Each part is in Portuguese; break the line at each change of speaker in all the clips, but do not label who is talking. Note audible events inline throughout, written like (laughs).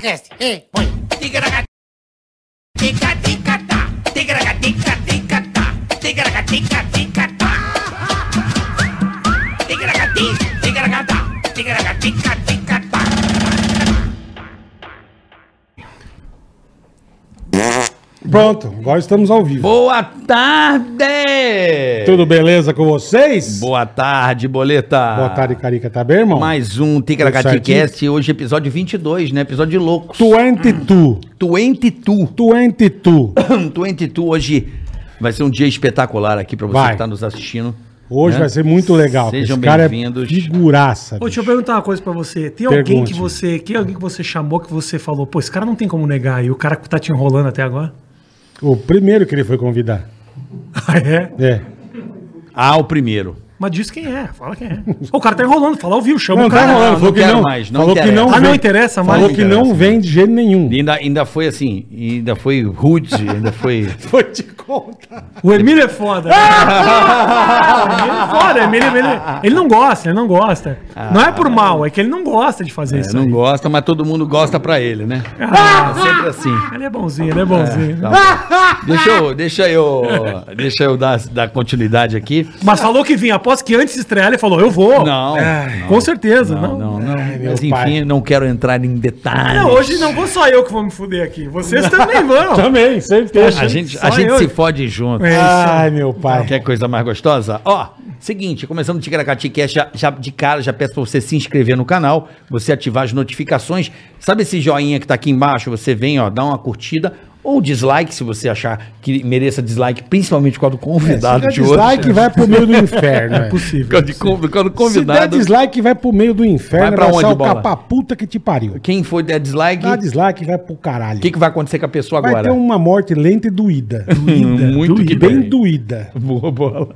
Tigracast. E põe. Tigraga. Tica, tica, tá. Tigraga, tica, tica, tá. Tigraga, tica, tica, tá. Tigraga, ti. Tigraga, tá. Tigraga, tica, tica, tá.
Pronto, agora estamos ao vivo.
Boa tarde!
Tudo beleza com vocês?
Boa tarde, Boleta.
Boa tarde, Carica. Tá bem, irmão?
Mais um Ticaracaticast. Hoje episódio 22, né? Episódio louco.
22.
22. (clears throat)
22.
22. Hoje vai ser um dia espetacular aqui pra você
Vai.
que tá nos assistindo.
Hoje
né?
vai ser muito legal. porque
Sejam
esse cara
bem-vindos.
É figuraça.
Ô, deixa eu
bicho.
perguntar uma coisa pra você. Tem alguém
Pergunte.
que você, que alguém que você chamou que você falou, pô, esse cara não tem como negar e o cara que tá te enrolando até agora?
(laughs)
O primeiro que ele foi convidar.
Ah, é?
É.
Ah, o primeiro.
Mas diz quem é, fala quem é. Ô, o cara tá enrolando, fala ao vivo, chama
Não,
o
tá
cara.
rolando.
não
Falou que
quero
não.
mais, não
Falou que
interessa.
não.
ah, não
vem.
interessa mais.
Falou que não
interessa.
vem de jeito nenhum.
E ainda, ainda foi assim, e ainda foi rude, ainda
(laughs)
foi. né?
Foi te contar.
O Emílio é
(laughs)
foda. né? o Emílio é foda, o Emílio, Emílio- ele não gosta, ele não gosta. não é por mal, é que ele não gosta de fazer
Ah. É,
isso.
não
aí.
gosta, mas todo mundo gosta pra ele, né?
Ah!
É sempre assim.
Ele é bonzinho, ele é bonzinho.
Tá bom. Deixa eu, deixa eu, deixa eu dar, dar continuidade aqui.
Mas falou que vinha, após que antes de estrear ele falou, eu vou.
Não,
É,
não,
com certeza,
Não, não, não.
meu
Mas enfim,
pai.
não quero entrar em detalhes.
Não, É, hoje não vou só eu que vou me fuder aqui. Vocês
(laughs)
também
Tá
(laughs)
vão.
Também, certeza.
A gente,
Só
a gente
eu.
se fode junto. Ah,
É.
Ai, meu pai.
Quer coisa mais gostosa? Ó, seguinte, começando o Ticaracati Cast, é já, já de cara, já peço pra você se inscrever no canal, você ativar as notificações. Sabe esse joinha que tá aqui embaixo? Você vem, ó, dá uma curtida ou dislike, se você achar que mereça dislike, principalmente quando o convidado
É, Se der
de hoje.
dislike, vai pro meio do inferno. é.
Possível.
(laughs) Quando, conv- quando
Se der
convidado.
dislike, vai pro meio do inferno.
Vai pra
abraçar
onde,
o
Bola?
capa puta que te pariu.
Quem for der dislike,
Dá
o
dislike, Tá vai pro caralho.
que, que vai acontecer com a pessoa
Vai
agora?
ter um uma morte lenta e doída. doída
(laughs) Muito que
bem
bem.
doída.
(laughs) Boa bola.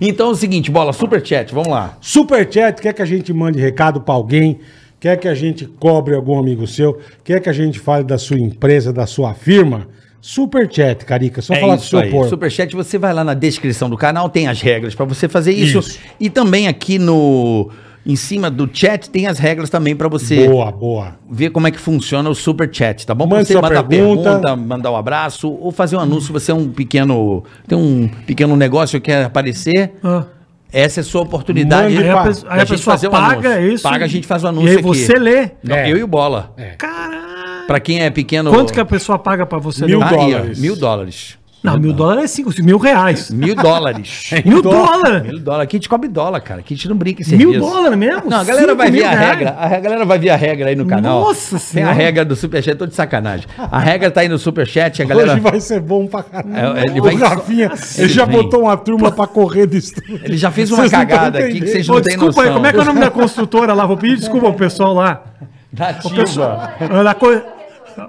Então é o seguinte, bola, super chat, vamos lá.
Superchat, quer que a gente mande recado pra alguém? Quer que a gente cobre algum amigo seu? Quer que a gente fale da sua empresa, da sua firma? Superchat, Carica.
É
Só falar do seu porco.
Superchat, você vai lá na descrição do canal, tem as regras pra você fazer isso.
Isso.
E também aqui no em cima do chat tem as regras também pra você
Boa, boa.
ver como é que funciona o super chat, tá bom? Pra
Mande
você
sua
mandar
pergunta.
pergunta. mandar um abraço ou fazer um anúncio, você é um pequeno, tem um pequeno negócio que quer aparecer.
Ah.
Essa é a sua oportunidade.
Mande
Aí a,
Pá,
pesso-
da
aí a
gente
pessoa
fazer um
paga é
anúncio.
isso.
Paga, a gente faz um
E
anúncio
aí
aqui.
você lê.
Não,
É.
Eu e o Bola.
Caralho.
Pra quem é pequeno.
Quanto que a pessoa paga pra você
Mil
ler?
Aí, ó,
dólares?
Mil dólares.
Não, mil dólares é cinco, mil reais.
Mil
(laughs)
dólares.
Mil dólares?
Mil dólares. Aqui a gente cobre dólar, cara. Aqui a gente não brinca em serviço.
Mil dólares mesmo?
Não, a galera
Cinco
vai ver
mil
a
reais?
regra. A re- galera vai ver a regra aí no canal.
Nossa
Tem a
Senhora.
regra do Superchat, tô de sacanagem. A regra tá aí no Superchat, a galera.
Hoje vai ser bom pra caralho.
É, ele
o
vai-
Rafinha, ele já
vem.
botou uma turma pra correr do estúdio.
Ele já fez uma
Vocês não tão
cagada aqui que
entendendo.
vocês não
Ô,
têm
desculpa
noção.
aí, como é que é o nome da construtora lá? Vou pedir desculpa ao pessoal lá.
Da Ativa,
Ah, da co-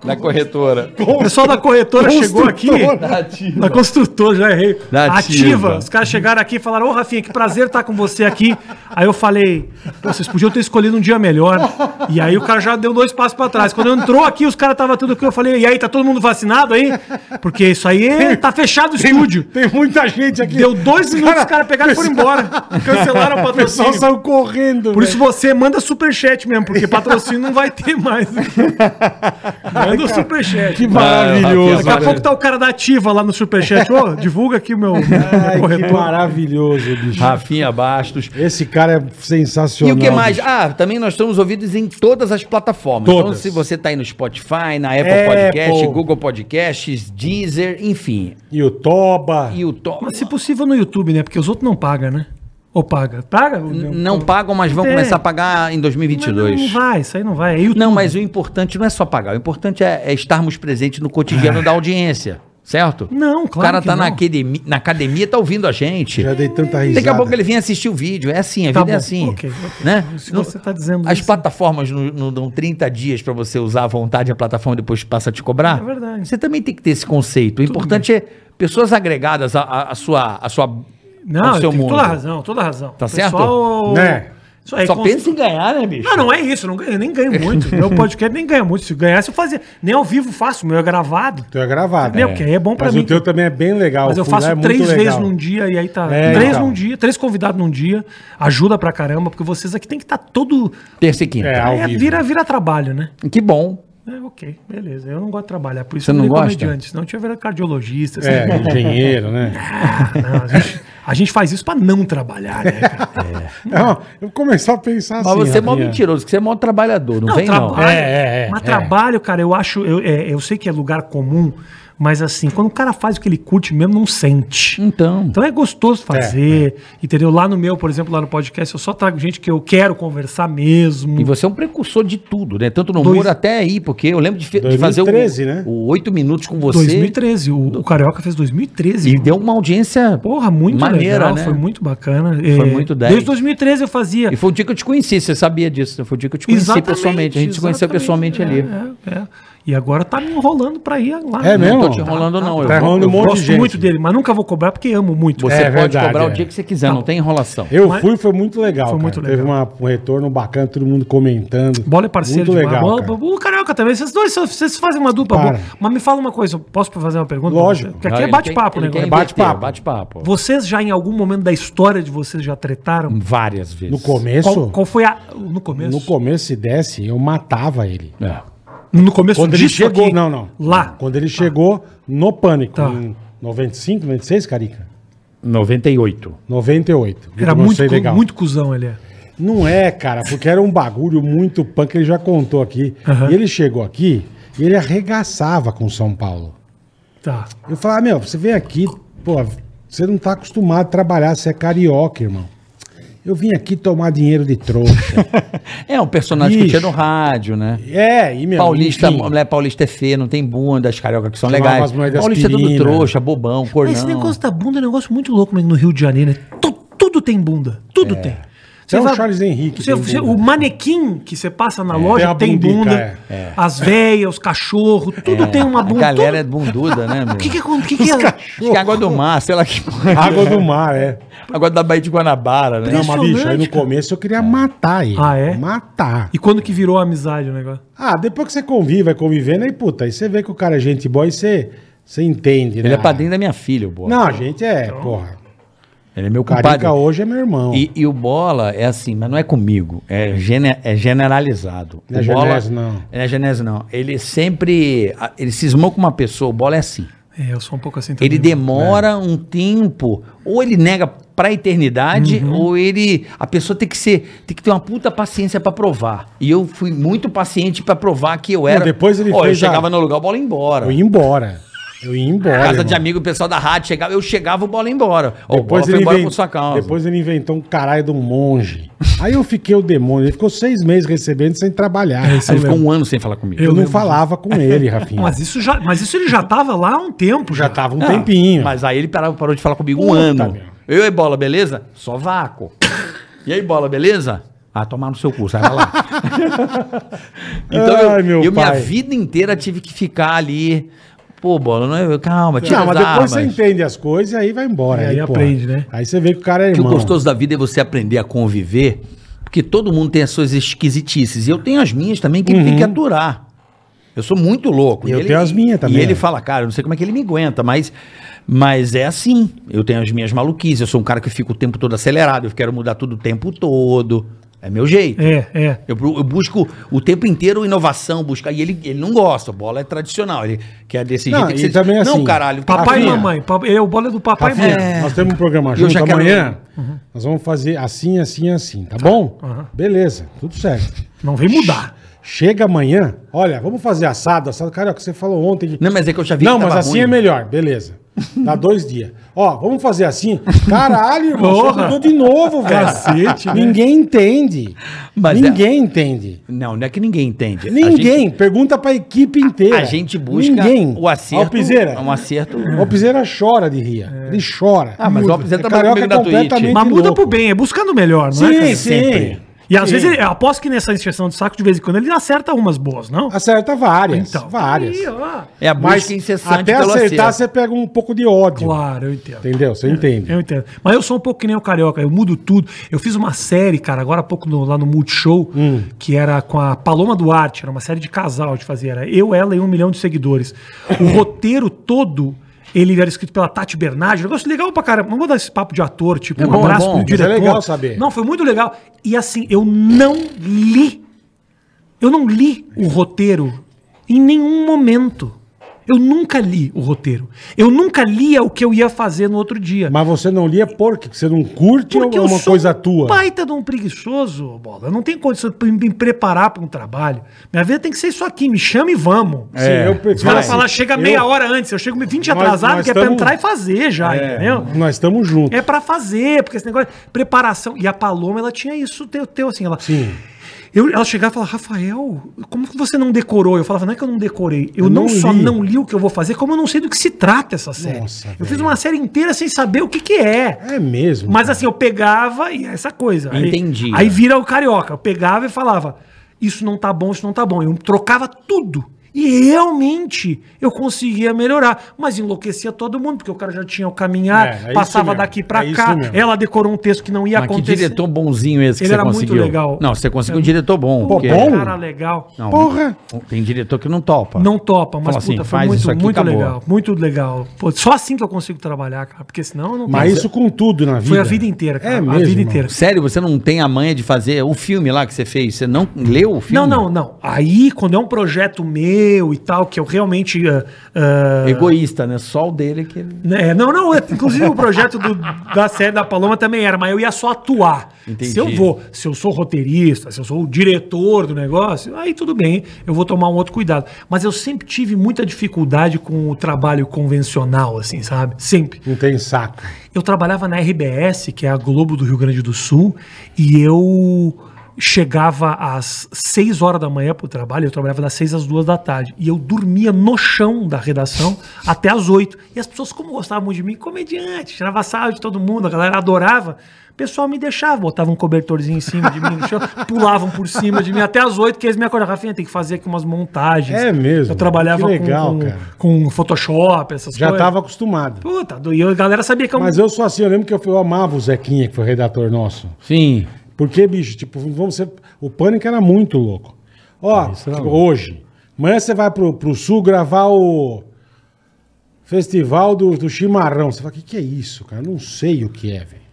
da
(laughs)
corretora.
O pessoal da corretora chegou aqui.
Construtora.
Da
Da
Ativa.
construtora, já errei.
Da
ativa.
Ativa.
Os caras chegaram aqui e falaram, ô Rafinha, que prazer estar com você aqui. Aí eu falei, "Pô, vocês podiam ter escolhido um dia melhor. E aí o cara já deu dois passos pra trás. Quando entrou aqui, os caras estavam tudo aqui. Eu falei, e aí, tá todo mundo vacinado aí? Porque isso aí é- tá fechado o estúdio.
Tem muita gente aqui.
Deu dois
Os
minutos,
cara-
os caras pegaram e foram embora. Cancelaram o
(laughs) O pessoal
patrocínio.
saiu correndo.
Por isso você manda superchat mesmo, porque patrocínio não vai ter
(laughs)
mais. manda o superchat.
Que
Rafinha,
maravilhoso.
Daqui a pouco tá o cara da ativa lá no Superchat. Ô, divulga aqui o meu
Ai, que
corretor.
maravilhoso, bicho.
Ah.
Rafinha Bastos.
Esse cara é
E
sensacional.
o que mais?
bicho.
Ah, também nós estamos ouvidos em todas as plataformas. Então,
Todas.
se você está aí no Spotify, na Apple
Apple.
Podcast, Google Podcasts, Deezer, enfim.
E o Toba.
E o Tom.
Mas se possível no YouTube, né? Porque os outros não pagam, né? Ou paga? Paga?
Não pagam, mas vão
É.
começar a pagar em
Mas não,
2022.
não vai, isso aí não vai. É YouTube.
Não, mas o importante não é só pagar. O importante é, é estarmos presentes no cotidiano da audiência. Certo?
É. Não,
O
claro
cara
que
tá
não.
na academia, na academia, tá ouvindo a gente.
Já dei tanta risada.
Daqui a pouco ele vem assistir o vídeo. É assim, a
Tá
vida é
bom,
assim.
ok, ok.
Né?
Se você tá dizendo
As
isso.
plataformas não, não dão 30 dias pra você usar à vontade a plataforma e depois passa a te cobrar.
É verdade.
Você também tem que ter esse conceito. O importante é pessoas agregadas à- à à sua, à sua,
Não,
ao seu
tem
mundo.
toda a razão, toda a razão.
Tá
Pessoal,
Né?
Isso aí,
Só
cons-
pensa em ganhar, né, bicho?
Ah, não é isso, eu não ganho, eu nem ganho (laughs) muito. meu podcast nem ganha muito. Se eu ganhasse, eu fazia. Nem ao vivo faço, o meu é gravado.
Tu é gravado.
Meu, que aí é bom pra
Mas
mim
o teu
que-
também é bem legal.
Mas eu
O Fulano
faço
é muito
três vezes
legal.
num dia e aí tá.
É,
três
então.
num dia, três convidados num dia, ajuda pra caramba, porque vocês aqui tem que estar tá todo.
Terça e quinta.
É, ao
É,
vivo.
vira, vira trabalho, né?
Que bom.
É, ok, beleza. Eu não gosto de trabalhar, por isso
Você
eu
não
virei
gosta?
comediante. Senão eu tinha virado cardiologista. assim.
É, engenheiro,
(laughs)
né?
Não, a, gente, a gente faz isso pra não trabalhar, né, cara?
Não, eu vou começar a pensar
Mas
assim.
você é mó
Rafinha.
mentiroso, que você é mó trabalhador, não,
Não, Ah,
vem não.
trabalho.
É, é, é,
mas
é.
trabalho, cara, eu acho. Eu, é, eu sei que é lugar comum, mas assim, quando o cara faz o que ele curte mesmo, não sente.
Então.
Então é gostoso fazer, entendeu? Lá no meu, por exemplo, lá no podcast, eu só trago gente que eu quero conversar mesmo.
E você é um precursor de tudo, né? Tanto no
Dois-
humor até aí, porque eu lembro de, fe- de fazer
2013,
o,
né?
o 8 minutos com você.
2013, o, o Carioca fez 2013.
E
mano.
deu uma audiência
Porra, muito
maneira,
legal,
né?
foi muito bacana. É,
Foi muito dez.
Desde 2013 eu fazia.
E foi o dia que eu te conheci, você sabia disso. né? Foi o dia que eu te conheci pessoalmente. A gente se conheceu
exatamente.
pessoalmente ali.
É, é, é. E agora tá me enrolando pra ir lá. né?
É
Não
mesmo?
tô te enrolando, não. Eu
Tá
vou-
enrolando
eu
um monte
Gosto
de gente.
muito dele, mas nunca vou cobrar porque amo muito.
Você
É
pode
verdade,
cobrar
é.
o dia que você quiser, não tem enrolação.
Eu
Mas-
fui, foi muito legal.
Foi muito
cara. Teve
legal.
uma- um retorno bacana, todo mundo comentando.
Bola é parceiro
Muito
demais.
legal,
Bola-
cara.
O Carioca também. Vocês dois são- vocês fazem uma dupla
Para.
boa. Mas me fala uma coisa, eu posso fazer uma pergunta?
Lógico.
Porque
Não,
aqui é
ele
bate-papo,
quer-
né?
ele quer
É
inverter,
bate-papo.
Bate-papo.
Vocês já em algum momento da história de vocês já tretaram?
Várias vezes.
No começo,
Qual, qual foi a. No começo?
no começo, se desse, eu matava ele.
É.
No começo
Quando ele
disso
chegou,
aqui?
não, não.
Lá.
Quando ele chegou no Pânico,
Tá.
em 95, 96, Carica?
98.
98.
Era
Eu
muito,
comecei
cu- muito cuzão ele é.
Não é, cara, porque era um bagulho muito punk, ele já contou aqui.
Aham.
E ele chegou aqui e ele arregaçava com São Paulo.
Tá.
Eu falava, meu, você vem aqui, pô, você não tá acostumado a trabalhar, você é carioca, irmão. Eu vim aqui tomar dinheiro de
(laughs)
trouxa.
É um personagem que
Bicho.
tinha no rádio, né?
é, e meu.
Paulista,
enfim.
a mulher paulista é feia, não tem bunda, as cariocas que são
Chamava
legais.
as mulheres de
Paulista é tudo
aspirina.
trouxa, bobão, cornão.
Esse negócio da bunda é um negócio muito louco mesmo no Rio de Janeiro. né? Tu- tudo tem bunda. Tudo tem. Você
É. Até o Charles Henrique
você-
tem
você-
bunda. É,
o manequim que você passa na
tem
loja
a
tem
bundica,
bunda.
é.
As veias, os cachorros, tudo tem uma bunda.
A galera é
tudo-
bunduda, né, meu?
(laughs) O que que é. O que que é?
Acho que é água do mar, sei lá que porra.
Água do mar, é.
Água da Baía de Guanabara, né?
Não, mas bicho, aí no
Impressionante, cara.
começo eu
É.
queria matar ele.
Ah, é?
Matar.
E quando que virou amizade o negócio?
Ah, depois que você convive, vai convivendo, aí, puta, aí você vê que o cara é gente boa e você, você entende, né?
Ele é padrinho da minha filha, o Bola.
Não, a gente é,
Então.
porra.
Ele é meu
O Carica
compadre.
hoje é meu irmão.
E, e o Bola é assim, mas não é comigo, é, gene- é generalizado.
Não é
o Bola,
genese, não.
Não é genese, não. Ele sempre, a- ele cismou com uma pessoa, o Bola é assim.
É, eu sou um pouco assim também.
Ele demora
né?
um tempo, ou ele nega pra eternidade,
Uhum.
ou ele. A pessoa tem que ser. Tem que ter uma puta paciência pra provar. E eu fui muito paciente pra provar que eu era.
depois ele
Ó,
fez
Eu
a-
chegava no lugar, o bola ia embora.
Eu ia embora. Eu ia embora.
Casa
irmão.
de amigo, o pessoal da rádio chegava, eu chegava, o bola ia embora. Ó, o bola
Depois
foi
ele,
embora
inven-
com sua causa.
Depois ele inventou um caralho de um monge. Aí eu fiquei o demônio. Ele ficou seis meses recebendo sem trabalhar.
É isso
Aí
eu
ele ficou um ano sem falar comigo.
Eu
não
lembro
falava com ele, Rafinha.
Mas isso, já, mas isso ele já tava lá há um tempo.
já tava um
Ah,
tempinho.
Mas aí ele parou, parou de falar comigo um
Puta,
ano.
meu.
Eu e bola, beleza? Só vácuo. E aí, bola, beleza? Ah, tomar no seu curso, vai
(laughs)
lá. então,
Ai,
eu,
meu
eu minha
pai.
vida inteira tive que ficar ali. Pô, bola, não é, calma, tira
Não, mas
as
depois você
armas.
entende as coisas e aí vai embora.
E aí
porra,
aprende, né?
Aí você vê que o cara é
que o
irmão.
gostoso da vida é você aprender a conviver, porque todo mundo tem as suas esquisitices. E eu tenho as minhas também que tem que aturar. Eu sou muito louco.
E Uhum. eu tenho as minhas também,
E ele
né?
fala, cara, eu não sei como é que ele me aguenta, mas, mas é assim. Eu tenho as minhas maluquices. Eu sou um cara que fica o tempo todo acelerado. Eu quero mudar tudo o tempo todo. É meu jeito.
É, é.
Eu, bu- eu busco o tempo inteiro inovação, buscar. E ele, ele não gosta. Bola é tradicional. Ele quer desse
Não,
jeito. tem que
e
ser-
também
não,
assim,
caralho.
Papai e
Rafinha.
mamãe. pa- É o bola do papai e
Rafinha,
mamãe.
É.
nós temos um programa
Eu
junto
já quero-
amanhã. Uhum. Nós vamos fazer assim, assim, assim, tá, bom?
Aham.
Beleza, tudo certo.
Não vem mudar.
Chega amanhã, olha, vamos fazer assado, assado. Cara, é o que você falou ontem. que-
Não, mas é que eu já vi
Não,
que
mas
tava
assim
ruim.
é melhor, beleza. Dá dois dias. Ó, vamos fazer assim? Caralho, irmão, você
Porra.
mudou de novo, velho.
Cacete, né?
Ninguém entende.
Mas é.
Ninguém entende.
Não, não é que ninguém entende. A
Ninguém.
gente-
Pergunta pra equipe inteira.
A gente busca
Ninguém.
o acerto.
Ó, O Piseira.
É um acerto.
O Piseira chora de rir. Ele chora.
Ah, mas o Alpizeira
É
trabalha
carioca
comigo na Twitch.
completamente
É. Mas muda
louco.
pro bem, é buscando o melhor, não
Sim,
é? cara?
sim.
Sempre.
E às
Sim.
vezes, ele- eu aposto que nessa injeção de saco, de vez em quando, ele acerta umas boas, não?
Acerta várias.
Então,
várias.
aí, ó.
É a busca
Mas
incessante
até
pelo
acertar,
acerto.
você pega um pouco de ódio.
Claro, eu entendo.
Entendeu? Você entende.
Eu entendo. Mas eu sou um pouco que nem o Carioca, eu mudo tudo. Eu fiz uma série, cara, agora há pouco no- lá no Multishow,
Hum.
que era com a Paloma Duarte, era uma série de casal de fazer. Era eu, ela e um milhão de seguidores.
(laughs)
O roteiro todo. Ele era escrito pela Tati Bernardi, um negócio legal pra caramba. Não vou dar esse papo de ator, tipo,
É
um
bom, é
abraço
bom,
pro
mas é
diretor.
legal saber.
Não, foi muito legal. E assim, eu não li. Eu não li o roteiro Em nenhum momento. Eu nunca li o roteiro. Eu nunca lia o que eu ia fazer no outro dia.
Mas você não lia por quê? Porque você não curte ou é uma coisa tua?
baita de um preguiçoso, bola. Eu não tenho condição de me preparar para um trabalho. Minha vida tem que ser isso aqui. Me chama e vamos.
Sim,
É.
eu prefiro.
Os caras falam, chega
Eu-
meia hora antes. Eu chego 20
Nós-
atrasado,
nós
que é pra
tamo- É.
entrar e fazer já, entendeu?
Nós estamos juntos.
É pra fazer, porque esse negócio. Preparação. E a Paloma, ela tinha isso teu, teu assim. Ela,
Sim.
Eu, ela chegava e falava, Rafael, como que você não decorou? Eu falava, não é que eu não decorei. Eu,
Eu
não,
não
só
li.
não li o que eu vou fazer, como eu não sei do que se trata essa série.
Nossa,
eu fiz
velho.
uma série inteira sem saber o que, que é.
É mesmo.
Mas assim, eu pegava e essa coisa. Aí-
Entendi.
Aí, vira o carioca. Eu pegava e falava, isso não tá bom, isso não tá bom. Eu trocava tudo. E realmente eu conseguia melhorar. Mas enlouquecia todo mundo, porque o cara já tinha o caminhar,
É, é isso
passava
mesmo,
daqui pra
é isso
cá.
mesmo.
Ela decorou um texto que não ia
Mas que
acontecer.
diretor bonzinho esse que
Ele
você
era muito
conseguiu.
legal. É.
Não, você conseguiu um diretor bom.
Pô,
porque-
bom?
Cara legal.
Não, um,
Porra!
Tem diretor que não topa.
Não topa, mas
Fala assim,
puta, foi
faz
muito,
isso aqui,
muito
acabou.
legal. Muito legal. Pô, só assim que eu consigo trabalhar, cara. Porque senão eu não
Mas isso com tudo na vida.
Foi a vida inteira, cara.
É
a
mesmo,
vida
mano.
inteira.
Sério, você não tem a manha de fazer o filme lá que você fez? Você não leu o
Não,
filme?
não, não. Aí, quando é um projeto meu e tal, que eu realmente. ah, ah,
Egoísta, né? Só o dele que...
né, não, não. é- Inclusive o projeto do- da série da Paloma também era, mas eu ia só atuar.
Entendi.
Se eu vou, se eu sou roteirista, se eu sou o diretor do negócio, aí tudo bem, eu vou tomar um outro cuidado. Mas eu sempre tive muita dificuldade com o trabalho convencional, assim, sabe? Sempre.
Não tem saco.
Eu trabalhava na RBS, que é a Globo do Rio Grande do Sul, e eu chegava às 6 horas da manhã pro trabalho, eu trabalhava das 6 às 2 da tarde, e eu dormia no chão da redação até às 8. E as pessoas, como gostavam muito de mim, comediante, tirava sarro de todo mundo, a galera adorava. O pessoal me deixava, botava um cobertorzinho em cima de mim no chão, (laughs) pulavam por cima de mim até às 8, que eles me acordavam. Rafinha, tem que fazer aqui umas montagens.
É mesmo,
Eu trabalhava
que legal,
com,
cara.
com, com Photoshop, essas
Já
coisas.
tava acostumado.
Puta, e a galera sabia que eu
Mas eu sou assim, eu lembro que eu, eu amava o Zequinha, que foi redator nosso.
Sim.
Porque, bicho, tipo, vamos ser. O pânico era muito louco. Ó, tipo, hoje. Amanhã você vai pro, pro sul gravar o. Festival do, do Chimarrão. Você fala, o que, que é isso, cara? Eu não sei o que é, velho.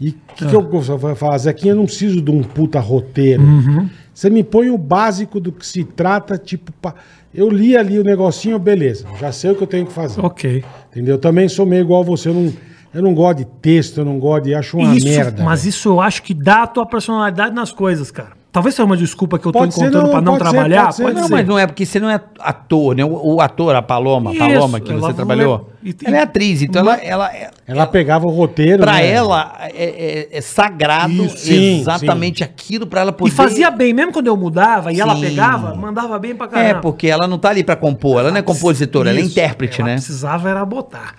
E o que, que eu vou falar? Zequinha, eu não preciso de um puta roteiro. Você me põe o básico do que se trata, tipo. pa- Eu li ali o negocinho, beleza. Já sei o que eu tenho que fazer.
Ok.
Entendeu? Eu também sou meio igual você. Eu não, eu não gosto de texto, eu não gosto de. Acho uma
isso,
merda.
mas
velho.
isso eu acho que dá a tua personalidade nas coisas, cara. Talvez seja uma desculpa que eu
Pode
tô
ser,
encontrando
não,
pra não
pode ser,
trabalhar.
pode ser,
pode
Não,
ser.
mas não é porque você não é ator, né? O, o ator, a Paloma, a
Isso,
Paloma que
ela
você
não
trabalhou.
é- e tem-
Ela é atriz, então ela, ela, é-
Ela pegava o roteiro.
pra
né?
ela é, é- é sagrado
Isso, sim,
exatamente aquilo pra ela
E
poder.
fazia bem, mesmo quando eu mudava e ela
Sim.
pegava, mandava bem pra
É,
caramba.
porque ela não tá ali pra compor, ela não é compositora, ela é
Isso,
intérprete,
ela
né?
precisava era botar.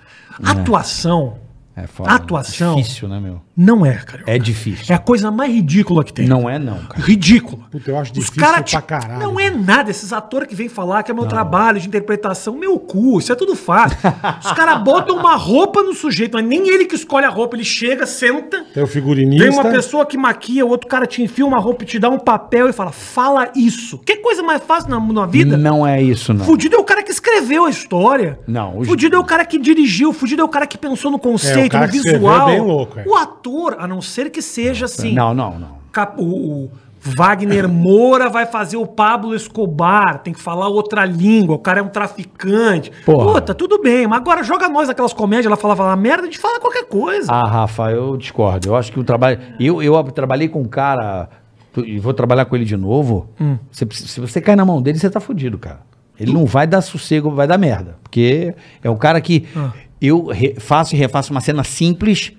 Atuação
É foda.
Atuação.
Difícil, né, meu?
não é, cara.
É difícil.
É a coisa mais ridícula que tem.
Não é, não, cara.
Ridícula.
Puta, eu acho
Os
difícil
cara
pra
te-
caralho.
Não é nada. Esses atores que vêm falar que é meu trabalho de interpretação, meu cu, isso é tudo
(laughs)
fácil. Os caras botam uma roupa no sujeito, mas nem ele que escolhe a roupa, ele chega, senta.
Tem o figurinista.
Tem uma pessoa que maquia, o outro cara te enfia uma roupa e te dá um papel e fala, fala isso. Que coisa mais fácil na, na vida?
Não é isso, não.
Fudido é o cara que escreveu a história.
Não, os-
Fudido é o cara que dirigiu. Fudido é o cara que pensou no conceito,
cara
no
que escreveu
visual.
é bem louco, é.
O ator, a não ser que seja assim.
Não, não, não.
Cap- o, o Wagner Moura vai fazer o Pablo Escobar, tem que falar outra língua, o cara é um traficante.
Porra.
Puta, tudo bem, mas agora joga nós aquelas comédias, ela falava uma merda de falar qualquer coisa.
Ah, Rafa, eu discordo. Eu acho que o trabalho. Eu, eu trabalhei com um cara tu- e vou trabalhar com ele de novo.
Hum.
Você precisa- se você cair na mão dele, você tá fudido, cara. Ele não vai dar sossego, vai dar merda. Porque é um cara que
Ah.
eu re- faço e refaço uma cena simples.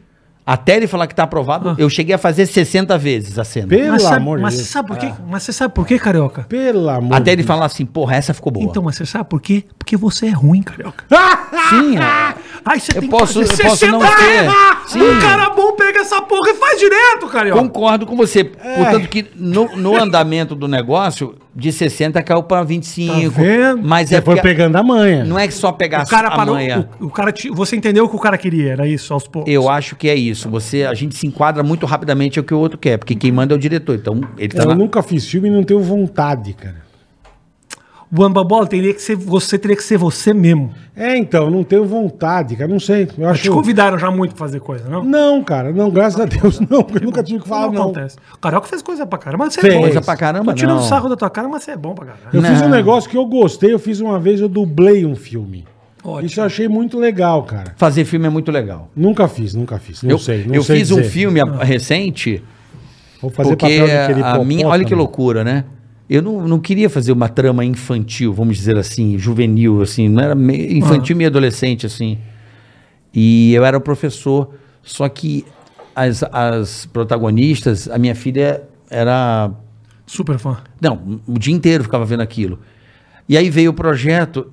Até ele falar que tá aprovado,
Ah.
eu cheguei a fazer 60 vezes a cena.
Pelo
mas, sabe,
amor de
mas você
Deus.
sabe por
Ah.
quê? Mas você sabe por quê, carioca?
Pelo amor
Até ele
de Deus.
falar assim, porra, essa ficou boa.
Então, mas você sabe por quê? Porque você é ruim, carioca.
(laughs)
(laughs)
Sim, é.
Aí você
Eu
tem
posso-
que
eu posso não ter. Sim.
Um cara bom pega essa porra e faz direto, carioca.
Concordo com você. Portanto, que no, no andamento do negócio, de 60 caiu pra 25. Mas
Tá Você
é
foi
porque-
pegando a manha.
Não é que só pegar
O cara
a
parou.
manha.
O, o cara te- você entendeu o que o cara queria, era isso, aos poucos.
Eu acho que é isso. Você, a gente se enquadra muito rapidamente ao que o outro quer, é porque quem manda é o diretor. Então, ele tá
Eu
na...
nunca fiz filme e não tenho vontade, cara.
Bamba Bola teria que ser, você teria que ser você mesmo.
É, então, não tenho vontade, cara. Não sei. Eu
Te
acho.
convidaram já muito pra fazer coisa, não?
Não, cara, não, graças a Deus, não, porque eu nunca tive que falar, não.
acontece. O Carioca fez coisa pra caramba, mas você
Fez.
é bom.
Coisa
pra caramba,
Tô tirando
não.
sarro da tua cara, mas você é bom pra caramba.
Eu fiz um
Não.
negócio que eu gostei, eu fiz uma vez, eu dublei um filme.
Ótimo.
é-
Isso eu achei muito legal, cara.
Fazer filme é muito legal.
Nunca fiz, nunca fiz. Não
eu
sei, não
eu
sei
fiz
dizer. Ah.
um filme a- recente,
Vou fazer
porque
papel daquele
a minha. Olha que
hipopótamo.
loucura, né? Eu não, não queria fazer uma trama infantil, vamos dizer assim, juvenil, assim, não era me-
Ah.
infantil e adolescente, assim. E eu era o professor, só que as, as protagonistas, a minha filha era
Super fã.
Não, o dia inteiro eu ficava vendo aquilo. E aí veio o projeto,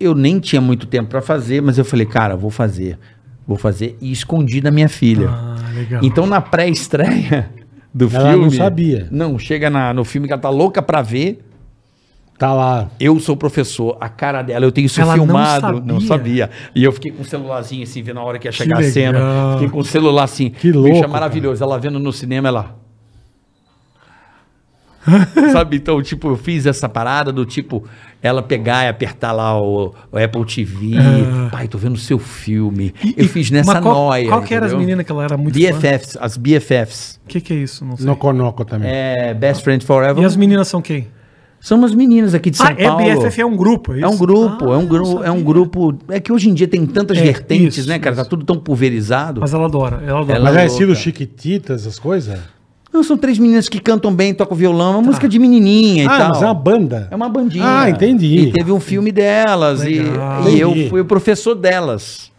eu nem tinha muito tempo pra fazer, mas eu falei, cara, vou fazer. Vou fazer e escondi da minha filha.
Ah, legal.
então na pré-estreia do
Ela
filme.
não sabia.
Não, chega na- no filme que ela tá louca pra ver.
Tá lá.
Eu sou professor, a cara dela, eu tenho isso
Ela não
filmado. Não sabia.
sabia.
E eu fiquei com o celularzinho assim, vendo a hora que ia chegar a
legal.
cena. Fiquei com o celular assim.
Que louco,
é maravilhoso. Ela vendo no cinema, ela.
(laughs)
Sabe, então, tipo, eu fiz essa parada do tipo, ela pegar e apertar lá o, o Apple TV. Pai, tô vendo seu filme. eu fiz nessa
Ah. mas qual-
noia.
Qual que era as
entendeu?
meninas que ela era muito fã?
BFFs, as BFFs.
O que, que é isso? Não sei.
Noconoco também.
É, Best Friend Forever.
E as meninas são quem?
São umas meninas aqui de São
ah, é
Paulo.
BFF é um grupo, é isso?
É um grupo,
Ah,
é um
eu não
grupo, é um
sabia.
grupo. É que hoje em dia tem tantas
É,
vertentes,
isso,
né, cara? Tá
isso.
tudo tão pulverizado.
Mas ela adora, ela adora.
Ela-
Mas é
louca.
estilo Chiquititas, essas coisas? Ah,
Não, são três meninas que cantam bem, tocam violão,
Tá.
é uma música de menininha e
ah,
tal.
mas é uma banda.
Então, É uma bandinha.
Ah, entendi.
E teve um filme delas e,
Legal.
e eu
Entendi.
fui o professor delas.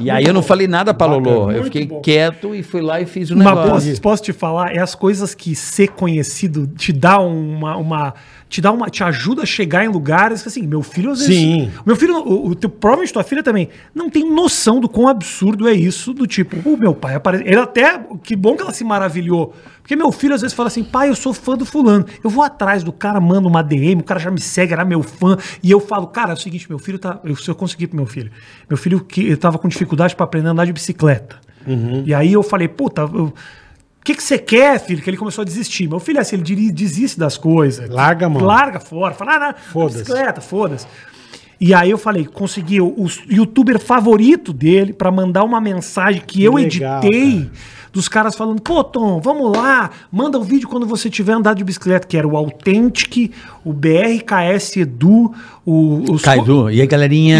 E aí eu não falei nada pra Lolo. Eu fiquei quieto e fui lá e fiz o
Mas
um negócio.
posso, posso te falar, é as coisas que ser conhecido te dá uma, uma- te dá uma, te ajuda a chegar em lugares que, assim, meu filho às vezes,
Sim.
meu filho, o, o teu, provavelmente tua filha também, não tem noção do quão absurdo é isso, do tipo, o meu pai aparece, ele até, que bom que ela se maravilhou, porque meu filho às vezes fala assim, pai, eu sou fã do fulano, eu vou atrás do cara, mando uma DM, o cara já me segue, era meu fã, e eu falo, cara, é o seguinte, meu filho tá, eu, se eu conseguir pro meu filho, meu filho que ele tava com dificuldade pra aprender a andar de bicicleta,
Uhum.
e aí eu falei, puta, eu- o que que você quer, filho? Que ele começou a desistir. Meu filho é assim, ele diri- desiste das coisas.
Larga a mão.
Larga fora. Fala, ah, não,
Foda-se.
bicicleta, foda-se. E aí eu falei, consegui o, o youtuber favorito dele pra mandar uma mensagem que eu
legal,
editei dos caras falando, pô, Tom, vamos lá, manda um vídeo quando você tiver andado de bicicleta, que era o Authentic, o BRKS Edu, o... os-
Caidu, e aí, galerinha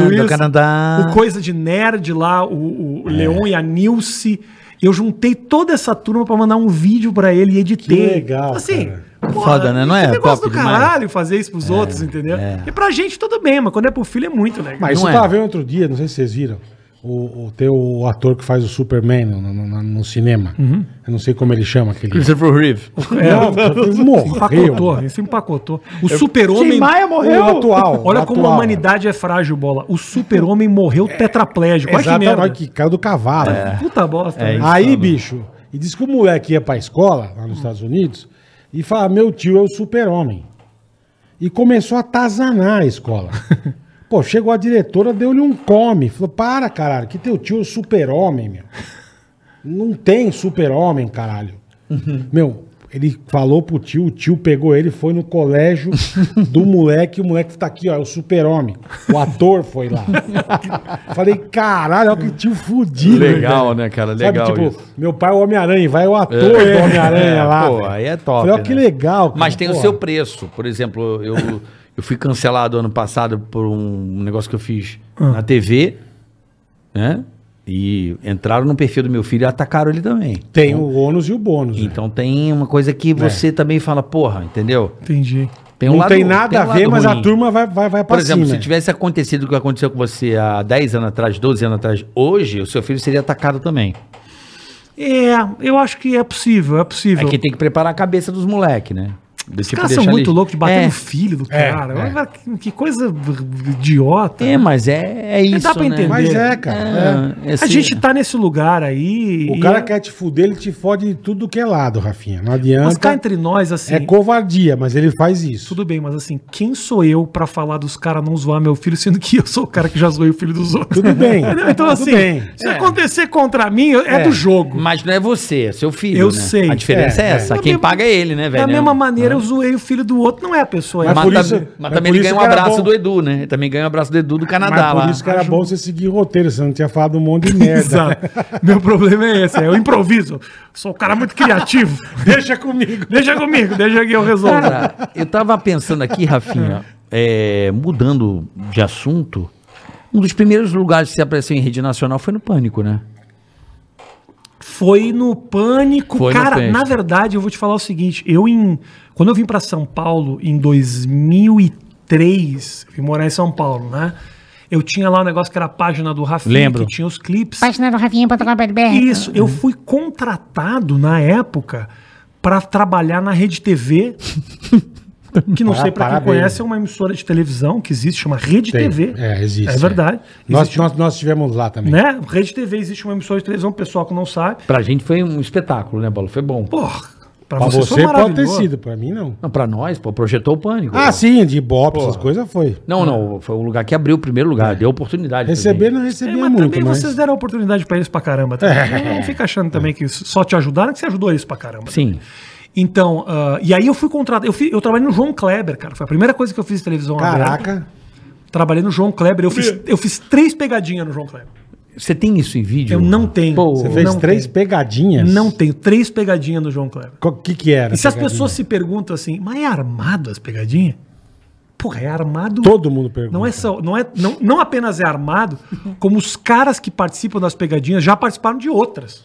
isso,
do
isso.
Canadá?
O Coisa de Nerd lá, o,
É.
o Leon e a Nilce. Eu juntei toda essa turma pra mandar um vídeo pra ele e editei.
Que legal,
Assim,
cara. É,
Foda, né? Não
que
é
negócio
top
do
demais?
caralho fazer isso pros outros, entendeu? E pra gente tudo bem, mas quando é pro filho é muito legal.
Mas Ah, isso
Não
eu
é.
tava vendo outro dia, não sei se vocês viram. O, o teu ator que faz o Superman no, no- no- no cinema.
Uhum.
Eu não sei como ele chama
(laughs)
aquele.
Christopher Reeve.
É,
Não,
tá
ele (laughs) morreu.
empacotou, isso empacotou. O super-homem...
Tim Maia morreu.
é O atual.
(laughs) Olha
o
como a
atual. É,
humanidade é frágil, bola. O super-homem morreu tetraplégico. Olha que
Exato,
merda.
olha que caiu do cavalo.
Puta bosta.
É
né?
isso.
Aí,
Sabe.
bicho, e diz que o moleque ia pra escola, lá nos Estados Unidos, e falava, meu tio é o super-homem. E começou a atazanar a
(laughs)
escola. Pô, chegou a diretora, deu-lhe um come. Falou, para, caralho, que teu tio é o super-homem, meu. Não tem super-homem, caralho. Meu, ele falou pro tio, o tio pegou ele, foi no colégio
(laughs)
do moleque, o moleque tá aqui, ó, é o super-homem. O ator foi lá. Falei, caralho, olha que tio fudido.
Legal,
velho.
né, cara? Legal
Sabe, tipo,
isso.
meu pai é o Homem-Aranha, vai o ator
É.
do Homem-Aranha
É,
lá.
pô,
velho.
aí é top,
Falei, olha que
né?
legal. cara,
Mas tem o
porra.
seu preço. Por exemplo, eu, eu fui cancelado ano passado por um negócio que eu fiz
Ah.
na TV, né? E entraram no perfil do meu filho e atacaram ele também.
Tem o ônus e o bônus. né?
Então tem uma coisa que você também fala, porra, entendeu?
Entendi.
Tem
não tem
tem
nada
um
a ver,
lado
mas a
ruim.
turma assim, né? vai, vai, vai pra
Por exemplo,
cima.
se tivesse acontecido o que aconteceu com você há 10 anos atrás, 12 anos atrás, hoje, o seu filho seria atacado também.
É, eu acho que é possível, é
É
possível.
que tem que preparar a cabeça dos moleques, né? Do
Os caras são muito loucos de bater no filho do
É,
cara.
é.
Olha Que, que coisa idiota.
É, é mas é, é isso,
dá pra
né?
entender.
né? Mas é, cara. é.
É,
a
esse-
gente tá nesse lugar aí.
O
e
cara
é-
quer te fuder, ele te fode de tudo que é lado, Rafinha. Não adianta.
Mas cá entre nós, assim.
É covardia, mas ele faz isso.
Tudo bem, mas assim, quem sou eu pra falar dos caras não zoar meu filho, sendo que eu sou o cara que já zoei o filho dos outros?
Tudo bem.
(laughs) Entendeu? Então,
tudo
assim,
bem. É.
se acontecer contra mim, é, do jogo.
Mas não é você, é seu filho.
Eu
né?
sei.
A diferença é,
É,
essa.
é.
Quem
Da mesma-
paga é ele, né, velho?
da mesma maneira, eu zoei o filho do outro, não é a pessoa.
Mas
é.
Mas,
por
tam-
isso-
mas
mas
também
por
ele
isso
ganha um
que era
abraço
bom.
do Edu, né? Ele também ganha um abraço do Edu do Canadá
Mas
lá.
por isso que era bom você seguir roteiro, você não tinha falado um monte
(laughs)
de merda.
um Exato. Meu problema é esse, é eu improviso. Sou um cara muito criativo.
Deixa comigo.
deixa comigo, deixa que eu resolvo.
Cara, eu tava pensando aqui, Rafinha, é, mudando de assunto, um dos primeiros lugares que você apareceu em rede nacional foi no Pânico, né?
Foi no pânico.
Foi no
cara,
pânico.
na verdade, eu vou te falar o seguinte, eu em quando eu vim pra São Paulo em 2003, eu vim morar em São Paulo, né? Eu tinha lá um negócio que era a página do Rafinha,
Lembro.
que tinha os clipes.
Página do Rafinha.com.br.
Isso, eu fui contratado na época pra trabalhar na Rede TV, que não
Pará-
sei pra quem
parabéns.
conhece, é uma emissora de televisão que existe, chama Rede
Tem.
TV.
É, existe.
É verdade.
Nós,
Existe,
nós, nós tivemos lá também.
né? Rede TV existe uma emissora de televisão, pessoal que não sabe.
Pra gente foi um espetáculo, né, Bola? Foi bom.
Porra, pra,
Pra
você,
você,
foi
pode ter
maravilhoso.
sido, pra mim não.
Não, pra nós, pô, projetou o Pânico.
Ah,
pô.
sim, de Ibope, essas coisas foi.
Não, não, foi o lugar que abriu o primeiro lugar, deu oportunidade. pra
É. Receber
gente.
não
É,
recebia
mas
muito,
também
mas... É.
vocês deram oportunidade pra eles pra caramba. Também. Não fica achando também que só te ajudaram, que você ajudou eles pra caramba.
Sim.
Então, ah, e aí eu fui contratado. Eu, fi- eu trabalhei no João Kleber, cara. Foi a primeira coisa que eu fiz em televisão aberta.
Caraca.
Trabalhei no João Kleber. Eu fiz, eu fiz três pegadinhas no João Kleber.
Você tem isso em vídeo?
Eu não tenho.
Pô,
Você fez
Não
três
tem.
pegadinhas?
Não tenho. Três pegadinhas no João Kleber.
O que que era?
E se as
pegadinha?
pessoas se perguntam assim, mas é armado as pegadinhas? Porra, é armado.
Todo mundo pergunta.
Não é só, não é não, não apenas é armado, como os caras que participam das pegadinhas já participaram de outras.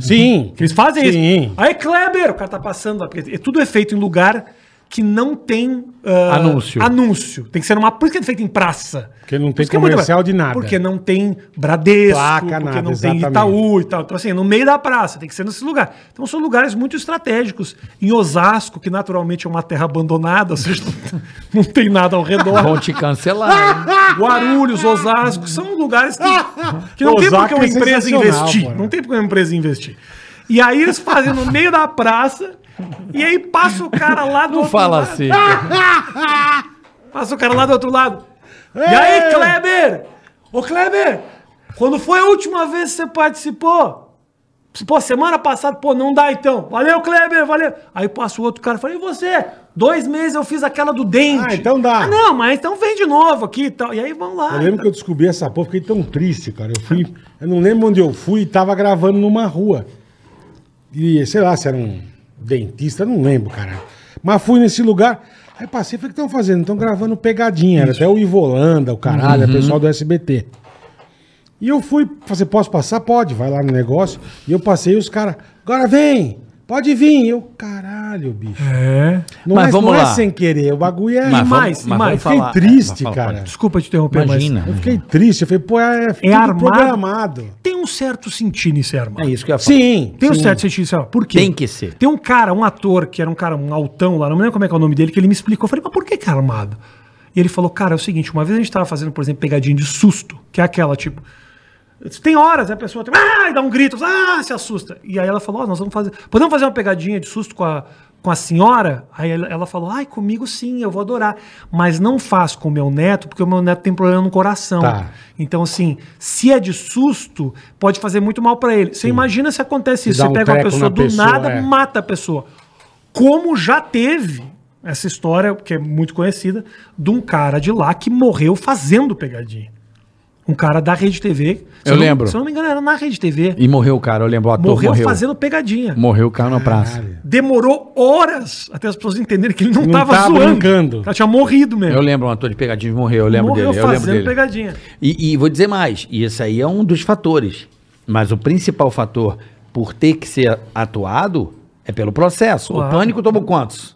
Sim.
Eles fazem
Sim.
isso. Aí Kleber, o cara tá passando, lá, porque é tudo é feito em lugar que não tem ah,
Anúncio.
anúncio. Tem que ser numa, por isso que é feito em praça.
Porque não tem
Por isso que é muito
comercial
barato.
de nada.
Porque não tem Bradesco,
Placa,
porque
nada,
não
exatamente.
tem Itaú e tal. Então assim, é no meio da praça, tem que ser nesse lugar. Então são lugares muito estratégicos. Em Osasco, que naturalmente é uma terra abandonada, ou seja, (laughs) não, não tem nada ao redor.
Vão te cancelar. hein?
Guarulhos, Osasco, são lugares que, que não tem
Osasco
porque uma
é
empresa
sensacional,
investir.
mano.
Não tem porque uma empresa investir. E aí eles fazem no meio da praça, e aí passa o cara lá do
Não
outro
fala
lado. (laughs)
assim.
Passa o cara lá do outro lado. E aí, Kleber? Ô, Kleber, quando foi a última vez que você participou? Pô, semana passada, pô, não dá então. Valeu, Kleber, valeu. Aí passa o outro cara e fala, e você? Dois meses eu fiz aquela do dente.
Ah, então dá.
Ah, não, mas então vem de novo aqui e tal. E aí vão lá.
Eu
tá.
lembro que eu descobri essa porra, fiquei tão triste, cara. Eu fui. Eu não lembro onde eu fui e tava gravando numa rua. E sei lá se era um dentista, eu não lembro, cara. Mas fui nesse lugar. Aí passei, falei, o que estão fazendo? Estão gravando pegadinha. Era até o Ivolanda, o caralho,
Uhum.
o pessoal do SBT. E eu fui, falei, posso passar? Pode, vai lá no negócio. E eu passei e os caras, agora vem, pode vir. Eu, caralho, bicho.
É.
Não,
Mas
é,
vamos
não
lá.
é sem querer, o bagulho é.
Mas vamos-
mais, e
mas vamos
mais?
Fiquei
falar-
triste,
é, mas fala,
cara.
Desculpa te interromper,
Imagina.
mas
Eu fiquei triste, eu falei, pô, é, tudo
armado?
programado.
tem um certo sentido em ser armado.
É isso que eu ia falar.
Sim,
Tem um
sim.
certo sentido em ser armado. Por quê?
Tem que ser.
Tem um cara, um ator, que era um cara, um altão lá, não me lembro como é que é o nome dele, que ele me explicou. Eu falei, mas por que que é armado? E ele falou, cara, é o seguinte, uma vez a gente tava fazendo, por exemplo, pegadinha de susto, que é aquela, tipo... Tem horas, né, a pessoa tem, ah, e dá um grito, ah, se assusta. E aí ela falou, ó, nós vamos fazer... Podemos fazer uma pegadinha de susto com a, com a senhora? Aí ela, ela falou, ai, comigo sim, eu vou adorar. Mas não faz com o meu neto, porque o meu neto tem problema no coração.
Tá.
Então, assim, se é de susto, pode fazer muito mal pra ele. Você imagina se acontece isso,
dá
você
um
pega uma
treco
pessoa
na
do
pessoa,
nada,
é.
mata a pessoa. Como já teve essa história, que é muito conhecida, de um cara de lá que morreu fazendo pegadinha. Um cara da Rede TV. Se
Eu
não-
lembro.
Se eu não me engano, era na Rede TV.
E morreu o cara, eu lembro, o ator
morreu,
morreu. Morreu,
fazendo pegadinha.
o cara na praça.
Demorou horas até as pessoas entenderem que ele não,
Não
estava
tá
tava zoando.
brincando.
Ela tinha morrido mesmo.
Eu lembro, um ator de pegadinhas morreu, eu lembro
morreu
dele. Eu lembro
fazendo
dele.
pegadinha. É
E, e vou dizer mais, e esse aí é um dos fatores. Mas o principal fator por ter que ser atuado é pelo processo. O
Claro.
pânico tomou quantos?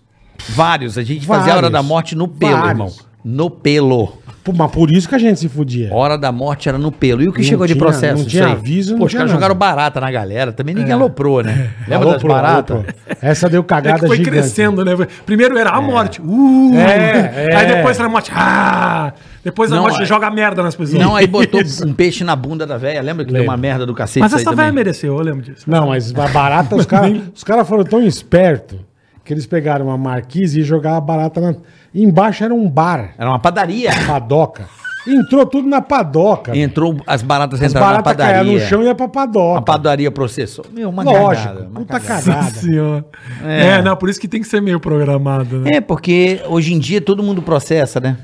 Vários. A gente fazia a
Vários.
Hora da Morte no pelo,
Vários.
irmão. No pelo.
Pô, mas por isso que a gente se fudia.
Hora da Morte era no pelo. E o que
Não
chegou de
tinha-
processo?
não
isso
tinha
aí?
aviso, não
Pô, os
tinha
caras
nada. É.
jogaram barata na galera. Também ninguém aloprou,
(laughs)
né? Lembra das
Alô, pro-
baratas?
alô, pro- Essa deu
É que
cagada
foi
gigante.
crescendo, né? Primeiro era a morte. Uh,
É,
Aí
é.
depois era a morte. Ah, depois a
Não,
morte
é-
joga merda nas pessoas.
Não, aí botou um peixe na bunda da velha. Lembra que deu uma merda do cacete?
Mas
isso aí
essa velha
também?
mereceu, eu lembro disso.
Não, mas a barata, os
(laughs)
caras os cara foram tão espertos que eles pegaram uma marquise e jogaram a barata na... Embaixo era um bar,
Era uma padaria.
padoca. Entrou tudo na padoca.
Entrou, as baratas
As
entraram na
baratas caíram
padaria.
no chão e ia pra padoca.
A padaria processou. Meu, uma
Lógico,
cagada, uma
puta
cagada.
cagada.
senhora.
É.
É. não, por isso que tem que ser meio programado, né?
É, porque hoje em dia todo mundo processa, né?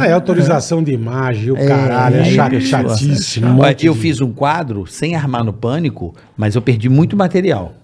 Ah, é autorização de imagem, o caralho, é
aí,
chato,
pessoa.
chatíssimo. um
Olha,
monte
eu
de-
fiz um quadro sem armar no pânico, mas eu perdi muito material.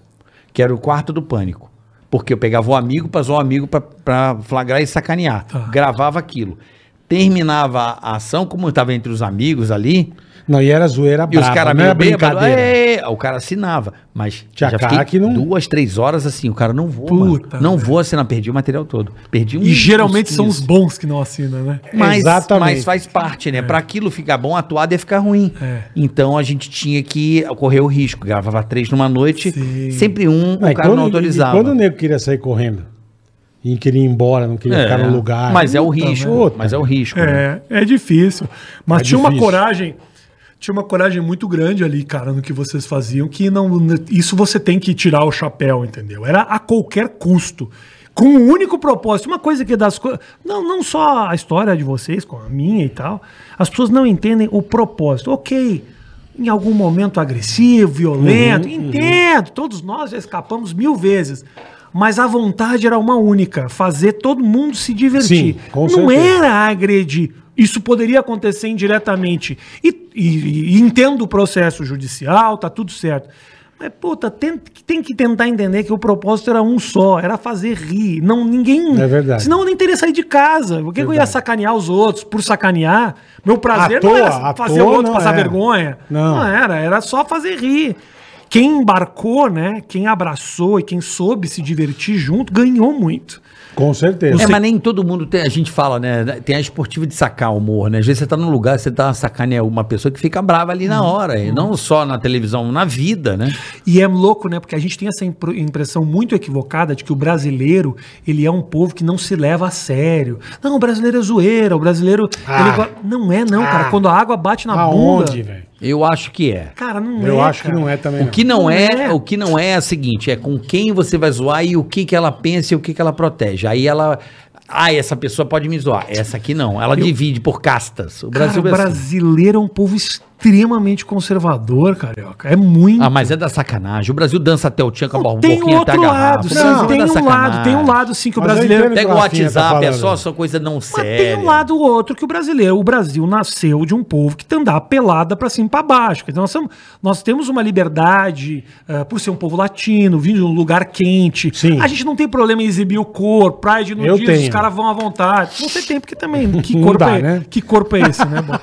Que era o quarto do pânico. Porque eu pegava o amigo pra zoar o amigo pra- pra flagrar e sacanear.
Tá.
Gravava aquilo. Terminava a ação, como eu tava entre os amigos ali,
Não, e era zoeira
e
brava,
os caras
não era
meio é, bêbados,
brincadeira.
"Ê!" o cara assinava. Mas
Tinha cara que não-
duas, três horas assim, o cara não vou,
Puta,
mano. Não
velho.
vou assinar, perdi o material todo. Perdi um-
E geralmente
uns
são os
15.
bons que não assinam, né?
Mas,
Exatamente.
mas faz parte, né? Pra aquilo ficar bom, a atuada ia ficar ruim.
É.
Então a gente tinha que correr o risco. Gravava três numa noite,
Sim.
sempre um,
Não,
o
e
cara não
e
autorizava.
Quando o nego queria sair correndo e queria ir embora, não queria ficar no lugar.
Mas é o
Puta,
risco.
puta.
Mas é o risco. né?
É, é difícil. Mas
É
tinha uma
difícil.
coragem. Tinha uma coragem muito grande ali, cara, no que vocês faziam, que não. Isso você tem que tirar o chapéu, entendeu? Era a qualquer custo. Com o um único propósito. Uma coisa que é das coisas. Não, não só a história de vocês, com a minha e tal. As pessoas não entendem o propósito. Ok. Em algum momento agressivo, violento.
Uhum,
entendo. Todos nós já escapamos mil vezes. Mas a vontade era uma única: fazer todo mundo se divertir.
Sim, com
não é
certeza.
era era agredir. Isso poderia acontecer indiretamente. E, e- e entendo o processo judicial, tá tudo certo. Mas, puta, tem, tem que tentar entender que o propósito era um só, era fazer rir. Não, ninguém.
É verdade.
Senão eu nem teria saído de casa. Por que, que eu ia sacanear os outros por sacanear? Meu prazer
À
não
toa, à
era fazer o
toa
outro
não
passar
era.
vergonha.
Não.
era, era só fazer rir. Quem embarcou, né? Quem abraçou e quem soube se divertir junto ganhou muito.
Com certeza.
É, mas nem todo mundo tem. A gente fala, né? Tem a esportiva de sacar o humor, né? Às vezes você tá num lugar, você tá sacaneando uma pessoa que fica brava ali
Uhum.
na hora. E não só na televisão, na vida, né?
E é louco, né? Porque a gente tem essa impro- impressão muito equivocada de que o brasileiro, ele é um povo que não se leva a sério. Não, o brasileiro é zoeira, o brasileiro...
Ah.
ele go- Não é não, cara. Quando a água bate na
Aonde,
bunda...
velho?
Eu acho que é.
Cara, não é,
Eu acho que
cara.
não é também.
O
não.
que não,
Não
é,
é.
o que não é é o seguinte, é com quem você vai zoar e o que que ela pensa e o que que ela protege. Aí ela, ah, essa pessoa pode me zoar, essa aqui não. Ela divide por castas. O
Cara,
Brasil
o
é assim.
brasileiro é um povo extremamente conservador, carioca. É muito...
Ah, mas é da sacanagem. O Brasil dança até o tchan com a
Não,
bo-
tem
boquinha até a
outro lado,
garrafa. O Brasil
não,
é
tem
da
um lado,
sacanagem.
tem um lado, sim, que o
Mas eu
brasileiro...
entendo
Pega o
que Rafinha tá
WhatsApp, é
falando.
só, só coisa não
Mas
séria.
tem um lado ou outro que o brasileiro, o Brasil nasceu de um povo que andava pelada pra cima e pra baixo. Quer dizer, nós, somos- nós temos uma liberdade ah, por ser um povo latino, vindo de um lugar quente.
Sim.
A gente não tem problema em exibir o corpo, Pride no
Eu
dia, os
tenho.
caras vão à vontade. Você tem,
(laughs)
porque também. Que
Não
corpo,
dá,
é,
né?
que corpo é esse, né, bom?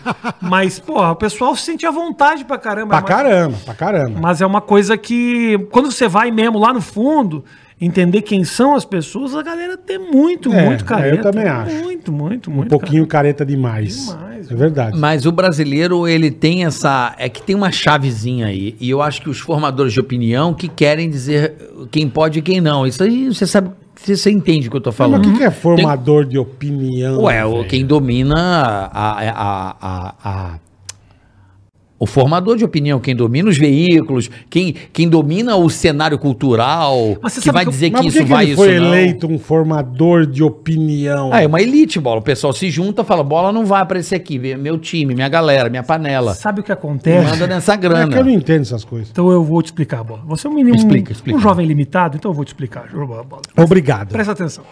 Mas, porra, o pessoal se sente à vontade pra caramba.
Pra
Mas-
caramba, pra caramba.
é mas é uma coisa que, quando você vai mesmo lá no fundo, entender quem são as pessoas, a galera tem muito,
É,
muito
eu
careta.
também acho.
Muito, muito,
Um
muito.
pouquinho careta demais.
Demais,
é verdade.
Mas o brasileiro, ele tem essa. É que tem uma chavezinha aí. E eu acho que os formadores de opinião que querem dizer quem pode e quem não. Isso aí você sabe. Você, você entende o que eu tô
Mas
falando.
o que, que é formador de opinião?
Ué, o-
velho?
quem domina a, a- a- a- a- O formador de opinião, quem domina os veículos, quem, quem domina o cenário cultural,
Mas você
que
sabe
vai
que eu-
dizer
Mas
que,
por que,
isso
que
vai
ele
isso
foi
não.
eleito um formador de opinião?
Ah, é uma elite, bola. O pessoal se junta, fala, bola não vai aparecer aqui. Meu time, minha galera, minha panela.
Sabe o que
Manda
acontece?
(laughs)
nessa
É que eu não
grana.
entendo essas coisas.
Então eu vou te explicar, Bola. Você é um menino,
Explica,
um,
explica.
um jovem limitado, então eu vou te explicar, Bola.
Obrigado.
Presta atenção.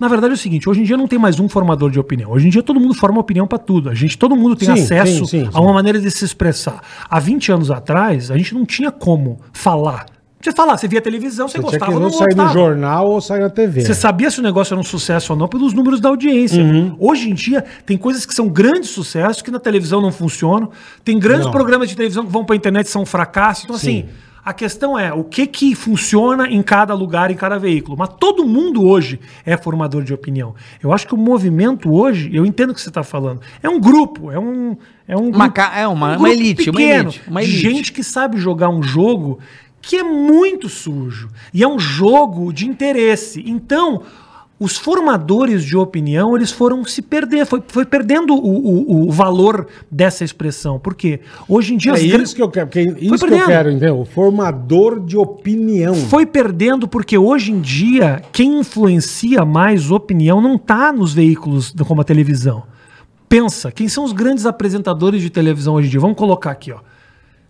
Na verdade é o seguinte, hoje em dia não tem mais um formador de opinião. Hoje em dia todo mundo forma opinião pra tudo. A gente, todo mundo tem
Sim,
acesso
sim, sim,
a uma
sim.
maneira de se expressar. Há 20 anos atrás, a gente não tinha como falar. Você falar, você via televisão, você,
Você tinha
gostava,
que
ou não
não sair
gostava.
no jornal ou sair na TV.
Você sabia se o negócio era um sucesso ou não pelos números da audiência.
Uhum.
Hoje em dia, tem coisas que são grandes sucessos que na televisão não funcionam. Tem grandes
Não.
programas de televisão que vão pra internet e são fracasso. Então,
Sim.
assim, a questão é o que, que funciona em cada lugar, em cada veículo. Mas todo mundo hoje é formador de opinião. Eu acho que o movimento hoje, eu entendo o que você está falando, é um grupo, é um. É um
Uma
grupo-
ca- é uma- uma
grupo
elite, uma elite, uma
de
elite.
gente gente que sabe jogar um jogo que é muito sujo e é um jogo de interesse. Então, os formadores de opinião eles foram se perder, foi, foi perdendo o, o- o valor dessa expressão. Por quê? Hoje em dia
É
as gran-
isso que eu quero, porque é isso que eu
perdendo.
quero, entendeu? O formador de opinião.
foi perdendo porque hoje em tá dia quem influencia mais opinião não está nos veículos como a televisão. pensa quem são os grandes apresentadores de televisão hoje em dia. Vamos colocar aqui, ó.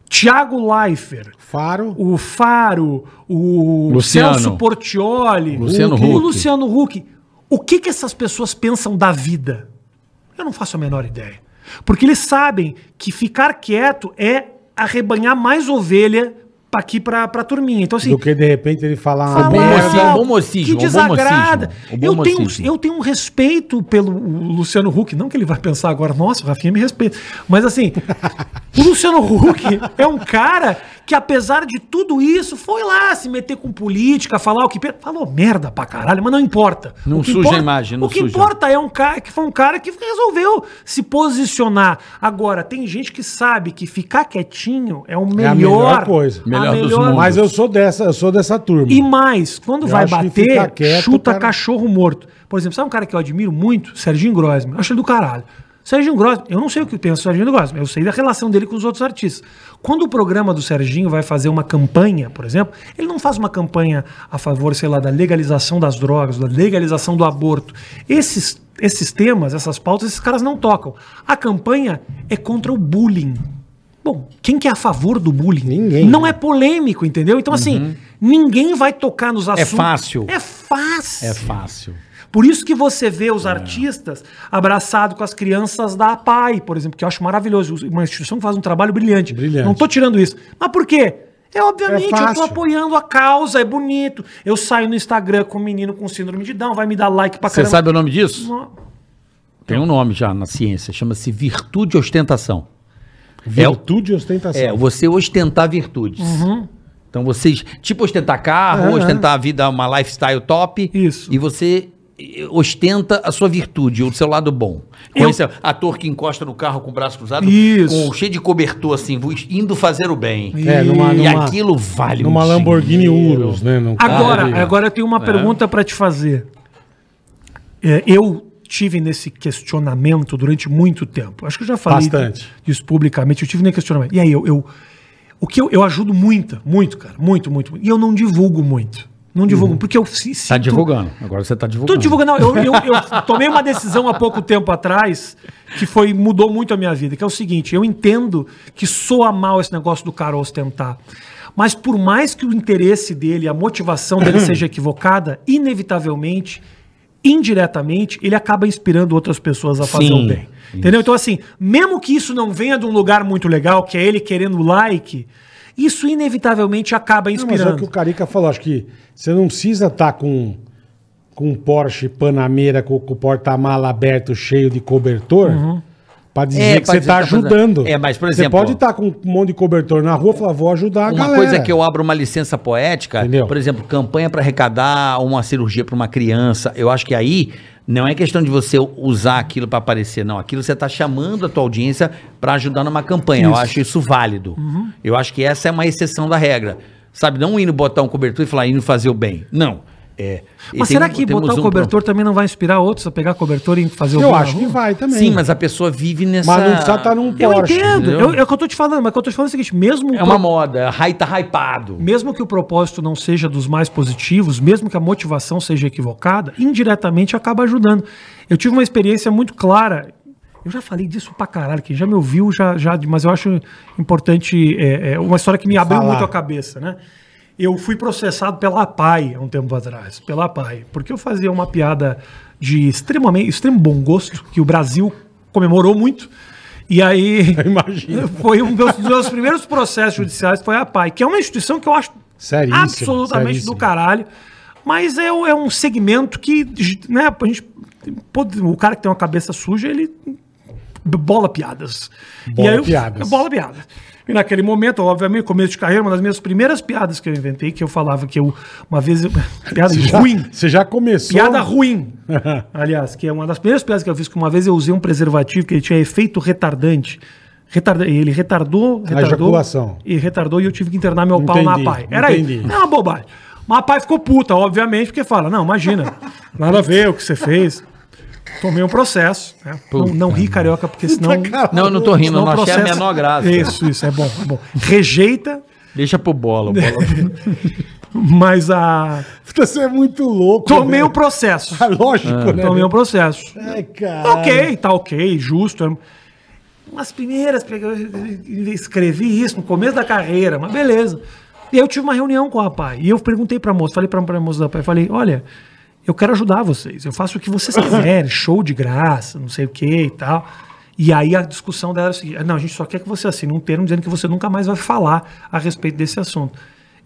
Tiago Leifert,
Faro.
o Faro, o
Luciano.
Celso Portioli,
Luciano
o,
Huck.
o Luciano Huck. O que, que essas pessoas pensam da vida? Eu não faço a menor ideia. Porque eles sabem que ficar quieto é arrebanhar mais ovelha para aqui para a turminha. Então, assim,
Do que de repente ele falar uma
falar
bom
merda.
mocinho,
mal,
bom mocismo,
que
bom
desagrada.
mocismo, bom
Eu tenho,
mocismo.
eu tenho um respeito pelo Luciano Huck, não que ele vai pensar agora, nossa, o Rafinha me respeita, mas
(laughs)
assim, o Luciano Huck é um cara que apesar de tudo isso, foi lá se meter com política, falar o que... pe- Falou merda pra caralho, mas não importa.
Não
o que
suja a
importa,
imagem, não
O que
suja.
importa é um cara que foi um cara que resolveu se posicionar. Agora, tem gente que sabe que ficar quietinho é o melhor...
melhor coisa.
Melhor dos mundos.
Mas eu sou dessa, eu sou dessa turma.
E mais, quando
Eu
vai
acho que ficar
bater,
quieto,
chuta
cara-
cachorro morto. Por exemplo, sabe um cara que eu admiro muito? Serginho Grosman. Eu Acho ele do caralho. Serginho Grosman, eu não sei o que pensa o Serginho Grosman, eu sei da relação dele com os outros artistas. Quando o programa do Serginho vai fazer uma campanha, por exemplo, ele não faz uma campanha a favor, sei lá, da legalização das drogas, da legalização do aborto. Esses, esses temas, essas pautas, esses caras não tocam. A campanha é contra o bullying. Bom, quem que é a favor do bullying?
Ninguém.
Não é polêmico, entendeu? Então, assim, ninguém vai tocar nos assuntos.
fácil.
É fácil.
É fácil.
Por isso que você vê os artistas abraçados com as crianças da APAI, por exemplo, que eu acho maravilhoso. Uma instituição que faz um trabalho brilhante.
Brilhante.
Não tô tirando isso. Mas por quê? É obviamente,
É
eu
fácil.
tô apoiando a causa, é bonito. Eu saio no Instagram com um menino com síndrome de Down, vai me dar like pra
Você sabe o nome disso?
Não.
Tem um nome já na ciência, chama-se virtude e ostentação. É o-
Virtude e ostentação.
É, você ostentar virtudes. Então vocês, tipo ostentar carro,
Uhum. Aham.
ostentar a vida, uma lifestyle top.
Isso.
E você eh, ostenta a sua virtude, o seu lado bom. Com
Eu-
esse ator que encosta no carro com o braço cruzado,
Isso.
com cheio de cobertor assim, vo- indo fazer o bem.
É, numa,
E
numa-
aquilo vale um
Numa
dinheiro.
Lamborghini Urus, né? Num carro
Agora,
ali. É.
agora eu tenho uma pergunta pra te fazer. É, eu tive nesse questionamento durante muito tempo. Acho que eu já falei
Bastante.
disso publicamente. Eu tive nesse questionamento. E aí, eu, eu- o que eu, eu ajudo muito, muito, cara. Muito, muito. muito. E eu não divulgo muito. Não
Uhum.
divulgo, porque eu se,
Tá
sinto-
divulgando. Agora você tá divulgando.
Tô divulgando. não, Eu, eu- eu tomei uma decisão há pouco tempo atrás que foi mudou muito a minha vida, que é o seguinte, eu entendo que soa mal esse negócio do cara ostentar. Mas por mais que o interesse dele, a motivação
(clears throat)
dele seja equivocada, inevitavelmente, indiretamente, ele acaba inspirando outras pessoas a fazer
Sim.
o bem. Entendeu? Então, assim, mesmo que isso não venha de um lugar muito legal, que é ele querendo like, isso inevitavelmente acaba
Não, mas é o
inspirando.
que o Carica falou, acho que você não precisa estar com, com um Porsche Panamera com, com o porta-mala aberto, cheio de cobertor, pra dizer
É,
que
pra
você
dizer
tá
que tá fazendo-
ajudando.
É, mas, por
Você
exemplo,
pode
ó,
estar com um monte de cobertor na rua e falar, vou ajudar a
Uma
galera.
coisa é que eu abro uma licença poética,
Entendeu?
por exemplo, campanha para arrecadar uma cirurgia para uma criança. Eu acho que aí não é questão de você usar aquilo para aparecer, não. Aquilo você está chamando a tua audiência para ajudar numa campanha. Eu acho isso válido. Eu acho que essa é uma exceção da regra. Sabe, não indo botar um cobertor e falar indo fazer o bem. Não. É, E
Mas
tem-
será que
temos
botar o
um
cobertor também não vai inspirar outros a pegar cobertor e fazer o
Eu
bem na
acho que
rua?
vai
pro-
também.
Sim, mas a pessoa vive nessa.
Mas não precisa estar num
Eu
Porsche.
entendo.
entendeu?
Eu, é o que eu tô te falando, mas o que eu tô te falando é o seguinte: mesmo,
É
o
uma
pro-
moda. Hi, tá hypado.
mesmo que o propósito não seja dos mais positivos, mesmo que a motivação seja equivocada, indiretamente acaba ajudando. Eu tive uma experiência muito clara. Eu já falei disso pra caralho, quem já me ouviu, já, já mas eu acho importante. É, é uma história que me abriu
Falar.
muito a cabeça, né? Eu fui processado pela APAI há um tempo atrás, pela APAI, porque eu fazia uma piada de extremamente, extremo bom gosto, que o Brasil comemorou muito. E aí.
Imagina.
(laughs) Foi um dos meus primeiros processos judiciais, foi a PAI, que é uma instituição que eu acho
Seríssimo,
absolutamente
seríssimo.
do caralho, mas é, um- é um segmento que, né, a gente, pode- o cara que tem uma cabeça suja, ele bola piadas.
Bola
eu-
piadas.
Bola piadas. E naquele momento, obviamente, começo de carreira, uma das minhas primeiras piadas que eu inventei, que eu falava que eu, uma vez, eu- (laughs) piada
Você já,
ruim.
Você já começou. (laughs)
Piada ruim. Aliás, que é uma das primeiras piadas que eu fiz, que uma vez eu usei um preservativo que ele tinha efeito retardante. Retarda, ele retardou, retardou
ejaculação.
e retardou e eu tive que internar meu pau na
Entendi,
APAI. Era
entendi.
isso. É uma bobagem. Mas a pai ficou puta, obviamente, porque fala: não, imagina, nada a ver o que você fez. Tomei um processo. né? Não, não ri carioca, porque senão.
caralho.
Não, eu não tô rindo,
senão
não.
o
Achei a
processo-
menor graça.
Isso, isso, é bom, é bom. Rejeita,
Deixa pro bola. o bola.
Mas a.
Puta, (laughs) Você é muito louco.
Tomei
velho.
o processo.
Ah, (laughs) lógico, né?
Tomei o processo.
Ai, cara.
Tá ok, tá ok, justo. é- Umas primeiras, peguei- eu escrevi isso no começo da carreira, mas beleza. E aí eu tive uma reunião com o rapaz. E eu perguntei pra moça, falei pra, pra moça do rapaz, falei, olha, eu quero ajudar vocês. Eu faço o que vocês quiserem, show de graça, não sei o que e tal. E aí a discussão dela era o seguinte, não, a gente só quer que você assine um termo dizendo que você nunca mais vai falar a respeito desse assunto.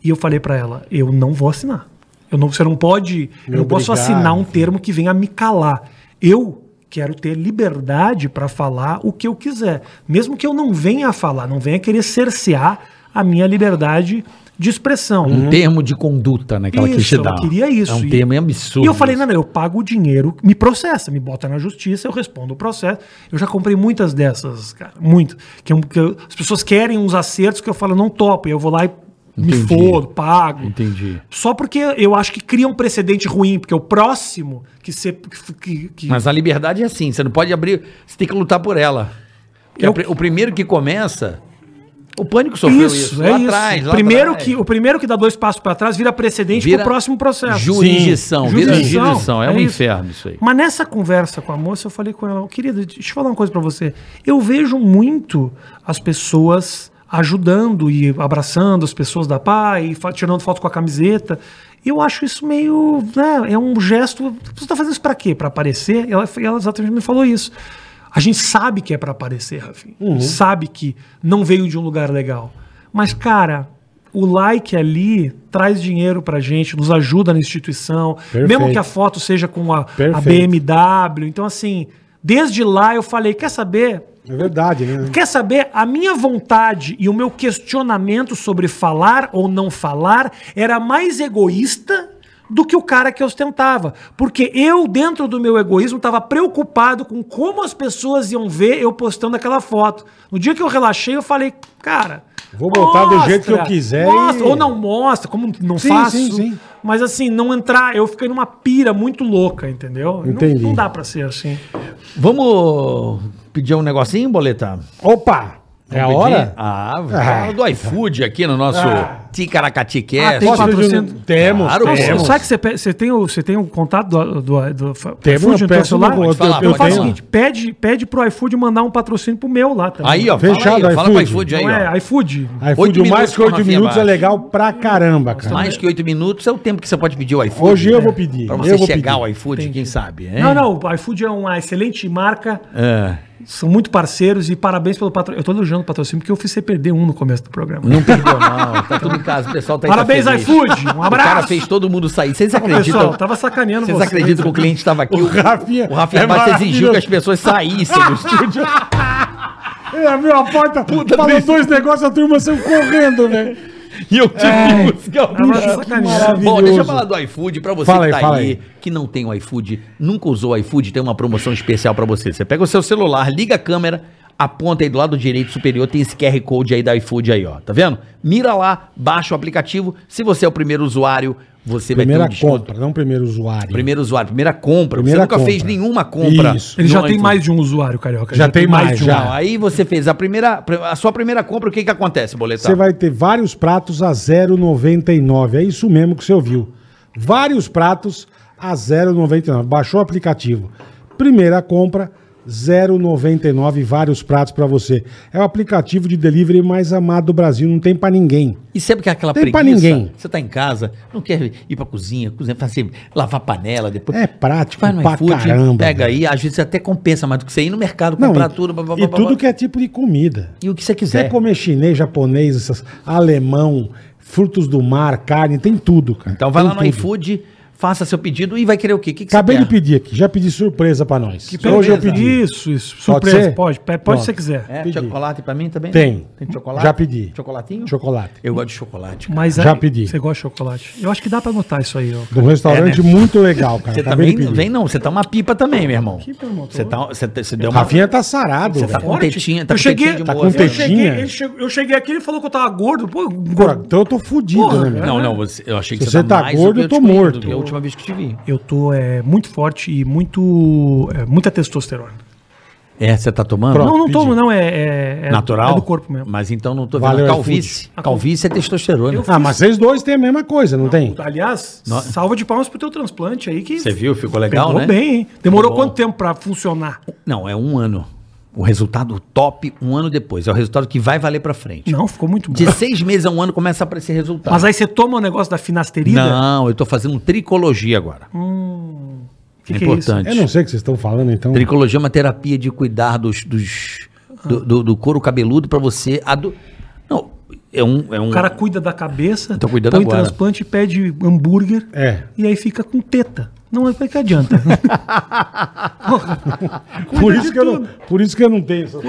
E eu falei pra ela, eu não vou assinar. Eu não, você não pode, eu não posso
obrigar,
assinar um
enfim.
termo que venha me calar. Eu quero ter liberdade para falar o que eu quiser, mesmo que eu não venha a falar, não venha querer cercear a minha liberdade de expressão.
Um termo de conduta, né? Que ela quis te
Hum? Isso,
dar.
eu queria isso.
É um
E-
termo absurdo.
E eu falei, não, não, eu pago o dinheiro, me processa, me bota na justiça, eu respondo o processo. Eu já comprei muitas dessas, cara, muitas. Que, eu- que eu- as pessoas querem uns acertos que eu falo, não topo, e eu vou lá e me
Entendi.
fodo, pago.
Entendi.
Só porque eu acho que cria um precedente ruim, porque é o próximo que você. Que, que-
Mas a liberdade é assim, você não pode abrir, você tem que lutar por ela. Porque
Eu-
a pri- o primeiro que começa, o pânico sofreu isso,
é
lá
isso.
atrás, lá
primeiro
atrás.
que, o primeiro que dá dois passos para trás vira precedente
Vira
pro próximo processo.
Jurisdição, vira
Jurisdição,
jurisdição, é, um
isso.
inferno isso aí.
Mas nessa conversa com a moça, eu falei com ela, querida, deixa eu falar uma coisa pra você. Eu vejo muito as pessoas ajudando e abraçando as pessoas da PAI, fa- tirando foto com a camiseta. Eu acho isso meio. Né, é um gesto. Você tá fazendo isso pra quê? Pra aparecer? Ela, ela exatamente me falou isso. A gente sabe que é pra aparecer, Rafinha. Sabe que não veio de um lugar legal. Mas, cara, o like ali traz dinheiro pra gente, nos ajuda na instituição. Mesmo
Perfeito.
que a foto seja com a, a
Perfeito.
BMW. Então, assim, desde lá eu falei: quer saber?
É verdade, né?
Quer saber? A minha vontade e o meu questionamento sobre falar ou não falar era mais egoísta do que o cara que ostentava. Porque eu, dentro do meu egoísmo, estava preocupado com como as pessoas iam ver eu postando aquela foto. No dia que eu relaxei, eu falei, cara.
Vou botar do jeito que eu quiser e-
mostra, ou não mostra, como não
Sim,
faço.
sim, sim.
Mas assim, não entrar, eu fiquei numa pira muito louca, entendeu? Não-
Entendi.
Não, dá pra ser assim.
Vamos pedir um negocinho, boleta?
Opa! É a
Vamos pedir?
hora?
Ah, ah, do iFood aqui no nosso
Ah.
Ticaracati
Ah, tem
Cast.
Posso pedir um-
patrocínio?
Temos,
É, Claro,
temos.
Temos.
Sabe que você, pe- você tem o, você tem o contato do, do, do, do
Temos,
iFood
eu
no teu
peço
celular?
no- eu-
um eu-
eu
eu
faço o
tenho.
seguinte, pede, pede pro iFood mandar um patrocínio pro meu lá também.
Aí, ó,
Fechado,
fala, aí, fala pro
iFood.
iFood aí,
Não
ó.
é, iFood.
iFood,
Oito
o mais
minutos
que
com a
oito
Rafinha
minutos é
Baixo.
legal pra caramba, cara.
Mais que oito minutos é o tempo que você pode pedir o iFood. né?
Hoje eu vou pedir,
Pra
eu
você
vou
chegar
pedir.
ao iFood, quem sabe. hein?
Não, não, o iFood é uma excelente marca,
É.
são muito parceiros e parabéns pelo patrocínio. Eu tô elogiando o patrocínio porque eu fiz você perder um no começo do programa.
Não perdeu, não. Tá tudo em casa. O pessoal tá aí,
Parabéns,
tá feliz.
iFood. Um abraço.
O cara fez todo mundo sair. Vocês acreditam?
Pessoal, tava sacaneando
Vocês acreditam que o cliente estava aqui? O
né? Rafinha
O Rafinha
é
Bastos exigiu
maravilhoso.
que as pessoas
(laughs)
saíssem do estúdio.
Ele abriu a porta, falou dois negócios, a turma saiu correndo, né?" velho.
(laughs) E eu tive
É.
que buscar o
Tava
bicho. Bom,
sacaneando.
deixa eu
É Maravilhoso.
falar do iFood pra você
Fala aí,
que tá
fala
aí,
aí.
que não tem o iFood, nunca usou o iFood, tem uma promoção especial pra você. Você pega o seu celular, liga a câmera, aponta aí do lado direito superior, tem esse QR Code aí da iFood aí, ó. Tá vendo? Mira lá, baixa o aplicativo. Se você é o primeiro usuário, você
Primeira
vai ter um desconto.
compra, não primeiro usuário.
Primeiro usuário, primeira compra.
Primeira
você nunca
compra.
fez nenhuma compra.
Isso.
Ele já
no
tem
iFood.
mais de um usuário, Carioca.
Já tem mais,
um.
já.
Não, aí você fez a primeira, a sua primeira compra, o que que acontece, boletão?
Você vai ter vários pratos a 0,99. É isso mesmo que você ouviu. Vários pratos a 0,99. Baixou o aplicativo. Primeira compra, 0,99. Vários pratos pra você. É o aplicativo de delivery mais amado do Brasil. Não tem pra ninguém.
E sempre que é aquela
Tem pra ninguém.
Você tá em casa, não quer ir pra cozinha, cozinha fazer, lavar panela depois.
É prático
Vai no
pra
iFood,
caramba,
pega
velho.
aí, às vezes até compensa mais do que você ir no mercado,
Não,
comprar
e,
tudo. blá, blá,
e
blá,
tudo
blá.
que é tipo de comida.
E é. o que você
Você
quiser.
comer chinês, japonês, essas- alemão, frutos do mar, carne, tem tudo, cara.
Então vai
Tem
lá no
tudo.
iFood, faça seu pedido e vai querer o quê? O que, que
Acabei
você
de
quer?
pedir aqui. Já pedi surpresa pra nós.
Que Hoje eu pedi. Isso, isso. Surpresa,
ser?
pode. Pode,
Pronto.
se você quiser.
É,
Pedi.
chocolate pra mim também?
Tem.
Tem chocolate?
Já pedi.
Chocolatinho?
Chocolate.
Eu gosto de chocolate. cara.
Mas
Já
aí-
pedi.
Você gosta de chocolate? Eu acho que dá pra anotar isso aí, ó.
De um restaurante muito legal, cara.
É, né? Você
Acabei
também
de
não
pedir.
vem não, você tá uma pipa também, meu irmão.
Pipa, irmão, tô-
Você tá, você, tá- você deu uma...
Rafinha tá sarado,
Você tá
velho.
com tetinha, tá
eu
com
cheguei,
tetinha de
tá
boa,
com
velho.
tetinha. Eu cheguei, eu cheguei aqui, ele falou que eu tava gordo. Pô,
Porra,
gordo.
Então eu tô fudido,
Porra,
né, meu?
Não, não, você- eu achei que
Se você tá
do
gordo,
que
eu tô
te conheço,
morto.
do que a última vez que te vi.
Eu tô é, muito forte e muito. é, muita testosterona.
É, você tá tomando?
Pronto.
Não, não tomo,
pedi.
não. É, é- é-
Natural?
É do corpo mesmo.
Mas então não tô
Valeu, Ah,
vendo. Calvície.
iFood.
Calvície é testosterona.
Eu-
Ah, mas vocês dois têm a mesma coisa, não, tem?
Aliás, salva de palmas pro teu transplante aí que.
Você viu? Ficou legal,
pegou
né?
bem, hein? Demorou
Bom.
quanto tempo pra funcionar?
Não, é um ano. O resultado top um ano depois. É o resultado que vai valer pra frente.
Não, ficou muito bom.
De seis meses a um ano começa a aparecer resultado.
Mas aí você toma o negócio da finasterida?
Não, eu tô fazendo tricologia agora.
O que
é
que
importante.
Eu não sei o que vocês estão falando, então.
Tricologia é uma terapia de cuidar dos, dos- do, do- do couro cabeludo pra você. ado- Não, é um. É um
O cara cuida da cabeça,
Tô cuidando agora.
transplante, pede hambúrguer
É.
e aí fica com teta. Não é pra
(laughs)
que adianta.
Por isso, que eu não, por isso que eu não tenho. essa-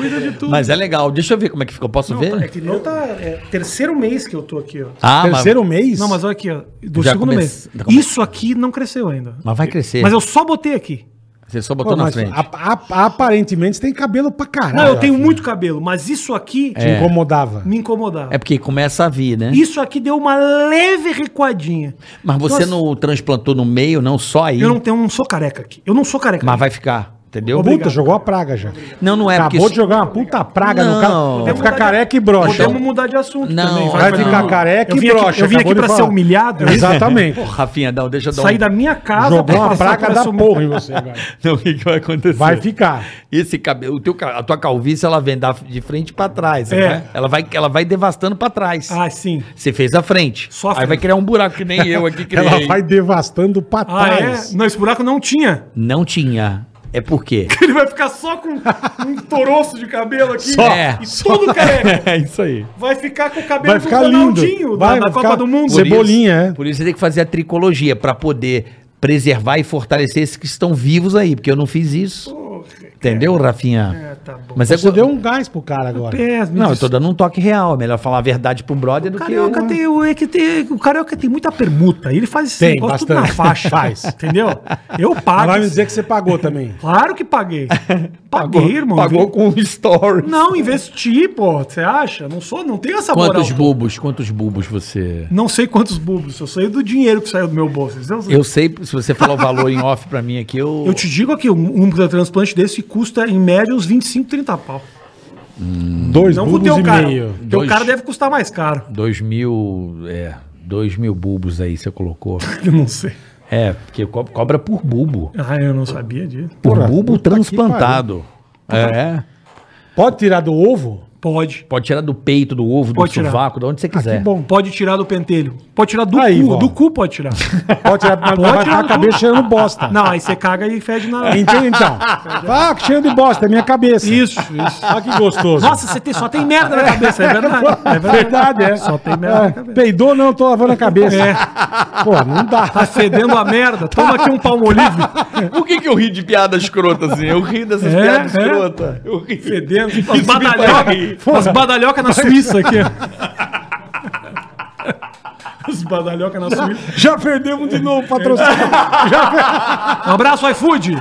Mas é legal. Deixa eu ver como é que ficou. Posso ver?
é que não tá. É terceiro mês que eu tô aqui, ó.
Ah,
Terceiro mês?
Não, mas olha aqui, ó. Do
Já
segundo
come-
mês.
já come-
Isso aqui não cresceu ainda.
mas, mas é. vai crescer.
Mas eu só botei aqui.
Você só
Pô,
botou na
mas
frente.
ap- ap- aparentemente você tem cabelo pra caralho.
Não, eu tenho muito cabelo, mas isso aqui
Te incomodava.
me incomodava.
É porque começa a vir, né?
Isso aqui deu uma leve recuadinha.
Mas você
Nossa.
não transplantou no meio, não só aí.
Eu não tenho, não sou careca aqui. Eu não sou careca.
Mas vai ficar, entendeu?
Puta,
Obrigado.
jogou a praga já.
Não, não é
Acabou
porque.
de jogar uma puta praga no
Não.
cara. Vai
Podemos
ficar
mudar de-
careca e broxa.
Podemos mudar de assunto
Não,
também. um-
Vai
Não.
ficar careca
eu
e
vim aqui-
broxa.
eu vim
acabou
aqui
de
pra ser
falar.
humilhado, é isso?
Exatamente.
Pô, Rafinha, não, deixa eu dar
(laughs) Sair
um...
da minha casa
Jogou
pra
uma
passar
praga
por
da
essa
porra em você agora.
(laughs) Não, o que, que vai acontecer?
Vai ficar.
Esse cabelo, o teu, ca- a tua calvície, ela vem da- de frente pra trás,
É.
né? Ela vai, ela vai devastando pra trás.
Ah, sim.
Você fez a frente.
Só a
Aí
frente.
vai criar um buraco que nem eu aqui criei.
Ela vai devastando pra
Ah,
trás.
é? Não, esse buraco não tinha. (laughs)
Não tinha. É por quê?
Ele vai ficar só com um toroço de cabelo aqui.
Só.
e todo careca.
(laughs) é isso aí.
Vai ficar com o cabelo
Vai ficar lindo.
Ronaldinho
Vai
da, da
ficar
Copa do Mundo.
Por
Cebolinha,
isso-
é.
Por isso você tem que fazer a tricologia pra poder preservar e fortalecer esses que estão vivos aí, porque eu não fiz isso. Entendeu, Rafinha?
É, tá bom.
Mas é
Você
que
deu um gás pro cara agora.
É, me
Não, eu
des-
tô dando um toque real. É melhor falar a verdade pro brother do
Carioca
que... um
tem, o- é que tem, o carioca tem muita permuta. Ele faz esse
Tem,
tudo na
bastante. (laughs)
faixa.
Faz.
Entendeu? Eu
Mas
pago.
vai me dizer que você pagou também.
Claro que paguei. Paguei, irmão.
Pagou com um story.
Não, investi, pô. Você acha? Não sou, não tenho essa
Quantos
moral.
bubos, quantos bubos você...
Não sei quantos bubos. Eu sei do dinheiro que saiu do meu bolso. entendeu?
Eu sei, se você falar o valor em off pra mim aqui, eu...
Eu te digo aqui, um, um transplante desse custa em média uns 25, 30 pau.
Dois
Não com o
bulbos
teu
e
cara.
meio.
Teu
Dois.
cara deve custar mais
(laughs)
caro.
Dois mil... É, dois mil bubos aí você colocou.
Eu não sei.
É, porque co- cobra por bubo.
Ah, eu não sabia disso.
Por
Porra,
bulbo
puta que
transplantado. É.
Pode tirar do ovo?
Pode.
Pode tirar do peito, do ovo, do
Pode tirar.
sovaco, de onde você quiser.
Ah, Que bom.
Pode tirar do pentelho. Pode tirar do
Aí,
cu.
vó.
Do cu pode tirar.
Pode tirar, mas vai ficar a
do
cabeça
cu.
cheirando bosta.
Não, aí você caga e fede na...
Entende
(laughs)
então? Ah, que cheiro de bosta, é minha cabeça.
Isso, isso.
Olha que gostoso.
Nossa, você tem- só tem merda na cabeça. É verdade. É
verdade, é.
Só tem merda na
É,
cabeça.
Peidou, não, tô lavando a cabeça.
É.
Pô, não dá.
(laughs) Tá fedendo a merda. Toma aqui um palmolive.
Por que, que eu ri de piada escrota assim? Eu ri dessas
É,
piadas
é.
escrotas. Eu ri.
Fedendo. As badalhocas. As badalhocas na Suíça aqui. ó. As badalhocas na Suíça.
Já perdemos de novo o patrocínio.
Um abraço, iFood. Um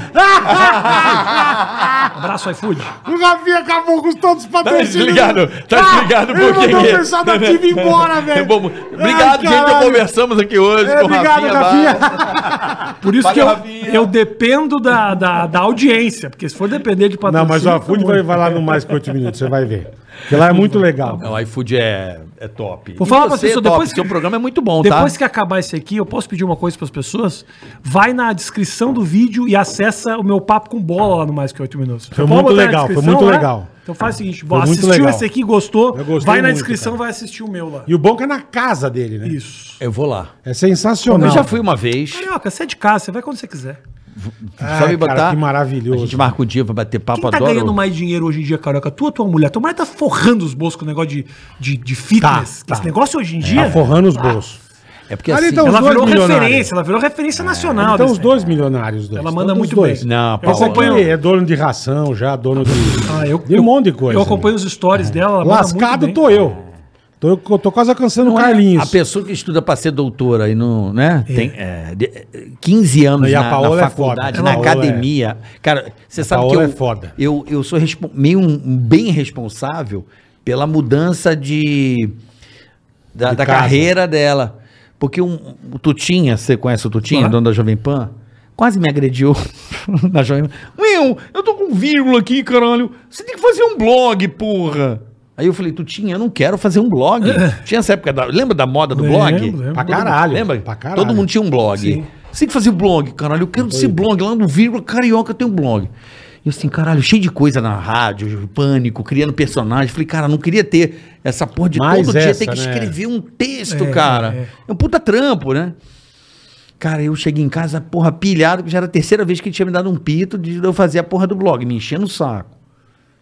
abraço, iFood.
O Rafinha acabou com todos os Ah,
Tá desligado, tá desligado
Ele
porque-
mandou o pessoal daqui vir embora, velho.
(laughs) É bom. Obrigado,
Ai,
gente.
caralho.
Conversamos aqui hoje
É, obrigado,
Barros.
Rafinha.
Por isso
Valeu,
que
Rafinha.
eu, eu dependo da, da, da audiência. Porque se for depender de
Não, mas o
tá
iFood
muito.
vai, vai lá no mais que 8 minutos, você vai ver. Porque lá é muito legal.
Não, o iFood é, é top.
Vou falar
E
pra
você,
vocês,
é top.
depois que-
Seu programa é muito bom,
Depois
tá?
que acabar esse aqui, eu posso pedir uma coisa para as pessoas? Vai na descrição do vídeo e acessa o meu papo com bola lá no Mais Que Oito Minutos. Foi
muito legal, foi muito legal.
Então faz o seguinte, bom,
muito
assistiu
legal.
esse aqui, gostou,
Eu gostei
vai na
muito,
descrição
cara.
vai assistir o meu lá.
E o bom que é na casa dele, né?
Isso.
Eu vou lá.
É sensacional.
Eu já fui uma vez.
Carioca, você é de casa, você vai quando você quiser.
Ah,
Só
cara,
me botar.
que maravilhoso.
A gente marca o dia pra bater papo,
Quem tá
adoro.
ganhando mais dinheiro hoje em dia, Carioca? Tu ou tua mulher? Tua mulher tá forrando os bolsos com o negócio de, de, de fitness.
Tá, tá.
Esse negócio hoje em um dia...
Tá forrando os bolsos.
É porque
Ali
assim...
tá os
Ela
dois
virou
milionários.
referência, ela virou referência nacional.
Então
desse
os dois milionários, os dois.
Ah, tá. Ela manda
Todos
muito
os dois.
bem.
Não,
Eu
Paola,
acompanho,
não.
é dono de ração já, dono de,
Ah, eu,
de um
eu-
monte de coisa. É.
Eu acompanho os stories dela. ela manda muito
Lascado
bem.
tô eu. Tô, eu tô quase alcançando o
Não é
Carlinhos.
A pessoa que estuda pra ser doutora e não, né? Tem é, de- é, 15 anos
E a
na,
Paola é
na faculdade,
foda.
na
A Paola
academia. Cara, você sabe
Paola
que eu,
é foda.
eu eu sou respon- meio um, um bem responsável pela mudança de da,
De
da
casa.
carreira dela. Porque um, o Tutinha, você conhece o Tutinha,
Claro.
dono da Jovem Pan? quase me agrediu (laughs) na Joelma. Meu, eu tô com vírgula aqui, caralho. Você tem que fazer um blog, porra. Aí eu falei, Tutinha, eu não quero fazer
(laughs)
um blog. tinha essa época, da- lembra da moda do
Lembro,
blog?
lembro.
Pra
Todo mundo-
caralho,
Lembra?
pra caralho.
Todo mundo tinha um blog. Você tem que fazer blog, caralho. Eu quero ser blog. Lá no Vírgula Carioca tem um blog. E eu assim, caralho, cheio de coisa na rádio, pânico, criando personagem. Falei, cara, não queria ter essa porra de
Mais
todo dia
essa,
ter que
né?
escrever um texto,
É,
cara.
é.
É um puta trampo, né? Cara, eu cheguei em casa, porra, pilhado, que já era a terceira vez que ele tinha me dado um pito de eu fazer a porra do blog, me enchendo o saco.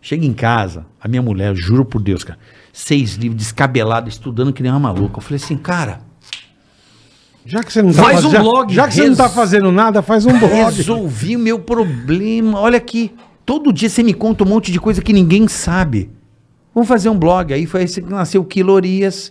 Chega em casa, a minha mulher, eu juro por Deus, cara, seis livros, descabelado, estudando que nem uma maluca. Eu falei assim, cara,
Já que você não tá
Faz
faz-
um
já-
blog,
Já que você não tá
res-
fazendo nada, faz um blog.
resolvi o meu problema. Olha aqui, todo dia você me conta um monte de coisa que ninguém sabe. Vamos fazer um blog. Aí foi aí que nasceu Quilorias.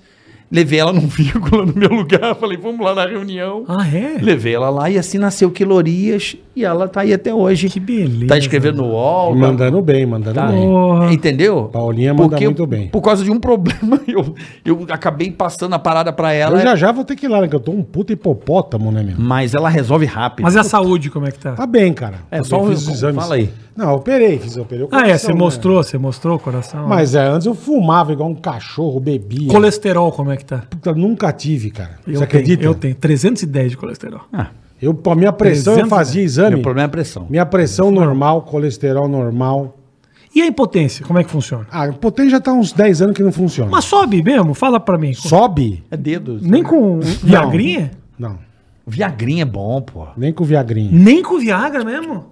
Levei ela num (laughs) vírgula no meu lugar, falei, vamos lá na reunião.
Ah, é?
Levei ela lá e assim nasceu Quilorias e ela tá aí até hoje.
Que beleza.
Tá escrevendo no UOL. tá-
Mandando bem, mandando
tá-
bem.
Porra.
Entendeu?
Paulinha manda
Porque eu-
muito bem.
Por causa de um (laughs) problema, eu, eu acabei passando a parada pra ela.
Eu
é-
já já vou ter que ir lá, né? Que eu tô um puta hipopótamo, né, meu?
Mas ela resolve rápido.
Mas e a saúde, como é que tá?
Tá bem, cara.
É,
Tá
só
bem,
um- fala aí.
Não, eu operei, fiz, eu operei o
Ah, é,
coração,
você
né?
mostrou, você mostrou o coração.
Mas é, antes eu fumava igual um cachorro, bebia.
Colesterol, como é que tá?
Puta, nunca tive, cara.
Eu
você
tenho,
acredita?
Eu tenho 310 de colesterol.
Ah,
Eu, pra minha pressão, eu
300,
fazia
meu
exame.
problema é a pressão.
Minha pressão normal, colesterol normal.
E a impotência, como é que funciona?
Ah, o potência já tá uns 10 anos que não funciona.
Mas sobe mesmo? Fala pra mim.
Sobe?
É dedo.
Nem com Viagrinha?
Não.
Viagrinha é bom, pô.
Nem com o Viagrinha.
Nem com Viagra mesmo?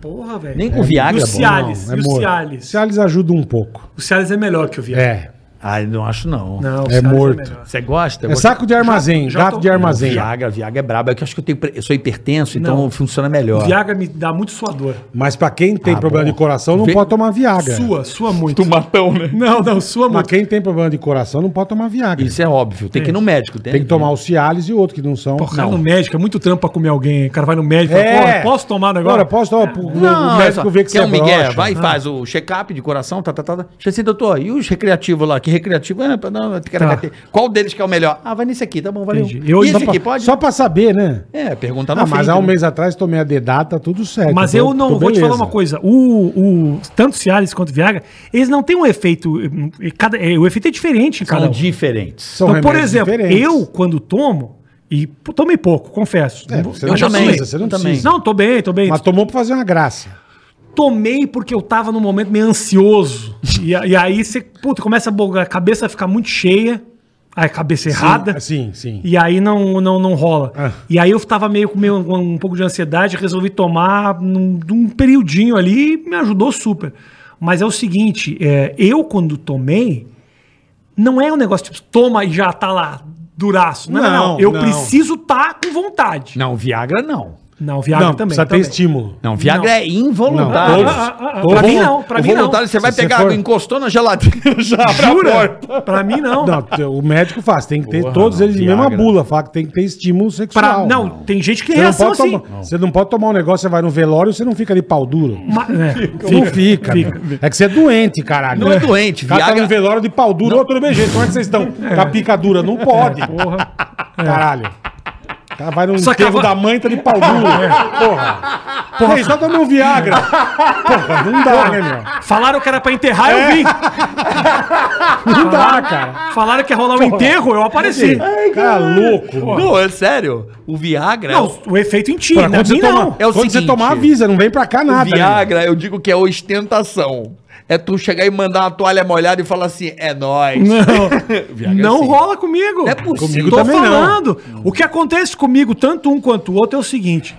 Porra, velho.
Nem com Viagra
e
é
o
bom.
Cialis? e o
morno.
Cialis?
Cialis ajuda um pouco.
O Cialis é melhor que o Viagra.
É.
Ah, eu não acho não.
Não, o
É
Cialis
morto.
melhor.
Você gosta? Eu
É
gosto-
saco de armazém,
já
gato
tô-
de armazém.
Viagra, Viagra é brabo. É que eu acho que eu, tenho, pre- eu sou hipertenso, então
Não.
funciona
O
melhor.
Viagra me dá muito suador.
Mas pra quem tem
Ah,
problema
bom.
de coração, não
Vê-
pode tomar Viagra.
Sua, sua muito.
matão, né?
Não, não, sua
Mas
muito.
quem tem problema de coração, não pode tomar Viagra.
Isso é óbvio. Tem que ir no médico.
Tem que tomar o Cialis e outro que não são.
Porra, cara,
Não.
no médico, é muito trampo pra comer alguém. O cara vai no médico e fala, porra, posso tomar um agora? É.
Agora, posso tomar. pro-
Não,
o médico vê que você
é um Miguel,
broxa.
vai e faz o check-up de coração, tá, tá, tá. tá. Chega assim, doutor, e os recreativos lá? Que recreativo? Ah, pra- não, ticaracate. Qual deles que é o melhor? Ah, vai nesse aqui, tá bom, valeu.
Entendi. Eu-
e
só
esse
Pra-
aqui, pode?
Só pra saber, né?
É, pergunta
Ah,
não
mas há um mês atrás tomei a dedada, tá tudo certo.
Mas
tô-
eu não,
tô
vou te
beleza.
falar uma coisa. O, o, tanto Cialis quanto Viagra, eles não têm um efeito. eh, Cada, eh, o efeito é diferente,
São
cara.
diferentes.
São
Então, por
remédios
exemplo,
diferentes.
eu, quando tomo, e pô, tomei pouco, confesso.
É, você
Eu
não
também,
precisa, você não
eu também.
precisa.
Não, tô bem, tô bem.
Mas tomou pra fazer uma graça.
tomei porque eu tava num momento meio ansioso. e, a- e aí você, puta, começa a, bogar, a cabeça fica muito cheia, a cabeça errada.
Sim, sim.
E aí não, não, não rola.
Ah.
E aí eu tava meio com meio, um, pouco de ansiedade, resolvi tomar num, num periodinho ali e me ajudou super. Mas é o seguinte, é, eu quando tomei, não é um negócio tipo, toma e já tá lá, duraço. Não, não, não.
Não,
Eu
não.
preciso tá com vontade.
Não, Viagra não.
Não, Viagra
não,
também.
precisa ter
também.
estímulo.
Não, Viagra
Não.
é involuntário.
Não, todos.
Ah, ah, ah, ah, pra mim não, pra
O
mim não.
voluntário, você vai
Se você
pegar,
for-
encostou na geladeira, (laughs) já abre a
Jura?
porta.
Pra mim não.
Não, te- o médico faz, tem que ter
Porra,
todos
não, é-
eles de
Viagra.
mesma bula, fala que tem que ter estímulo
Pra,
sexual.
não, tem gente que
Você
tem
não,
reação
pode
assim.
tomar, você não pode tomar um negócio, você vai no velório, você não fica de pau duro.
Ma- é,
(laughs) não fica. meu. É que você é doente, caralho.
Não é doente,
Viagra. Cara tá
Viagra-
no velório de pau duro, outro do mesmo jeito. Como é que vocês estão? Com a pica dura. Não pode. Porra. Caralho. O cara vai no
É. Só que
enterro
agora- É.
da mãe, tá de pau duro. Porra. Porra. Ei, só tomar um Viagra. Porra, não dá, né, meu?
Falaram que era pra enterrar,
É.
eu vim.
Não dá, cara.
Falaram que ia rolar o enterro, eu apareci.
Cara, louco. meu.
Não, é sério. O Viagra é o-
Não, o efeito em ti,
Porra,
na
quando você,
mim
toma,
não.
É o
quando você
seguinte.
tomar, avisa. Não vem pra cá nada. né, meu?
Viagra, eu digo que é ostentação. É tu chegar e mandar uma toalha molhada e falar assim, é nóis. (laughs)
Não, é assim.
Viagra,
não
sim.
rola comigo.
É possível.
Comigo
Tô
também não.
falando. O que acontece comigo, tanto um quanto o outro, é o seguinte.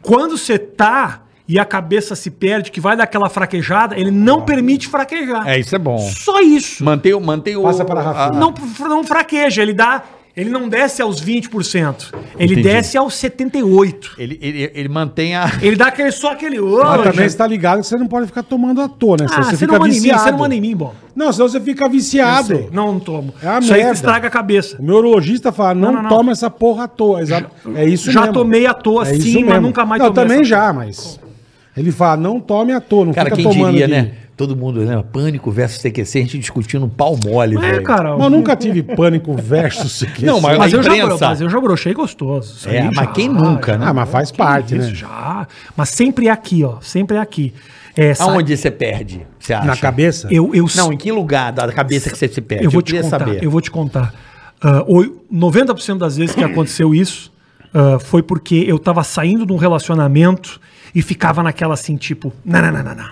Quando você tá e a cabeça se perde, que vai dar aquela fraquejada, ele não permite fraquejar.
É, isso Ah. é bom.
Só isso.
Mantém, o- mantém o...
Passa pra Rafinha.
Não, não fraqueja, ele dá... Ele não desce aos 20%. Ele
Entendi.
desce aos 78%.
Ele, ele, ele mantém a...
Ele dá aquele, só aquele. Ô,
Mas também
gente.
você tá ligado que você não pode ficar tomando à toa, né?
Ah,
Senão
você,
você
não
fica
manda em mim, você não
viciado.
manda em mim, bom.
Não, senão você fica viciado.
Não, não tomo.
É uma
Isso aí
merda. É
estraga a cabeça.
O meu urologista fala, não,
não, não.
toma essa porra à toa. Exa- é isso
já
mesmo. É
tomei à toa,
isso
sim, mas
mesmo.
nunca mais
não, Eu
tomei
também
essa
já, mas... Ele fala, não tome à toa, não
(laughs) Cara,
fica
quem
tomando
diria,
de-
né? Todo mundo, né? Pânico versus TQC, a gente discutindo um pau mole,
É,
velho.
cara.
Mas eu nunca tive pânico versus CQC.
Não, mas-
Mas
A
eu, já,
imprensa.
bro- mas eu já brochei gostoso. Isso
É,
aí
mas
já,
quem nunca, né?
Ah, mas faz parte,
Isso
né?
já. Mas sempre é aqui, ó. Sempre é aqui. É, sa-
Aonde você perde, você acha?
Na cabeça?
Eu, eu,
Não, em que lugar da cabeça que você se perde?
eu vou te contar. Eu vou te contar. Ah, oi- 90% das vezes que aconteceu isso ah, foi porque eu tava saindo de um relacionamento e ficava naquela assim, tipo, não, não, não, não, não.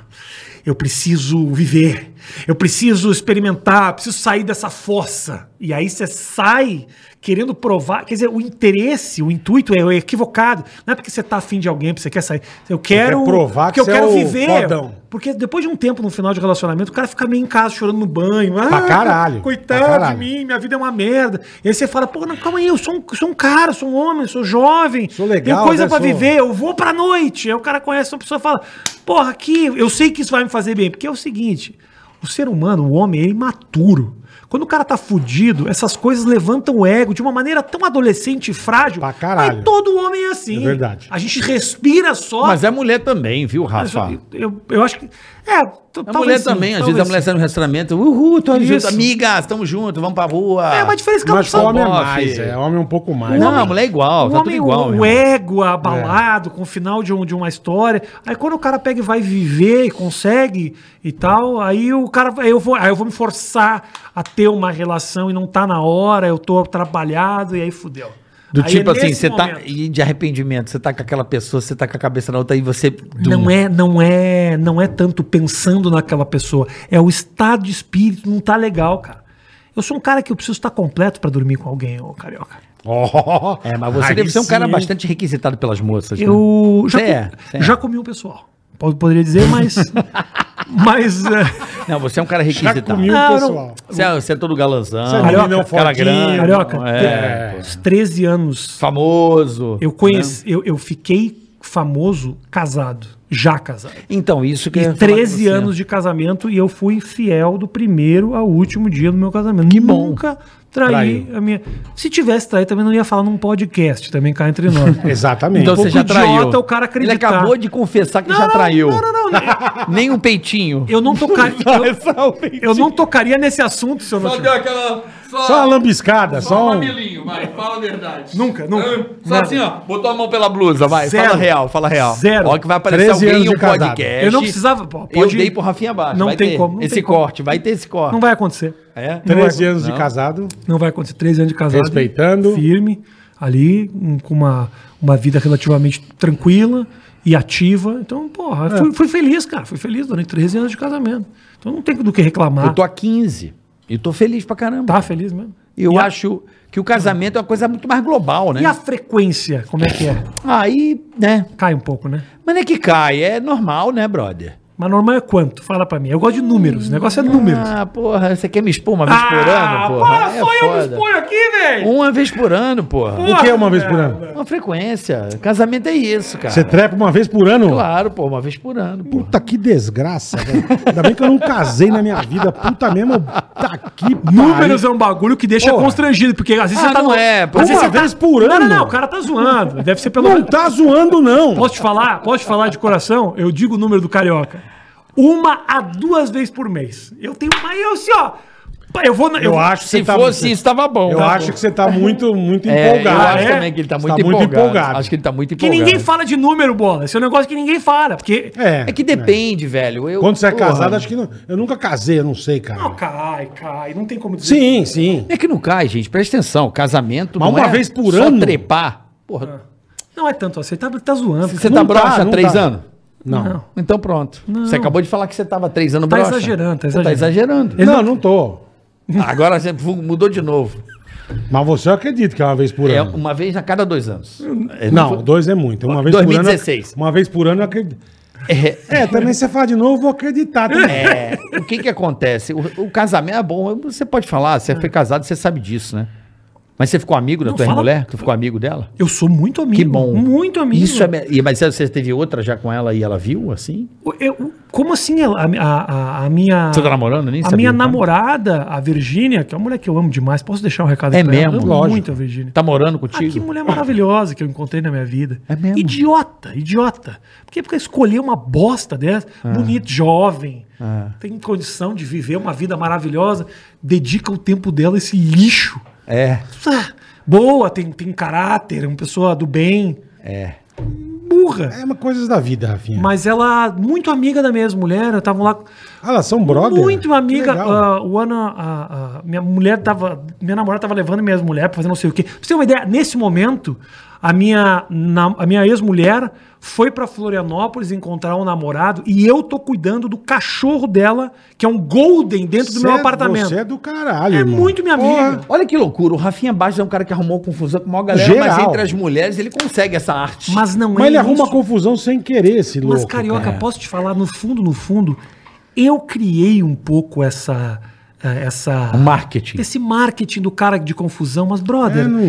Eu preciso viver. Eu preciso experimentar, preciso sair dessa fossa. E aí você sai querendo provar. Quer dizer, o interesse, o intuito é equivocado. Não é porque você tá afim de alguém, porque você quer sair. Eu quero.
provar que
porque eu
você é
quero
o
viver.
fodão.
Porque depois de um tempo no final de relacionamento, o cara fica meio em casa chorando no banho. Ah,
Pra caralho,
Coitado
pra caralho.
de mim, minha vida é uma merda. E aí você fala, pô, não, calma aí, eu sou um, sou um cara, sou um homem, sou jovem.
Sou legal,
Tenho coisa
né,
pra
sou-
viver, eu vou pra noite. Aí o cara conhece uma pessoa e fala, porra, aqui, eu sei que isso vai me fazer bem. Porque é o seguinte, o ser humano, o homem, ele é imaturo. Quando o cara tá fudido, essas coisas levantam o ego de uma maneira tão adolescente e frágil.
Pra caralho.
Mas todo homem é assim.
É verdade.
A gente respira só.
Mas é mulher também, viu,
Mas
Rafa?
eu, eu, eu acho que. É, t-
A
talvez
mulher
sim,
também, às
talvez
vezes a
sim.
mulher sai no restaurante, uhul, tô
assim. Isso.
junto, amigas, tamo junto, vamos pra rua.
É uma diferença que
Mas
ela
homem é
bofe.
mais, é homem é um pouco mais.
Não,
né? (laughs)
a mulher é igual,
o
tá
homem,
tudo igual.
o, é
irmão.
o ego abalado com o final de, um, de uma história. Aí quando o cara pega e vai viver e consegue e tal, aí o cara aí eu vou, aí eu vou me forçar a ter uma relação e não tá na hora, eu tô atrapalhado e aí fudeu.
Do
Aí
tipo
é
assim,
nesse
você tá.
momento.
E de arrependimento, você tá com aquela pessoa, você tá com a cabeça na outra e você.
Não é, não é, não é tanto pensando naquela pessoa, é o estado de espírito não tá legal, cara. Eu sou um cara que eu preciso estar completo pra dormir com alguém, ô carioca.
Ó,
É, mas você
Oh, aí
deve ser um cara
sim.
bastante requisitado pelas moças. né?
Eu já,
Você é, você é.
já comi um pessoal. Pod- Poderia dizer, mas. mas. é,
Não, você é um cara
Já
requisitado.
comi o
Não,
pessoal.
um-
Você, é, você é todo galanzão.
Você é um
Carioca,
meninão
cara
fortinho,
grande.
Carioca,
É,
aos 13 anos,
famoso.
eu conheci. Eu, eu fiquei famoso casado. Já casado.
Então, isso que eu ia
E
falar com
13
você.
anos de casamento e eu fui fiel do primeiro ao último dia do meu casamento.
bom.
Nunca traí
Traiu.
a minha. Se tivesse traído, também não ia falar num podcast, também cá
(laughs)
entre nós.
Exatamente.
Então
pouco
você já traiu.
idiota é o cara
Ele
acreditar.
acabou de confessar que já traiu.
Não, não, não. não.
Nem um peitinho.
Eu
(laughs)
não tocaria.
é
eu- Eu não tocaria nesse assunto se eu não tivesse.
aquela. Só,
Só uma lambiscada, só um...
vai, fala a verdade.
Nunca, nunca.
Só assim, ó, botou a mão pela blusa,
Usa, vai,
Zero.
fala real, fala real.
Zero.
Ó, que vai aparecer
13
alguém
anos
em um
de casado.
podcast.
Eu não precisava. pô,
Eu
Pode,
dei pro Rafinha Baixo.
Não
vai
tem
ter
como, não
Esse
tem como.
corte, vai ter esse corte.
Não vai acontecer.
É?
13 anos de casado.
Não vai acontecer. 13 anos de casado.
Respeitando.
Firme. Ali, um- com uma, uma vida relativamente tranquila e ativa. Então, porra,
É.
fui, fui feliz, cara. Fui feliz durante 13 anos de casamento. Então não tem do que reclamar.
Eu tô há 15. E tô feliz pra caramba.
Tá feliz mesmo.
Eu
E a-
acho que o casamento é uma coisa muito mais global, né?
E a frequência, como é que é?
Aí, né?
Cai um pouco, né?
Mas não é que cai, é normal, né, brother?
Mas normal é quanto? Fala pra mim. Eu gosto de números. O negócio é números.
Ah, porra, você quer me expor uma vez por ano, Ah, porra?
para,
É
só eu me
foda.
exponho aqui, velho.
Uma vez por ano, porra.
O que é uma vez por ano?
Uma frequência. Casamento é isso, cara.
Você tá- Então, trepa uma vez por ano?
Claro, pô, uma vez por ano, pô.
Puta que desgraça, velho. Ainda bem que eu não casei na minha vida. Puta mesmo, tá aqui.
Números é um bagulho que deixa
Porra.
constrangido, porque às vezes
Ah,
você tá
não
no-
é,
às vezes
uma
você tá-
vez por
Não,
ano.
não, não, o cara tá zoando. Deve ser pelo
Não tá zoando, não.
Posso te falar? Posso te falar de coração? Eu digo o número do carioca. Uma a duas vezes por mês. Eu tenho uma eu assim, ó. pá, Eu vou na-
Eu acho que
Se
você tá.
fosse isso, tava bom.
eu acho que você tá muito, muito
é, Eu
empolgado.
acho
é?
também que ele tá
Você
muito,
tá muito
empolgado.
empolgado.
Acho que ele tá muito
que
empolgado.
ninguém fala de número, bola. Esse é um negócio que ninguém fala, porque
É,
É que depende, velho. Eu,
Quando você é
porra,
casado, acho que não. Eu nunca casei, eu não sei, cara.
Não, cai, cai, não tem como dizer.
Sim, sim.
É que não cai, gente. Presta atenção. Casamento
Mas
não
uma
é
vez por
só
ano?
trepar. Porra,
Não é tanto assim, tá, tá zoando.
você
cara.
tá
Não
broxa
tá,
há
não
três
tá.
anos?
Não.
Não.
Então pronto. Você acabou de falar que você tava há três anos
Tá
broxa.
exagerando, tá
Pô,
exagerando.
exagerando.
Não, não tô.
(laughs)
Agora você mudou de novo.
Mas você eu acredito que é uma vez por
É
ano.
uma vez a cada dois anos. É,
Não,
foi-
dois é muito. Uma vez por
2016.
ano. Uma vez por ano eu acredito.
É,
É, também você fala de novo, eu vou acreditar também.
É, o que que acontece? O, o casamento é bom, você pode falar, você foi casado, você sabe disso, né? Mas você ficou amigo da
É. Não,
tua
fala-
mulher? Tu ficou amigo dela?
Eu sou muito amigo.
Que bom.
Muito amigo.
Isso é, me- e- mas você teve outra já com ela e ela viu, assim?
Eu- como assim ela- a, a- a- a minha.
Você tá namorando? Nem
Ah, A
sabia,
minha
né?
namorada, a Virgínia, que é uma mulher que eu amo demais. Posso deixar um recado
É
aqui pra ela?
mesmo?
Eu amo
Lógico.
muito a Virgínia.
Tá morando
Ah, que
contigo?
mulher maravilhosa que eu encontrei na minha vida.
É mesmo?
Idiota, idiota. Por que porque escolher uma bosta dessa?
Ah.
Bonito, jovem, tem condição de viver uma vida maravilhosa, dedica o tempo dela a esse lixo.
É.
Ah, Boa, tem, tem caráter, é uma pessoa do bem. É. Burra.
É uma coisa da vida, Rafinha.
Mas ela, muito amiga da mesma mulher, eu tava lá.
Ah, elas são brother.
Muito amiga.
Que legal.
ah, o Ana, a- a- minha mulher tava. Minha namorada tava levando minhas mulheres pra fazer não sei o quê. Pra você ter uma ideia, nesse momento, a minha, na- a minha ex-mulher foi pra Florianópolis encontrar um namorado e eu tô cuidando do cachorro dela, que é um golden dentro do
Cê
meu
é-
apartamento.
Você é do caralho,
É
irmão.
muito minha amiga.
Olha que loucura, o Rafinha Baixo é um cara que arrumou confusão com a maior galera, mas
Geral.
entre as mulheres ele consegue essa arte.
Mas não é
Mas ele arruma
isso.
confusão sem querer, esse louco.
Mas, Carioca,
cara.
posso te falar, no fundo, no fundo, eu criei um pouco essa. eh, essa
Ah, Marketing.
esse marketing do cara de confusão, mas, brother,
É, não-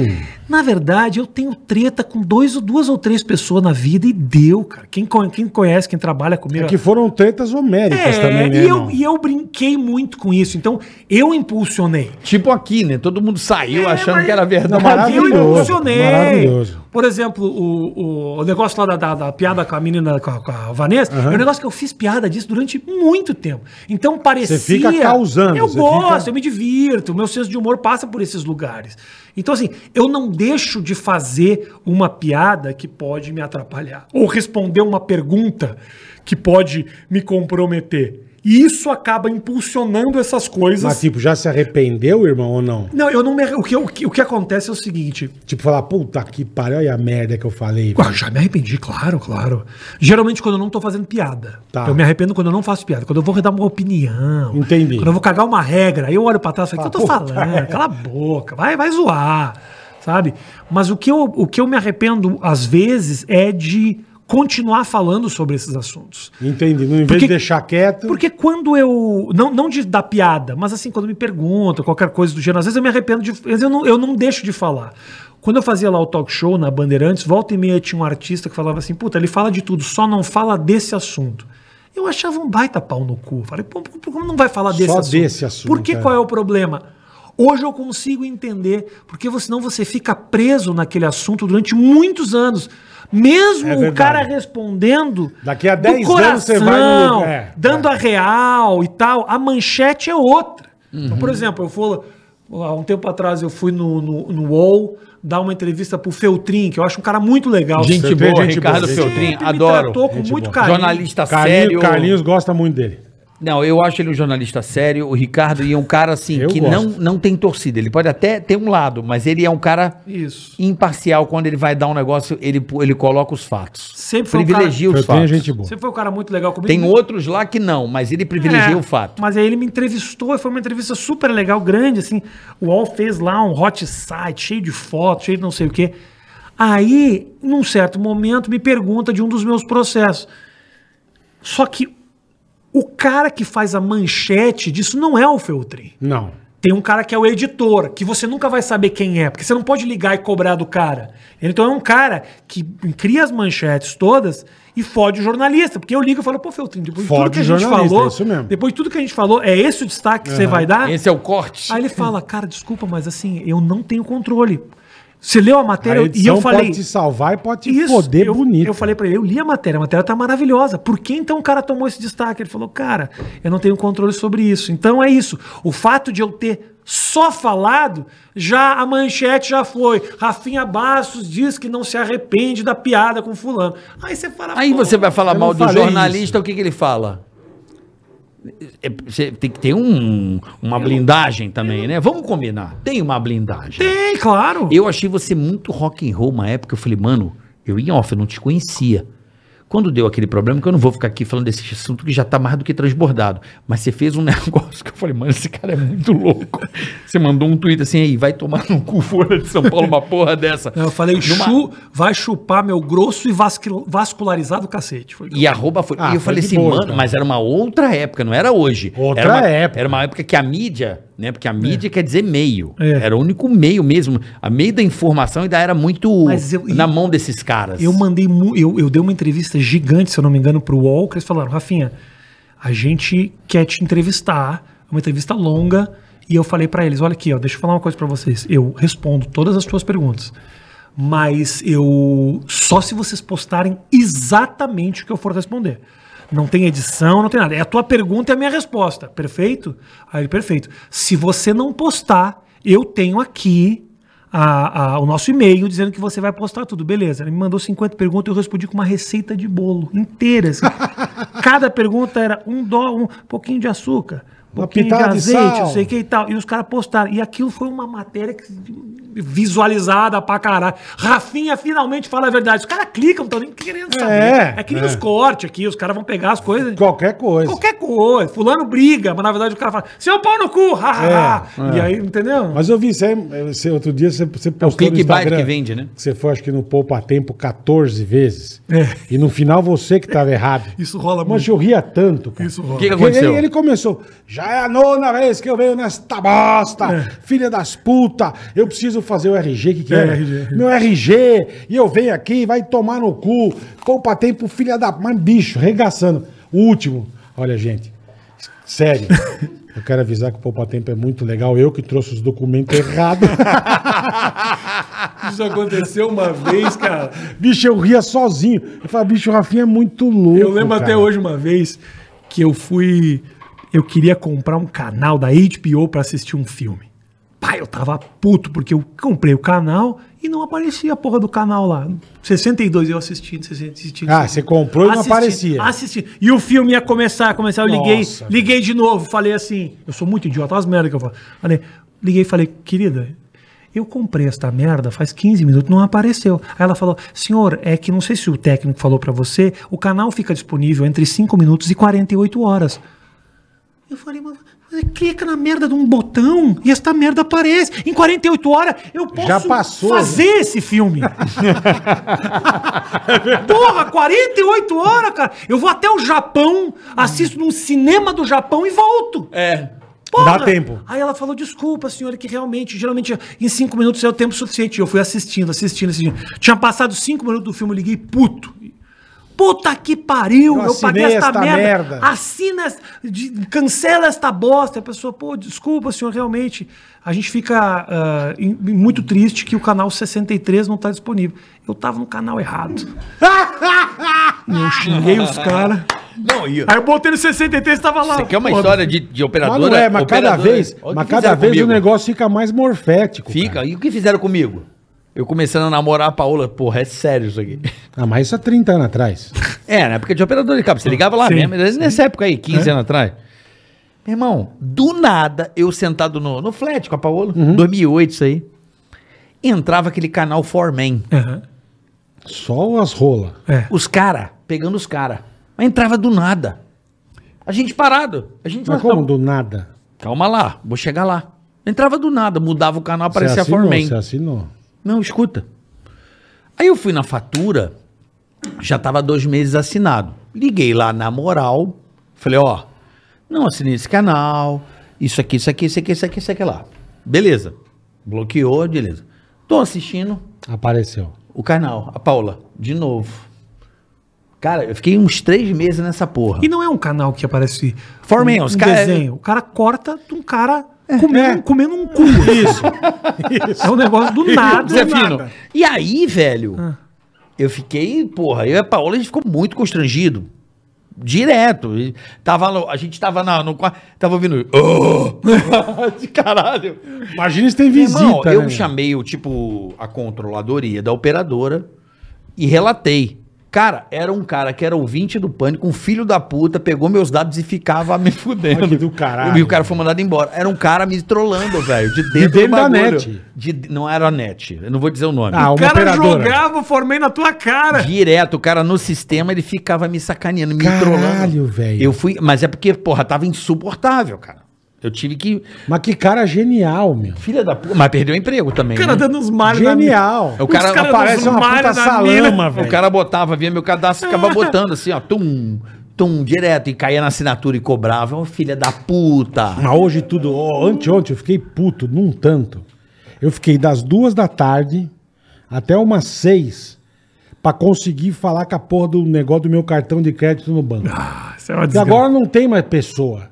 na verdade, eu tenho treta com dois, ou- duas ou três pessoas na vida e deu, cara. Quem, co- quem conhece, quem trabalha comigo.
É que foram tretas homéricas também, né?
É, e, eu,
irmão?
e eu brinquei muito com isso. Então, eu impulsionei.
Tipo aqui, né? Todo mundo saiu achando
É, mas-
que era verdade.
Não, mas-
Eu
Maravilhoso,
emocionei.
maravilhoso.
Por exemplo, o, o, o negócio lá da, da- da piada com a menina, com a, com a Vanessa, é um negócio que eu fiz piada disso durante muito tempo. Então parecia.
Você fica causando,
Eu
você
gosto,
fica-
eu me divirto, meu senso de humor passa por esses lugares. Então, assim, eu não deixo de fazer uma piada que pode me atrapalhar. Ou responder uma pergunta que pode me comprometer. E isso acaba impulsionando essas coisas.
Mas, tipo, já se arrependeu, irmão, ou não?
Não, eu não me... o, que, o, que, o que acontece é o seguinte.
Tipo, falar, puta que pariu, olha a merda que eu falei.
Ah, já me arrependi, claro, claro. Geralmente quando eu não tô fazendo piada.
Tá.
Eu me arrependo quando eu não faço piada. Quando eu vou dar uma opinião.
Entendi.
Quando eu vou cagar uma regra. Aí eu olho pra trás e falo, o que eu tô
Fala, puta,
falando?
é."
Cala a boca. Vai, vai zoar. Sabe? Mas o que, eu, o que eu me arrependo às vezes é de continuar falando sobre esses assuntos.
Entendi. Em vez
Porque-
de deixar quieto.
Porque quando eu. Não, não de dar piada, mas assim, quando me perguntam qualquer coisa do gênero, às vezes eu me arrependo de. às vezes Eu não, eu não deixo de falar. Quando eu fazia lá o talk show na Bandeirantes, volta e meia tinha um artista que falava assim: puta, ele fala de tudo, só não fala desse assunto. Eu achava um baita pau no cu. Eu Falei, pô, por- por- como não vai falar desse
Só
assunto?
desse assunto,
Porque
é.
qual é o problema? Hoje eu consigo entender, porque senão você fica preso naquele assunto durante muitos anos. Mesmo
É
o cara
verdade.
respondendo.
Daqui a
do
10 anos você vai no-
coração,
é,
dando
é.
a real e tal, a manchete é outra.
Uhum.
Então, por exemplo, eu vou. Há um tempo atrás eu fui no, no, no UOL dar uma entrevista pro Feltrin, que eu acho um cara muito legal.
Gente
Feltrin
boa,
gente boa,
Ricardo
gente
Feltrin,
sempre me
adoro.
tratou com
Gente
muito
boa.
carinho.
Jornalista sério.
Carlinhos, Carlinhos gosta muito dele.
Não, eu acho ele um jornalista sério, o Ricardo, e é um cara assim,
Eu
que
gosto.
não, não tem torcida. Ele pode até ter um lado, mas ele é um cara
Isso.
imparcial. Quando ele vai dar um negócio, ele, ele coloca os fatos.
Sempre foi um
privilegia
Eu
os fatos.
tenho gente boa.
Você foi um cara muito legal comigo.
Tem outros lá que não, mas ele privilegia
É,
o fato.
Mas aí ele me entrevistou e foi uma entrevista super legal, grande, assim. O UOL fez lá um hot site, cheio de fotos, cheio de não sei o quê. Aí, num certo momento, me pergunta de um dos meus processos. Só que o cara que faz a manchete disso não é o Feltrin.
Não.
Tem um cara que é o editor, que você nunca vai saber quem é, porque você não pode ligar e cobrar do cara. Então é um cara que cria as manchetes todas e fode o jornalista, porque eu ligo e falo, pô, Feltrin, depois de
Fode
tudo que a
o
gente
jornalista,
falou,
é isso mesmo.
depois de tudo que a gente falou, é esse o destaque que você vai dar?
Esse é o corte.
Aí ele fala, cara, desculpa, mas assim, eu não tenho controle. Você leu a matéria
a
e eu
edição
falei...
pode te salvar e pode te
Isso,
foder
eu,
bonito.
Eu falei pra ele, eu li a matéria, a matéria tá maravilhosa. Por que então o cara tomou esse destaque? Ele falou, cara, eu não tenho controle sobre isso. Então é isso. O fato de eu ter só falado, já a manchete já foi. Rafinha Bastos diz que não se arrepende da piada com fulano. Aí você fala,
Aí
"Pô,
você vai falar
eu
mal
não
do
falei
jornalista, o que, que ele fala? É, você tem que ter um- uma blindagem também, né? Vamos combinar. Tem uma blindagem.
Tem, claro.
Eu achei você muito rock and roll uma época. Eu falei, mano, eu em off, eu não te conhecia. Quando deu aquele problema, que eu não vou ficar aqui falando desse assunto que já tá mais do que transbordado. Mas você fez um (laughs) negócio que eu falei, mano, esse cara é muito louco. Você mandou um tweet assim, aí, vai tomar no cu fora de São Paulo uma porra dessa.
Eu falei,
Numa-
"Chu- vai chupar meu grosso e vascul- vascularizado cacete. Foi
E arroba foi.
Ah,
e eu
foi
falei
de
então."
assim,
boa,
mano,
cara.
mas era uma outra época, não era hoje.
Outra
era uma,
época.
Era uma época que a mídia né? Porque a mídia quer dizer meio.
É.
Era o único meio mesmo. A meio da informação ainda era muito
Mas eu-
na mão desses caras.
Eu mandei. mu- Eu, eu dei uma entrevista gigante, se eu não me engano, pro UOL, que eles falaram, Rafinha, a gente quer te entrevistar. É uma entrevista longa. E eu falei pra eles: olha aqui, ó, deixa eu falar uma coisa pra vocês. Eu respondo todas as suas perguntas. Mas eu. Só se vocês postarem exatamente o que eu for responder. Não tem edição, não tem nada. É a tua pergunta e a minha resposta. Perfeito? Aí ele, perfeito. Se você não postar, eu tenho aqui a- a- o nosso e-mail dizendo que você vai postar tudo. Beleza. Ele me mandou 50 perguntas e eu respondi com uma receita de bolo inteira.
(laughs)
assim. Cada pergunta era um dó, um pouquinho de açúcar, um
Uma
pouquinho de
pitada de
azeite,
sal.
não sei o que e tal. E os caras postaram. E aquilo foi uma matéria que- visualizada pra caralho. Rafinha finalmente fala a verdade. Os caras clicam, não estão nem querendo saber. É,
É,
que nem
é.
os cortes aqui, os caras vão pegar as coisas.
Qualquer coisa.
Qualquer coisa. Fulano briga, mas na verdade o cara fala, seu pau no cu, ha, ha, ha. E aí, entendeu?
É, Mas eu vi isso aí, esse outro dia você,
É
você postou
clickbait que vende, né?
Você foi, acho que no Poupa Tempo 14 vezes.
É.
E no final você que estava errado.
Isso rola
Mas eu ria tanto, cara.
Isso
O
rola.
que, que
Porque
aconteceu?
Ele, ele começou, já é a nona vez que eu venho nesta bosta, filha das puta, eu preciso fazer o RG, que que
É,
era?
RG.
Meu RG, e eu venho aqui, vai tomar no cu, poupa tempo, filha da... Mas bicho, regaçando. O último, olha gente,
(laughs)
sério, eu quero avisar que o poupa tempo é muito legal, eu que trouxe os documentos errados. (laughs)
Isso aconteceu uma vez, cara.
bicho, eu ria sozinho. Eu falava, bicho, o Rafinha é muito louco,
Eu lembro até
cara.
hoje uma vez que eu fui. Eu queria comprar um canal da HBO pra assistir um filme. Pai, eu tava puto porque eu comprei o canal e não aparecia a porra do canal lá. 62 eu assistindo, 60, assistindo.
Ah, você comprou e não
Assistindo,
aparecia. (laughs)
assistindo. E o filme ia começar, começar, eu liguei,
Nossa,
liguei de novo, falei assim, eu sou muito idiota, olha as merdas que eu falo. Falei, liguei e falei, querida, eu comprei esta merda faz 15 minutos, não apareceu. Aí ela falou, senhor, é que não sei se o técnico falou pra você, o canal fica disponível entre 5 minutos e 48 horas. Eu falei, mas você clica na merda de um botão e esta merda aparece. Em 48 horas eu posso
Já passou, né?"
fazer esse
(laughs)
filme. Porra, 48 horas, cara. Eu vou até o Japão, assisto num cinema do Japão e volto.
É.
Dá tempo.
Aí ela falou, desculpa, senhora, que realmente, geralmente, em cinco minutos é o tempo suficiente. Eu fui assistindo, assistindo, assistindo. Tinha passado cinco minutos do filme, eu liguei puto. Puta que pariu,
Eu
eu, paguei
assinei
esta,
esta
merda.
merda.
Assina, es- de- cancela esta bosta. A pessoa, pô, desculpa, senhor, realmente. A gente fica ah, em- em- muito triste que o canal 63 não tá disponível. Eu tava no canal errado.
Ah,
eu xinguei os caras.
Não, e-
Aí eu botei no 63 e tava lá.
Você quer uma
Porra,
história de, de operadora?
Mas não é, mas cada
operadora-
vez,
Olha o que
mas
fizeram
cada vez
comigo.
o negócio fica mais morfético.
Fica.
cara.
E o que fizeram comigo? Eu começando a namorar a Paola. Porra, é sério
(laughs)
isso aqui.
Ah, mas isso há 30 anos atrás.
É, na época de operador de cabo. Você ligava lá
Sim.
mesmo. mas Nessa época aí, 15
É.
anos atrás. Meu irmão, do nada, eu sentado no, no flat com a Paola,
Uhum.
2008 isso aí, entrava aquele canal For Men.
Aham.
Só as rolas.
É.
Os cara, pegando os cara. Mas entrava do nada. A gente parado. A gente
Mas como do nada?
Calma lá, vou chegar lá. Entrava do nada, mudava o canal,
Você é assim,
aparecia
assinou,
For Men.
Você assinou.
Não, escuta. Aí eu fui na fatura, já tava dois meses assinado. Liguei lá na moral, falei, ó, não assinei esse canal, isso aqui, isso aqui, isso aqui, isso aqui, isso aqui lá. Beleza. Bloqueou, beleza. Tô assistindo
Apareceu.
o canal, a Paula, de novo. Cara, eu fiquei uns três meses nessa porra.
E não é um canal que aparece
Formen,
um,
os
um
cara-
desenho. O cara corta de um cara comendo,
É.
comendo
(laughs)
um cu. Isso. É um negócio do nada.
Zé
do
Fino.
nada.
E aí, velho,
Ah.
eu fiquei, porra, eu e a Paola, a gente ficou muito constrangido. Direto. E Tava, lá- a gente tava na, no quarto, tava ouvindo. "Oh!" (laughs) de caralho.
Imagina se tem
Visita,
visita,
eu
né?
chamei o tipo a controladoria da operadora e relatei. Cara, era um cara que era ouvinte do pânico, um filho da puta, pegou meus dados e ficava me (laughs) fudendo.
Olha que do caralho.
E o cara foi mandado embora. Era um cara me trollando, velho, de
De
dentro,
dentro
do
da
bagulho.
net.
De- não era a net. Eu não vou dizer o nome.
Ah,
O
uma
cara
operadora.
jogava o Formei na tua cara.
Direto, o cara no sistema, ele ficava me sacaneando, me
Caralho,
trollando.
velho.
Eu fui, mas é porque, porra, tava insuportável, cara. Eu tive que.
Mas que cara genial, meu.
Filha da puta. Mas perdeu o emprego também.
O cara
né?
tá
dando uns malhos
Genial.
O cara
Os caras
aparece
dando
uma
uns
puta
malhos na
salama,
mina.
velho. Ah.
O cara botava, via meu cadastro, ficava botando assim, ó. Tum, tum, direto. E caía na assinatura e cobrava. Ô, filha da puta.
Mas hoje tudo. ó, anteontem eu fiquei puto, num tanto. Eu fiquei das duas da tarde até umas seis pra conseguir falar com a porra do negócio do meu cartão de crédito no banco.
Ah, isso é uma
E
desgraça.
agora não tem mais pessoa.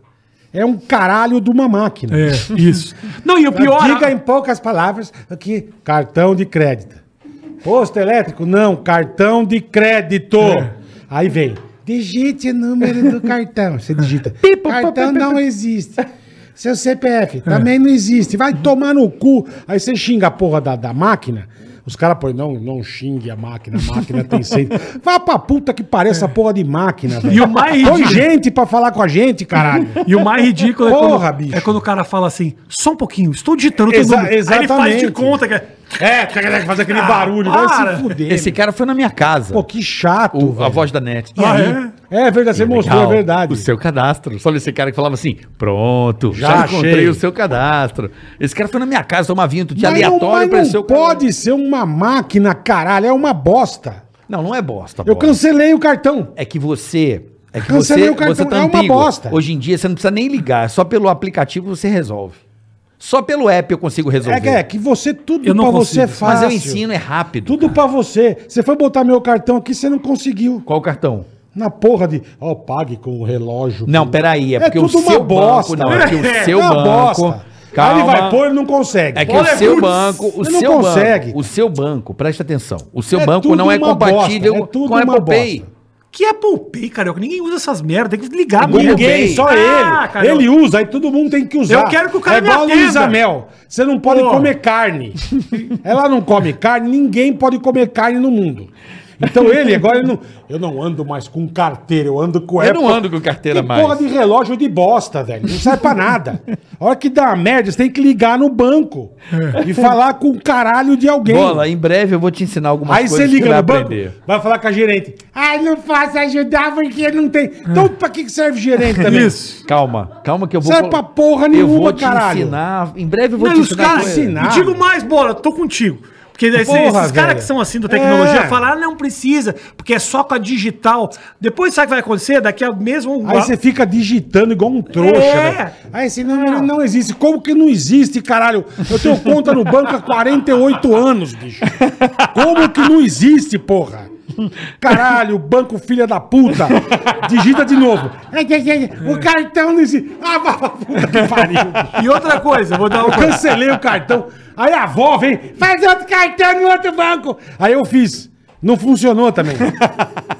É um caralho de uma máquina.
É, isso. Não, e o pior.
Diga em poucas palavras aqui, cartão de crédito. Posto elétrico? Não, cartão de crédito.
É.
Aí vem, digite o número do cartão. Você digita. cartão não existe. Seu CPF também não existe. Vai tomar no cu. Aí você xinga a porra da, da máquina. Os caras põem, não, não xingue a máquina, a máquina tem
(laughs)
sempre. Vá pra puta que pareça porra de máquina, velho.
E o mais
Põe
ridículo-
gente pra falar com a gente, caralho.
E o mais ridículo
Porra,
é, quando,
bicho.
é quando o cara fala assim, só um pouquinho, estou digitando
Exa-
número. Aí ele faz de
exatamente.
conta que é.
É, fazer aquele
Ah,
barulho. Vai
para.
se fuder.
Esse cara foi na minha casa.
Pô, que chato.
O- a
velho.
voz da net. E
Ah,
aí?
é?
É verdade, você mostrou, é
Legal.
verdade.
O seu cadastro. Só esse cara que falava assim: pronto, já,
Já
encontrei
achei.
o seu cadastro. Esse cara foi na minha casa tomar vinho de
Mas não, mas
aleatório pra
não
esse seu
pode ser uma máquina, caralho, é uma bosta.
Não, não é bosta.
Eu
bola.
cancelei o cartão.
É que você. É que
Cancelei
você,
o cartão,
você tá
é uma
ambíguo.
bosta.
Hoje em dia você não precisa nem ligar, é só pelo aplicativo você resolve. Só pelo app eu consigo resolver.
É que, é que você, tudo
Eu não
pra você é
consigo.
fácil.
Mas eu ensino, é rápido.
Tudo pra você. Você foi botar meu cartão aqui, você não conseguiu.
Qual o cartão?
Na porra de. Ó, pague com o relógio.
Não, peraí, é,
É
porque o
tudo uma
seu
bosta.
banco. Não, é que o
(laughs) É
seu
uma
banco.
bosta.
Calma.
Aí ele vai pôr e não consegue.
É que
Olha,
o seu
putz,
banco, o
você não
seu
consegue.
banco, o seu banco, presta atenção. O seu
É
banco
tudo
não é
uma
compatível
bosta, é tudo
com a
uma
Apple Pay.
bosta.
Que Apple Pay, carioca? Ninguém usa essas merdas, tem que ligar
Ninguém,
mesmo.
Ninguém,
bem.
só
Ah,
ele.
cara,
ele usa, aí todo mundo tem que usar.
Eu quero que o cara
é
me
igual a
atenda.
Luísa Mel. Você não pode
Pô.
comer carne. Ela não come carne, ninguém pode comer carne no mundo. Então ele, agora ele não. Eu não ando mais com carteira, eu ando com
Eu não ando com carteira
que
mais.
porra de relógio de bosta, velho. Não serve pra nada. A hora que dá uma merda, você tem que ligar no banco e falar com o caralho de alguém.
É. Bola, em breve eu vou te ensinar algumas
Aí você
coisas que
liga
vai
no banco,
aprender.
vai falar com a gerente. Ai, não posso ajudar porque não tem. Então, pra que que serve gerente também?
Isso.
Calma, calma que eu vou
Serve pra
colo-
porra
Eu
nenhuma,
vou te
caralho.
ensinar, em breve eu vou
Não,
te
e os
ensinar.
caras.
coisa.
ensinar.
Me digo mais, bola, tô contigo. Porque esses,
Porra,
esses
velho.
caras que são assim da tecnologia
É.
falam, ah, não precisa, porque é só com a digital. Depois sabe o que vai acontecer? Daqui a mesmo.
Aí você fica digitando igual um trouxa,
É.
velho. Aí esse número não existe. Como que não existe, caralho? Eu tenho conta no banco há 48 anos, bicho. Como que não existe, porra? Caralho, banco filha da puta. Digita de novo. É, O cartão não existe. Ah, vá pra puta que pariu, bicho.
E outra coisa, eu vou dar
Eu
uma coisa.
cancelei o cartão. Aí a avó vem, faz outro cartão no outro banco. Aí eu fiz. Não funcionou também.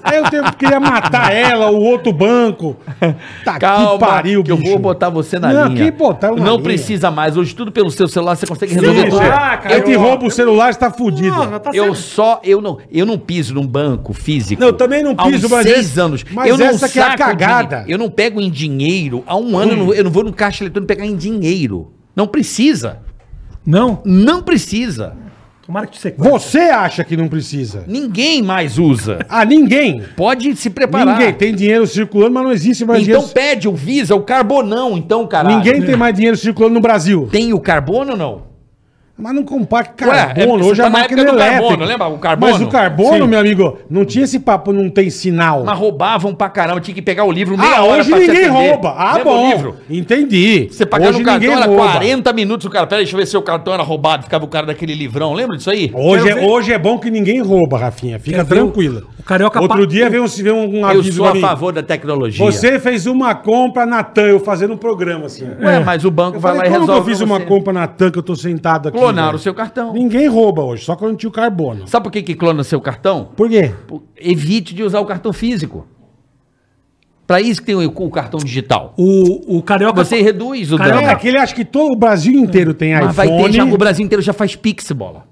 Aí eu tenho- queria matar ela, o outro banco. Tá
Calma,
que pariu,
que eu vou botar você na
Não,
linha.
que botar eu na
Não
linha.
precisa mais. Hoje tudo pelo seu celular você consegue resolver
Sim,
Resolvedor.
tudo.
Ah,
cara, eu te
carioca.
roubo o celular, você tá fudido.
Porra, tá
Eu
certo.
só, eu não, eu não piso num banco físico.
Não, eu também não
há uns
piso, mas
seis
esse-
anos.
mas
eu não
essa que é a
saco
cagada. Hum.
dinhe- eu não pego em dinheiro. Há um ano eu não, eu não vou no caixa eletrônico pegar em dinheiro. Não precisa.
Não,
Não precisa.
tomara que você.
Você acha que não precisa?
Ninguém mais usa.
Ah, ninguém.
Pode se preparar.
Ninguém. Tem dinheiro circulando, mas não existe mais
Então
dinheiro.
pede o Visa, o Carbonão, então, caralho.
Ninguém tem mais dinheiro circulando no Brasil.
Tem o carbono ou não?
Mas não compacta
Ué, é
carbono.
porque
hoje
você
a
tá na
máquina
época do
elétrica.
carbono, lembra? O carbono.
Mas o carbono,
Sim.
meu amigo, não tinha esse papo, não tem sinal.
Mas roubavam pra caramba, tinha que pegar o livro meia
ah,
hora
hoje
pra
ninguém
se atender.
rouba. Ah,
Lembra o
bom.
livro?
Entendi.
Você pagava
hoje
no cartão,
ninguém
era
rouba.
40 minutos o cara. Peraí, deixa eu ver se o cartão era roubado. Ficava o cara daquele livrão. Lembra disso aí?
Hoje é,
Quero ver-
hoje é bom que ninguém rouba, Rafinha. Fica
Quero ver
tranquila.
o- o carioca
Outro
pa-
dia veio um, veio um
eu
aviso
sou
pra
a
mim.
favor da tecnologia.
Você fez uma compra na TAM, eu fazendo um programa assim.
Ué, mas o banco
Eu
vai
falei,
lá e
como
resolve.
que eu fiz
pra
uma
você?
compra na TAM que eu tô sentado aqui?
Clonaram o
velho?
seu cartão.
Ninguém rouba hoje, só quando tinha o carbono.
Sabe por que, que clona o seu cartão?
Por quê?
Por- Evite de usar o cartão físico. Pra isso que tem o, o cartão digital.
O, o Carioca.
Você reduz o
Carioca,
É,
dano.
aquele acho que todo o Brasil inteiro tem iPhone.
Mas vai ter, já, o Brasil inteiro já faz pix, bola.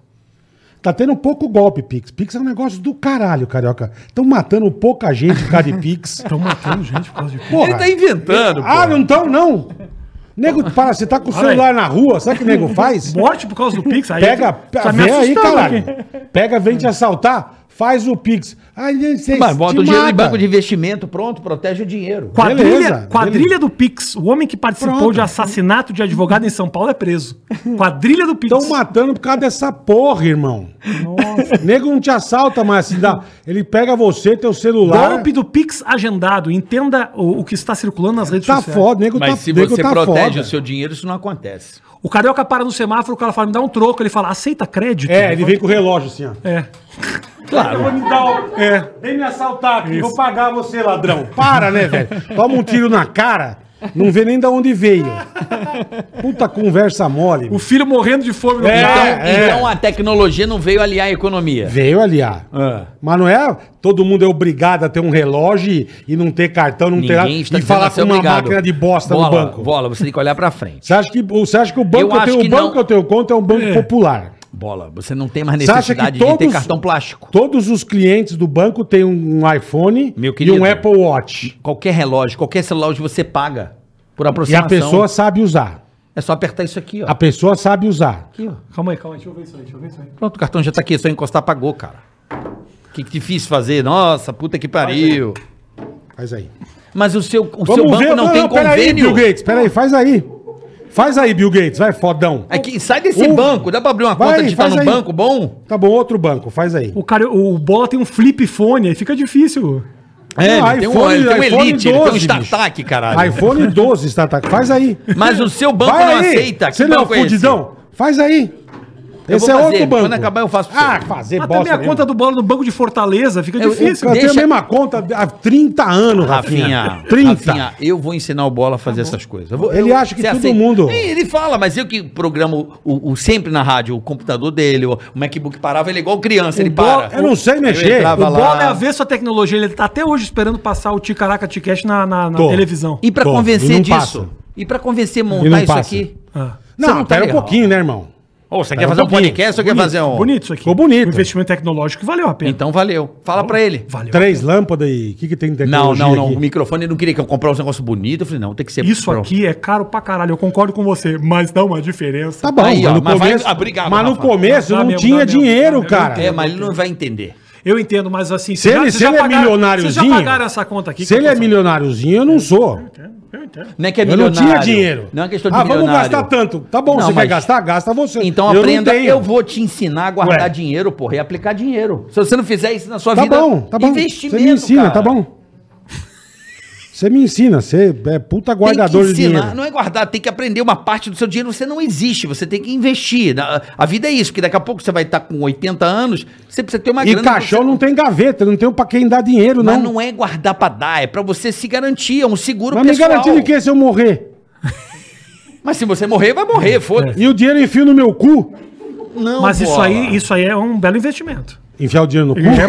Tá tendo pouco golpe, Pix. Pix é um negócio do caralho, carioca. Estão matando pouca gente por causa de Pix.
Estão matando gente por causa de.
Porra.
Ele tá inventando,
Ah, não estão, não. Nego, para, você tá com o
Olha aí.
celular na rua, sabe o que
(laughs)
nego faz?
Morte por causa do Pix? Aí
Pega,
tá me
vem aí,
assustando
caralho.
aqui.
Pega, vem te assaltar. Faz o Pix. Ai, gente, vocês
Mas bota
te
o dinheiro em
mata.
banco de investimento, pronto, protege o dinheiro.
Quadrilha,
Beleza,
quadrilha
beleza.
do Pix. O homem que participou
Pronto.
de assassinato de advogado em São Paulo é preso. Quadrilha do Pix.
Estão matando por causa dessa porra, irmão. Nossa. Nego não te assalta mais. assim, dá- Ele pega você, teu celular.
Golpe do Pix agendado. Entenda o, o que está circulando nas redes
Tá
sociais.
foda, nego
Mas
tá,
se
nego
você
tá
protege
foda.
o seu dinheiro, isso não acontece.
O carioca para no semáforo, o cara fala, me dá um troco. Ele fala, aceita crédito?
É, ele vem com o relógio assim, ó.
É.
Claro.
me dar o... É. Vem me assaltar aqui, vou pagar você, ladrão. Para, né, velho? Toma um tiro na cara, não vê nem da onde veio. Puta conversa mole.
O filho morrendo de fome no
É.
carro.
Então, então a tecnologia não veio aliar a economia.
Veio aliar. Mas não é todo mundo é obrigado a ter um relógio e não ter cartão, não ter nada,
Ninguém está
e
dizendo
falar
a ser
com uma
obrigado.
máquina de bosta
bola,
no banco.
Bola, você tem que olhar pra frente.
Você acha que, você acha que o banco
Eu
que eu,
acho
tenho, o
que
banco
não.
que eu tenho conta é um banco popular.
Bola, você não tem mais
Você acha que
necessidade
todos,
de ter cartão plástico.
todos os clientes do banco têm um um iPhone e
Meu
um
querido.
Apple Watch?
Qualquer relógio, qualquer celular hoje você paga por
E a
aproximação.
pessoa sabe usar.
É só apertar isso aqui, ó.
A pessoa sabe usar.
Aqui, ó.
Calma aí, calma aí, deixa eu ver isso aí, deixa eu ver isso aí.
Pronto, o cartão já tá aqui, é só encostar, pagou, cara. Que difícil fazer, nossa, puta que pariu.
Faz aí.
Mas o seu, o seu banco não, tem
Peraí,
convênio.
Bill Gates, peraí, faz aí. Faz aí, Bill Gates, vai, fodão.
É que sai desse
Um-
banco, dá pra abrir uma
Vai,
conta digital
faz
no
aí.
banco bom?
Tá bom, outro banco, faz aí.
O, cara, o Bola tem um flip phone, aí fica difícil.
É,
Não,
ele tem um,
iPhone-
ele tem um
iPhone
Elite, ele tem um
12,
StarTac, caralho. (laughs)
iPhone 12 está tá, faz aí.
Mas o seu banco
Vai
não
aí.
aceita.
Você não é
banco esse?
fudidão? Faz aí.
Eu
Esse
vou
é
fazer,
outro banco.
quando acabar eu faço pra
Ah,
você.
fazer
Mas
bosta
também a
mesmo.
conta do Bola no Banco de Fortaleza fica
Eu-
difícil.
Eu tenho a
Deixa-
mesma conta há 30 anos, Rafinha.
Rafinha, Tá
30.
Rafinha, eu vou ensinar o Bola a fazer essas coisas. Eu vou-
Ele
eu-
acha que
você
todo mundo-
Ei, Ele fala, mas eu que programo o, o- sempre na rádio, o computador dele, o, o MacBook parava, ele é igual criança, ele
Bola-
para.
Eu não sei mexer.
O
entrava
Eu-
lá.
Bola é avesso à tecnologia, ele tá até hoje esperando passar o Ticaraca Ticash na, na, na
Tô.
televisão.
E pra
Tô, e
convencer
não
disso?
passa.
E pra convencer
E não
montar isso
passa.
aqui?
Ah.
Você
Não,
não tá
pera um
legal.
pouquinho, né, irmão?
Ô, você
Pera
quer
um
fazer um
pouquinho.
podcast ou quer fazer um...
Bonito isso aqui.
Ficou bonito.
Um investimento tecnológico que valeu a pena.
Então valeu. Fala pra ele.
Valeu.
Três lâmpadas e o que, que tem de
Não,
tecnologia
não, não.
aqui?
O microfone ele não queria que eu comprasse um negócio bonito. Eu falei, não, tem que ser...
Isso
pro-
aqui é caro pra caralho, eu concordo com você, mas dá uma diferença.
Tá bom,
Aí,
mas
ó,
no
mas vai-
começo,
ah, obrigado,
mas no
Rafa.
começo
Dá
não
mesmo,
tinha
dá mesmo,
dinheiro,
dá mesmo.
cara.
É, mas ele não vai entender.
Eu entendo, mas assim,
Se ele, se ele é milionáriozinho.
Vocês já pagaram essa conta aqui?
Se ele é
milionário.
milionáriozinho, eu não sou.
Eu entendo.
Não é que é
eu não
milionário.
tinha dinheiro.
Não é questão de
Ah,
milionário.
vamos gastar tanto. Tá bom,
Não,
você quer
mas-
gastar? Gasta você.
Então
não
aprenda,
tenho.
eu vou te ensinar a guardar
Ué.
dinheiro, porra, e aplicar dinheiro. Se você não fizer isso na sua
Tá
vida,
bom, tá bom.
investimento,
Você me ensina,
cara.
tá bom. Você me ensina, você é puta
Tem
guardador
que
de
ensinar,
dinheiro.
não é guardar, tem que aprender uma parte do seu dinheiro, você não existe, você tem que investir. Na- A vida é isso, que daqui a pouco você vai estar com 80 anos, você precisa ter é uma
E caixão
você...
não tem gaveta, não tem pra quem dar dinheiro,
Mas
não.
não é guardar pra dar, é pra você se garantir, é um seguro
Mas me garantir de que se eu morrer?
Mas se você morrer, vai morrer, foda-se.
E o dinheiro eu enfio no meu cu?
Não,
Mas isso
bola.
aí, isso aí é um belo investimento.
Enfiar o dinheiro no cu?
É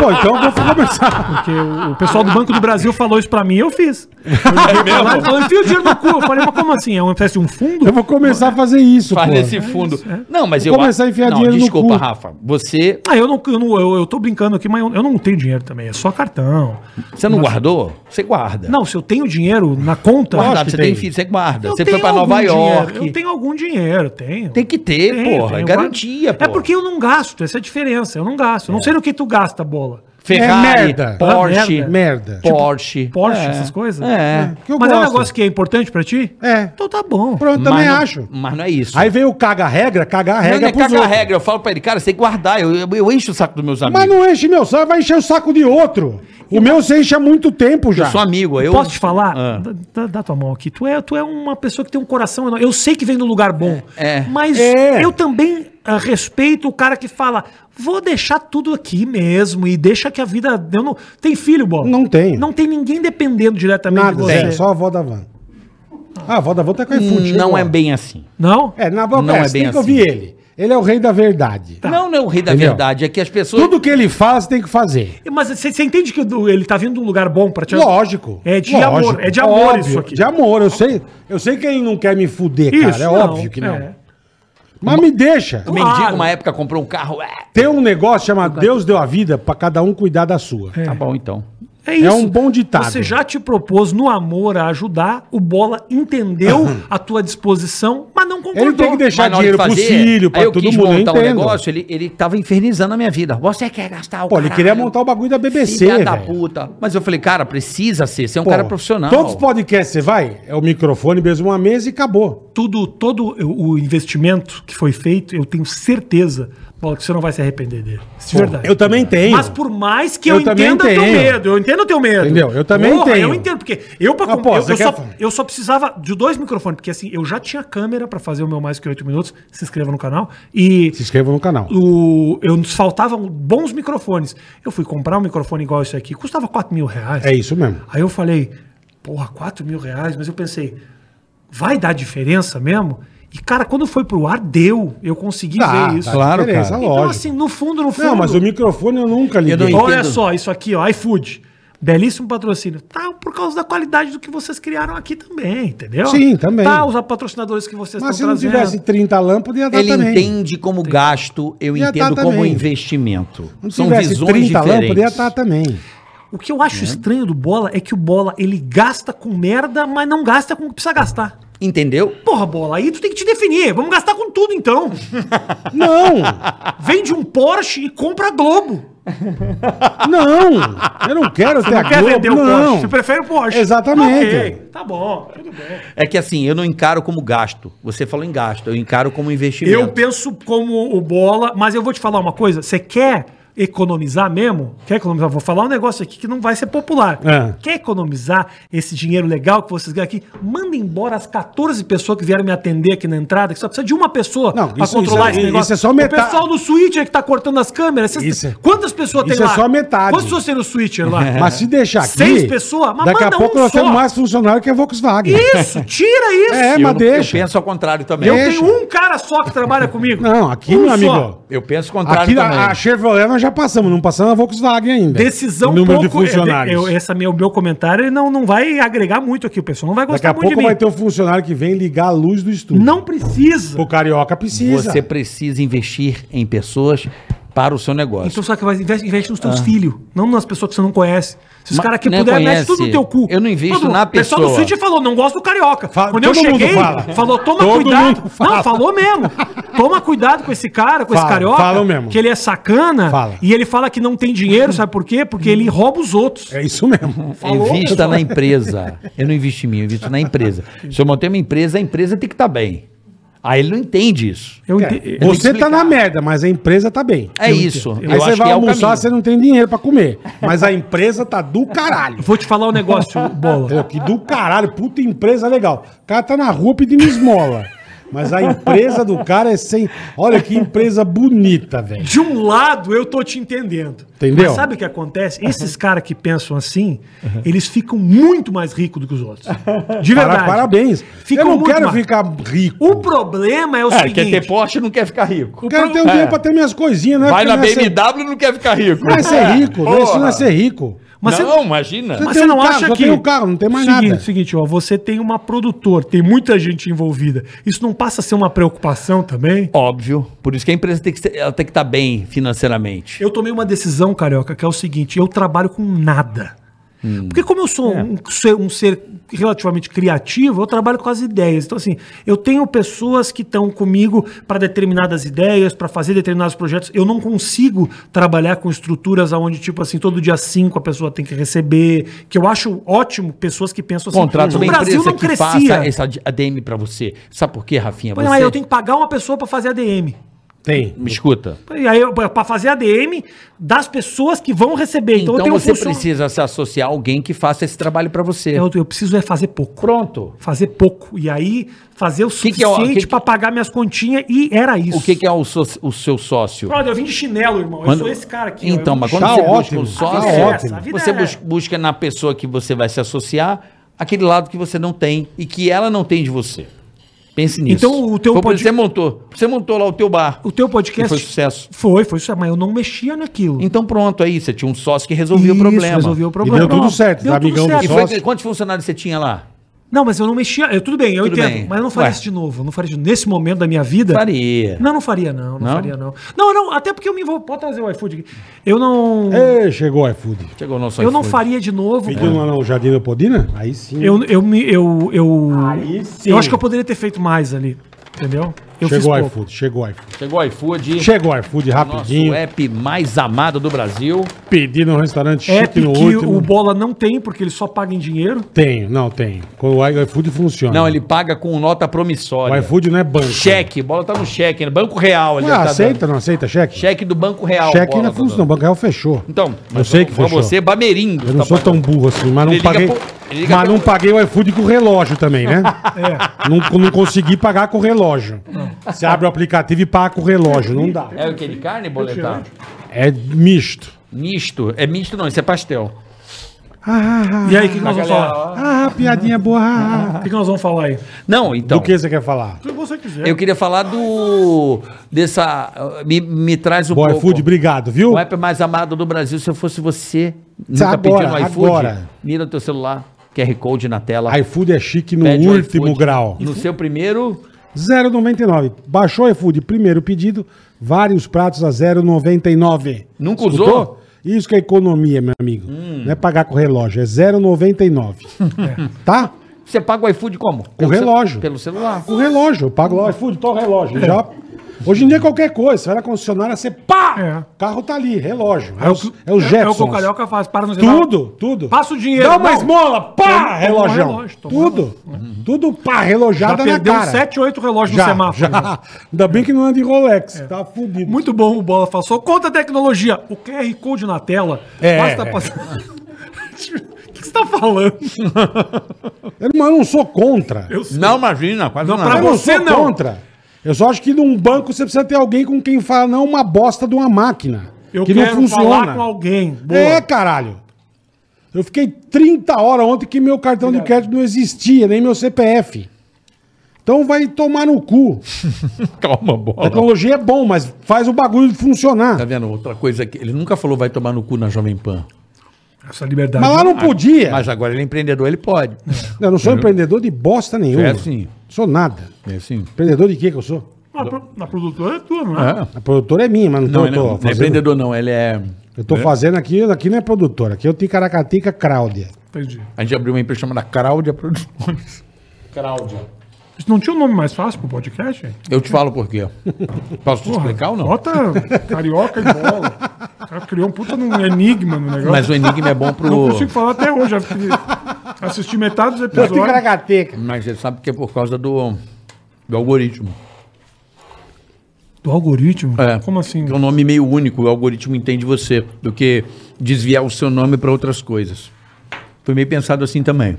Pô, então eu vou começar.
Porque o, o pessoal do Banco do Brasil falou isso pra mim e eu fiz. Eu liguei pra lá e falou, enfia o dinheiro no cu. Eu falei, mas como assim? É uma espécie de um fundo?
Eu vou começar a fazer isso,
Faz
pô.
nesse fundo. Não, mas
Vou
eu...
começar a enfiar
não,
dinheiro no
desculpa,
cu.
Rafa, você...
Ah, eu não, eu não- eu- eu tô brincando aqui, mas eu, eu não tenho dinheiro também, é só cartão.
Você não guardou? Você guarda.
Não, se eu tenho dinheiro na conta,
Guardado,
acho que
você tem
tem.
filho, você guarda.
eu
você foi
tenho
pra
algum
Nova York.
dinheiro, eu tenho algum dinheiro, tenho.
Tem que ter,
Tenho,
porra.
tenho,
garantia,
guardo. É porque eu não gasto, essa é a diferença. Eu não gasto. Eu não sei no que tu gasta, bola.
É
Ferrari,
merda.
Porsche,
Ah,
merda. Tipo,
Porsche.
Porsche,
É.
essas coisas.
É.
Que eu
Mas é um
gosto.
negócio que é importante pra ti?
É.
Então tá bom.
Pronto,
Mas
também
não-
acho.
Mas não é isso.
Aí veio o caga-regra,
não, não
cagar-regra
é
pros
cagar
outros.
regra. Eu falo pra ele, cara, você tem que guardar. Eu, eu, eu encho o saco dos meus amigos.
Mas não enche meu saco, vai encher o saco de outro. O meu você enche há muito tempo já.
Eu sou amigo. Eu...
Posso te falar?
Ah.
Dá- Dá, dá tua mão aqui. Tu é, tu é uma pessoa que tem um coração enorme. Eu sei que vem do lugar bom.
É, é.
Mas
É.
eu também ah, respeito o cara que fala: vou deixar tudo aqui mesmo e deixa que a vida. Eu não... Tem filho, Bob?
Não tenho.
Não tem ninguém dependendo diretamente de
Nada,
você.
Zé, só a avó da van. Ah, a avó da van tá com iFood.
Não
chegou.
é bem assim.
Não?
É, na boa,
Não
é,
é
você
bem
tem que ouvir
assim.
ele. Ele é o rei da verdade.
Não, não é o rei da
Entendeu?
verdade. É que as pessoas...
Tudo que ele fala, você tem que fazer.
Mas você você entende que do- ele tá vindo de um lugar bom pra te
Lógico.
É de
lógico.
amor. É de amor
Óbvio,
isso aqui.
De amor, eu sei. Eu sei que ele não quer me fuder, cara. É
não,
óbvio que não.
é.
Mas me deixa.
O mendigo,
Claro.
uma época, comprou um carro. É.
Tem um negócio chamado Deus deu a vida pra cada um cuidar da sua.
Tá bom, então.
É isso.
um bom ditado.
Você já te propôs no amor a ajudar, o Bola entendeu a tua disposição, mas mas não concordou.
Ele tem que deixar
Mas na hora
dinheiro
de
pro filho,
aí
pra
eu
todo
quis
mundo. eu
montar um
entendo.
negócio, ele, ele tava infernizando a minha vida. Você quer gastar o
Pô, ele queria
caralho,
montar o bagulho da BBC,
Filha da
velho.
puta. Mas eu falei, cara, precisa ser. Você é um
Pô,
cara profissional.
Todos os podcasts você vai, é o microfone mesmo, uma mesa e acabou.
tudo, todo o o investimento que foi feito, eu tenho certeza, Paulo, que você não vai se arrepender dele. Isso de
Pô,
verdade.
eu também tenho.
Mas por mais que eu,
Eu também
entenda teu
tenho.
medo, eu entendo teu medo.
Entendeu? Eu também tenho.
Eu entendo, porque eu pra
Ah,
com-
pô,
eu,
você
eu
quer
só,
fa-
eu só precisava de dois microfones, porque assim, eu já tinha câmera pra fazer o meu mais que oito minutos, se inscreva no canal, e
Se inscreva no canal.
o, eu nos faltavam bons microfones. Eu fui comprar um microfone igual esse aqui, custava 4 mil reais.
É isso mesmo.
Aí eu falei, porra, 4 mil reais, mas eu pensei, vai dar diferença mesmo? E, cara, quando foi pro ar, deu. Eu consegui
Tá,
ver isso.
tá, claro,
Então,
cara.
Então,
lógico.
assim, no fundo, no fundo.
Não, mas o microfone eu nunca liguei.
não
Olha
entendo.
só, isso aqui, ó, iFood. Belíssimo patrocínio. Tá por causa da qualidade do que vocês criaram aqui também, entendeu?
Sim, também.
Tá, os patrocinadores que vocês
Mas se
estão
não
trazendo.
tivesse 30 lâmpadas, ia dar
Ele
também.
entende como gasto, eu
E a
entendo
Tata
como
também.
investimento.
Não
São
tivesse
visões
30 lâmpadas, ia
diferentes.
estar também.
O que eu acho estranho do Bola é que o Bola, ele gasta com merda, mas não gasta com o que precisa gastar.
Entendeu?
Porra, Bola, aí tu tem que te definir. Vamos gastar com
(laughs)
tudo, então.
Não!
Vende um Porsche e compra a Globo.
Não! Eu não quero ter
Você
é a
não quer
Globo,
vender o
não.
Porsche, você prefere o Porsche.
Exatamente.
Ok, Tá bom, tudo bem.
É que assim, eu não encaro como gasto. Você falou em gasto, eu encaro como investimento.
Eu penso como o Bola, mas eu vou te falar uma coisa. Você quer economizar mesmo? Quer economizar? Vou falar um negócio aqui que não vai ser popular.
É.
Quer economizar esse dinheiro legal que vocês ganham aqui? Manda embora as 14 pessoas que vieram me atender aqui na entrada, que só precisa de uma pessoa
Não,
pra
isso-
controlar
isso-
esse negócio.
isso é só metade.
O pessoal do switcher que tá cortando as câmeras. vocês-
Isso é-
quantas pessoas
isso
tem
é
lá?
só metade. É.
Quantas pessoas tem no
(laughs)
switcher lá?
Mas se deixar aqui.
Seis pessoas? Mas
daqui a
manda
pouco
um
nós
só.
temos mais funcionário que a Volkswagen.
Isso, tira
(laughs)
isso.
É, mas
não-
deixa.
Eu penso ao contrário também.
Eu
Deixa.
tenho um cara só que trabalha comigo.
Não, aqui,
Um
meu
só.
amigo.
Eu penso ao contrário
Aqui
também.
a, a Chevrolet nós já passamos, não passamos a Volkswagen ainda.
Decisão
É. Número de
pouco- é,
funcionários.
Eu, essa minha, o meu comentário ele não, não vai agregar muito aqui. O pessoal não vai
Daqui
gostar
a
muito
pouco
de mim.
vai ter um funcionário que vem ligar a luz do estúdio.
Não precisa.
O carioca precisa.
Você precisa investir em pessoas para o seu negócio.
Então só que vai, investe, investe nos
Ah.
teus filhos, não nas pessoas que você não conhece. Se os
Mas
caras que
não
puder,
né, conhece.
mete tudo no teu cu.
Eu não invisto
Todo-
na
O pessoal do
pessoa.
Switch falou, não gosto do carioca.
Fala-
Quando eu
todo mundo
cheguei,
fala.
falou, toma
Todo mundo
cuidado.
fala.
Não,
(laughs)
falou mesmo. Toma cuidado com esse cara, com esse
Fala,
carioca.
falam mesmo.
Que ele é sacana.
Fala.
E ele fala que não tem dinheiro, sabe por quê? Porque ele rouba os outros.
É isso
(laughs)
mesmo.
Invista na empresa. Eu não invisto em mim, eu invisto na empresa. Se eu manter uma empresa, a empresa tem que estar bem. Aí ele não entende isso.
Eu
É,
ente-
você
explicar.
tá na merda, mas a empresa tá bem.
É isso. Eu
Aí
acho
você
que
vai
é o
almoçar,
caminho.
você não tem dinheiro pra comer. Mas a empresa tá
(laughs)
do caralho.
Vou te falar
(laughs)
um negócio, Bola.
Entendeu? Que do caralho, puta empresa legal. O cara tá na rua pedindo esmola. Mas a empresa do cara é sem. Olha que empresa bonita, velho.
De um lado, eu tô te entendendo.
Entendeu?
Mas sabe o que acontece? Esses caras que pensam assim, eles ficam muito mais ricos do que os outros. De
Para-
verdade.
parabéns.
Ficam
eu não
muito
quero
mais.
ficar rico.
O problema é o seguinte.
Porsche não quer ficar rico.
Eu quero ter um dinheiro pra ter minhas coisinhas, né?
É. Vai
Porque
na
não é ser-
BMW e não quer ficar rico.
Não é ser rico, não é isso não é
Porra.
ser rico.
Mas
não,
você,
imagina.
mas
tem
você
um
não
carro,
acha
só
que.
tem um carro, não tem mais
seguinte,
nada.
Seguinte, ó, você tem uma produtora, tem muita gente envolvida. Isso não passa a ser uma preocupação também?
Óbvio. Por isso que a empresa tem que, ser- ela tem que estar bem financeiramente.
Eu tomei uma decisão, Carioca, que é o seguinte: eu trabalho com nada.
Hum.
Porque como eu sou
É.
um, ser, um ser relativamente criativo, eu trabalho com as ideias. Então, assim, eu tenho pessoas que estão comigo para determinadas ideias, para fazer determinados projetos. Eu não consigo trabalhar com estruturas onde, tipo assim, todo dia 5 a pessoa tem que receber, que eu acho ótimo pessoas que pensam assim.
Contrata
"Hum,
uma
o Brasil
empresa
não
que
crescia.
faça essa ADM pra você. Sabe por quê, Rafinha?
Mas,
Você-
mas eu tenho que pagar uma pessoa para fazer ADM.
Tem.
Hum.
Me escuta.
E aí, para fazer ADM das pessoas que vão receber. Então,
Então,
eu tenho um
você
funcionário-
precisa se associar a alguém que faça esse trabalho pra você.
Eu, eu preciso é fazer pouco.
Pronto.
Fazer pouco. E aí, fazer o
Que
suficiente
que é o-
pra
que que-
para pagar minhas continhas e era isso.
O que, que é o, so- o seu sócio?
Brother, eu vim de chinelo, irmão. Eu
Quando-
sou esse cara aqui. ó.
Então,
Eu
mas
vim
quando
de
Tá
você busca
ótimo,
um
tá
sócio,
ótimo.
A vida
você
é-
bus- busca na pessoa que você vai se associar aquele lado que você não tem e que ela não tem de você. Pense nisso.
Então, o teu
Foi por
pod-
isso que você montou, você montou lá o teu bar.
O teu
que
podcast...
foi sucesso.
Foi, foi sucesso. Mas eu não mexia naquilo.
Então pronto, aí você tinha um sócio que resolvia o
Isso,
problema.
resolveu o problema.
E deu tudo
Pronto.
certo,
Deu tudo
amigão do
certo.
E foi-
Sócio.
quantos funcionários você tinha lá?
Não, mas eu não mexia. Eu, tudo bem, eu
Tudo
entendo.
bem.
Mas eu não faria
Ué.
isso de novo. Eu não faria isso nesse momento da minha vida.
Faria.
Não, não faria, não. Não,
Não?
faria, não. Não, não. Até porque eu me envolvo. Pode trazer o iFood aqui. Eu não.
Ê, chegou o iFood.
Chegou o nosso
eu não
É. iFood.
faria de novo.
Pediu lá no Jardim Leopoldina? Aí sim.
Eu, eu, me- eu, eu,
Aí sim.
eu acho que eu poderia ter feito mais ali. Entendeu? Eu
chegou o
pouco.
iFood, chegou o iFood.
Chegou o iFood.
Chegou o iFood rapidinho,
Nosso app mais amado do Brasil.
pedi no restaurante
App
chique no
que
último.
o Bola não tem, porque ele só paga em dinheiro.
Tem, não, tem. Quando o iFood funciona.
Não, ele
Ele paga com nota
O
promissória.
iFood não é banco.
Cheque, bola tá no cheque, no Banco Real. Ele
Ah,
tá
aceita,
dando.
não aceita cheque?
Cheque do Banco Real.
Cheque ainda
Bola, tá
funciona, o Banco é Real fechou.
Então,
eu sei que
pra
fechou.
você, tá Bamerindo.
Eu não sou tão burro assim, mas não
liga
paguei.
pro- ele liga
Mas
pro-
não paguei o iFood com o relógio também, né? Não, não consegui pagar com o relógio. Você abre o aplicativo e paga com o relógio, não dá.
É o que de carne, boletar?
É misto.
Misto. É misto não, isso é pastel.
Ah, ah,
E aí, o que, que nós vamos
galera,
falar?
ah, ah, piadinha boa. ah, ah.
O que, que nós vamos falar aí?
Não, então.
Do que você quer falar?
Se você quiser.
Eu queria falar do. dessa. Me, me traz um
Boa iFood, obrigado, viu?
O app mais amado do Brasil, se eu fosse você, nunca
Agora,
pediu no iFood,
agora.
mira o teu celular, QR Code na tela.
iFood é chique no
pede o
último
iFood.
grau.
No seu primeiro,
0,99. Baixou o iFood, primeiro pedido, vários pratos a 0,99.
Nunca
Escutou?
usou? Hum.
Isso que é economia, meu amigo. Não é pagar com relógio, é
(laughs)
0,99.
É.
Tá?
você paga o iFood como? Pelo
relógio.
cel- Pelo celular.
Com relógio, eu pago lá o iFood, tô relógio.
É.
Já... Hoje em dia é qualquer coisa, você vai na concessionária, você pá!
É.
O carro tá ali, relógio. É,
É
os, é os
é- É o
Jetsons.
que o Cocalhoca faz. Para no celular.
Tudo, tudo.
Passa o dinheiro,
Dá uma
não.
esmola, pá,
Toma- toma
relógio.
relógio, toma Uhum.
Tudo. Tudo, pá, relojada
Já
na
perdeu
cara.
uns 7, 8 relógios
já,
no semáforo. né? É.
já. Ainda bem que não anda de Rolex, tá fudido.
Muito bom o Bola falou. Conta a tecnologia. O QR Code na tela.
É.
Basta passar. (laughs) O que você tá falando?
Eu, mas eu não sou contra. Eu,
Não, imagina, quase
Não,
nada. (laughs)
pra-
não
você
sou
não.
contra. Eu só acho que num banco você precisa ter alguém com quem falar não uma bosta de uma máquina.
Eu
que
quero
não funciona.
falar com alguém. Boa.
É, caralho. Eu fiquei 30 horas ontem que meu cartão de crédito não existia, nem meu CPF. Então vai tomar no cu.
Calma,
A
bola.
Tá
tecnologia é bom, mas faz o bagulho
Tá
funcionar.
vendo? Outra coisa que ele nunca falou vai tomar no cu na Jovem Pan.
Essa liberdade.
Mas lá não podia.
Mas agora ele é empreendedor, ele pode.
Eu não sou empreendedor de bosta nenhuma.
É,
assim.
sim.
Sou nada.
É assim.
Empreendedor de quê que eu sou?
Na, pro- na produtora é tua, não é?
É.
A produtora é minha, mas não,
Não,
tô-
ele
tô
não, não é
fazendo-
empreendedor, não. Ele é.
Eu tô fazendo aqui, aqui não é produtora, aqui é o Ticaracatica Cláudia.
Entendi.
A gente abriu uma empresa chamada Cláudia Produções. Cláudia.
Isso não tinha um nome mais fácil pro podcast? hein?
Eu te falo por quê. Posso te explicar ou não?
Bota carioca e bola. O cara criou um puta num enigma no negócio.
Mas o enigma é bom
Não
pro.
consigo falar até hoje. já fiquei- Assisti metade dos episódios.
Ticaracatica.
Mas você sabe que é por causa do, do algoritmo.
Do algoritmo?
É.
Como assim?
Que é um nome meio único, o algoritmo entende você, do que desviar o seu nome para outras coisas. Foi meio pensado assim também.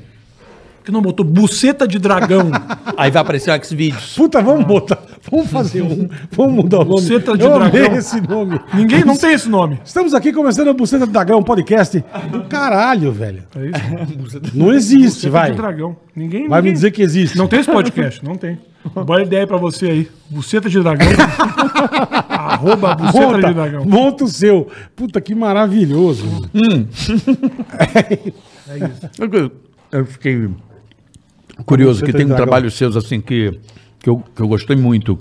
Que não botou buceta de dragão.
Aí vai aparecer o Xvideos.
Puta, vamos botar, vamos fazer
(laughs)
um, vamos mudar o nome.
Ah. Buceta de
eu amei
dragão.
esse nome.
Ninguém não tem esse nome.
Estamos aqui começando o Buceta do Dragão um podcast. Do caralho, velho.
É isso?
Não existe, vai.
de dragão. Ninguém,
Vai me
ninguém-
dizer que existe.
Não tem esse podcast, não tem. Boa ideia pra você aí. Buceta de dragão. Arroba buceta de
Monta,
dragão.
monta o seu. Puta, que maravilhoso.
Eu, eu fiquei curioso
Você
que
tá
tem um
dragão.
trabalho seus assim que, que, eu, que eu gostei muito.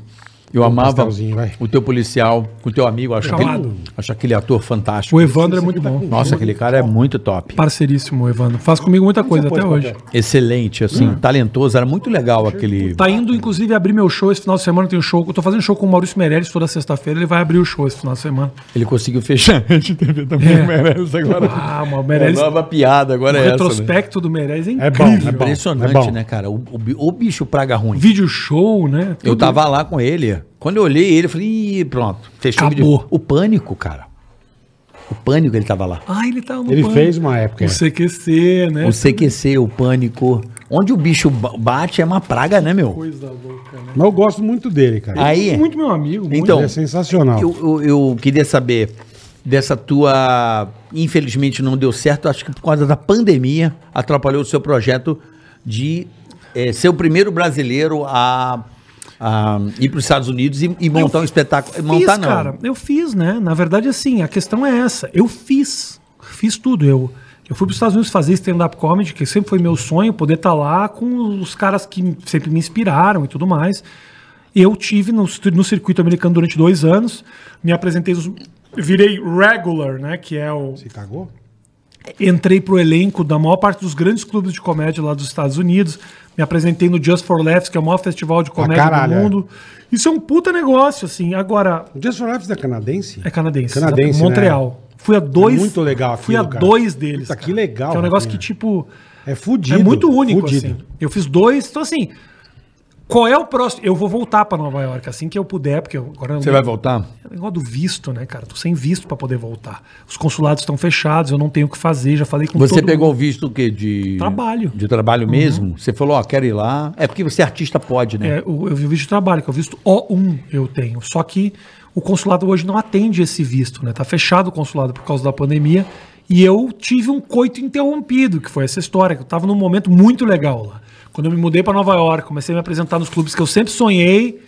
Eu
um
amava
pastelzinho, vai.
o teu policial, com o teu amigo, acho aquele,
Chamado.
acho aquele ator fantástico.
O Evandro é muito bom.
Nossa, aquele cara é muito top.
Parceiríssimo, Evandro. Faz comigo muita coisa até hoje.
Excelente, assim, talentoso, era muito legal aquele.
Hum. Tá indo, inclusive, abrir meu show esse final de semana. Tem um show. Eu tô fazendo show com o Maurício Meirelles toda sexta-feira. Ele vai abrir o show esse final de semana.
Ele conseguiu fechar (laughs) a gente teve também
É.
o Meirelles agora.
Ah, o
É
Meirelles.
nova piada agora
o
é essa. né?
retrospecto do Meirelles é
É
incrível.
bom, é bom.
Impressionante,
é bom.
né, cara? O, o bi- o bicho praga ruim.
Vídeo show, né?
Eu tava lá com ele. Quando eu olhei ele, eu falei, Ih, pronto, fechou
Acabou.
o vídeo. O pânico, cara. O pânico ele tava lá.
Ah, ele tá no
Ele
pano.
fez uma época.
O CQC, né?
O CQC, o pânico. Onde o bicho ba- bate é uma praga, né, meu?
Coisa louca, né?
Mas eu gosto muito dele, cara.
Aí,
Muito meu amigo. muito.
Ah, Então,
Ele é sensacional.
eu, eu- eu queria saber dessa tua. Infelizmente não deu certo, acho que por causa da pandemia atrapalhou o seu projeto de eh, ser o primeiro brasileiro a, a ir para os Estados Unidos e, e montar um espetáculo. montar
fiz,
não.
cara. Eu fiz, né? Na verdade, assim, a questão é essa. Eu fiz. Fiz tudo. Eu, eu fui para os Estados Unidos fazer stand-up comedy, que sempre foi meu sonho, poder estar lá com os caras que sempre me inspiraram e tudo mais. Eu tive no, cir- no circuito americano durante dois anos, me apresentei, os, virei regular, né? Que é o
Você cagou?
entrei pro elenco da maior parte dos grandes clubes de comédia lá dos Estados Unidos. Me apresentei no Just for Laughs, que é o maior festival de comédia
caralho,
do mundo. Isso é um puta negócio, assim. Agora,
O Just for Laughs é canadense?
é canadense.
Canadense, né?
Montreal. Fui a dois.
Muito legal
Fui a
aquilo, cara.
dois deles.
Puta, que
cara.
legal,
Que é um negócio
Rafinha.
que, tipo.
É fudido.
É muito único,
fudido.
assim. Eu fiz dois, então assim. Qual é o próximo? Eu vou voltar pra Nova York assim que eu puder, porque eu- agora eu
Você vai voltar?
É o negócio do visto, né, cara? Tô sem visto pra poder voltar. Os consulados estão fechados, eu não tenho o que fazer, já falei com
Você
todo
pegou
mundo.
o visto o quê? De
Trabalho.
De trabalho mesmo? Você falou, ó, quero ir lá. É porque você é artista, pode, né?
É, o- eu vi o visto de trabalho, que é o visto O1 eu tenho. Só que o consulado hoje não atende esse visto, né? Tá fechado o consulado por causa da pandemia. E eu tive um coito interrompido, que foi essa história, que eu tava num momento muito legal lá. Quando eu me mudei pra Nova York, comecei a me apresentar nos clubes que eu sempre sonhei,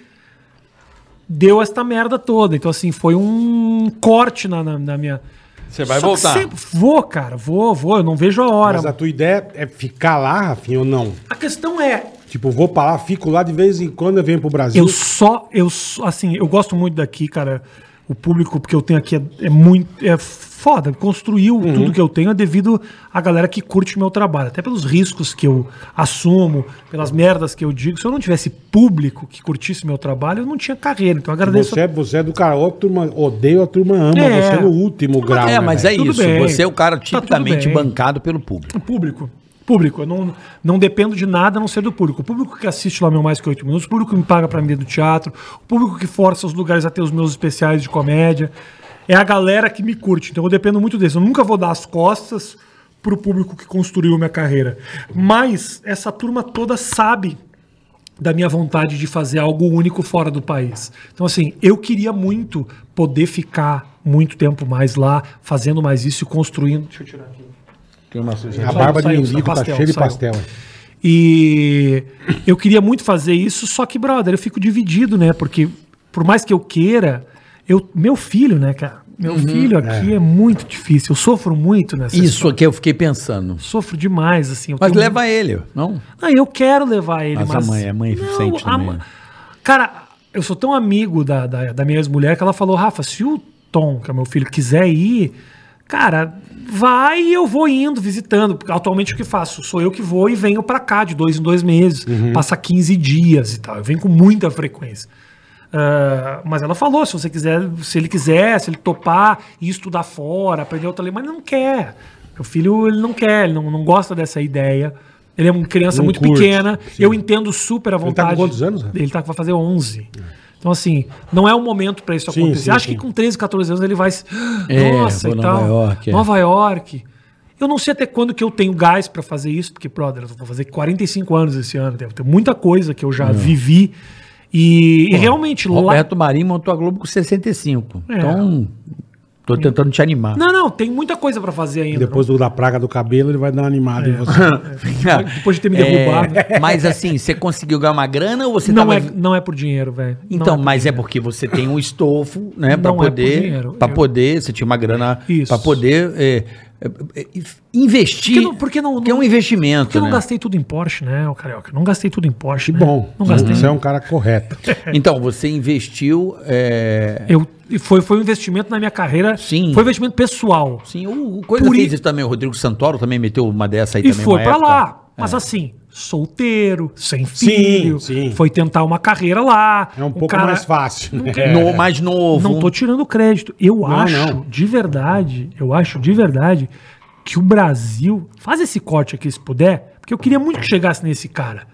deu esta merda toda. Então, assim, foi um corte na, na- na minha.
Você vai
Só que
voltar.
sempre- Vou, cara, vou, vou. Eu não vejo a hora.
Mas a tua ideia é ficar lá, Rafinha, ou não?
A questão é,
Tipo, vou pra lá, fico lá de vez em quando eu venho pro Brasil.
eu só, eu só- assim, eu gosto muito daqui, cara. O público que eu tenho aqui é, é muito, é foda. Construiu
Uhum.
tudo que eu tenho é devido à galera que curte meu trabalho, até pelos riscos que eu assumo, pelas merdas que eu digo. Se eu não tivesse público que curtisse meu trabalho, eu não tinha carreira. Então eu agradeço.
Você, é- você é do cara, ou a turma odeia, ou a turma ama.
É.
Você é no último grau.
É, mas
velho?
é
Tudo
isso.
bem.
Você é o cara
Tá tudo
tipicamente
bem.
bancado pelo público.
É Público. Público. Eu não, não dependo de nada a não ser do público. O público que assiste lá meu Mais Que Oito Minutos, o público que me paga pra mim do teatro, o público que força os lugares a ter os meus especiais de comédia. É a galera que me curte. Então eu dependo muito deles. Eu nunca vou dar as costas pro público que construiu minha carreira. Mas essa turma toda sabe da minha vontade de fazer algo único fora do país. Então, assim, eu queria muito poder ficar muito tempo mais lá, fazendo mais isso e construindo. Deixa eu tirar aqui.
A barba de
Saiu, saiu,
mendigo tá
pastel,
cheia de
saiu.
pastel.
E eu queria muito fazer isso, só que, brother, eu fico dividido, né? Porque por mais que eu queira, eu, meu filho, né, cara? Meu filho aqui é. muito difícil. Eu sofro muito nessa.
Uhum. Isso aqui eu fiquei pensando.
Sofro demais, assim. eu
Mas
tenho-
leva ele, não?
Ah, eu quero levar ele,
Mas
mas.
a mãe- a mãe sente também, né?
Cara, eu sou tão amigo da, da, da minha ex-mulher que ela falou: Rafa, se o Tom, que é meu filho, quiser ir, cara, vai e eu vou indo, visitando. Porque Atualmente o que faço? Sou eu que vou e venho pra cá de dois em dois meses,
Uhum.
passa 15 dias e tal. Eu venho com muita frequência. Ah, mas ela falou, se você quiser, se ele quiser, se ele topar, ir estudar fora, aprender outra língua, mas ele não quer. Meu filho, ele não quer, ele não, não gosta dessa ideia. Ele é uma criança
Não
muito
curte,
pequena.
sim. tá
Eu entendo super a vontade.
quantos anos, Rafa?
Ele tá vai fazer 11. Então, assim, não é o momento pra isso
Sim,
acontecer.
sim,
Acho
sim.
que com 13, 14 anos ele vai. se- "Ah,
É,
Nossa,
vou
e
Nova
tal.
York, é.
Nova York. Eu não sei até quando que eu tenho gás pra fazer isso, porque, brother, eu vou fazer 45 anos esse ano. Tem tem muita coisa que eu já vivi. E, e realmente, lá
Roberto Marinho montou a Globo com 65.
É.
Então, tô tentando te animar. (laughs)
Não, não, tem muita coisa pra fazer ainda.
Depois do- da praga do cabelo, ele vai dar uma animada
É. (laughs)
em você.
depois de ter me derrubado.
É, (laughs) mas assim, você conseguiu ganhar uma grana ou você
não, não,
tava...
é, não é por dinheiro, velho. Não
Então,
é por
mas é porque você tem um estofo, né, para
Não é por
poder,
dinheiro.
para
Eu-
poder, você tinha uma grana
Isso.
para poder é, é, é, investir.
Porque não- porque não-
Porque é um
não-
investimento,
Por que eu não
né?
gastei tudo em Porsche, né, ô Carioca? Não gastei tudo em Porsche.
Que
né?
bom.
Não gastei.
Você é um cara correto.
Então, você investiu é,
Eu, e foi, foi um investimento na minha carreira.
Sim.
Foi um investimento pessoal.
Sim, o, o coisa
Por
fez
i-
isso também, o Rodrigo Santoro também meteu uma dessa aí
E
também.
foi
uma
pra
época.
lá. Mas assim, solteiro, sem
é. Sim,
filho.
sim.
Foi tentar uma carreira lá.
É um
O
pouco
cara-
mais fácil. né?
No, mais novo.
Não tô tirando crédito. Eu acho,
não.
de verdade, eu acho de verdade que o Brasil. Faz esse corte aqui se puder, porque eu queria muito que chegasse nesse cara.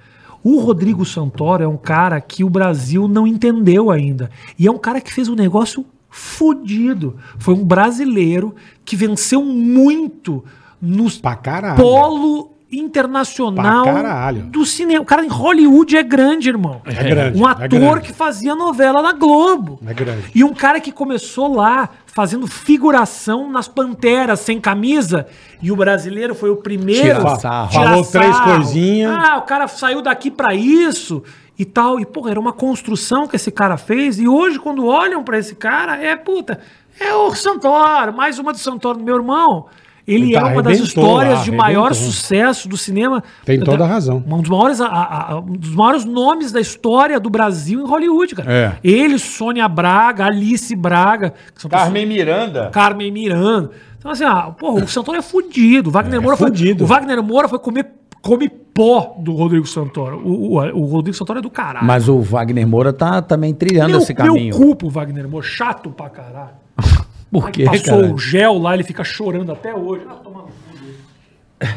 O Rodrigo Santoro é um cara que o Brasil não entendeu ainda. E é um cara que fez um negócio fudido. Foi um brasileiro que venceu muito nos
Pra caralho.
polo
Pra
internacional
caralho.
do cinema. O cara em Hollywood é grande, irmão.
É grande,
Um
é
ator
grande.
que fazia novela na Globo.
É grande.
E um cara que começou lá fazendo figuração nas panteras sem camisa. E o brasileiro foi o primeiro.
Tira
Tirar
sarro.
Falou três coisinhas.
Ah, o cara saiu daqui pra isso e tal. E, porra, era uma construção que esse cara fez. E hoje, quando olham pra esse cara, é puta. É o Santoro, mais uma do Santoro, meu irmão. Ele
Ele
é
tá
uma das
arrebentou
histórias
lá,
de maior
arrebentou.
sucesso do cinema.
Tem
Da-
toda a razão.
Um dos, maiores, a- a- a- um dos maiores nomes da história do Brasil em Hollywood, cara.
É.
Ele, Sônia Braga, Alice Braga, que são pessoas-
Miranda.
Carmen Miranda. Então, assim, ah, porra, o Santoro é fudido. O Wagner, Moura foi,
fudido.
o Wagner Moura foi comer come pó do Rodrigo Santoro. O, o, o Rodrigo Santoro é do caralho.
Mas o Wagner Moura tá também trilhando
meu,
esse caminho.
meu culpa o Wagner Moura, chato pra caralho.
Por quê,
Passou
cara?
o gel lá, ele fica chorando até hoje. Ah, toma no cu dele.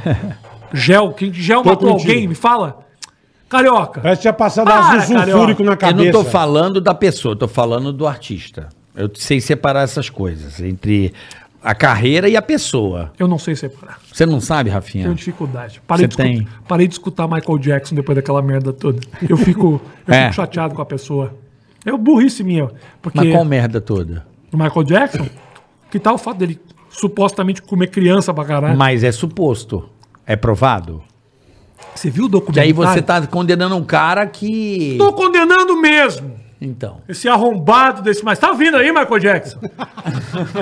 gel, quem gel
Tô
matou
contigo.
alguém? Me fala. Carioca.
Parece que tinha passado
Para,
azul
cara,
sulfúrico
ó.
na
Eu
cabeça.
não tô falando da pessoa, eu tô falando do artista. Eu sei separar essas coisas entre a carreira e a pessoa.
Eu não sei separar.
Você não sabe, Rafinha?
Tenho dificuldade. Parei,
Você
de
tem?
escutar, parei de escutar Michael Jackson depois daquela merda toda. Eu fico,
(laughs)
eu
É.
fico chateado com a pessoa. É o burrice minha. Porque
Mas qual merda toda?
o Michael Jackson, que tal o fato dele supostamente comer criança pra caralho?
Mas é suposto. É provado.
Você viu o
E
documentário?
aí você tá condenando um cara que.
Tô condenando mesmo.
Então.
Esse arrombado desse. Mas tá vindo aí,
(laughs)
Michael Jackson?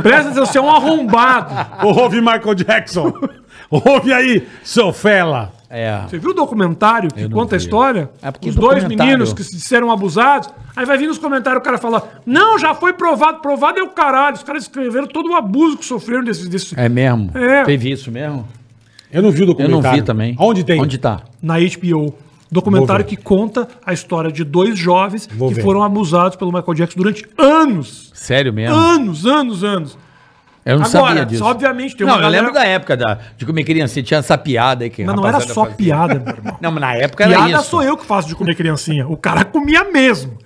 Presta atenção, você é um arrombado.
Ouve, Michael
(laughs)
Jackson. Ouve aí, seu fela.
É.
Você viu o documentário que conta a história?
É porque
os dois
documentário-
meninos que se disseram abusados. Aí vai vir nos comentários o cara falar: Não, já foi provado, provado é o caralho. Os caras escreveram todo o abuso que sofreram desses. desses...
É mesmo?
É.
Teve isso mesmo?
Eu não vi o
Eu
documentário.
não vi também.
Onde tem?
Onde tá?
Na HBO. Documentário
Vou
que conta a história de dois jovens
Vou
que
ver.
foram abusados pelo Michael Jackson durante anos.
Sério mesmo?
Anos, anos, anos.
Eu não sabia
Ah, Agora,
disso.
só obviamente tem
não,
uma
eu
galera-
lembro da época da, de comer criança. Tinha essa piada aí que.
Mas não era
rapaziada
só
fazia.
piada, meu irmão.
Não, mas na época (laughs) era
Piada
isso.
sou eu que faço de comer criancinha. O cara comia mesmo.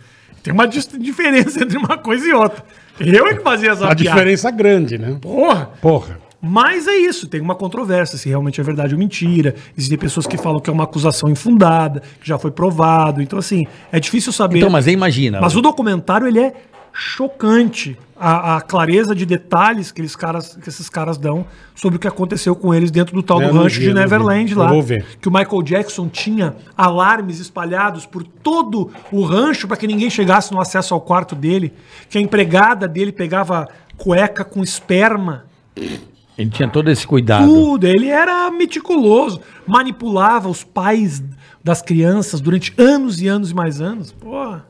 Tem uma dis- diferença entre uma coisa e outra. Eu é que fazia essa
Tá
A
piada.
diferença grande, né?
Porra!
Porra.
Mas é isso, tem uma controvérsia, se realmente é verdade ou mentira. Existem pessoas que falam que é uma acusação infundada, que já foi provado. Então, assim, é difícil saber.
Então, mas aí imagina.
Mas o documentário, ele é chocante. A, a clareza de detalhes que, eles caras, que esses caras dão sobre o que aconteceu com eles dentro do tal
É, eu
do
não
rancho
vi,
de
eu não vi.
Neverland
Eu
lá.
vou ver.
Que o Michael Jackson tinha alarmes espalhados por todo o rancho para que ninguém chegasse no acesso ao quarto dele. Que a empregada dele pegava cueca com esperma.
Ele tinha todo esse cuidado.
Tudo, ele era meticuloso, manipulava os pais das crianças durante anos e anos e mais anos. Porra.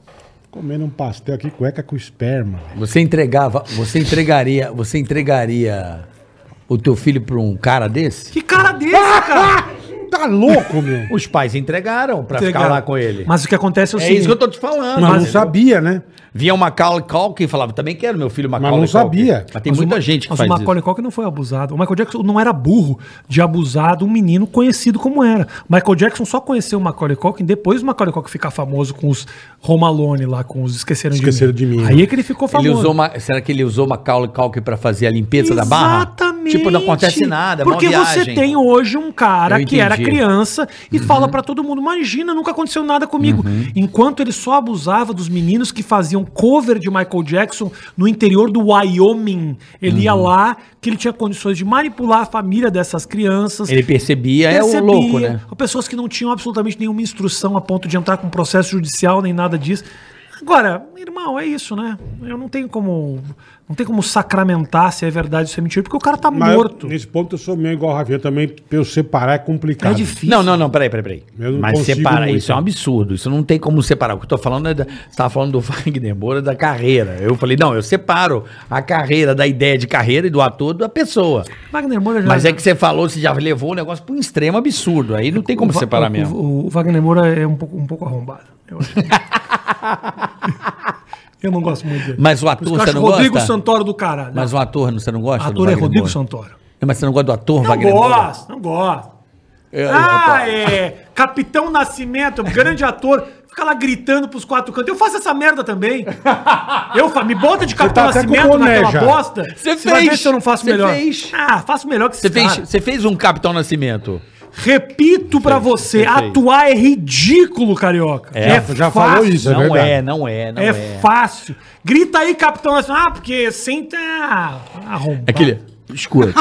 Comendo um pastel aqui, cueca com esperma. velho.
Você entregava, você entregaria, você entregaria o teu filho pra um cara desse?
Que
(laughs)
cara desse, cara?
Tá louco,
(laughs)
meu.
Os pais entregaram pra ficar
Pegar.
lá com ele.
Mas o que acontece é o
é
seguinte.
isso que eu tô te falando.
Mas não sabia, né?
Tá
Vinha uma Macaulay Culkin e falava, também quero meu filho Macaulay
não
Culkin.
sabia.
Mas tem
Mas
muita
o Ma-
gente que
mas
faz
o Macaulay Culkin não foi abusado. O Michael Jackson não era burro de abusar de um menino conhecido como era. O Michael Jackson só conheceu o Macaulay Culkin depois do Macaulay Culkin ficar famoso com os Home Alone lá, com os Esqueceram,
Esqueceram de
de, mim.
Mim,
Aí
né?
é que ele ficou
isso. Ele
famoso.
usou uma, será que ele usou Macaulay Culkin pra fazer a limpeza da barra?
Exatamente.
Tipo, não acontece nada, é mó
Porque você
viagem.
tem hoje um cara
Eu
que era
entendi. Uhum.
criança e fala pra todo mundo: imagina, nunca aconteceu nada comigo. Enquanto ele só abusava dos meninos que faziam cover de Michael Jackson no interior do Wyoming. Ele
Uhum.
ia lá, que ele tinha condições de manipular a família dessas crianças.
Ele percebia, é o
Percebia.
louco, né?
Pessoas que não tinham absolutamente nenhuma instrução a ponto de entrar com um processo judicial nem nada disso. Agora, irmão, é isso, né? Eu não tenho como. Não tem como sacramentar se é verdade ou se é mentira, porque o cara tá
Mas eu-
morto.
nesse ponto eu sou meio igual o Rafinha também. Pra eu separar é complicado.
É difícil.
Não, não, não, peraí, peraí, peraí.
Eu não
Mas
consigo
separa,
muito.
isso é um absurdo. Isso não tem como separar. O que eu tô falando é da, você tava falando do (laughs) Wagner Moura da carreira. Eu falei, não, eu separo a carreira da ideia de carreira e do ator da pessoa.
Wagner Moura já.
Mas é que você falou, você já levou o negócio pra um extremo absurdo. Aí não tem como
o Va-
separar
o-
mesmo.
O, o Wagner Moura é um pouco, um pouco arrombado. Eu, acho. eu não gosto muito dele.
Mas o
Por isso
ator,
que eu
você
acho
não
Rodrigo
gosta?
Santoro do caralho.
Mas o ator, não- você não gosta? do
ator é
Wagner
Rodrigo
Moura?
Santoro.
Não, Mas você não gosta do ator,
Não
Wagner Moura?
gosto, não gosto.
É,
Ah, é. Capitão
(laughs)
Nascimento, grande ator. Fica lá gritando pros quatro cantos. Eu faço essa merda também. Eu fa- me bota de Capitão
tá até com
Nascimento
boné
naquela
já.
bosta.
Você
vai
fez,
ver se eu não faço
você
melhor.
fez.
Ah, faço melhor que
Você
esse
fez,
cara.
você fez um Capitão Nascimento.
Repito pra você, atuar é ridículo, carioca.
É, já falou isso, é
não
verdade.
é, não é, não
É,
é.
fácil. Grita aí, Capitão Nascimento. Ah, porque senta arrombado.
É
Aquele.
Ah.
Escuta,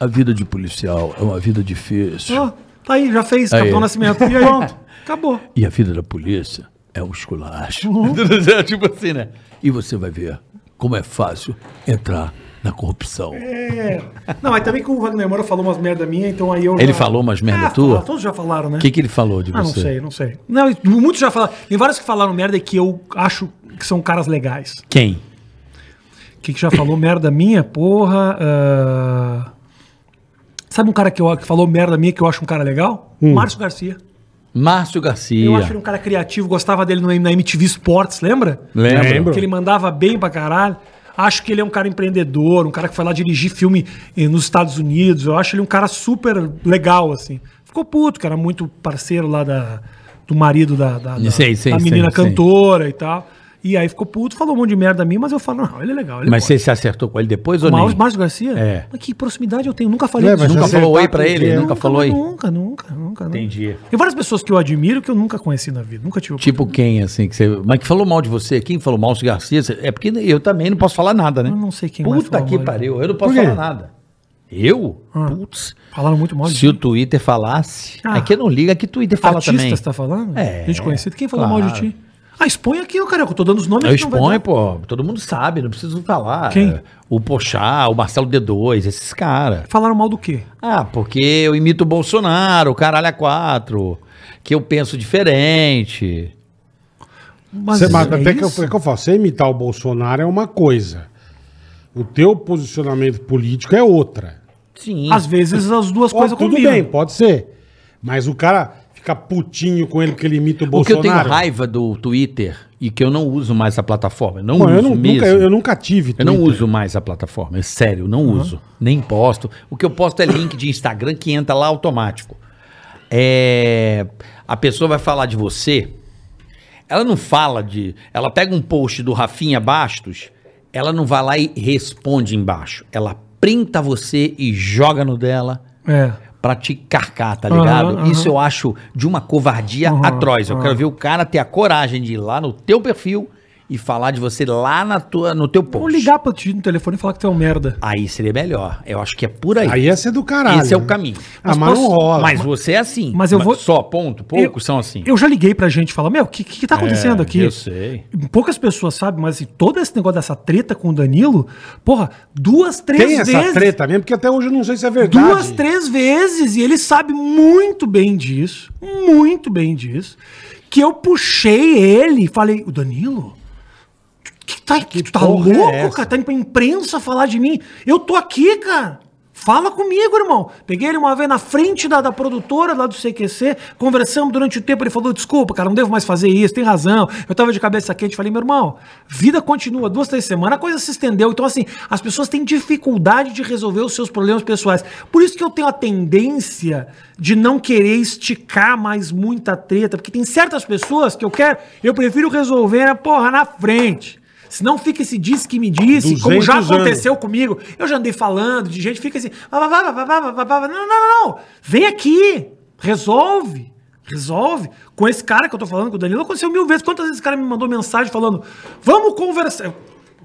a vida de policial é uma vida difícil.
Ó, tá aí, já fez, Capitão Nascimento.
(laughs)
E aí, pronto. Acabou.
E a vida da polícia é um esculacho.
Uhum.
(laughs) tipo assim, né?
E você vai ver como é fácil entrar na corrupção.
É. Não, mas também que o Wagner Moura falou umas merda minha, então aí eu.
Ele falou umas merda
Ah,
tua?
falaram, todos já falaram, né?
O que, que ele falou de
Ah, não
você?
sei, não sei. Não, muitos já falaram. Tem vários que falaram merda que eu acho que são caras legais.
Quem?
Que que, que já falou merda minha? Porra. ah, Sabe um cara que, eu- que falou merda minha que eu acho um cara legal? Márcio Garcia.
Márcio
Eu acho ele
Garcia.
um cara criativo, gostava dele no- na MTV Sports, lembra?
Lembro.
Lembro.
Que ele mandava bem pra caralho. Acho que ele é um cara empreendedor, um cara que foi lá dirigir filme eh, nos Estados Unidos. Eu acho ele um cara super legal, assim. Ficou puto, que era muito parceiro lá da, do marido da, da, da,
Sei, sei,
da menina
sei, sei.
cantora e tal. E aí ficou puto, falou um monte de merda a mim, mas eu falo, não, ele é legal. Ele
Mas
pode.
você se acertou com ele depois
O
ou
Mauro
não?
Márcio Garcia?
É.
Mas que proximidade eu tenho, nunca falei
É,
disso.
mas
Nunca
Você
falou oi
tá
pra
com
ele?
quem?
Nunca falou oi?
é? Nunca, nunca, nunca.
Entendi.
Nunca. Tem várias pessoas que eu admiro que eu nunca conheci na vida, nunca tive oportunidade.
Tipo quem, assim, que você... Mas que falou mal de você? Quem falou mal de Garcia? Você- É porque eu também não posso falar nada, né?
Eu não sei quem mais
Puta
falou
que
mal de
pariu, eu não posso
Por quê?
falar nada. Eu?
Ah.
Putz.
Falaram muito mal de
Se o Twitter falasse...
Ah.
É que eu não ligo, é que o Twitter fala
Artistas,
também.
tá falando?
É,
Gente conhecida. Quem falou mal de
claro.
ti? Ah, expõe aqui, ó, cara. Eu tô dando os nomes
Eu
aqui, não vai
exponho,
dar.
pô. Todo mundo sabe, não preciso falar.
Quem?
O Pochá, o Marcelo D2, esses caras.
Falaram mal do quê?
Ah, porque eu imito o Bolsonaro, o caralho a quatro. Que eu penso diferente.
Mas
Você mata
é
até que eu,
isso?
é que eu falo, você imitar o Bolsonaro é uma coisa. O teu posicionamento político é outra.
Sim.
Às vezes as duas
Pode,
coisas
tudo
combinam.
bem, pode ser. Mas o cara fica putinho com ele porque ele imita o
o que eu
Bolsonaro.
tenho raiva do Twitter e que eu não uso mais a plataforma. Eu não
Pô,
uso
eu, não-
mesmo.
nunca, eu, eu nunca tive.
Eu não
Twitter.
uso mais a plataforma, é sério, eu não uso. Nem posto. O que eu posto é link de Instagram que entra lá automático. É, a pessoa vai falar de você, ela não fala de. Ela pega um post do Rafinha Bastos, ela não vai lá e responde embaixo. Ela printa você e joga no dela
É.
pra te carcar, tá ligado?
Aham, aham.
Isso eu acho de uma covardia
Aham,
atroz. Eu
aham.
quero ver o cara ter a coragem de ir lá no teu perfil e falar de você lá na tua, no teu post.
Vou ligar pra ti no telefone e falar que tu é um merda.
Aí seria melhor. Eu acho que é por aí.
Aí ia ser do caralho.
Esse é o
né?
caminho.
Ah, mas,
posso-
não rola.
Mas você é assim.
Mas eu vou-
Só, ponto. Poucos
Eu-
são assim. É,
Eu já liguei pra gente e falar, meu, o que, que que tá acontecendo aqui?
eu sei.
Poucas pessoas sabem, mas assim, todo esse negócio dessa treta com o Danilo, porra, duas, três
Tem
vezes.
essa treta mesmo, porque até hoje eu não sei se é verdade.
Duas, três vezes, e ele sabe muito bem disso, muito bem disso, que eu puxei ele e falei, o Danilo, tu- que tá, que tu tá
porra é
louco,
essa?
cara? Tá indo pra imprensa falar de mim? Eu tô aqui, cara. Fala comigo, irmão. Peguei ele uma vez na frente da, da produtora lá do CQC, conversamos durante o tempo, ele falou, desculpa, cara, não devo mais fazer isso, tem razão. Eu tava de cabeça quente, falei, meu irmão, vida continua, duas, três semanas, a coisa se estendeu. Então, assim, as pessoas têm dificuldade de resolver os seus problemas pessoais. Por isso que eu tenho a tendência de não querer esticar mais muita treta, porque tem certas pessoas que eu quero, eu prefiro resolver a porra na frente. Senão fica esse diz que me disse, como já
200
aconteceu comigo. Eu já andei falando de gente, que fica assim. "Vá, vá, vá, vá, vá, vá, vá, vá, vá." Não, não, não, não. Vem aqui. Resolve. Resolve. Com esse cara que eu tô falando, com o Danilo, aconteceu mil vezes. Quantas vezes esse cara me mandou mensagem falando, vamos conversar. Eu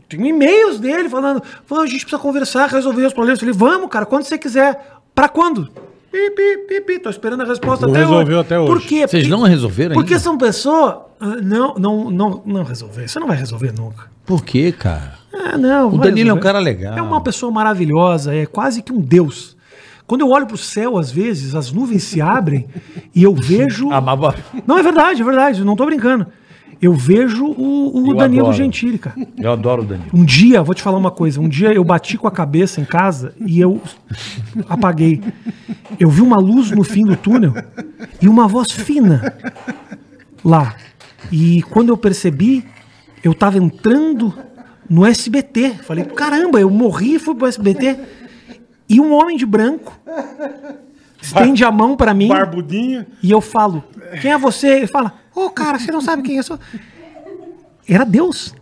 Tenho e-mails dele falando, "Vamos, a gente precisa conversar, resolver os problemas. Eu falei, vamos, cara, quando você quiser. Pra quando? Pi, pi, pi, pi. Tô esperando a resposta
Não
até
resolveu até hoje.
Por quê?
Vocês não resolveram
Porque
ainda?
são pessoas... ah, Não, não, não, não resolver. Você não vai resolver nunca.
Por quê, cara?
Ah, não. vai
Danilo é um cara legal.
É uma pessoa maravilhosa, é quase que um deus. Quando eu olho pro céu, às vezes, as nuvens se abrem e eu vejo.
Ah, mas bo-
Não, é verdade, é verdade, eu não tô brincando. Eu vejo o, o
Eu
Danilo
adoro.
Gentili, cara.
Eu adoro o Danilo.
Um dia, vou te falar uma coisa, um dia eu bati com a cabeça em casa e eu apaguei. Eu vi uma luz no fim do túnel e uma voz fina lá. E quando eu percebi, eu tava entrando no SBT. Falei, caramba, eu morri e fui pro SBT. E um homem de branco estende a mão pra
Um
mim.
Barbudinha.
E eu falo, quem é você? Ele fala, ô cara, você não sabe quem eu sou. Era Deus.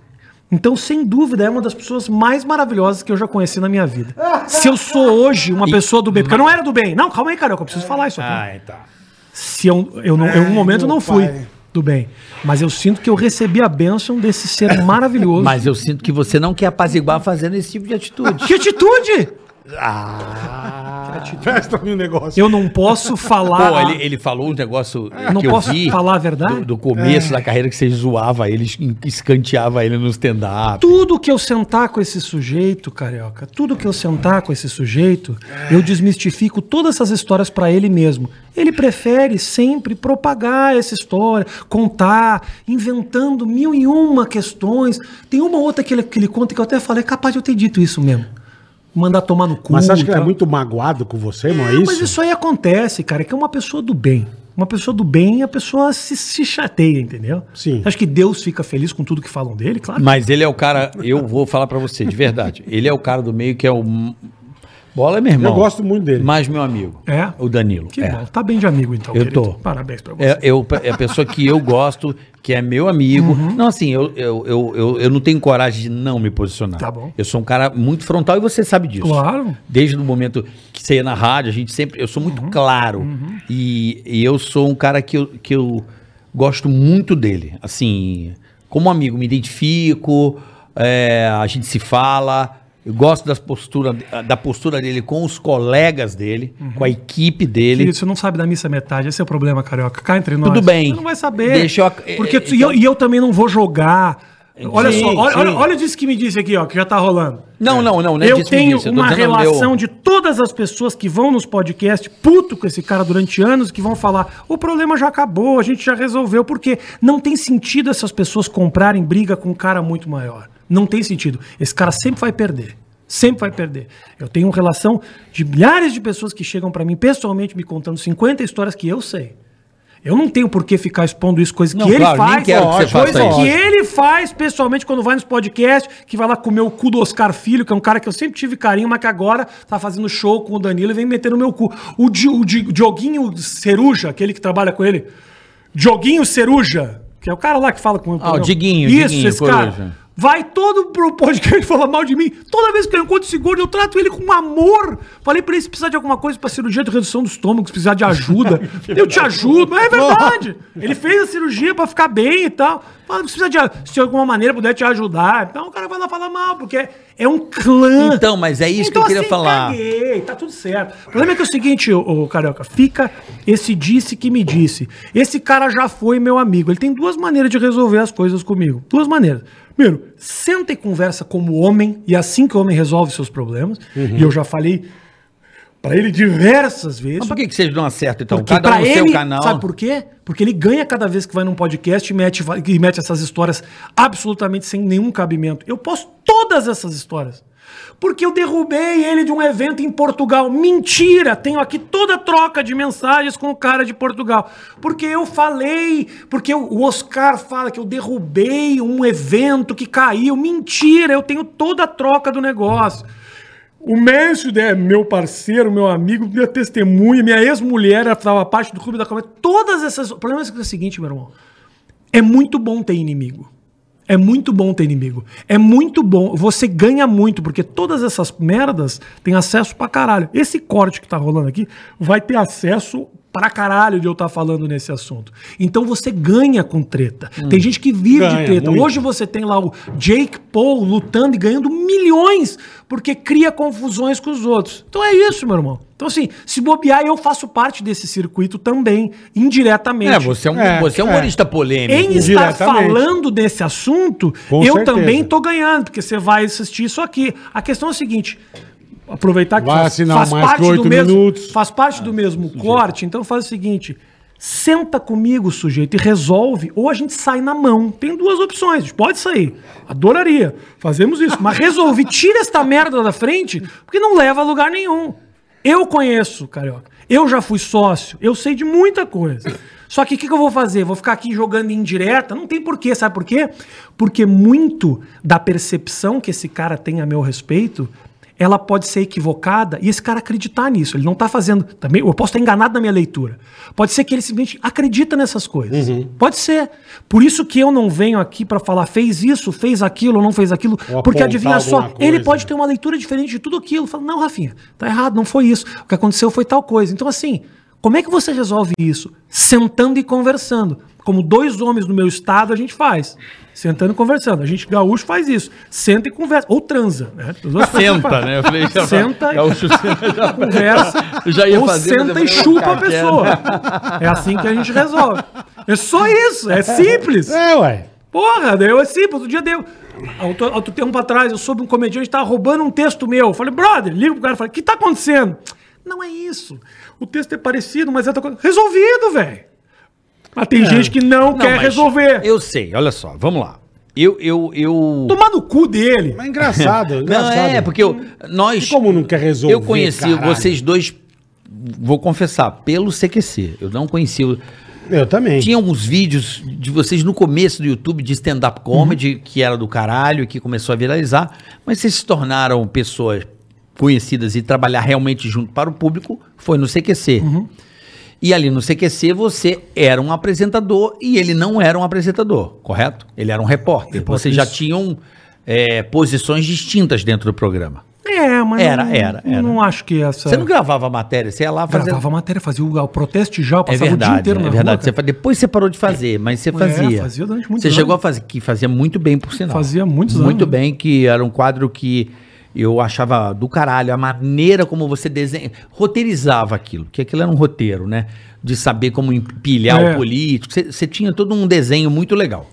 Então, sem dúvida, é uma das pessoas mais maravilhosas que eu já conheci na minha vida. Se eu sou hoje uma pessoa do bem, porque eu não era do bem. Não, calma aí, carioca, eu preciso falar isso aqui.
Ah, tá.
Se eu, eu, não, eu, um momento, eu não
meu
fui
pai.
do bem. Mas eu sinto que eu recebi a bênção desse ser
(laughs)
maravilhoso.
Mas eu sinto (laughs) que você não quer apaziguar fazendo esse tipo de atitude.
Que atitude! título.
Presta-me um negócio.
Eu não posso falar.
Pô, ele, ele falou um negócio eh,
Ah, Não
que
posso
eu vi
falar a verdade? É.
do, do começo da carreira que você zoava ele, es- escanteava ele no stand-up.
Tudo que eu sentar com esse sujeito, carioca, tudo que eu sentar com esse sujeito,
É.
eu desmistifico todas essas histórias pra ele mesmo. Ele prefere sempre propagar essa história, contar, inventando mil e uma questões. Tem uma outra que ele, que ele conta que eu até falei, é capaz de eu ter dito isso mesmo. Mandar tomar no cu.
Mas você acha que
e
ele é
tal.
muito magoado com você, não é
Não,
isso?
Mas isso aí acontece, cara, é que é uma pessoa do bem. Uma pessoa do bem, a pessoa se, se chateia, entendeu?
Sim.
Acho que Deus fica feliz com tudo que falam dele, claro.
Mas ele é o cara, eu vou falar pra você, de verdade. Ele é o cara do meio que é o. Bola é meu irmão.
Eu gosto muito dele.
Mas meu amigo.
É?
O Danilo.
Que
é.
bom. Tá bem de amigo, então,
Eu tô.
Parabéns pra você.
É, eu, é a pessoa que eu gosto, que é meu amigo.
Uhum.
Não, assim, eu, eu, eu, eu, eu não tenho coragem de não me posicionar.
Tá bom.
Eu sou um cara muito frontal e você sabe disso.
Claro.
Desde o momento que você ia na rádio, a gente sempre. Eu sou muito
Uhum.
claro. E, e eu sou um cara que eu, que eu gosto muito dele. Assim, como amigo, me identifico, é, a gente se fala. Eu gosto das postura, da postura dele com os colegas dele,
Uhum.
com a equipe dele.
Querido, você não sabe da missa metade, esse é o problema, carioca. Cá entre nós.
Tudo bem.
Você não vai saber.
Deixa eu-
Porque
é,
tu- e, eu,
então-
e eu também não vou jogar. Olha
Sim,
só, olha,
sim.
olha, olha disso que me disse aqui, ó, que já tá rolando.
Não, não, não, não
eu
disso que me
tenho
disse, eu tô
uma
dizendo o meu-
relação de todas as pessoas que vão nos podcasts puto com esse cara durante anos, que vão falar: o problema já acabou, a gente já resolveu, porque não tem sentido essas pessoas comprarem briga com um cara muito maior. Não tem sentido. Esse cara sempre vai perder. Sempre vai perder. Eu tenho uma relação de milhares de pessoas que chegam pra mim pessoalmente me contando 50 histórias que eu sei. Eu não tenho por que ficar expondo isso, coisa
Não,
que ele
claro, nem
faz,
quero que você
coisa
faça isso.
que ele faz pessoalmente quando vai nos podcasts, que vai lá comer o cu do Oscar Filho, que é um cara que eu sempre tive carinho, mas que agora tá fazendo show com o Danilo e vem meter no meu cu. O, Di, o Di- o Dioguinho Ceruja, aquele que trabalha com ele, Dioguinho Ceruja, que é o cara lá que fala com
Ah, o Diguinho,
Isso,
Diguinho,
esse cara.
Coruja.
Vai todo pro podcast (laughs) falar mal de mim. Toda vez que eu encontro esse gordo, eu trato ele com amor. Falei pra ele se precisar de alguma coisa pra cirurgia de redução do estômago, se precisar de ajuda. eu te ajudo. Mas é verdade. Ele fez a cirurgia pra ficar bem e tal. Fala, se precisa de, a- se de alguma maneira puder te ajudar. Então o cara vai lá falar mal, porque é- é um clã.
Então, mas é isso que eu queria falar.
assim, caguei, tá tudo certo. O problema é que é o seguinte, ô, ô, Carioca, fica esse disse que me disse. Esse cara já foi meu amigo. Ele tem duas maneiras de resolver as coisas comigo. Duas maneiras. Primeiro, senta e conversa como homem, e é assim que o homem resolve seus problemas.
Uhum.
E eu já falei pra ele diversas vezes.
Mas por que, que vocês não acertam, então?
Porque
Cada um
pra
no
ele,
seu canal.
Sabe por quê? Porque ele ganha cada vez que vai num podcast e mete, e mete essas histórias absolutamente sem nenhum cabimento. Eu posto todas essas histórias. Porque eu derrubei ele de um evento em Portugal. Mentira! Tenho aqui toda a troca de mensagens com o cara de Portugal. Porque eu falei, porque o Oscar fala que eu derrubei um evento que caiu. Mentira! Eu tenho toda a troca do negócio. O Mércio é meu parceiro, meu amigo, minha testemunha, minha ex-mulher, ela estava parte do clube da comédia. Todas essas. O problema é o seguinte, meu irmão. É muito bom ter inimigo. É muito bom ter inimigo. É muito bom. Você ganha muito, porque todas essas merdas têm acesso pra caralho. Esse corte que tá rolando aqui vai ter acesso pra caralho de eu estar falando nesse assunto. Então você ganha com treta. Tem gente que vive de
Hum. Ganha
treta.
muito.
Hoje você tem lá o Jake Paul lutando e ganhando milhões porque cria confusões com os outros. Então é isso, meu irmão. Então, assim, se bobear, eu faço parte desse circuito também, indiretamente.
É, você é um,
É,
você é um
é.
humorista polêmico.
Em estar
Diretamente.
falando desse assunto,
Com
eu
certeza.
também tô ganhando, porque você vai assistir isso aqui. A questão é o seguinte. Aproveitar que
Vai assinar mais que oito
do mesmo,
minutos. É,
faz parte do mesmo corte, então faz o seguinte: senta comigo, sujeito, e resolve, ou a gente sai na mão. Tem duas opções, a gente pode sair. Adoraria. Fazemos isso. Mas resolve, tira esta merda da frente, porque não leva a lugar nenhum. Eu conheço, carioca. Eu já fui sócio, eu sei de muita coisa. Só que o que, que eu vou fazer? Vou ficar aqui jogando em direta? Não tem porquê, sabe por quê? Porque muito da percepção que esse cara tem a meu respeito ela pode ser equivocada e esse cara acreditar nisso. Ele não tá fazendo. Também, eu posso estar enganado na minha leitura. Pode ser que ele simplesmente acredita nessas coisas.
Uhum.
Pode ser. Por isso que eu não venho aqui para falar fez isso, fez aquilo, não fez aquilo.
Ou
porque
apontar
adivinha só,
alguma
ele
coisa.
pode ter uma leitura diferente de tudo aquilo. Fala, não, Rafinha, tá errado, não foi isso. O que aconteceu foi tal coisa. Então, assim. Como é que você resolve isso? Sentando e conversando. Como dois homens do meu estado, a gente faz. Sentando e conversando. A gente, gaúcho, faz isso. Senta e conversa. Ou transa. Né? As duas coisas que
Senta,
faz.
né? Eu falei, já,
Senta e-
Gaúcho, senta, já,
Conversa.
Eu já ia
ou
fazer, mas eu
senta e
falei,
chupa a
cara,
pessoa. É assim que a gente resolve. É só isso. É simples.
É, ué.
Porra, deu assim, outro dia deu. Outro, outro tempo atrás, eu soube um comediante que tava roubando um texto meu. Eu falei, brother, liga pro cara e falei, o que tá acontecendo? Não é isso. O texto é parecido, mas é outra coisa. Resolvido, velho. Mas
É.
tem gente que não, quer
mas
resolver.
Eu sei, olha só, vamos lá. Eu, eu, eu...
Tomar no cu dele.
Mas é engraçado, engraçado.
(laughs) Não, é, porque eu, nós...
Hum. E como não quer resolver,
Eu conheci
caralho?
vocês dois, vou confessar, pelo CQC. Eu não conheci... o-
Eu também.
Tinha uns vídeos de vocês no começo do YouTube de stand-up comedy, que era do caralho, que começou a viralizar, mas vocês se tornaram pessoas conhecidas e trabalhar realmente junto para o público foi no CQC. E ali no CQC você era um apresentador e ele não era um apresentador, correto? Ele era um repórter. vocês já tinham é, posições distintas dentro do programa.
É, mas.
Era,
não,
era, era.
Não acho que essa.
Você não gravava matéria, você ia lá fazer.
gravava a matéria, fazia o, o protesto de já,
É
passava o dia
verdade,
inteiro na
é
rua,
verdade. Você
cara. É,
fa- depois você parou de fazer, mas você fazia.
fazia durante muitos
Você
anos.
chegou a fazer, que fazia muito bem, por sinal.
Fazia muitos
muito
anos.
Muito bem, que era um quadro que eu achava do caralho, a maneira como você desenha, roteirizava aquilo, que aquilo era um roteiro, né? De saber como empilhar
É.
o político. Você- Você tinha todo um desenho muito legal.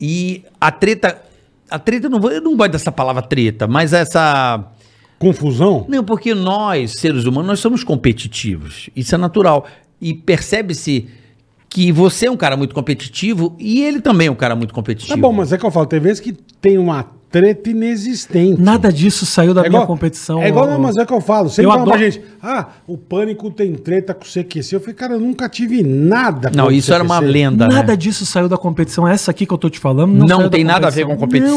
E a treta, a treta, eu não, vou- eu não gosto dessa palavra treta, mas essa...
Confusão?
Não, porque nós, seres humanos, nós somos competitivos. Isso é natural. E percebe-se que você é um cara muito competitivo e ele também é um cara muito competitivo.
Tá bom, mas é que eu falo, tem vezes que tem uma treta inexistente.
Nada disso saiu da minha competição.
É igual,
ô-
não, mas é que eu falo. Sempre
Eu
fala pra
adoro-
gente, ah, o pânico tem treta com o CQC. Eu falei, cara, eu nunca tive nada com
Não,
o
isso era uma
CQC.
lenda.
Nada
né?
disso saiu da competição. Essa aqui que eu tô te falando
Não,
saiu da
tem nada a ver
competição.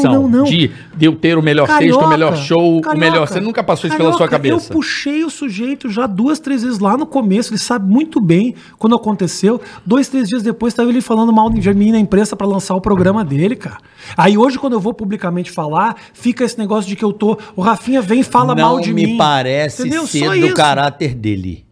com competição.
Não, não, não.
De, de eu ter o melhor texto, o melhor show, o melhor. Você nunca passou isso pela sua
Carioca,
cabeça.
Eu puxei o sujeito já duas, três vezes lá no começo. Ele sabe muito bem quando aconteceu. Dois, três dias depois, estava ele falando mal de mim na imprensa para lançar o programa dele, cara. Aí hoje, quando eu vou publicamente falar, fica esse negócio de que eu tô. O Rafinha vem e fala mal
não
de
me
mim.
parece ser
Só
do
isso.
caráter dele.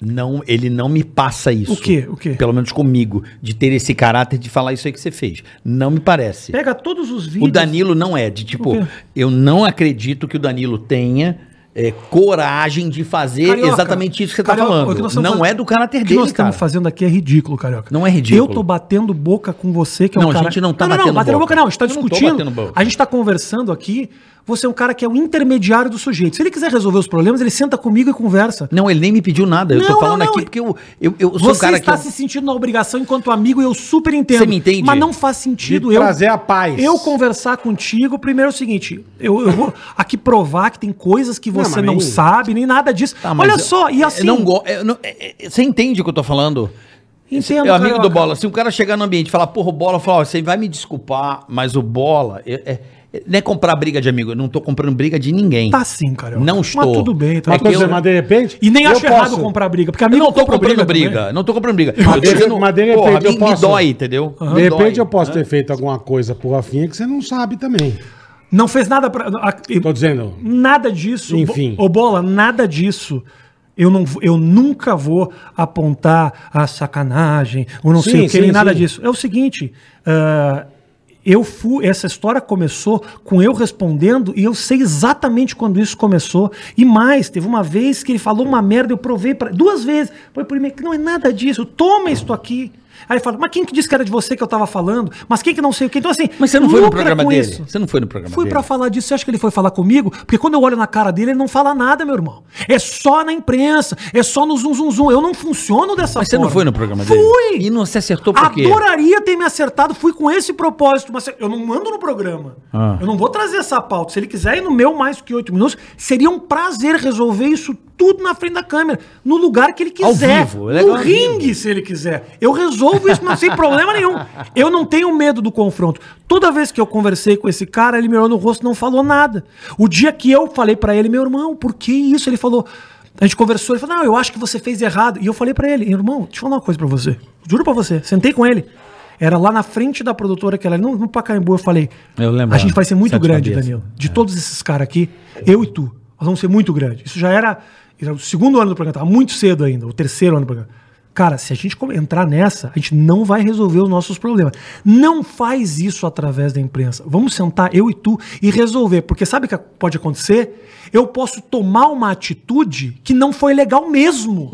Não, ele não me passa isso.
O quê? O quê?
Pelo menos comigo, de ter esse caráter de falar isso aí que você fez. Não me parece.
Pega todos os
O
vídeos.
Danilo não é de tipo,
Por quê?
eu não acredito que o Danilo tenha é, coragem de fazer
Carioca,
exatamente isso que você está
Carioca, o
falando.
que nós
Não
estamos
é
fazendo-
do caráter
O que
dele,
nós estamos
cara.
fazendo aqui é ridículo, Carioca.
Não é ridículo.
Eu tô batendo boca com você, que é
Não,
um
a
cara...
gente não tá
não, não,
batendo
batendo boca.
boca.
não. A gente tá
Eu não tô
discutindo,
batendo boca.
a gente tá conversando aqui, você é um cara que é o intermediário do sujeito. Se ele quiser resolver os problemas, ele senta comigo e conversa.
Não, ele nem me pediu nada. Eu
Não,
tô
não,
falando
não.
aqui porque eu, eu, eu sou um
Você
cara que.
está
eu-
se sentindo na obrigação enquanto amigo e eu super entendo.
Você me entende?
Mas não faz sentido
De
eu...
trazer a paz.
Eu conversar contigo, primeiro é o seguinte, eu, eu vou aqui provar que tem coisas que
Não,
você
mas
não,
nem-
sabe, nem nada disso.
Tá, mas
Olha
eu-
só, e
eu
assim...
não go- eu não- é- é- você entende o que eu tô falando?
Entendo,
é o amigo
Carioca.
do Bola. Se um cara chegar no ambiente e falar, porra, o Bola, falar, ó, você vai me desculpar, mas o Bola. é- é- é- não é comprar briga de amigo. Eu não tô comprando briga de ninguém.
Tá sim, Carioca.
Não
Mas
estou.
tudo bem, tá
Mas,
É que
por exemplo,
eu-
mas de repente.
E nem
eu
acho errado comprar briga, porque a
Eu
minha
não tô comprando briga, não tô comprando briga. Eu tô
de-
dizendo,
mas de repente
porra,
eu
me, me
posso-
dói, entendeu?
De repente eu
né?
posso ter feito alguma coisa pro Rafinha que você não sabe também.
Não fez nada pra. a-
Tô dizendo.
Nada disso.
Enfim.
Ô, Bola, nada disso. Eu, não, vou- eu nunca vou apontar a sacanagem, ou não
Sim,
sei o que,
sim,
nem nada
sim.
disso. É o seguinte. ah, eu fui, essa história começou com eu respondendo e eu sei exatamente quando isso começou. E mais, teve uma vez que ele falou uma merda, eu provei pra, duas vezes. Foi por e-mail que não é nada disso. Toma isto aqui. Aí fala, mas quem que disse que era de você que eu tava falando? Mas quem que não sei o que? Então assim,
Mas você não foi no
lucra
programa
com
dele?
isso.
Você não foi no programa
Fui
dele?
pra falar disso. Você acha que ele foi falar comigo? Porque quando eu olho na cara dele, ele não fala nada, meu irmão. É só na imprensa, é só no zum zum zum. Eu não funciono dessa
Mas você
forma.
não foi no programa
fui.
dele? E não se acertou por quê?
Adoraria ter me acertado, fui com esse propósito, mas eu não mando no programa.
Ah.
Eu não vou trazer essa pauta. Se ele quiser ir no meu mais que oito minutos, seria um prazer resolver isso tudo na frente da câmera, no lugar que ele
Ao
quiser.
vivo, é legal
no
ao
ringue, se ele quiser. Eu resolvo isso, não sem problema nenhum. Eu não tenho medo do confronto. Toda vez que eu conversei com esse cara, ele me olhou no rosto e não falou nada. O dia que eu falei pra ele, meu irmão, por que isso? Ele falou. A gente conversou, ele falou: "Não, eu acho que você fez errado". E eu falei pra ele: "Irmão, deixa eu falar uma coisa pra você. Juro pra você, sentei com ele. Era lá na frente da produtora que ela no, no Pacaembu, eu falei:
Eu lembro,
"A gente vai ser muito
sete
grande,
cabeças."
Danilo. De todos esses caras aqui, eu e tu, nós vamos ser muito grandes. Isso já era Era o segundo ano do programa, tava muito cedo ainda, o terceiro ano do programa. Cara, se a gente come- entrar nessa, a gente não vai resolver os nossos problemas. Não faz isso através da imprensa. Vamos sentar, eu e tu, e resolver. Porque sabe o que pode acontecer? Eu posso tomar uma atitude que não foi legal mesmo.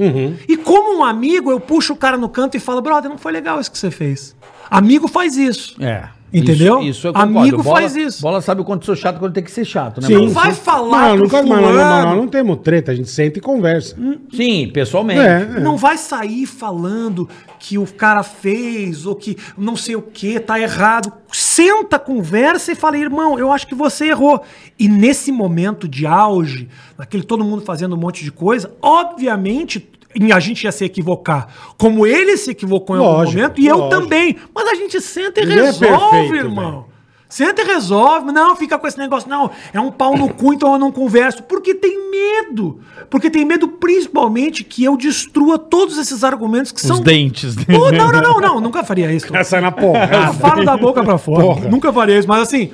E como um amigo, eu puxo o cara no canto e falo, brother, não foi legal isso que você fez. Amigo faz isso.
É.
Entendeu?
Isso, isso eu concordo.
Amigo
bola,
faz isso.
Bola sabe o quanto sou chato quando tem que ser chato, né?
Sim.
Mauro?
vai falar
Não,
pro
nunca, mas, não, não,
fulano. Hum,
não, não temos treta, a gente senta e conversa.
Sim, pessoalmente.
É.
Não vai sair falando que o cara fez ou que não sei o que tá errado. Senta, conversa e fala, irmão, eu acho que você errou. E nesse momento de auge, naquele todo mundo fazendo um monte de coisa, obviamente em a gente ia se equivocar. Como ele se equivocou em algum
Lógico,
momento e eu
lógico.
também. Mas a gente senta e
Ninguém é
resolve,
perfeito,
irmão.
velho.
Senta e resolve. Não, fica com esse negócio. Não, é um pau no cu, então eu não converso. Porque tem medo. Porque tem medo principalmente que eu destrua todos esses argumentos que são...
Os
né?
dentes dele.
Oh, não, não, não, não. Nunca
(laughs)
faria isso.
Essa é na
(laughs)
porra.
Ah, falo da boca pra fora.
Porra.
Nunca faria isso. Mas assim...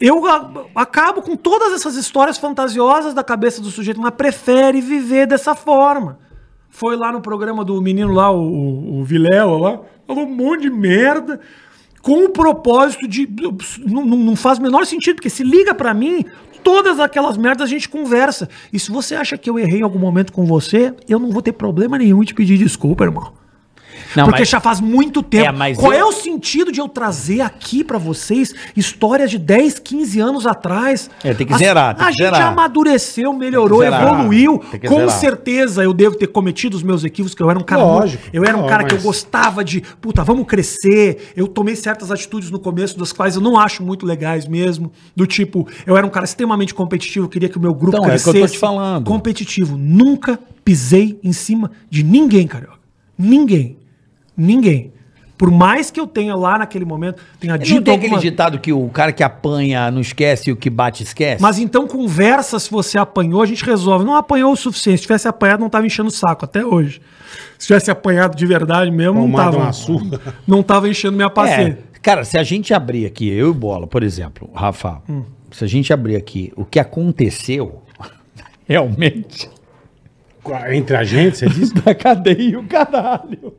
Eu a- acabo com todas essas histórias fantasiosas da cabeça do sujeito, mas prefere viver dessa forma. Foi lá no programa do menino lá, o, o, o Vilela lá, falou um monte de merda, com o propósito de. Não, não- não faz o menor sentido, porque se liga pra mim, todas aquelas merdas a gente conversa. E se você acha que eu errei em algum momento com você, eu não vou ter problema nenhum em te pedir desculpa, irmão.
Não,
Porque
mas-
já faz muito tempo.
É, mas
Qual
eu-
é o sentido de eu trazer aqui pra vocês histórias de 10, 15 anos atrás?
É, tem que zerar, tem
a
que
gente
zerar.
amadureceu, melhorou,
Tem que zerar,
evoluiu.
tem que
Com
zerar.
certeza eu devo ter cometido os meus equívocos, que eu era um cara.
Lógico.
muito- eu era um
Não,
cara que eu
mas-
gostava de, puta, vamos crescer. Eu tomei certas atitudes no começo, das quais eu não acho muito legais mesmo. Do tipo, eu era um cara extremamente competitivo, eu queria que o meu grupo
Então, é o que
crescesse.
eu tô te falando.
Competitivo. Nunca pisei em cima de ninguém, carioca. Ninguém. Ninguém. Por mais que eu tenha lá naquele momento, tenha
Não
dito
tem é aquele
alguma...
ditado que o cara que apanha não esquece e o que bate esquece?
Mas então conversa se você apanhou, a gente resolve. Não apanhou o suficiente. Se tivesse apanhado, não tava enchendo o saco até hoje. Se tivesse apanhado de verdade mesmo, não
Tomado
tava.
uma surra.
(laughs) Não tava enchendo minha paciência.
É, cara, se a gente abrir aqui, eu e Bola, por exemplo, Rafa, se a gente abrir aqui o que aconteceu (laughs) realmente (laughs)
Entre a gente, você diz?
da cadeia, o caralho.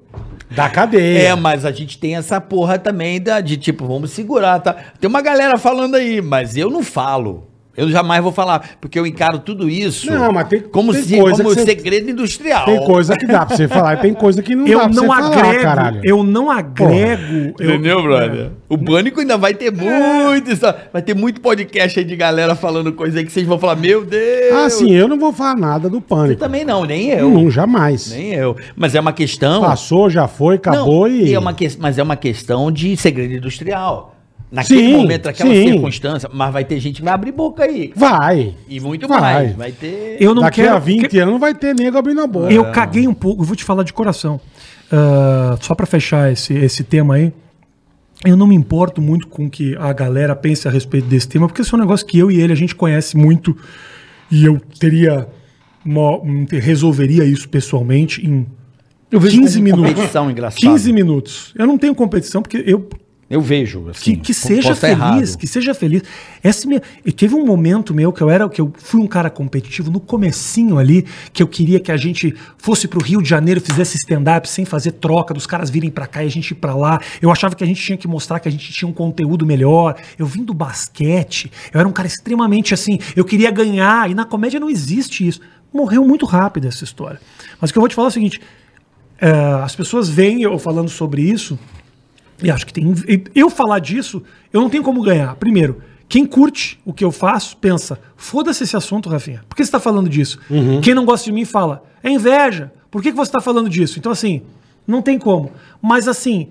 Da cadeia.
(laughs) É, mas a gente tem essa porra também da, de tipo, vamos segurar, tá? Tem uma galera falando aí, mas eu não falo. Eu jamais vou falar, porque eu encaro tudo isso
Não, mas tem-
como,
tem
se,
coisa
como
que você-
segredo industrial.
Tem coisa que dá pra você falar e tem coisa que não dá
Eu
pra
não,
você
agrego,
caralho.
eu não agrego,
É.
eu é,
Entendeu, brother? O pânico ainda vai ter muito. isso- Vai ter muito podcast aí de galera falando coisa aí que vocês vão falar, meu Deus!
Ah, sim, Hum. eu não vou falar nada do
Eu
pânico.
também não, nem eu.
Não, jamais.
Nem eu. Mas é uma questão.
Passou, já foi, acabou
Não,
e.
é uma que- mas é uma questão de segredo industrial. Naquele
Sim,
momento, naquela
sim.
circunstância, mas vai ter gente que vai abrir boca aí.
Vai.
E muito
Vai.
mais. Vai ter.
Eu não
Daqui
quero
a 20
que-
anos não vai ter nego abrindo a boca. É.
Eu caguei um pouco, eu vou te falar de coração. Ah, só pra fechar esse, esse tema aí, eu não me importo muito com o que a galera pense a respeito desse tema, porque esse é um negócio que eu e ele a gente conhece muito e eu teria uma- um, resolveria isso pessoalmente em
Eu vejo
15
como
minutos.
competição, engraçado.
15 minutos. Eu não tenho competição porque eu
Eu vejo.
que,
Assim,
que
po-
seja
posso tá
feliz,
errado.
que seja feliz. Esse me- e teve um momento meu que eu era, que eu fui um cara competitivo no comecinho ali, que eu queria que a gente fosse pro Rio de Janeiro, fizesse stand-up sem fazer troca, dos caras virem pra cá e a gente ir pra lá. Eu achava que a gente tinha que mostrar que a gente tinha um conteúdo melhor. Eu vim do basquete, eu era um cara extremamente assim, eu queria ganhar, e na comédia não existe isso. Morreu muito rápido essa história. Mas o que eu vou te falar é o seguinte, é, as pessoas veem eu falando sobre isso, e acho que tem. Eu falar disso, eu não tenho como ganhar. Primeiro, quem curte o que eu faço, pensa, foda-se esse assunto, Rafinha. Por que você está falando disso?
Uhum.
Quem não gosta de mim fala, é inveja. Por que, que você está falando disso? Então, assim, não tem como. Mas, assim,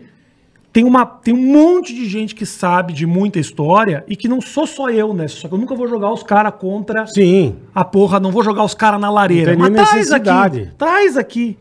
tem, uma, tem um monte de gente que sabe de muita história e que não sou só eu nessa. Só que eu nunca vou jogar os caras contra
Sim.
a porra, não vou jogar os caras na lareira.
Não tem
Mas
nem
traz aqui,
necessidade.
traz aqui.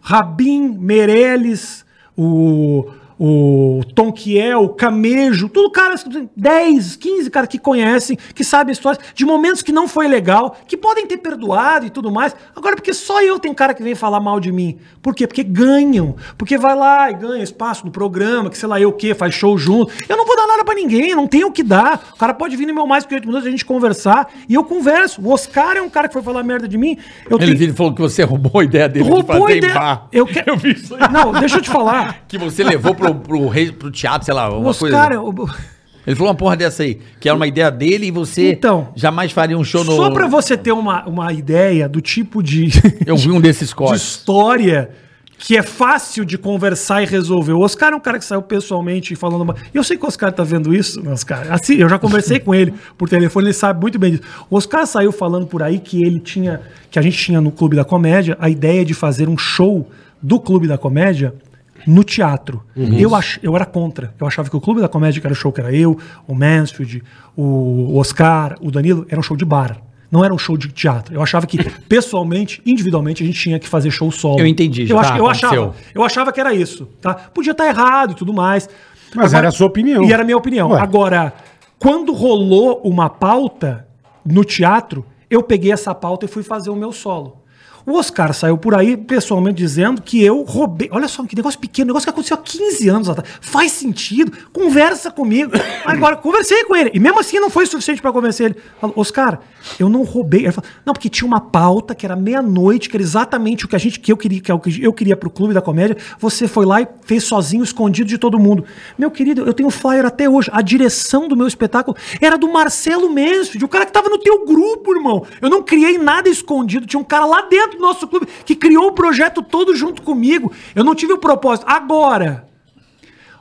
Rabin, Meirelles, o, o, o Tom Kiel, o Camejo, tudo caras, 10, 15 caras que conhecem, que sabem histórias, de momentos que não foi legal, que podem ter perdoado e tudo mais. Agora, porque só eu tenho cara que vem falar mal de mim. Por quê? Porque ganham. Porque vai lá e ganha espaço no programa, que sei lá eu o quê, faz show junto. Eu não vou dar nada pra ninguém, não tenho o que dar. O cara pode vir no meu mais que 8 minutos, a gente conversar, e eu converso. O Oscar é um cara que foi falar merda de mim. Eu
Ele
tenho-
vira e falou que você roubou a ideia dele
Roubou a
fazer
ideia.
em bar. (laughs)
Eu quero-
vi isso aí.
Não, deixa eu te falar.
Que você levou pro, pro, rei- pro teatro, sei lá, uma
Os
coisa.
caras.
Ele falou uma porra dessa aí, que era uma ideia dele e você
Então.
jamais faria um show no...
Só pra você ter uma, uma ideia do tipo de, (laughs)
Eu vi um desses
de
cortes.
história que é fácil de conversar e resolver. O Oscar é um cara que saiu pessoalmente falando. Uma... Eu sei que o Oscar tá vendo isso, né, Oscar. Assim, eu já conversei com ele por telefone, ele sabe muito bem disso. O Oscar saiu falando por aí que ele tinha. que a gente tinha no Clube da Comédia a ideia de fazer um show do Clube da Comédia no teatro.
Uhum.
Eu, ach, eu era contra. Eu achava que o Clube da Comédia, que era o show que era eu, o Mansfield, o Oscar, o Danilo, era um show de bar. Não era um show de teatro. Eu
(laughs)
achava que, pessoalmente, individualmente, a gente tinha que fazer show solo.
Eu entendi, já
Eu, ach-
tá,
eu achava,
aconteceu.
eu achava que era isso. Tá? Podia estar errado e tudo mais.
Mas era a sua opinião.
E era a minha opinião.
Ué.
Agora, quando rolou uma pauta no teatro, eu peguei essa pauta e fui fazer o meu solo. O Oscar saiu por aí pessoalmente dizendo que eu roubei. Olha só que negócio pequeno, negócio que aconteceu há 15 anos atrás. Faz sentido, conversa
(coughs)
comigo. Agora, conversei com ele. E mesmo assim não foi suficiente para convencer ele. Falou, Oscar, eu não roubei. Ele falou, não, porque tinha uma pauta que era meia-noite, que era exatamente o que a gente que eu queria, que é o que eu queria pro clube da comédia. Você foi lá e fez sozinho, escondido de todo mundo. Meu querido, eu tenho flyer até hoje. A direção do meu espetáculo era do Marcelo Mansfield, o cara que tava no teu grupo, irmão. Eu não criei nada escondido. Tinha um cara lá dentro do nosso clube que criou o projeto todo junto comigo. Eu não tive o propósito. Agora,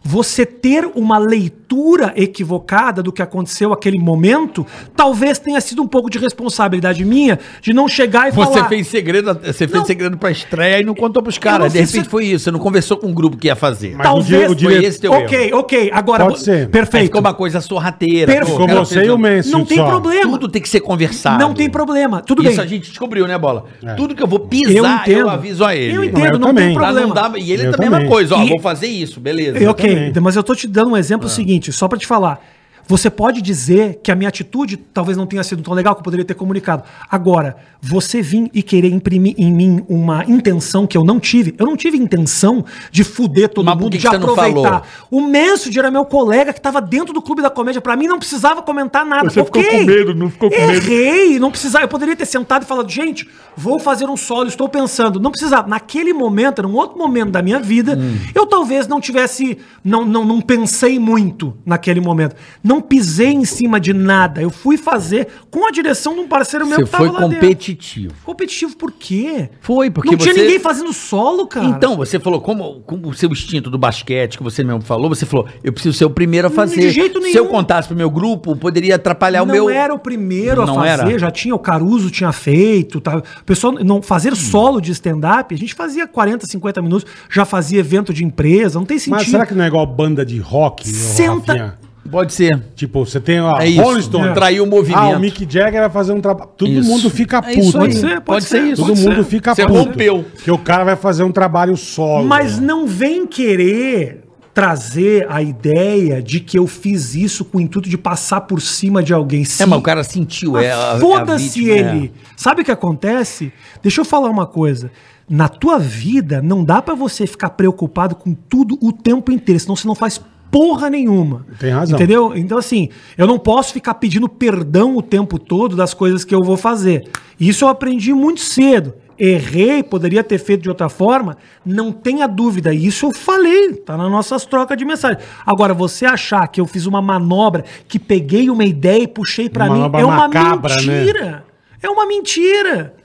você ter uma leitura equivocada do que aconteceu naquele momento, talvez tenha sido um pouco de responsabilidade minha de não chegar e
Você
falar.
fez segredo, você fez
Não.
segredo pra estreia e não contou pros
Eu não
caras. De
sei se
repente
você-
foi isso, você não conversou com o grupo que ia fazer.
Mas o dire- o
Foi
diretor-
esse teu erro.
ok, ok. Agora,
Pode ser. é
Aí
perfeito.
É, ficou uma coisa sorrateira.
Perfeito.
pô,
Ficou
cara, é
você e o Manson
Não tem
só.
problema.
Tudo tem que ser conversado.
Não tem problema. Tudo
Isso
bem.
a gente descobriu, né, Bola? Tudo que eu vou
Eu
pisar, eu,
entendo.
aviso a ele.
Eu
Mas
entendo,
eu
não
também.
tem
Pra não
problema.
dar- E ele
Eu
também é a mesma
também.
coisa, ó,
E-
vou fazer isso, beleza.
Eu- É, ok,
Exatamente.
mas eu tô te dando um
Ah.
exemplo seguinte, só pra te falar. Você pode dizer que a minha atitude talvez não tenha sido tão legal que eu poderia ter comunicado. Agora, você vir e querer imprimir em mim uma intenção que eu não tive, eu não tive intenção de fuder todo
Mas por
mundo,
que
de
que você não
aproveitar. O Mansfield era meu colega que tava dentro do clube da comédia, pra mim não precisava comentar nada.
Você ficou com medo, não ficou com medo.
Errei, não precisava. Eu poderia ter sentado e falado, gente, vou fazer um solo, estou pensando. Não precisava. Naquele momento, era um outro momento da minha vida, eu talvez não tivesse, não, não, não pensei muito naquele momento. Não pisei em cima de nada. Eu fui fazer com a direção de um parceiro meu
Você
tava
foi
dentro.
competitivo.
Competitivo por quê?
Foi, porque
Não tinha
você-
ninguém fazendo solo, cara.
Então, você falou, como, como o seu instinto do basquete, que você mesmo falou, você falou, eu preciso ser o primeiro a fazer.
de jeito
Se eu
nenhum.
contasse pro meu grupo, poderia atrapalhar É o
não
meu...
era o primeiro
Não
a fazer,
era?
já tinha, o Caruso tinha feito, tá? O pessoal não
Hum.
fazer solo de stand up, a gente fazia 40, 50 minutos, já fazia evento de empresa, não tem sentido.
Mas será que não é igual banda de rock? ô,
Senta-
Rafinha?
Pode ser.
Tipo, você tem lá,
É isso. É. Traiu o movimento.
Ah, o Mick Jagger vai fazer um trabalho. Todo
Isso.
mundo fica
É isso
puto.
aí.
Pode ser, pode
Pode ser
ser.
isso.
Todo
Pode
mundo
ser.
fica
Você rompeu.
Porque o cara vai fazer um trabalho
é
solo. É.
Mas não vem querer trazer a ideia de que eu fiz isso com o intuito de passar por cima de alguém.
É,
Sim,
mas o cara sentiu. é, a-
Ah,
a
Foda-se
vítima, é.
ele. Sabe o que acontece? Deixa eu falar uma coisa. Na tua vida, não dá pra você ficar preocupado com tudo o tempo inteiro, senão você não faz porra nenhuma.
Tem razão.
Entendeu? Então, assim, eu não posso ficar pedindo perdão o tempo todo das coisas que eu vou fazer. Isso eu aprendi muito cedo. Errei, poderia ter feito de outra forma, não tenha dúvida. Isso eu falei, tá nas nossas trocas de mensagem. Agora, você achar que eu fiz uma manobra, que peguei uma ideia e puxei pra mim,
Manobra
é uma
macabra, né?
mentira. É uma mentira.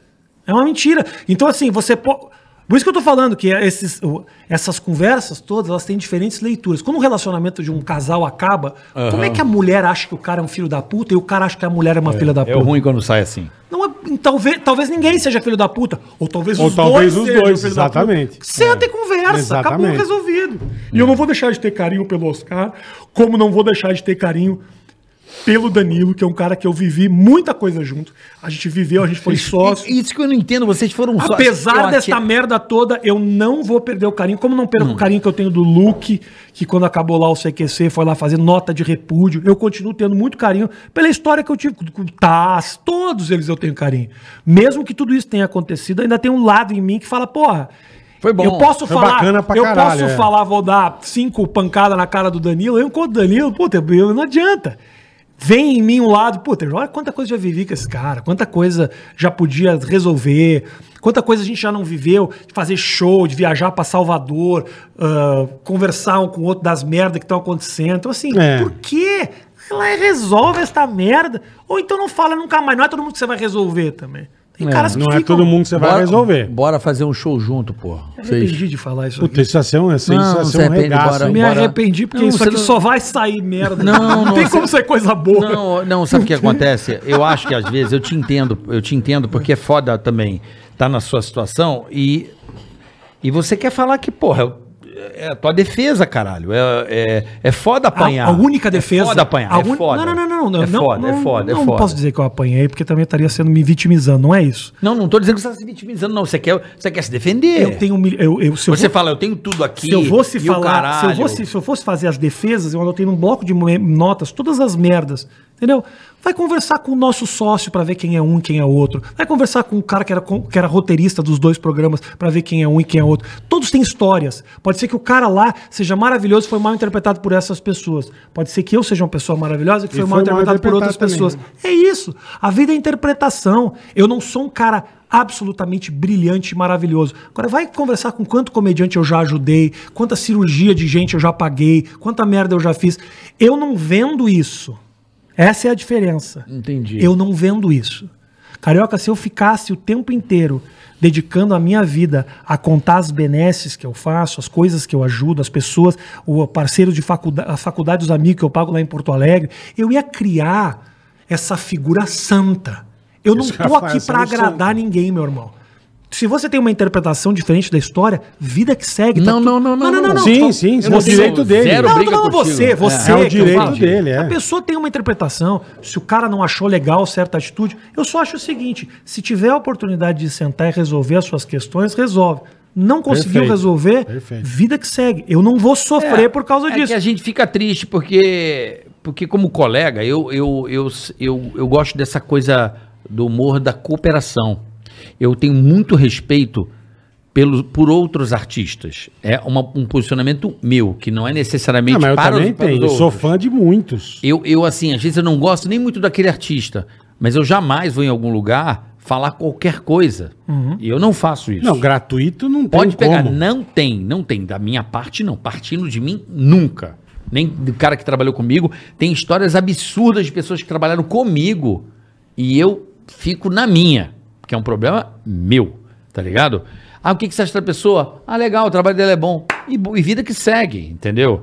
É uma mentira. Então, assim, você pode. Por isso que eu tô falando que esses, o- essas conversas todas, elas têm diferentes leituras. Quando o relacionamento de um casal acaba, como é que a mulher acha que o cara é um filho da puta e o cara acha que a mulher é uma filha da
É
puta?
o ruim quando sai assim.
Não é, talvez, talvez ninguém seja filho da puta. Ou talvez
Ou
os
talvez
dois
os
sejam
dois,
filho da puta.
exatamente. É,
Senta e conversa, acabou
Exatamente.
resolvido. E eu não vou deixar de ter carinho pelo Oscar, como não vou deixar de ter carinho pelo Danilo, que é um cara que eu vivi muita coisa junto. A gente viveu, a gente foi sócio.
Isso que eu não entendo, vocês foram só-
Apesar
eu
desta
achei-
merda toda, eu não vou perder o carinho. Como não perco o carinho que eu tenho do Luke, que quando acabou lá o CQC foi lá fazer nota de repúdio. Eu continuo tendo muito carinho pela história que eu tive com com o Taz. Todos eles eu tenho carinho. Mesmo que tudo isso tenha acontecido, ainda tem um lado em mim que fala, porra.
Foi bom.
Eu posso
Foi
falar,
bacana pra
eu
caralho,
posso
é.
falar, vou dar cinco pancadas na cara do Danilo. Eu encontro o Danilo, puta, eu- não adianta. Vem em mim um lado, puta, olha quanta coisa já vivi com esse cara, quanta coisa já podia resolver, quanta coisa a gente já não viveu, de fazer show, de viajar pra Salvador, ah, conversar um com o outro das merdas que estão acontecendo. Então, assim,
É.
por quê? Ela resolve esta merda. Ou então não fala nunca mais. Não é todo mundo que você vai resolver também. Tem caras que
Não é todo mundo que você vai
Bora-
resolver.
Bora fazer um show junto, porra.
Me
Vocês-
arrependi de falar isso
Puta, isso assim é um- isso
Não,
é
você
um
arrepende,
regaço.
bora.
Me
hein?
arrependi, porque
Não,
isso
você
aqui
não-
só vai sair merda.
Não, não,
tem
você-
como sair coisa boa.
Não,
Não, sabe o
(laughs)
que acontece? Eu acho que às vezes eu te entendo, eu te entendo porque é foda também tá na sua situação e e você quer falar que, porra, é a tua defesa, caralho. É, é, é foda
A,
apanhar.
a única defesa.
É foda apanhar,
a
é
un-
foda.
Não, não, não, não, não.
É
não,
foda,
não,
é foda, é
Não
foda.
posso dizer que eu apanhei, porque também estaria sendo me vitimizando, não é isso.
Não, não tô dizendo que você tá se vitimizando, não. Você quer, você quer se defender.
Eu tenho. um mil- Eu, eu, se eu
É. Você
vou-
fala, eu tenho tudo aqui.
se eu fosse
e o
falar, se eu
caralho.
fosse, se eu fosse fazer as defesas, eu anotei num bloco de me- notas todas as merdas, entendeu? Vai conversar com o nosso sócio pra ver quem é um, e quem é outro. Vai conversar com o cara que era, com- que era roteirista dos dois programas pra ver quem é um e quem é outro. Todos têm histórias. Pode ser que o cara lá seja maravilhoso e foi mal interpretado por essas pessoas. Pode ser que eu seja uma pessoa maravilhosa e que
E
foi, mal
foi mal
interpretado por
interpretado
outras
também,
pessoas.
né?
É isso. A vida é interpretação. Eu não sou um cara absolutamente brilhante e maravilhoso. Agora vai conversar com quanto comediante eu já ajudei, quanta cirurgia de gente eu já paguei, quanta merda eu já fiz. Eu não vendo isso. Essa é a diferença.
Entendi.
Eu não vendo isso. Carioca, se eu ficasse o tempo inteiro dedicando a minha vida a contar as benesses que eu faço, as coisas que eu ajudo, as pessoas, o parceiro de faculdade, a faculdade dos amigos que eu pago lá em Porto Alegre, eu ia criar essa figura santa. Eu não
Isso que eu
tô
ia falar,
aqui
essa é
para
um santo.
agradar ninguém, meu irmão. Se você tem uma interpretação diferente da história, vida que segue. tá
Não, não, não, não, não.
Sim,
Então,
sim,
eu
é o
não sou-
direito dele.
zero
não,
briga
não, não,
contigo.
você,
É.
você.
É o
que eu
direito
falo. Tá
dele, é.
A pessoa tem uma interpretação. Se o cara não achou legal certa atitude, eu só acho o seguinte: se tiver a oportunidade de sentar e resolver as suas questões, resolve. Não conseguiu
Perfeito.
resolver,
Perfeito.
vida que segue. Eu não vou sofrer por causa
é
disso.
que a gente fica triste porque, porque como colega, eu, eu, eu, eu, eu gosto dessa coisa do humor da cooperação. Eu tenho muito respeito pelo, por outros artistas. É uma- um posicionamento meu, que não é necessariamente
Não, mas eu
para os-
também
para os
tenho. Eu sou
outros.
fã de muitos.
Eu, eu, assim, às vezes eu não gosto nem muito daquele artista, mas eu jamais vou em algum lugar falar qualquer coisa.
Uhum.
E eu não faço isso.
Não, gratuito não
Pode
tem
pegar.
como.
Não é tem, não tem. Da minha parte, não. Partindo de mim, nunca. Nem do cara que trabalhou comigo. Tem histórias absurdas de pessoas que trabalharam comigo e eu fico na minha, que é um problema meu, tá ligado? Ah, o que, que você acha da pessoa? Ah, legal, o trabalho dela é bom. E, bo- e vida que segue, entendeu?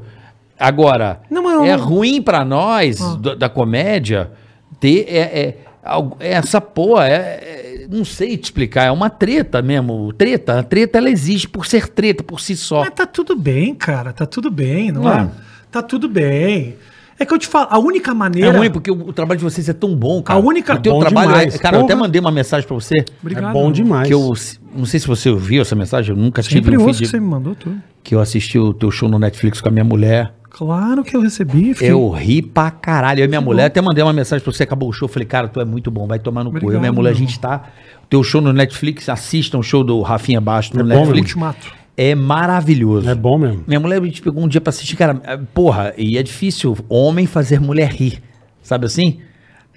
Agora,
Não, mas eu-
é ruim pra nós, da, da comédia, ter é, é, algo- essa porra, é- é- não sei te explicar, é uma treta mesmo. Treta, a treta ela existe por ser treta, por si só.
Mas tá tudo bem, cara. Tá tudo bem, não, é?
Não.
Tá tudo bem. É que eu te falo, a única
É
maneira.
ruim, porque o, o trabalho de vocês é tão bom, cara.
A única-
O teu
Bom
trabalho
demais,
é- Cara, eu até
porra.
mandei uma mensagem pra você.
Obrigado.
É bom demais.
Que eu não sei se você ouviu essa mensagem, eu nunca tive
Sempre
um
ouço que
feed-
você me mandou tudo.
que eu assisti o teu show no Netflix com a minha mulher.
Claro que eu recebi. fiquei-
Eu ri pra caralho. Eu e minha mulher, até mandei uma mensagem pra você, acabou o show. eu Falei, cara, tu é muito bom, vai tomar no cu. Eu e minha
Obrigado,
mulher, a
meu
gente tá. O teu show no Netflix, assistam o show do Rafinha Basto no
bom,
Netflix.
Ultimato.
É maravilhoso.
É bom mesmo.
Minha mulher, a gente pegou um dia pra assistir, cara, eh, porra, e é difícil homem fazer mulher rir, sabe assim?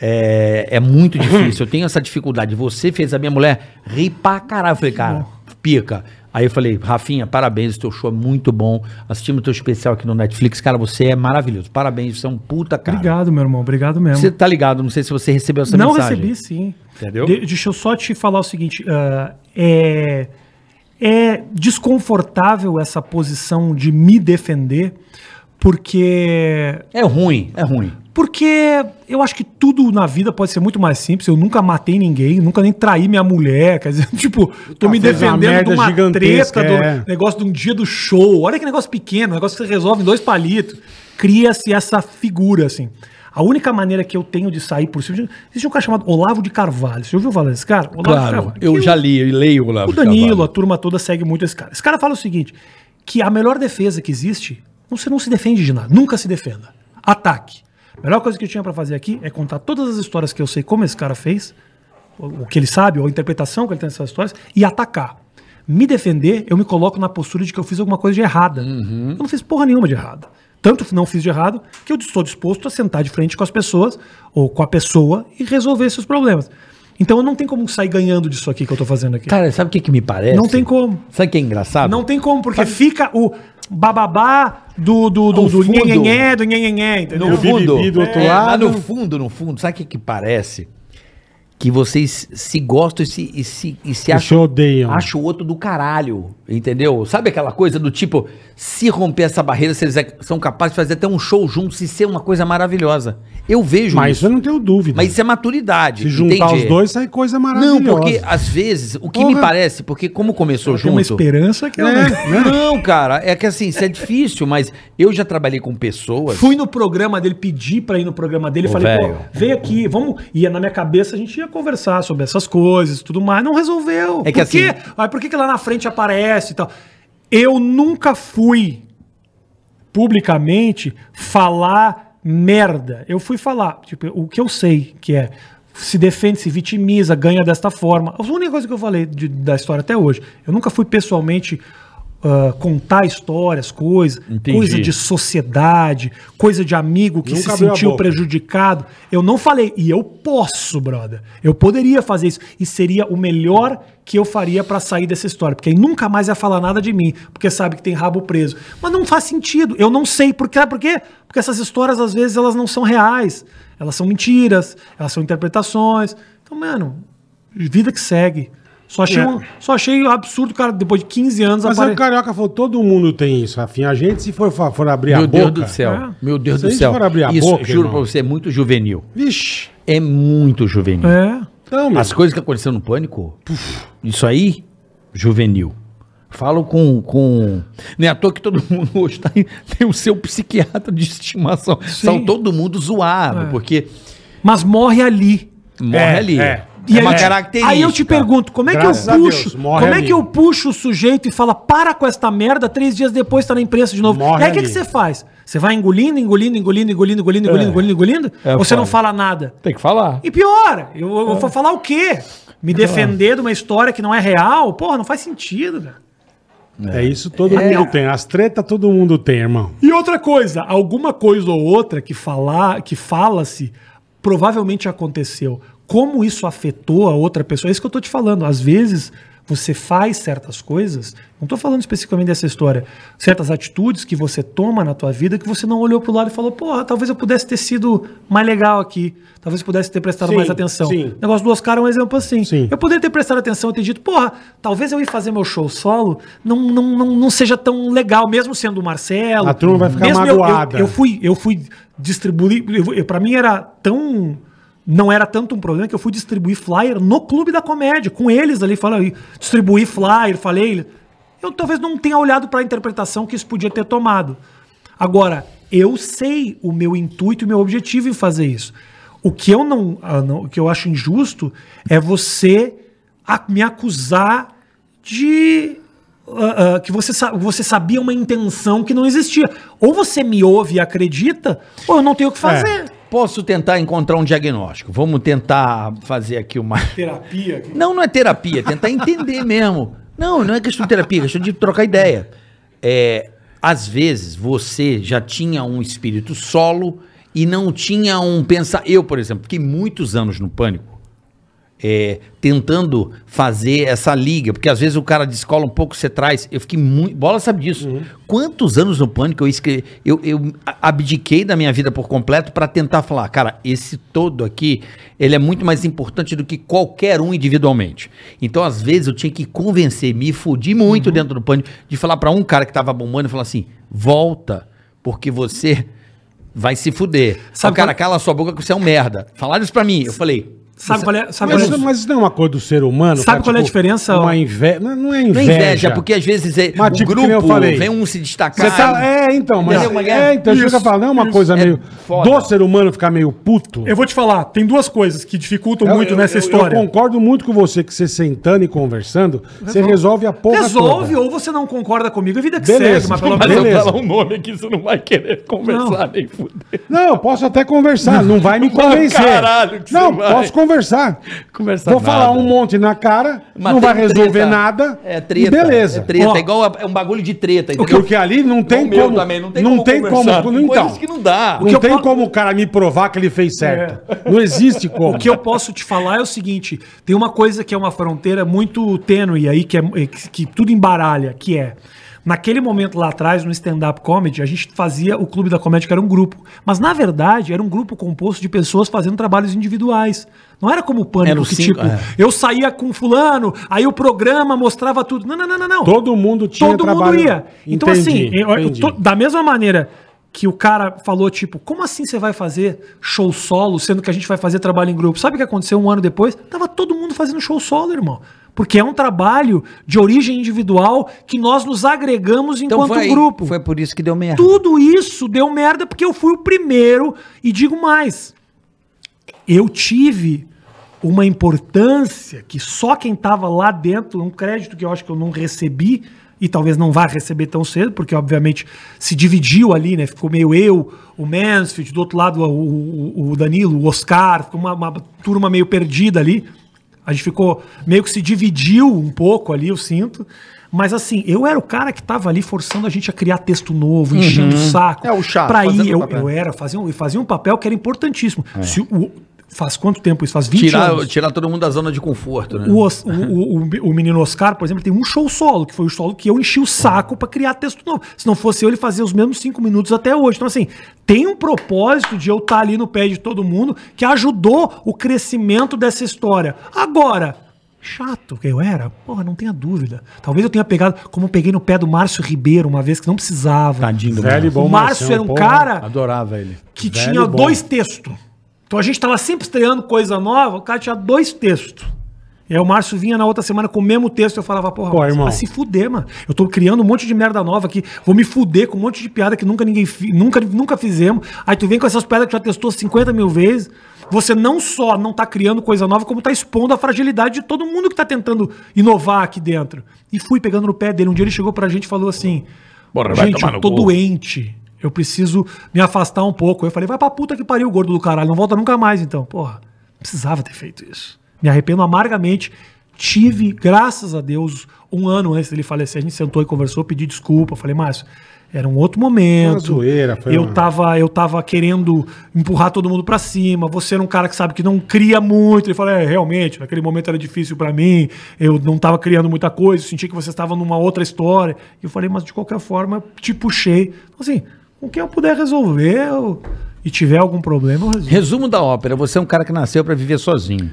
É, é muito difícil, eu tenho essa dificuldade. Você fez a minha mulher rir pra caralho. Eu falei, cara, pica. Aí eu falei, Rafinha, parabéns, o teu show é muito bom. Assistimos o teu especial aqui no Netflix, cara, você é maravilhoso. Parabéns, você é um puta cara.
Obrigado, meu irmão. Obrigado mesmo.
Você tá ligado, não sei se você recebeu essa
não
mensagem.
recebi, sim.
Entendeu?
De- deixa eu só te falar o seguinte: ah, é, é desconfortável essa posição de me defender, porque
É ruim, é ruim.
porque eu acho que tudo na vida pode ser muito mais simples. Eu nunca matei ninguém, nunca nem traí minha mulher. Quer dizer, (laughs) tipo, tô me
fez Tá uma
defendendo de
merda
uma
gigantesca,
treta, do
é.
negócio de um dia do um show. Olha que negócio pequeno, negócio que você resolve em dois palitos. Cria-se essa figura, assim. A A única maneira que eu tenho de sair por cima. Existe um cara chamado Olavo de Carvalho. Você ouviu falar desse cara? Olavo de
Claro,
Carvalho.
eu
Que
já li, eu leio o Olavo
o
de
Danilo,
Carvalho.
a turma toda segue muito esse cara. Esse cara fala o seguinte: que a melhor defesa que existe, você não se defende de nada, nunca se defenda. Ataque. A melhor coisa que eu tinha pra fazer aqui é contar todas as histórias que eu sei como esse cara fez, o o que ele sabe, ou a interpretação que ele tem dessas histórias, e atacar. Me defender, eu me coloco na postura de que eu fiz alguma coisa de errada. Eu não fiz porra nenhuma de errada. Tanto não fiz de errado que eu estou disposto a sentar de frente com as pessoas, ou com a pessoa, e resolver esses problemas. Então eu não tenho como sair ganhando disso aqui que eu tô fazendo aqui.
Cara, sabe o que, que me parece?
Não tem como.
Sabe o que é engraçado?
Não tem como,
Tá
porque fica o bababá do, do, do,
No
do
fundo.
nhenhenhé, do nhenhenhé, entendeu?
no
O Bibi
fundo,
do outro
é, lá
lado.
no fundo, no fundo, sabe o que, que parece? Que vocês se gostam e se, e se, e se
E se odeiam.
acham o outro do caralho, entendeu? Sabe aquela coisa do tipo, se romper essa barreira, vocês é- são capazes de fazer até um show juntos e ser uma coisa maravilhosa. Eu vejo
Mas isso eu não tenho dúvida.
Mas isso é maturidade.
Se juntar
entende?
os dois, sai coisa maravilhosa.
Não, porque às vezes, o que me
Porra.
parece, porque como começou
Tem uma
junto...
né?
esperança que eu
É, né?
Não, cara, é que assim, isso é difícil, mas eu já trabalhei com pessoas...
Fui no programa dele, pedi pra ir no programa dele,
Ô,
falei,
velho.
pô, vem aqui, vamos. E na minha cabeça a gente ia conversar sobre essas coisas e tudo mais. Não resolveu.
É que
por quê?
assim-
Aí por que, que lá na frente aparece e tal? Eu nunca fui publicamente falar merda. Eu fui falar, tipo, o que eu sei, que é se defende, se vitimiza, ganha desta forma. A única coisa que eu falei de- da história até hoje, eu nunca fui pessoalmente ah, contar histórias, coisas,
Entendi.
coisa de sociedade, coisa de amigo que
Nunca
se
abriu a
sentiu
boca.
prejudicado. Eu não falei, e eu posso, brother. Eu poderia fazer isso e seria o melhor que eu faria pra sair dessa história, porque aí nunca mais ia falar nada de mim, porque sabe que tem rabo preso. Mas não faz sentido. Eu não sei porque, sabe por quê? Porque essas histórias às vezes elas não são reais. Elas são mentiras, elas são interpretações. Então, mano, vida que segue. Só achei,
É.
um, só achei absurdo, cara, depois de 15 anos
Mas é
apare-
o Carioca falou, todo mundo tem isso, Rafinha. A gente, se for, for abrir a
Meu
boca...
Deus do céu.
É.
Meu Deus
Se
do
a gente
céu.
for abrir a
Isso,
boca,
juro
irmão.
pra você, é muito juvenil.
Vixe.
É muito juvenil.
É.
Então, meu,
As coisas que aconteceram no pânico, isso aí, juvenil. Falo com. com... Não é à toa que todo mundo (laughs) hoje tá, aí- tem o seu psiquiatra de estimação. São todo mundo zoado, porque
Mas morre ali.
morre
É,
ali.
é.
E
é uma
aí, eu te-
característica.
Aí eu te pergunto, como é que
Graças a
eu puxo?
Deus, morre
como é
ali.
que eu puxo o sujeito e fala, para com esta merda, três dias depois tá na imprensa de novo.
Morre
e aí o que,
ali.
que você faz? Você vai engolindo, engolindo, engolindo, engolindo, engolindo, engolindo, engolindo, engolindo?
É
ou você
foda.
não fala nada?
Tem que falar.
E pior, eu, eu
É.
vou falar o quê? Me defender de uma história que não é real? Porra, não faz sentido, cara.
é isso todo mundo tem. As tretas todo mundo tem, irmão.
E outra coisa, alguma coisa ou outra que falar, que fala-se, provavelmente aconteceu. Como isso afetou a outra pessoa? É isso que eu tô te falando. Às vezes você faz certas coisas, não tô falando especificamente dessa história, certas atitudes que você toma na tua vida que você não olhou pro lado e falou, porra, talvez eu pudesse ter sido mais legal aqui, talvez eu pudesse ter prestado
Sim,
mais atenção.
sim.
O negócio do Oscar é um exemplo assim.
Sim.
Eu poderia ter prestado atenção e ter dito, porra, talvez eu ir fazer meu show solo não, não, não, não seja tão legal, mesmo sendo o Marcelo,
A turma vai ficar
eu- eu-
magoada.
Eu, fui, eu fui distribuir. Eu, eu, pra mim era tão. Não era tanto um problema que eu fui distribuir flyer no Clube da Comédia, com eles ali, falei, distribuí flyer, falei. Eu talvez não tenha olhado pra interpretação que isso podia ter tomado. Agora, eu sei o meu intuito e o meu objetivo em fazer isso. O que eu não, ah, não- o que eu acho injusto é você a- me acusar de ah, ah, que você, sa- você sabia uma intenção que não existia. Ou você me ouve e acredita, ou eu não tenho o que fazer.
Posso tentar encontrar um diagnóstico. Vamos tentar fazer aqui uma.
Terapia.
Não, não é terapia, é tentar entender mesmo. Não, não é questão de terapia, é questão de trocar ideia. É, às vezes você já tinha um espírito solo e não tinha um pensar. Eu, por exemplo, fiquei muitos anos no pânico. é, tentando fazer essa liga, porque às vezes o cara descola um pouco, você traz. Eu fiquei muito. Bola sabe disso. Quantos anos no pânico eu escrevi. Eu, eu abdiquei da minha vida por completo pra tentar falar, cara, esse todo aqui, ele é muito mais importante do que qualquer um individualmente. Então, às vezes, eu tinha que convencer, me fudi muito dentro do pânico, de falar pra um cara que tava bombando e falar assim: volta, porque você. Vai se fuder.
Sabe
Sabe, cara,
quando-
cala sua boca que você é um merda. Falaram isso pra mim. Eu falei,
Sabe qual é? Sabe
Mas,
qual
isso-
é?
mas isso não é uma coisa do ser humano. tipo,
Sabe qual é a diferença?
Uma inveja. Não, não é inveja.
Não é inveja, porque às vezes é,
Mas,
o
tipo, que
grupo
nem eu falei.
vem um se
Você
destacar.
tá- é, então, mas.
Entendeu, mulher?
É, então, isso,
Isso,
fica falando, não é uma coisa
é
meio.
foda.
Do ser humano ficar meio puto.
Eu vou te falar, tem duas coisas que dificultam
Eu-
muito
eu-
nessa
eu-
história.
Eu concordo muito com você que você sentando e conversando, você resolve a porra.
Resolve
toda.
ou você não concorda comigo, a vida que
Beleza,
segue, mas pelo
mas
menos...
beleza.
um nome aqui, você não vai querer
conversar,
nem fuder.
Não, eu posso até conversar, não vai me convencer.
caralho que
não,
você vai.
posso conversar.
Conversar
Vou falar
nada.
um monte na cara,
Mas
não
tem
vai resolver
treta.
nada.
É treta.
Beleza.
É treta.
Ó.
é igual a- é um bagulho de treta. entendeu?
Porque ali não tem
Não, meu
como.
também, não tem
não
como
tem como.
conversar.
Então,
Coisas que não dá.
não
que eu
tem
falo-
como o cara me provar que ele fez certo. Não existe como.
O que eu posso te falar é o seguinte: tem uma coisa que é uma fronteira muito tênue aí, que, é, que, que tudo embaralha, que é. Naquele momento lá atrás, no stand-up comedy, a gente fazia o Clube da Comédia, que era um grupo. Mas, na verdade, era um grupo composto de pessoas fazendo trabalhos individuais. Não era como o pânico,
Era um
que
cinco,
tipo,
é.
eu saía com fulano, aí o programa mostrava tudo. Não, não, não, não, não.
Todo mundo tinha
Todo mundo
trabalho-
ia. Então,
Entendi,
assim, eu- eu
entendi.
tô- da mesma maneira que o cara falou, tipo, como assim você vai fazer show solo, sendo que a gente vai fazer trabalho em grupo? Sabe o que aconteceu um ano depois? Tava todo mundo fazendo show solo, irmão. Porque é um trabalho de origem individual que nós nos agregamos enquanto
Então foi,
grupo.
Foi por isso que deu merda.
Tudo isso deu merda porque eu fui o primeiro. E digo mais, eu tive uma importância que só quem estava lá dentro, um crédito que eu acho que eu não recebi, e talvez não vá receber tão cedo, porque obviamente se dividiu ali, né? Ficou meio eu, o Mansfield, do outro lado o, o- o Danilo, o Oscar, ficou uma, uma turma meio perdida ali. A gente ficou meio que se dividiu um pouco ali, eu sinto. Mas assim, eu era o cara que tava ali forçando a gente a criar texto novo, enchendo o saco.
É, o chato,
Pra
fazendo
ir, eu,
papel. É.
eu era, fazia um, fazia um papel que era importantíssimo. Se o- faz quanto tempo isso? Faz 20
Tirar,
anos.
tirar todo mundo da zona de conforto, né?
O, Os- o- o- o- o menino Oscar, por exemplo, tem um show solo, que foi o solo que eu enchi o saco pra criar texto novo. Se não fosse eu, ele fazia os mesmos cinco minutos até hoje. Então, assim, tem um propósito de eu estar ali no pé de todo mundo que ajudou o crescimento dessa história. Agora, chato que eu era, porra, não tenha dúvida. Talvez eu tenha pegado, como eu peguei no pé do Márcio Ribeiro uma vez, que não precisava.
Tadinho do
Velho e
Márcio.
bom
o Márcio
Marcião,
era um
porra.
cara
Adorava ele.
que
Velho
tinha
bom.
dois textos. Então a gente tava sempre estreando coisa nova, o cara tinha dois textos. E aí o Márcio vinha na outra semana com o mesmo texto, eu falava, porra,
Pô,
Márcio, assim
irmão.
vai se fuder, mano. Eu tô criando um monte de merda nova aqui, vou me fuder com um monte de piada que nunca ninguém fi- nunca, nunca fizemos. Aí tu vem com essas piadas que já testou 50 mil vezes. Você não só não tá criando coisa nova, como tá expondo a fragilidade de todo mundo que tá tentando inovar aqui dentro. E fui pegando no pé dele. Um dia ele chegou pra gente e falou assim:
Bora, vai
Gente,
tomar
eu
no
tô
cu."
doente doente. Eu preciso me afastar um pouco. Eu falei, vai pra puta que pariu, gordo do caralho. Não volta nunca mais, então. Porra, precisava ter feito isso. Me arrependo amargamente. Tive, graças a Deus, um ano antes dele falecer, a gente sentou e conversou, pedi desculpa. Falei, Márcio, era um outro momento.
Uma zoeira, foi
eu
uma-
tava, eu tava querendo empurrar todo mundo pra cima. Você era um cara que sabe que não cria muito. Ele falou: é, realmente, naquele momento era difícil pra mim. Eu não tava criando muita coisa. Eu senti que você estava numa outra história. E eu falei: mas de qualquer forma, te puxei. Então, assim, com quem eu puder resolver eu- e tiver algum problema, eu resolvo.
Resumo da ópera: você é um cara que nasceu pra viver sozinho.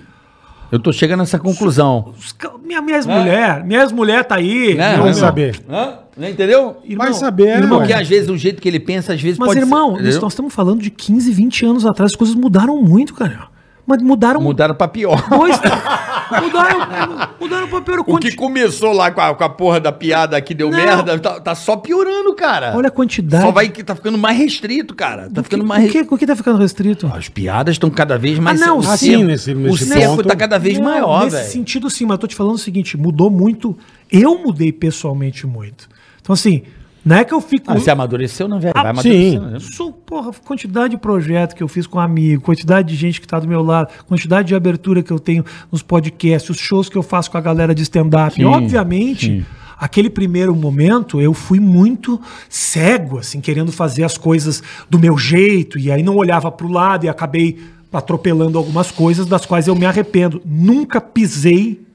Eu tô chegando nessa conclusão.
Os ca- Minha, minha ex-mulher, minha ex-mulher tá aí.
É. Né?
Meu-
Vai
Não.
saber.
Hã? Não Entendeu?
irmão,
Vai saber, né,
irmão,
ué.
Porque às vezes o jeito que ele pensa, às vezes
Mas,
pode
irmão,
ser,
isso
entendeu?
nós estamos falando de 15, 20 anos atrás, as coisas mudaram muito, cara. Mas mudaram
mudaram pra pior.
Dois. mudaram, mudaram pra pior.
(laughs) O que começou lá com a, com a porra da piada que deu
Não.
merda, tá, tá só piorando, cara.
Olha a quantidade.
Só vai que tá ficando mais restrito, cara. Tá ficando
o,
mais
que,
restrito.
o que tá ficando restrito?
As piadas estão cada vez mais.
Ah, não,
o
assim,
cerco-
nesse-
O
nesse
cerco
ponto-
tá cada vez
Não,
maior,
Nesse
velho.
sentido, sim, mas eu tô te falando o seguinte: mudou muito. Eu mudei pessoalmente muito. Então, assim, não é que eu fico.
Ah, você amadureceu, não, velho? Vai
Ah,
amadurecendo. né?
Sou, porra, quantidade de projeto que eu fiz com amigo, quantidade de gente que tá do meu lado, quantidade de abertura que eu tenho nos podcasts, os shows que eu faço com a galera de stand-up. Obviamente, aquele primeiro momento eu fui muito cego, assim, querendo fazer as coisas do meu jeito, e aí não olhava pro lado e acabei atropelando algumas coisas das quais eu me arrependo. Nunca pisei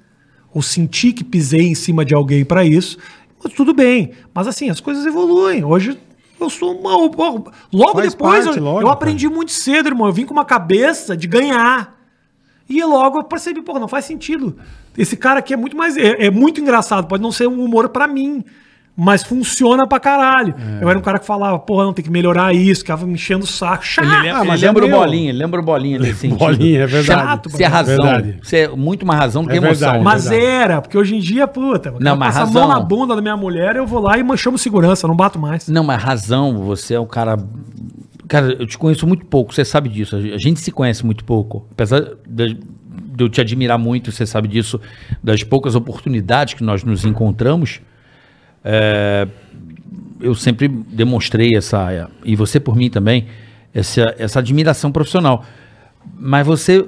ou senti que pisei em cima de alguém para isso, mas tudo bem. Mas assim, as coisas evoluem. Hoje eu sou uma. Logo
Faz
depois
parte,
eu,
lógico.
eu aprendi muito cedo, irmão. Eu vim com uma cabeça de ganhar. E logo eu percebi, pô, não faz sentido. Esse cara aqui é muito mais. É, é muito engraçado, pode não ser um humor pra mim. Mas funciona pra caralho.
É.
Eu era um cara que falava, porra, não, tem que melhorar isso, ficava me enchendo o saco. Chato,
Ele, lem-
Ah,
ele
mas é
lembra o
meu.
bolinha, ele lembra o bolinha nesse
(laughs)
sentido.
Bolinha, é verdade.
Chato, Você é razão.
Verdade.
Você é muito mais razão do que
É
emoção.
verdade.
mas era, porque hoje em dia, puta,
Não, mas
passa a
razão.
mão na bunda da minha mulher, eu vou lá e chamo segurança, não bato mais.
Não, mas razão, você é um cara. Cara, eu te conheço muito pouco, você sabe disso. A gente se conhece muito pouco. Apesar de de eu te admirar muito, você sabe disso, das poucas oportunidades que nós nos encontramos. é, eu sempre demonstrei essa. E você por mim também, essa, essa admiração profissional. Mas você,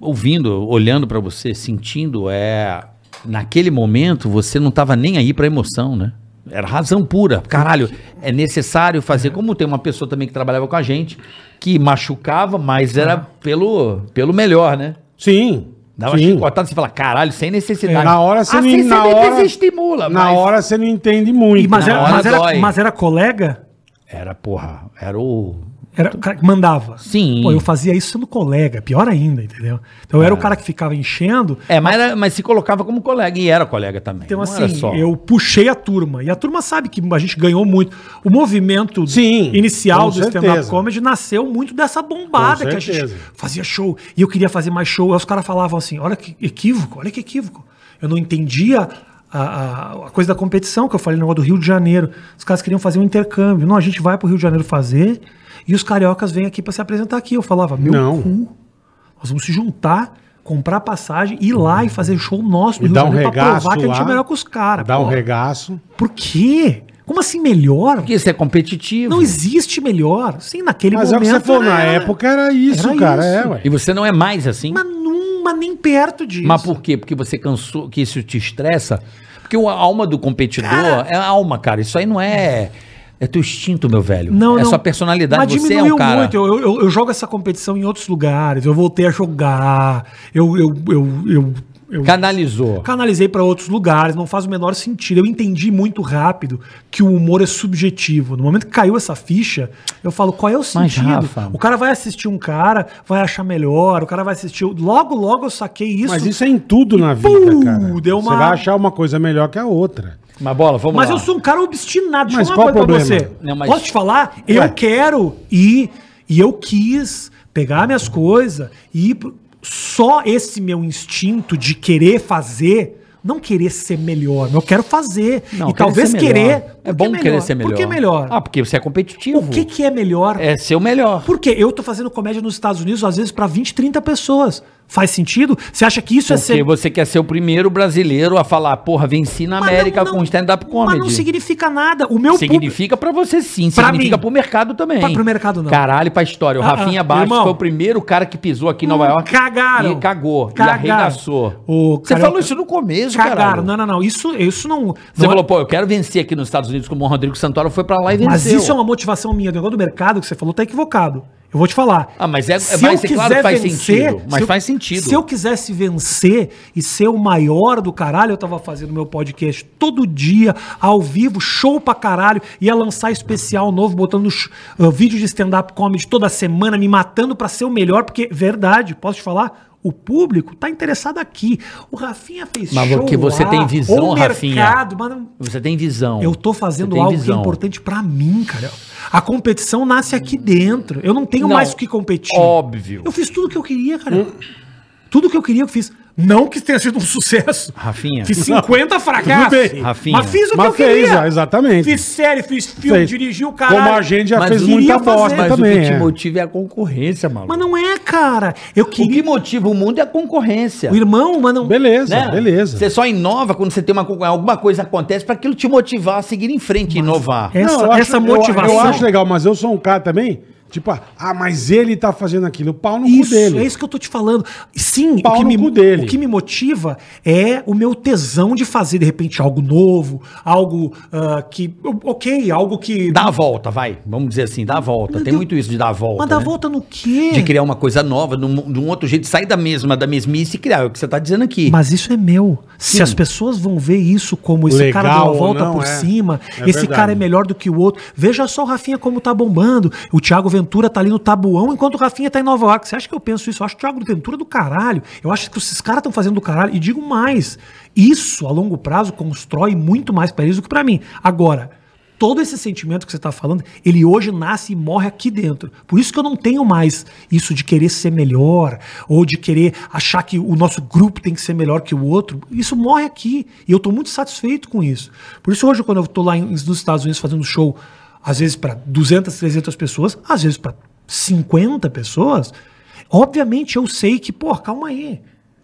ouvindo, olhando pra você, sentindo, é. Naquele momento, você não tava nem aí pra emoção, né? Era razão pura. Caralho, é necessário fazer. Como tem uma pessoa também que trabalhava com a gente, que machucava, mas era
É.
pelo, pelo melhor, né?
Sim.
Dava
sim. É,
chicotada, você fala, caralho, sem necessidade. Assim
Na hora você não na hora,
desestimula,
Na
mas-
hora você não entende muito. né?
E, mas,
na
era,
hora
mas,
dói.
era, mas era colega?
Era, porra, era o.
Era o cara que mandava.
Sim.
Pô, eu fazia isso sendo colega, pior ainda, entendeu? Então eu era o cara que ficava enchendo.
É, mas, era- mas se colocava como colega, e era colega também.
Então,
não era
assim,
só.
eu puxei a turma. E a turma sabe que a gente ganhou muito. O movimento
Sim,
inicial
com
do stand-up
certeza.
comedy nasceu muito dessa bombada
Com
que a gente
certeza.
fazia show. E eu queria fazer mais show. Aí os caras falavam assim: olha que equívoco, olha que equívoco. Eu não entendia. A, a- a coisa da competição que eu falei, o negócio do Rio de Janeiro. Os caras queriam fazer um intercâmbio. Não, a gente vai pro Rio de Janeiro fazer e os cariocas vêm aqui pra se apresentar aqui. Eu falava, meu
Não.
cu, nós vamos se juntar, comprar passagem, ir lá e fazer show nosso do
E dá um
pra
regaço
provar que a gente é
lá,
melhor que os caras.
Dá um
pô.
regaço.
Por quê? Como assim melhor?
Porque isso é competitivo.
Não existe melhor. Sim, naquele
Mas é o
momento.
que você falou, na
era-
época era isso,
Era
cara. É,
isso.
ué.
E você não é mais assim.
Mas, é num, mas nem perto disso.
Mas por quê? Porque você cansou, que isso te estressa? Porque a alma do competidor é a alma, cara. Isso aí não é. É teu instinto, meu velho.
Não,
é
não.
sua personalidade.
Mas
você é
diminuiu
um cara.
muito. Eu, eu- eu jogo essa competição em outros lugares. Eu voltei a jogar. Eu, eu, eu, eu, eu
Canalizou.
canalizei para outros lugares. Não faz o menor sentido. Eu entendi muito rápido que o humor é subjetivo. No momento que caiu essa ficha, eu falo qual é o
Mas,
sentido.
Rafa-
o cara vai assistir um cara, vai achar melhor. O cara vai assistir. Logo, logo eu saquei isso.
Mas isso é em tudo na vida,
pum,
cara.
deu
Você
uma-
vai achar uma coisa melhor que a outra.
Mas bola, vamos
Mas
lá.
eu sou um cara obstinado. Deixa
Mas
eu
qual
falar uma
o
coisa pra
problema?
você.
Não, mas-
Posso te falar? Eu
Ué.
quero ir e eu quis pegar minhas coisas e ir. pro- Só esse meu instinto de querer fazer, não querer ser melhor, mas eu quero fazer.
Não, querer
e talvez
ser
querer.
melhor.
Por
É
que
bom querer ser melhor.
Por que melhor?
Ah, porque você é competitivo.
o que, que é melhor?
É ser o melhor.
Porque eu tô fazendo comédia nos Estados Unidos, às vezes, pra 20, 30 pessoas. Faz sentido? Você acha que isso é
Porque
ser
você quer ser o primeiro brasileiro a falar, porra, venci na
Mas
América
não-
com
não-
stand-up comedy.
Mas não significa nada. O meu público-
Significa pra você sim,
Então, Pra
significa
mim.
pro mercado também.
Pra- pro mercado não.
Caralho, pra história. O
Ah,
Rafinha
ah,
Bastos
irmão.
foi o primeiro cara que pisou aqui em Nova
Hum,
York.
cagaram.
E cagou. E
Cagaram.
arregaçou.
O
Você
Carioca-
falou isso no começo, cara.
Cagaram. Não, não, não. Isso, isso não.
Você
não é-
falou, pô, eu quero vencer aqui nos Estados Unidos como o Rodrigo Santoro foi pra lá e venceu.
mas isso é uma motivação minha. O negócio do mercado que você falou tá equivocado. Eu vou te falar.
Ah, mas é- é mais- é claro que faz sentido, mas
se eu-
faz sentido.
Se eu quisesse vencer e ser o maior do caralho, eu tava fazendo meu podcast todo dia, ao vivo, show pra caralho, ia lançar especial novo, botando sh- ah, vídeo de stand-up comedy toda semana, me matando pra ser o melhor, porque, verdade, posso te falar? O público tá interessado aqui. O Rafinha fez
Mas porque você tem visão,
o
Rafinha.
mercado, mas-
Você tem visão.
eu tô
Você
fazendo
tem
algo que é
visão.
importante pra mim, cara. A competição nasce aqui dentro. Eu não tenho
Não,
mais o que competir.
Óbvio.
Eu fiz tudo que eu queria, cara.
Hum.
Tudo que eu queria, eu fiz. Não que tenha sido um sucesso.
Rafinha.
Fiz 50 fracassos.
Tudo bem.
Rafinha.
Mas fiz o que
Mas
eu
fez,
queria.
ah, exatamente.
Fiz série, fiz filme,
Fez.
dirigi o caralho.
Como a gente já
Mas
fez
eu
muita
queria fazer.
bosta
Mas o
também.
que te
é.
motiva é a concorrência, maluco.
Mas não é, cara. Eu
O que
queria...
motiva o mundo é a concorrência.
O irmão, mas não...
Beleza,
né?
beleza.
Você só inova quando você tem uma concor- alguma coisa acontece pra aquilo te motivar a seguir em frente e inovar.
É. essa-
eu acho-
essa
eu-
motivação-
Eu, acho legal, mas eu sou um cara também, tipo, ah, mas ele tá fazendo aquilo, pau no
Isso,
cu dele.
é isso que eu tô te falando. Sim,
Pau
o que,
no
me,
cu dele.
o que me motiva é o meu tesão de fazer, de repente, algo novo, algo ah, que. Ok, algo que.
Dá a volta, vai. Vamos dizer assim, dá a volta. Tem
Deus.
muito isso de dar a volta.
mas dá
né?
volta no quê?
De criar uma coisa nova, num- de um outro jeito, sair da mesma, da mesmice e criar. É o que você tá dizendo aqui.
Mas isso é meu. Se as pessoas vão ver isso como esse
Legal
cara deu a
ou
volta
não,
por
é.
cima,
É
esse
verdade.
cara é melhor do que o outro. Veja só o Rafinha como tá bombando, o Thiago Ventura tá ali no tabuão, enquanto o Rafinha tá em Nova York. Você acha que eu penso isso? Eu acho o Thiago Ventura do caralho. Eu acho que esses caras estão fazendo do caralho. E digo mais, isso a longo prazo constrói muito mais pra eles do que pra mim. Agora, todo esse sentimento que você tá falando, ele hoje nasce e morre aqui dentro. Por isso que eu não tenho mais isso de querer ser melhor, ou de querer achar que o nosso grupo tem que ser melhor que o outro. Isso morre aqui. E eu tô muito satisfeito com isso. Por isso hoje, quando eu tô lá em- nos Estados Unidos fazendo show, às vezes para 200, 300 pessoas, às vezes para 50 pessoas, obviamente eu sei que, pô, calma aí.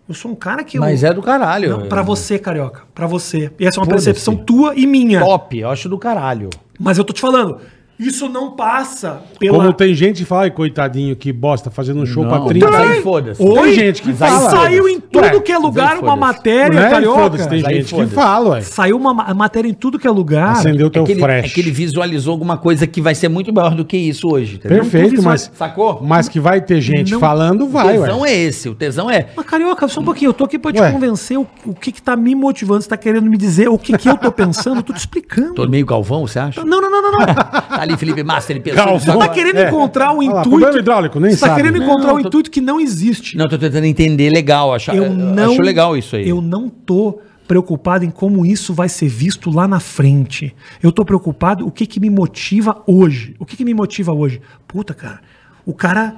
Eu sou um cara que
Mas
eu...
é do caralho.
Não, pra você, carioca, pra você. E essa é uma
Foda-se.
percepção tua e minha.
Top, eu acho do caralho.
Mas eu tô te falando, isso não passa pela.
Como tem gente que fala, "Ai, coitadinho, que bosta, fazendo um show pra 30.
Mas aí
Aí,
foda-se.
Oi?
Hoje,
gente que
mas aí
fala.
saiu em tudo
Ué,
que é lugar
mas aí
uma
foda-se.
matéria,
né?
carioca.
Foda-se, tem
Aí
gente que
foda-se.
fala, ué.
Saiu uma ma- matéria em tudo que é lugar.
Acendeu
É
teu
que, ele, é
fresh.
que ele visualizou alguma coisa que vai ser muito maior do que isso hoje. entendeu?
Perfeito, mas,
Sacou?
mas que vai ter gente falando, vai,
o
ué.
tesão é esse, o tesão é.
Mas, carioca, só um pouquinho, eu tô aqui pra te
Ué.
convencer o, o que que tá me motivando, você tá querendo me dizer o que que eu tô pensando, eu tô te explicando.
Tô meio galvão, você acha?
Não, não,
(laughs)
não, não, não.
Tá ali Felipe Massa, ele pensou
Galvão.
nisso
Você tá
agora.
querendo
É.
encontrar um
Olha lá,
intuito.
problema hidráulico, nem
você tá
sabe. né?
querendo
Não,
encontrar um
tô-
intuito que não existe.
Não, tô tentando entender legal, acho, é,
eu não
acho legal isso aí.
Eu não tô preocupado em como isso vai ser visto lá na frente. Eu tô preocupado o que que me motiva hoje. O que que me motiva hoje? Puta, cara. O cara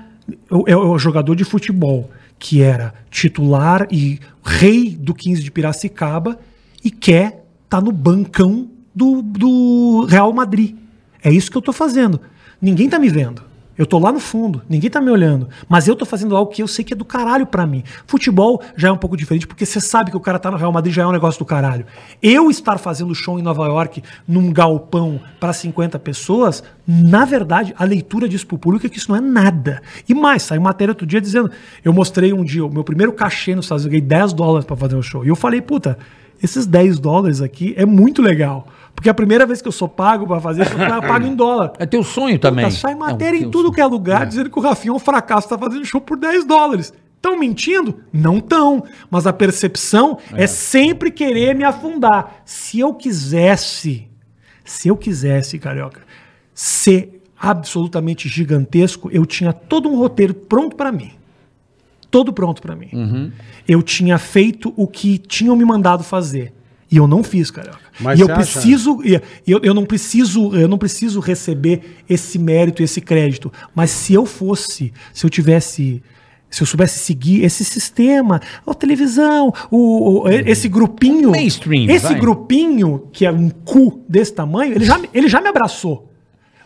é o jogador de futebol que era titular e rei do 15 de Piracicaba e quer tá no bancão do, do Real Madrid. É isso que eu tô fazendo. Ninguém tá me vendo. Eu tô lá no fundo, ninguém tá me olhando. Mas eu tô fazendo algo que eu sei que é do caralho pra mim. Futebol já é um pouco diferente, porque você sabe que o cara tá no Real Madrid já é um negócio do caralho. Eu estar fazendo show em Nova York, num galpão pra 50 pessoas, na verdade, a leitura disso pro público é que isso não é nada. E mais, saiu matéria outro dia dizendo: eu mostrei um dia o meu primeiro cachê nos Estados Unidos, eu ganhei 10 dólares pra fazer um show. E eu falei, puta, esses 10 dólares aqui é muito legal. Porque a primeira vez que eu sou pago pra fazer, isso, eu pago em dólar.
É teu sonho também.
Tá, sai matéria
Não,
em
teu
tudo
sonho.
que é lugar dizendo que o Rafinha é um fracasso, tá fazendo show por 10 dólares. Estão mentindo? Não estão. Mas a percepção é. sempre querer me afundar. Se eu quisesse, se eu quisesse, carioca, ser absolutamente gigantesco, eu tinha todo um roteiro pronto pra mim. Todo pronto pra mim.
Uhum.
Eu tinha feito o que tinham me mandado fazer. E eu não fiz, carioca.
Mas
e eu
você acha-
preciso preciso- e- eu, eu não preciso eu não preciso receber esse mérito esse crédito mas se eu fosse se eu tivesse se eu soubesse seguir esse sistema a televisão o, o- e- esse grupinho
Mainstream,
esse
vai.
grupinho que é um cu desse tamanho ele já me- ele já me abraçou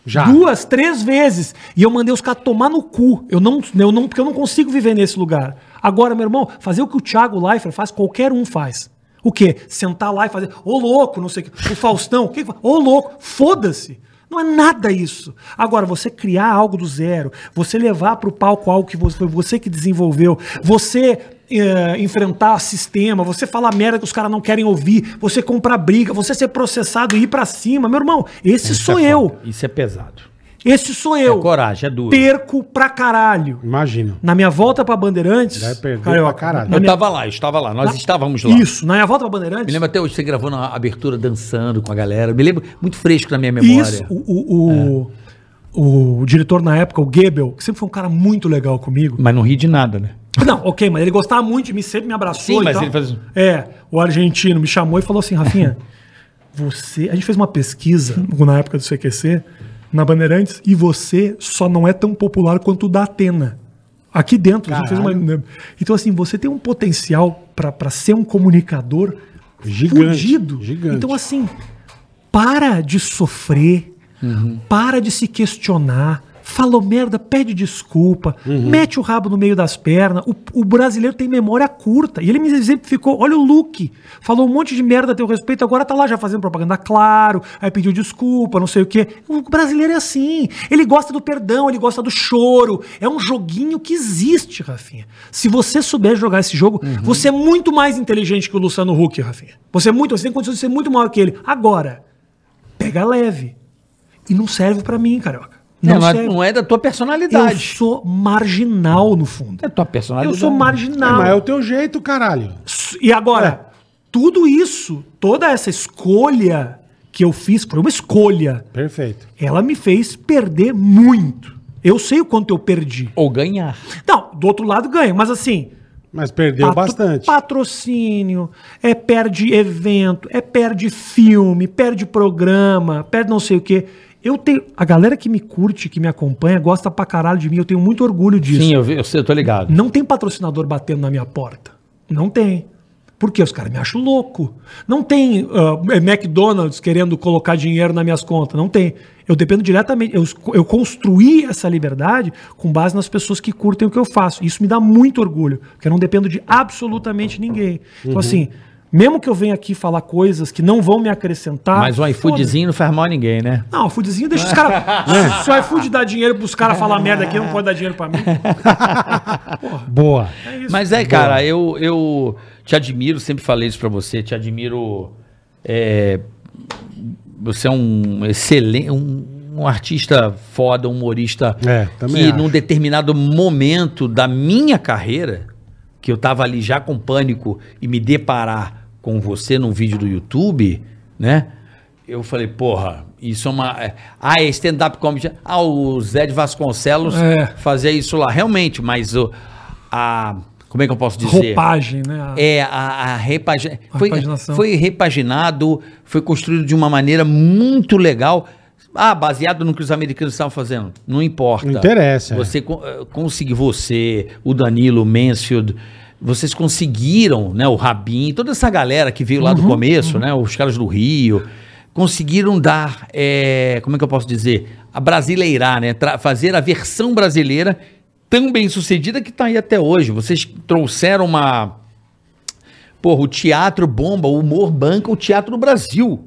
Já.
Duas, três vezes. E eu mandei os caras tomar no cu. Eu não, eu não, porque eu não consigo viver nesse lugar. Agora, meu irmão, fazer o que o Thiago Leifert faz, qualquer um faz. O quê? Sentar lá e fazer, ô louco, não sei o quê. O Faustão, o que que fa- ô louco, foda-se. Não é nada isso. Agora, você criar algo do zero, você levar para o palco algo que você, foi você que desenvolveu, você eh, enfrentar sistema, você falar merda que os caras não querem ouvir, você comprar briga, você ser processado e ir para cima. Meu irmão, esse
Isso
sou
é
eu.
foda, Isso é pesado.
Esse sou eu.
É coragem, é duro.
Perco pra caralho.
Imagina.
Na minha volta pra Bandeirantes.
Vai perder
Carioca,
pra caralho.
na
Eu
minha-
tava lá, eu estava lá, nós estávamos lá.
né? Isso, na minha volta pra
Me
Bandeirantes.
lembro até hoje, você gravou na abertura dançando com a galera. Me lembro muito fresco na minha memória.
Isso, o, o, o, o diretor na época, o Goebel, que sempre foi um cara muito legal comigo.
Mas não ri de nada, né?
Não, ok, mas ele gostava muito de mim, sempre me abraçou.
Sim,
e
mas
tal.
ele assim. faz-
É, o argentino me chamou e falou assim, Rafinha, você... A gente fez uma pesquisa na época do CQC, na Bandeirantes, e você só não é tão popular quanto o da Atena. Aqui dentro, a gente fez uma... Então, assim, você tem um potencial para ser um comunicador
Gigante,
fudido.
gigante.
Então, assim, para de sofrer, para de se questionar, falou merda, pede desculpa, mete o rabo no meio das pernas. O, o brasileiro tem memória curta. E ele me exemplificou: olha o Luke, falou um monte de merda a teu respeito, agora tá lá já fazendo propaganda, claro, aí pediu desculpa, não sei o quê. O brasileiro é assim. Ele gosta do perdão, ele gosta do choro. É um joguinho que existe, Rafinha. Se você souber jogar esse jogo, você é muito mais inteligente que o Luciano Huck, Rafinha. Você é muito, você tem condições de ser muito maior que ele. Agora pega leve. E não serve pra mim, carioca.
Não,
Não,
mas
serve.
não é da tua
Eu
personalidade.
sou marginal no fundo.
É tua personalidade.
Eu sou
É,
marginal.
mas é o teu jeito, caralho.
E
É.
agora, tudo isso, toda essa escolha que eu fiz, foi uma escolha
Perfeito.
ela me fez perder muito. Eu sei o quanto eu perdi.
Ou ganhar.
Não, do outro lado ganha, mas assim.
Mas perdeu
patro-
bastante.
Patrocínio, é perde evento, é perde filme, perde programa, perde não sei o quê. Eu tenho. A galera que me curte, que me acompanha, gosta pra caralho de mim. Eu tenho muito orgulho disso.
Sim, eu, vi- eu sei, eu tô ligado.
Não tem patrocinador batendo na minha porta. Não tem. Porque os caras me acham louco. Não tem ah, eh, McDonald's querendo colocar dinheiro nas minhas contas. Não tem. Eu dependo diretamente. Eu, eu construí essa liberdade com base nas pessoas que curtem o que eu faço. Isso me dá muito orgulho. Porque eu não dependo de absolutamente ninguém.
Uhum.
Então, assim, mesmo que eu venha aqui falar coisas que não vão me acrescentar.
Mas um
foda-se.
iFoodzinho Né? não faz mal a ninguém, né?
Não, o foodzinho deixa
(laughs)
os caras. Se o iFood dá dinheiro pros caras falar merda aqui, não pode dar dinheiro pra mim.
Boa.
Mas é, cara, eu, eu te admiro, sempre falei isso pra você, te admiro. é, você é um excelente, um, um artista foda, um humorista.
É, também
que
acho.
num um determinado momento da minha carreira, que eu tava ali já com pânico e me deparar com você num vídeo do YouTube, né? Eu falei, porra, isso é uma. é- Ah, é stand-up comedy. Ah, o Zé de Vasconcelos
É.
fazia isso lá. Realmente, mas o, a. Como é que eu posso (laughs) dizer?
Roupagem, né?
É, a, a repagi- Foi,
repaginação.
foi repaginado, foi construído de uma maneira muito legal. Ah, baseado no que os americanos estavam fazendo. Não importa.
Não interessa, é.
Você co- eh, conseguiu, você, o Danilo, o Mansfield, vocês conseguiram, né? O Rabin, toda essa galera que veio lá do começo, né? Os caras do Rio, conseguiram dar, eh, como é que eu posso dizer? A brasileirar, né? tra- fazer a versão brasileira tão bem sucedida que tá aí até hoje. Vocês trouxeram uma... Porra, o teatro bomba, o humor banca o teatro do Brasil.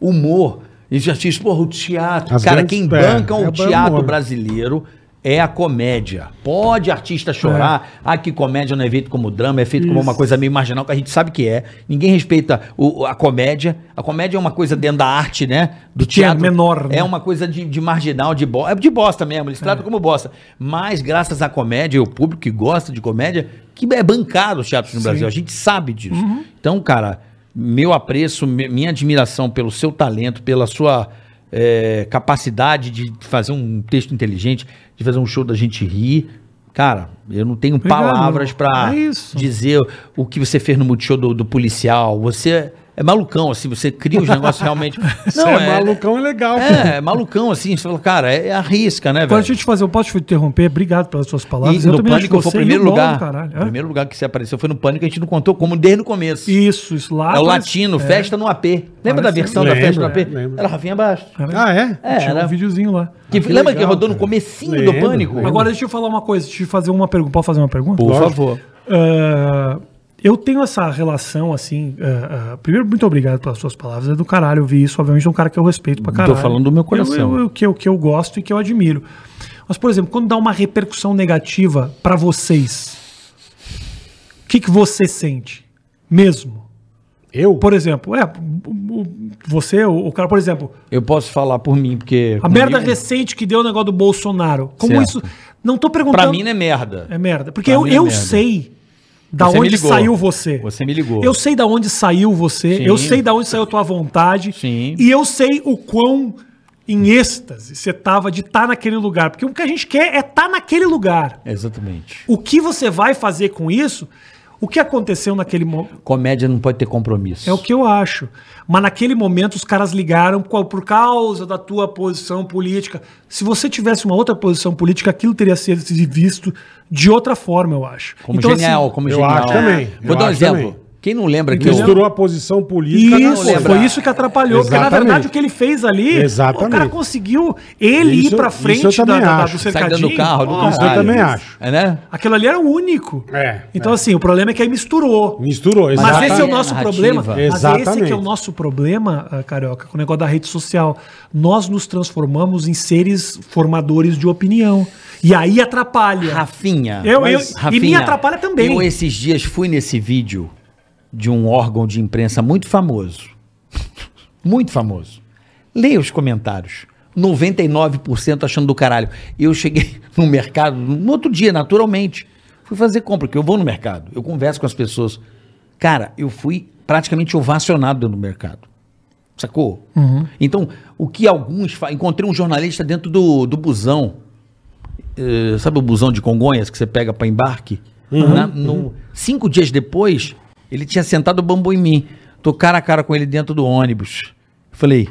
Humor. E já diz, porra, o teatro.
As
cara,
grandes-
quem
é,
banca
é
o
bom
teatro
humor.
brasileiro é a comédia. Pode artista chorar. Ah, que comédia não é feito como drama, é feito como uma coisa meio marginal, que a gente sabe que é. Ninguém respeita o- a comédia. A comédia é uma coisa dentro da arte, né? Do
Que é
teatro.
menor,
É
né?
uma coisa de, de marginal, de, bo... é de bosta mesmo, eles tratam como bosta. Mas graças à comédia, o público que gosta de comédia, que é bancado os teatros no Brasil, a gente sabe disso. Então, cara, meu apreço, mi- minha admiração pelo seu talento, pela sua eh, capacidade de fazer um texto inteligente, de fazer um show da gente rir. Cara, eu não tenho
Obrigado,
palavras pra
é isso.
dizer o que você fez no Multishow do, do policial. Você é malucão, assim, você cria os negócios realmente.
Você é malucão, é legal.
É, é malucão assim, você fala, cara, é, é arrisca, né,
Agora,
velho?
deixa eu te fazer, eu posso te interromper? Obrigado pelas suas palavras.
E
eu
no Pânico
acho
foi o
você
primeiro
imoral,
lugar.
caralho. é?
O primeiro lugar que você apareceu foi no Pânico, a gente não contou como desde o começo.
Isso, isso lá.
é o
atrás-
Latino,
é,
festa no AP. Lembra
Parece-
da versão da
Lembro,
festa no AP?
é, lembro.
Era Rafinha Bastos.
Ah, é?
É,
Tinha
era-
um videozinho lá.
Que,
que
lembra que
legal,
rodou no
cara.
comecinho do
Lembro,
Pânico?
lembro.
Agora, deixa eu falar uma coisa, deixa eu fazer uma pergunta. Posso fazer uma pergunta?
por
Lógico.
favor.
Ah, eu tenho essa relação, assim. ah, ah, primeiro, muito obrigado pelas suas palavras. É do caralho ouvir isso. Obviamente, é um cara que eu respeito pra caralho.
falando do meu coração.
Eu- eu- eu- que, eu, que eu gosto e que eu admiro. Mas, por exemplo, quando dá uma repercussão negativa pra vocês, o que, que você sente? Mesmo.
Eu?
Por exemplo, é, o- o- você, o o cara, por exemplo,
Eu posso falar por mim, porque.
a merda recente que deu o negócio do Bolsonaro. Como
Certo.
isso. Não tô perguntando.
Pra mim não é merda.
É merda. Porque
Pra
eu,
mim é
eu
merda.
sei da
Você me
onde
ligou.
saiu você.
Você me ligou.
Eu sei da onde saiu você.
Sim.
Eu sei da onde saiu a tua vontade.
Sim.
E eu sei o quão em êxtase você tava de estar naquele lugar. Porque o que a gente quer é estar naquele lugar.
Exatamente.
O que você vai fazer com isso? O que aconteceu naquele momento?
Comédia não pode ter compromisso.
É o que eu acho. Mas naquele momento os caras ligaram qual- por causa da tua posição política. Se você tivesse uma outra posição política, aquilo teria sido visto de outra forma, eu acho.
Como
Então,
genial,
assim,
como
eu
genial.
acho também,
Vou
eu
dar um
acho
exemplo.
também.
Quem não lembra que eu.
Misturou a posição política. com a
Isso,
outra.
foi isso que atrapalhou. Porque, na
Exatamente.
verdade, o que ele fez ali,
Exatamente.
o cara conseguiu ele
Isso-
ir pra
isso
frente
eu também acho.
do
Sai
Sai
cercadinho.
dentro do carro, do
Isso eu
caralho.
também acho.
É, né?
Aquilo ali era o único.
É,
então,
é.
assim, o problema é que aí misturou.
Misturou,
Mas
Exatamente.
esse é o nosso
Narrativa.
problema. Mas esse que
Exatamente.
é o nosso problema, ah, Carioca, com o negócio da rede social. Nós nos transformamos em seres formadores de opinião. E aí atrapalha.
Rafinha.
Eu- eu-
Mas,
e me atrapalha também.
Eu esses dias fui nesse vídeo de um órgão de imprensa muito famoso. (laughs) Muito famoso. Leia os comentários. 99% achando do caralho. Eu cheguei (laughs) no mercado no outro dia, naturalmente. Fui fazer compra, porque eu vou no mercado. Eu converso com as pessoas. Cara, eu fui praticamente ovacionado dentro do mercado. Sacou?
Uhum.
Então, o que alguns. Fa... Encontrei um jornalista dentro do, do busão. eh, sabe o busão de Congonhas que você pega pra embarque? Na- no- Cinco dias depois, ele tinha sentado o bambu em mim. Tô cara a cara com ele dentro do ônibus. Falei,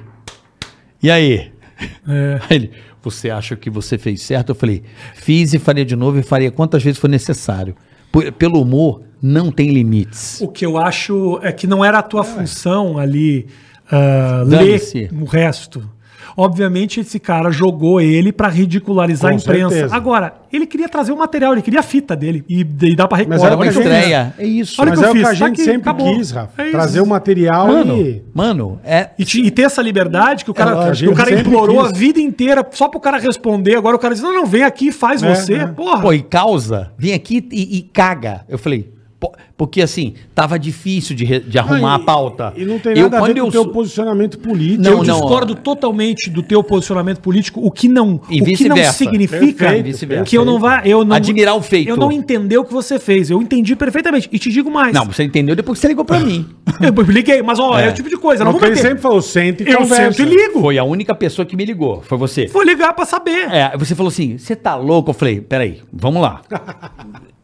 e aí? (laughs) Aí ele, você acha que você fez certo? Eu falei, fiz e faria de novo e faria quantas vezes for necessário. Por- pelo humor, não tem limites.
O que eu acho é que não era a tua função ali ah, ler
Dane-se.
o resto. Obviamente, esse cara jogou ele pra ridicularizar
Com
a imprensa.
certeza.
Agora, ele queria trazer o material, ele queria a fita dele. E, e dá pra Record.
era
Uma
pra gente-
estreia. É isso. é,
Olha
Mas
que eu
é o que
fiz,
a
tá
gente
aqui,
sempre
acabou.
quis, Rafa.
É isso.
trazer o material e...
Mano, é.
E, te- e ter essa liberdade que o
É
cara,
lógico,
que o cara
sempre
implorou
quis.
a vida inteira só pro cara responder. Agora o cara diz: não, não, vem aqui, faz
É,
você.
é.
Porra.
Pô, e causa. Vem aqui e, e caga. Eu falei. pô, Porque assim, tava difícil de, re- de arrumar
Ah, e-
a pauta.
E não tem nada a ver com o
eu,
teu posicionamento político. É
Não,
eu
não,
discordo
ó.
totalmente do teu posicionamento político, o que não,
E
o que não
vice-versa.
significa
Perfeito,
que eu não vá, eu não
Admirar o feito.
Eu não entender o que você fez. Eu entendi perfeitamente e te digo mais.
Não, você entendeu depois que você ligou pra mim.
(laughs) eu liguei, mas ó, é,
É.
o tipo de coisa, não
Não,
vou
ele
meter.
sempre falou, senta e
eu
conversa.
sento e ligo.
Foi a única pessoa que me ligou. Foi você.
Vou ligar pra saber.
É, você falou assim, você tá louco? Eu falei, peraí, vamos lá.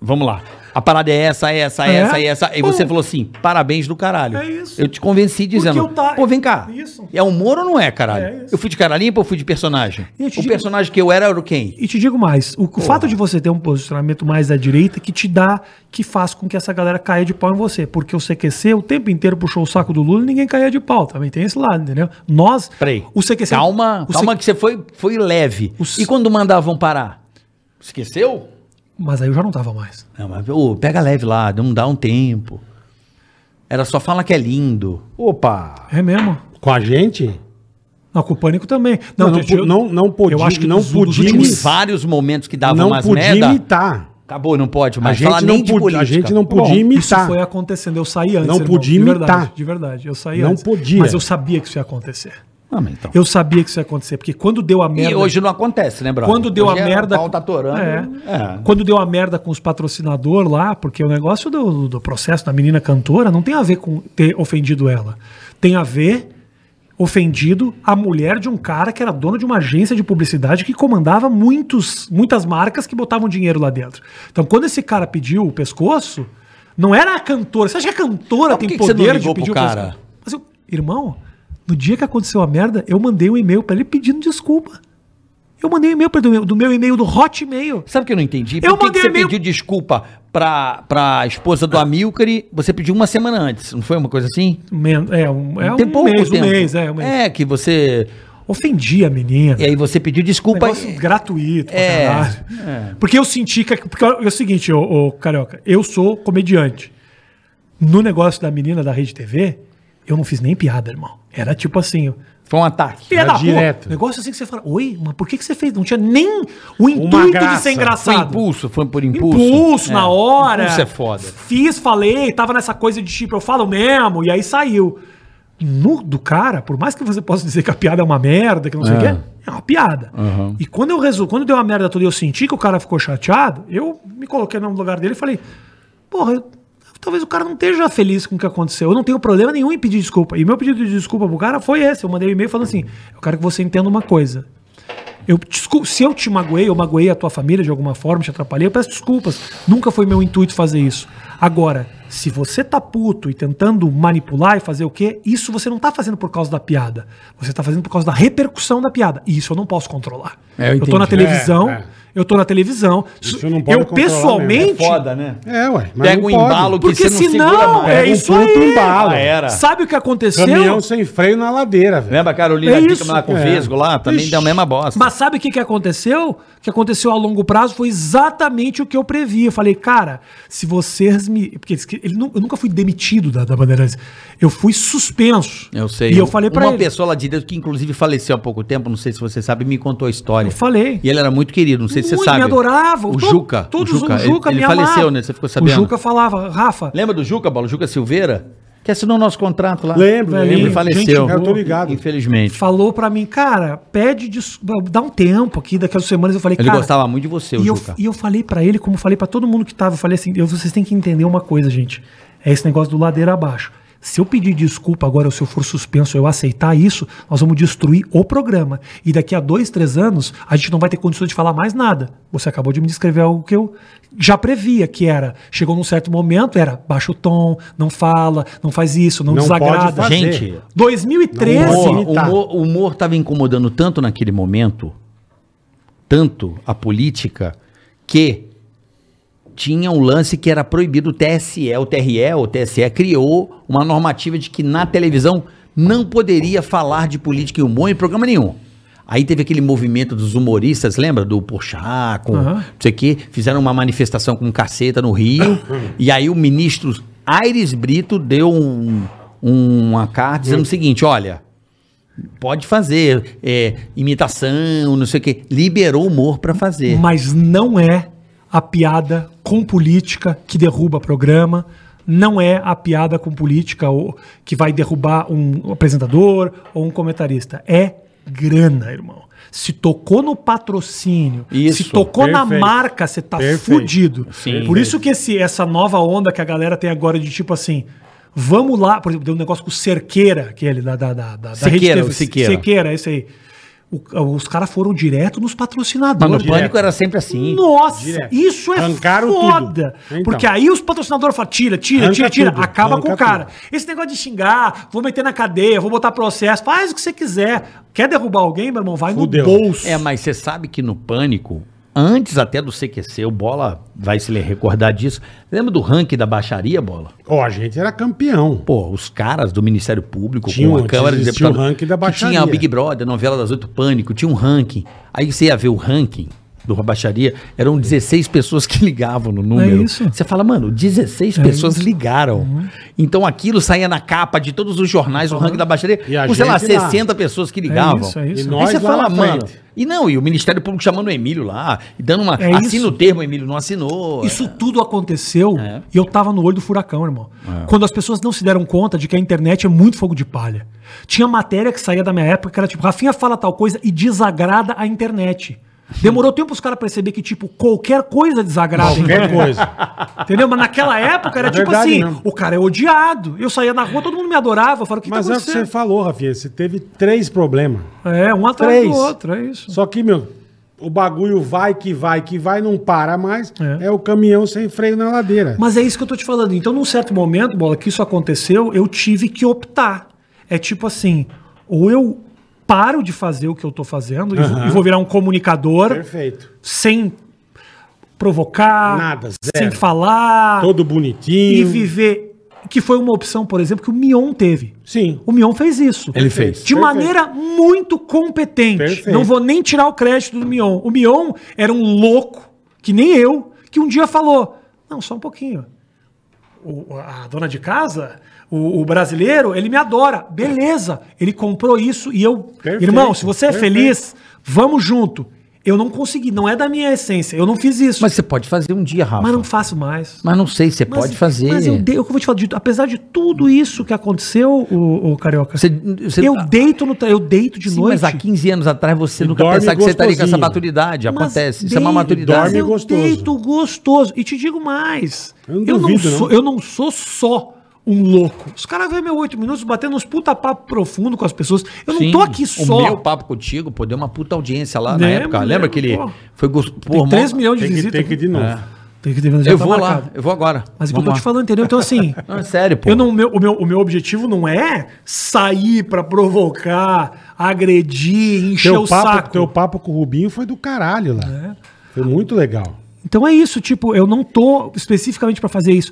vamos lá. A parada é essa, é essa, é
É?
essa, é essa. E você
Pô.
falou assim, parabéns do caralho.
É isso.
Eu te convenci dizendo,
eu tá-
pô, vem cá.
Isso.
É humor ou não é, caralho?
É isso.
eu fui de cara limpa ou fui de personagem?
E eu te
O
digo-
personagem que eu era era o quem?
E te digo mais, o, o fato de você ter um posicionamento mais à direita que te dá, que faz com que essa galera caia de pau em você. Porque o CQC o tempo inteiro puxou o saco do Lula e ninguém caía de pau. Também tem esse lado, entendeu? Nós,
Peraí.
o CQC...
Calma,
o
calma
C-
que você foi, foi leve.
O c-
E quando mandavam parar? Esqueceu?
Mas aí eu já não tava mais.
Não, mas ô, pega leve lá, não dá um tempo. Era só fala que é lindo. Opa!
É mesmo.
Com a gente?
Não, com o Pânico também.
Não, não,
tem- eu-
po- não, não podia,
eu acho que
não
dos- dos
podia,
últimos
Tínhamos vários momentos que davam
não
umas
podia
merda.
imitar.
Acabou, não pode
A
mais falar
gente,
nem
não
de
podia, a
política.
gente não
Tá bom.
podia imitar.
Isso foi acontecendo. Eu saí antes.
Não podia
de
imitar.
verdade, de verdade. Eu saí
Não
antes.
podia.
Mas eu sabia que isso ia acontecer.
Ah, mas então.
Eu sabia que isso ia acontecer. Porque quando deu a merda.
E hoje não acontece, né, brother?
Quando deu
Hoje
a
é,
merda.
O pau tá atorando.
É.
É.
Quando deu a merda com os patrocinadores lá, porque o negócio do, do processo da menina cantora não tem a ver com ter ofendido ela. Tem a ver ofendido a mulher de um cara que era dono de uma agência de publicidade que comandava muitos, muitas marcas que botavam dinheiro lá dentro. Então, quando esse cara pediu o pescoço, não era a cantora. Você acha que a cantora
Mas por
tem
que que você
poder
não ligou
de
pro
pedir o
cara?
pescoço? Mas eu, irmão, no dia que aconteceu a merda, eu mandei um e-mail pra ele pedindo desculpa. Eu mandei um e-mail pra ele, do meu- do meu e-mail do Hotmail.
Sabe o que eu não entendi? Por que
Eu
que
mandei
você
e-mail-
pediu desculpa pra, pra esposa do Amilcar e você pediu uma semana antes, não foi uma coisa assim?
Men- É, um, é
Tem
um
pouco
mês,
tempo.
um mês, é, um mês.
É, que você...
Ofendi a menina. Um
E aí você pediu desculpa eh,
negócio
e...
gratuito pra
É,
caralho. Porque eu senti que. Porque é o seguinte, ô, ô, Carioca, eu sou comediante. No negócio da menina da Rede TV, eu não fiz nem piada, irmão. Era tipo assim. eu-
Foi um ataque.
Filha da
direto.
porra. Negócio assim que você fala, oi, mas por que, que você fez? Não tinha nem o
Uma
intuito de
graça.
ser
Foi
engraçado.
impulso, foi por impulso.
Impulso, na hora.
Impulso é foda.
Fiz, falei, tava nessa coisa de tipo, eu falo mesmo, e aí saiu. No do cara, por mais que você possa dizer que a piada é uma merda, que não sei o quê, é uma piada. E quando eu resol... quando deu uma merda toda e eu senti que o cara ficou chateado, eu me coloquei no lugar dele e falei, porra, eu- talvez o cara não esteja feliz com o que aconteceu. Eu não tenho problema nenhum em pedir desculpa. E meu pedido de desculpa pro cara foi esse. Eu mandei um e-mail falando assim, eu quero que você entenda uma coisa. Eu, descul- se eu te magoei, eu magoei a tua família de alguma forma, te atrapalhei, eu peço desculpas. Nunca foi meu intuito fazer isso. Agora, se você tá puto e tentando manipular e fazer o quê, isso você não tá fazendo por causa da piada. Você tá fazendo por causa da repercussão da piada. E isso eu não posso controlar.
É, eu
eu, tô na
entendi.
televisão,
É, é.
eu tô na televisão.
Isso não pode
eu
controlar mesmo.
pessoalmente.
né?
É, ué. mas
Pega
não
um
pode.
embalo que você
Porque
não segura
senão,
mais.
é
Pega um
isso
puto
aí.
embalo.
Ah, era.
Sabe o que aconteceu?
Caminhão sem freio na ladeira, velho.
Lembra a Carolina
É
Dickman
isso.
lá com o
É.
Vesgo lá? Também
Ixi.
deu a mesma bosta.
Mas sabe o que, que aconteceu? O que aconteceu a longo prazo foi exatamente o que eu previ. Eu falei, cara, se vocês me. Porque eles que- ele, nu- eu nunca fui demitido da, da Bandeirantes. Eu fui suspenso.
Eu sei.
E eu falei pra
Uma
ele.
pessoa lá de dentro, que inclusive faleceu há pouco tempo, não sei se você sabe, me contou a história.
Eu falei.
E ele era muito querido, não sei se você
Muito,
sabe.
Me adorava.
O
To-
Juca.
Todos
o Juca.
o Juca
ele,
me
ele faleceu,
amava.
né? Você ficou sabendo.
O Juca falava, Rafa.
Lembra do Juca, Paulo? Juca Silveira? Que assinou o nosso contrato lá.
Lembro,
Velhinho,
Ele
lembro.
faleceu.
gente
Eu tô ligado.
Infelizmente.
Falou pra mim, cara, pede, des- dá um tempo aqui, daqui a duas semanas. Eu falei,
Ele
cara,
gostava muito de você, o
e eu,
Juca.
e eu falei pra ele, como falei pra todo mundo que tava, eu falei assim, eu- vocês têm que entender uma coisa, gente. É esse negócio do ladeira abaixo. Se eu pedir desculpa agora, ou se eu for suspenso, eu aceitar isso, nós vamos destruir o programa. E daqui a dois, três anos, a gente não vai ter condições de falar mais nada. Você acabou de me descrever algo que eu já previa, que era, chegou num certo momento, era baixa o tom, não fala, não faz isso, não,
Não pode
desagrada.
fazer.
Gente,
2013,
Não,
O
Assim,
humor,
tá.
o humor tava incomodando tanto naquele momento, tanto a política, que tinha um lance que era proibido o TSE, o TRE, o TSE criou uma normativa de que na televisão não poderia falar de política e humor em programa nenhum. Aí teve aquele movimento dos humoristas, lembra? Do Porchat, com
Aham.
não sei o quê. Fizeram uma manifestação com caceta no Rio. e aí o ministro Aires Brito deu um- uma carta dizendo o seguinte, olha, pode fazer é, imitação, não sei o quê. Liberou o humor pra fazer.
mas não é a piada com política que derruba programa, não é a piada com política ou que vai derrubar um apresentador ou um comentarista. É grana, irmão. Se tocou no patrocínio,
Isso,
se tocou na
perfeito.
marca, você tá
Perfeito.
fudido.
Sim.
Por isso que esse, essa nova onda que a galera tem agora de tipo assim, vamos lá, por exemplo, deu um negócio com o Cerqueira, aquele da, da, da, da da
Siqueira,
TV.
o Siqueira.
Siqueira, esse aí. O- os caras foram direto
Mas
nos
no
patrocinadores.
pânico era sempre assim.
Nossa,
Direto.
isso é
Arrancaram
foda.
tudo. Então.
Porque aí os patrocinadores falam, tira, tira,
Arranca
tira, tira.
tudo,
Acaba
arranca
com o cara.
tudo.
Esse negócio de xingar, vou meter na cadeia, vou botar processo, faz o que você quiser. Quer derrubar alguém, meu irmão? Vai
Fudeu.
no bolso.
É, mas você sabe que no pânico, antes até do CQC, o Bola vai se lhe recordar disso. Lembra do ranking da baixaria, Bola?
Ó, a gente era campeão.
Pô, os caras do Ministério Público
Tinha
com a
um-
Câmara de
existia um
Deputados.
ranking da
que
baixaria.
Tinha o Big Brother, novela das oito, Pânico, tinha um ranking. Aí você ia ver o ranking do Baixaria, eram 16 pessoas que ligavam no número.
É
isso.
Você fala, mano, 16 pessoas ligaram.
Uhum.
Então aquilo saía na capa de todos os jornais, o ranking da Baixaria,
E a
com, sei lá,
gente lá.
60 pessoas que ligavam.
isso, é isso.
E
Aí
nós
Aí você
lá
fala,
na frente.
mano. E não, e o Ministério Público chamando o Emílio lá, e dando uma.
É
assina
isso.
o termo, o Emílio não assinou.
Isso tudo aconteceu
É.
e eu tava no olho do furacão, irmão.
É.
Quando as pessoas não se deram conta de que a internet é muito fogo de palha. Tinha matéria que saía da minha época que era tipo, Rafinha fala tal coisa e desagrada a internet. Demorou tempo os caras perceber que, tipo, qualquer coisa desagrada. a
Qualquer
(laughs)
internet.
coisa.
Entendeu? Mas naquela época era
É
tipo
verdade
assim,
mesmo.
o cara é odiado. Eu saía na rua, todo mundo me adorava. Eu falava, o que
Mas
tá
é o que você
acontecendo?
falou, Rafinha. Você teve três problemas.
É, um atrás
Três.
do outro, é isso.
Só que, meu, o bagulho vai que vai que vai, não para mais. É,
É.
o caminhão sem freio na ladeira.
Mas é isso que eu tô te falando. Então, num certo momento, bola, que isso aconteceu, eu tive que optar. É tipo assim, ou eu paro de fazer o que eu tô fazendo e vou- e vou virar um comunicador
Perfeito.
sem provocar,
Nada, zero.
sem falar
Todo
e
bonitinho.
viver. Que foi uma opção, por exemplo, que o Mion teve.
Sim.
O Mion fez isso.
Ele fez.
De
Perfeito.
maneira muito competente.
Perfeito.
Não vou nem tirar o crédito do Mion. O Mion era um louco, que nem eu, que um dia falou: Não, só um pouquinho. O- a dona de casa, o, o brasileiro, ele me adora. Beleza. Ele comprou isso e eu.
Perfeito,
Irmão, se você é
perfeito.
feliz, vamos junto. Eu não consegui, não é da minha essência. Eu não fiz isso.
Mas
Mas,
você pode fazer um dia, Rafa.
não faço mais.
Mas não sei, você
Mas-
pode fazer.
Mas eu, dei, eu vou te falar, de, apesar de tudo isso que aconteceu, o, Carioca.
Você- você-
eu deito no tra- eu deito de
Sim,
noite.
mas há 15 anos atrás você nunca
dorme
pensava que você estaria com essa
gostosinho.
maturidade.
Mas
Acontece. Isso é
deito,
uma maturidade.
mas eu
gostoso.
deito gostoso. E te digo mais.
Eu não
Eu não,
duvido, não.
sou, eu não sou só um louco. Os caras veem meu 8 minutos batendo uns puta papo profundo com as pessoas. Eu
Sim,
não tô aqui só.
O meu papo contigo, pô, deu uma puta audiência lá na
Lembro,
época. Lembra
lembro,
aquele.
pô.
Foi gostoso.
Tem 3 milhões de é.
Tem que,
visitas.
tem que ir de novo.
Tem que ter- já
Eu
tá
vou lá,
marcado.
eu vou agora.
Mas o que
Vamos
eu tô
lá.
te falando, entendeu?
(laughs)
Então assim.
Não, é sério, pô.
Eu não, meu, o, meu, o meu objetivo não é sair pra provocar, agredir, encher
Teu
o
papo,
saco. É.
teu papo com o Rubinho foi do caralho lá. Foi muito legal.
Então é isso, tipo, eu não tô especificamente pra fazer isso,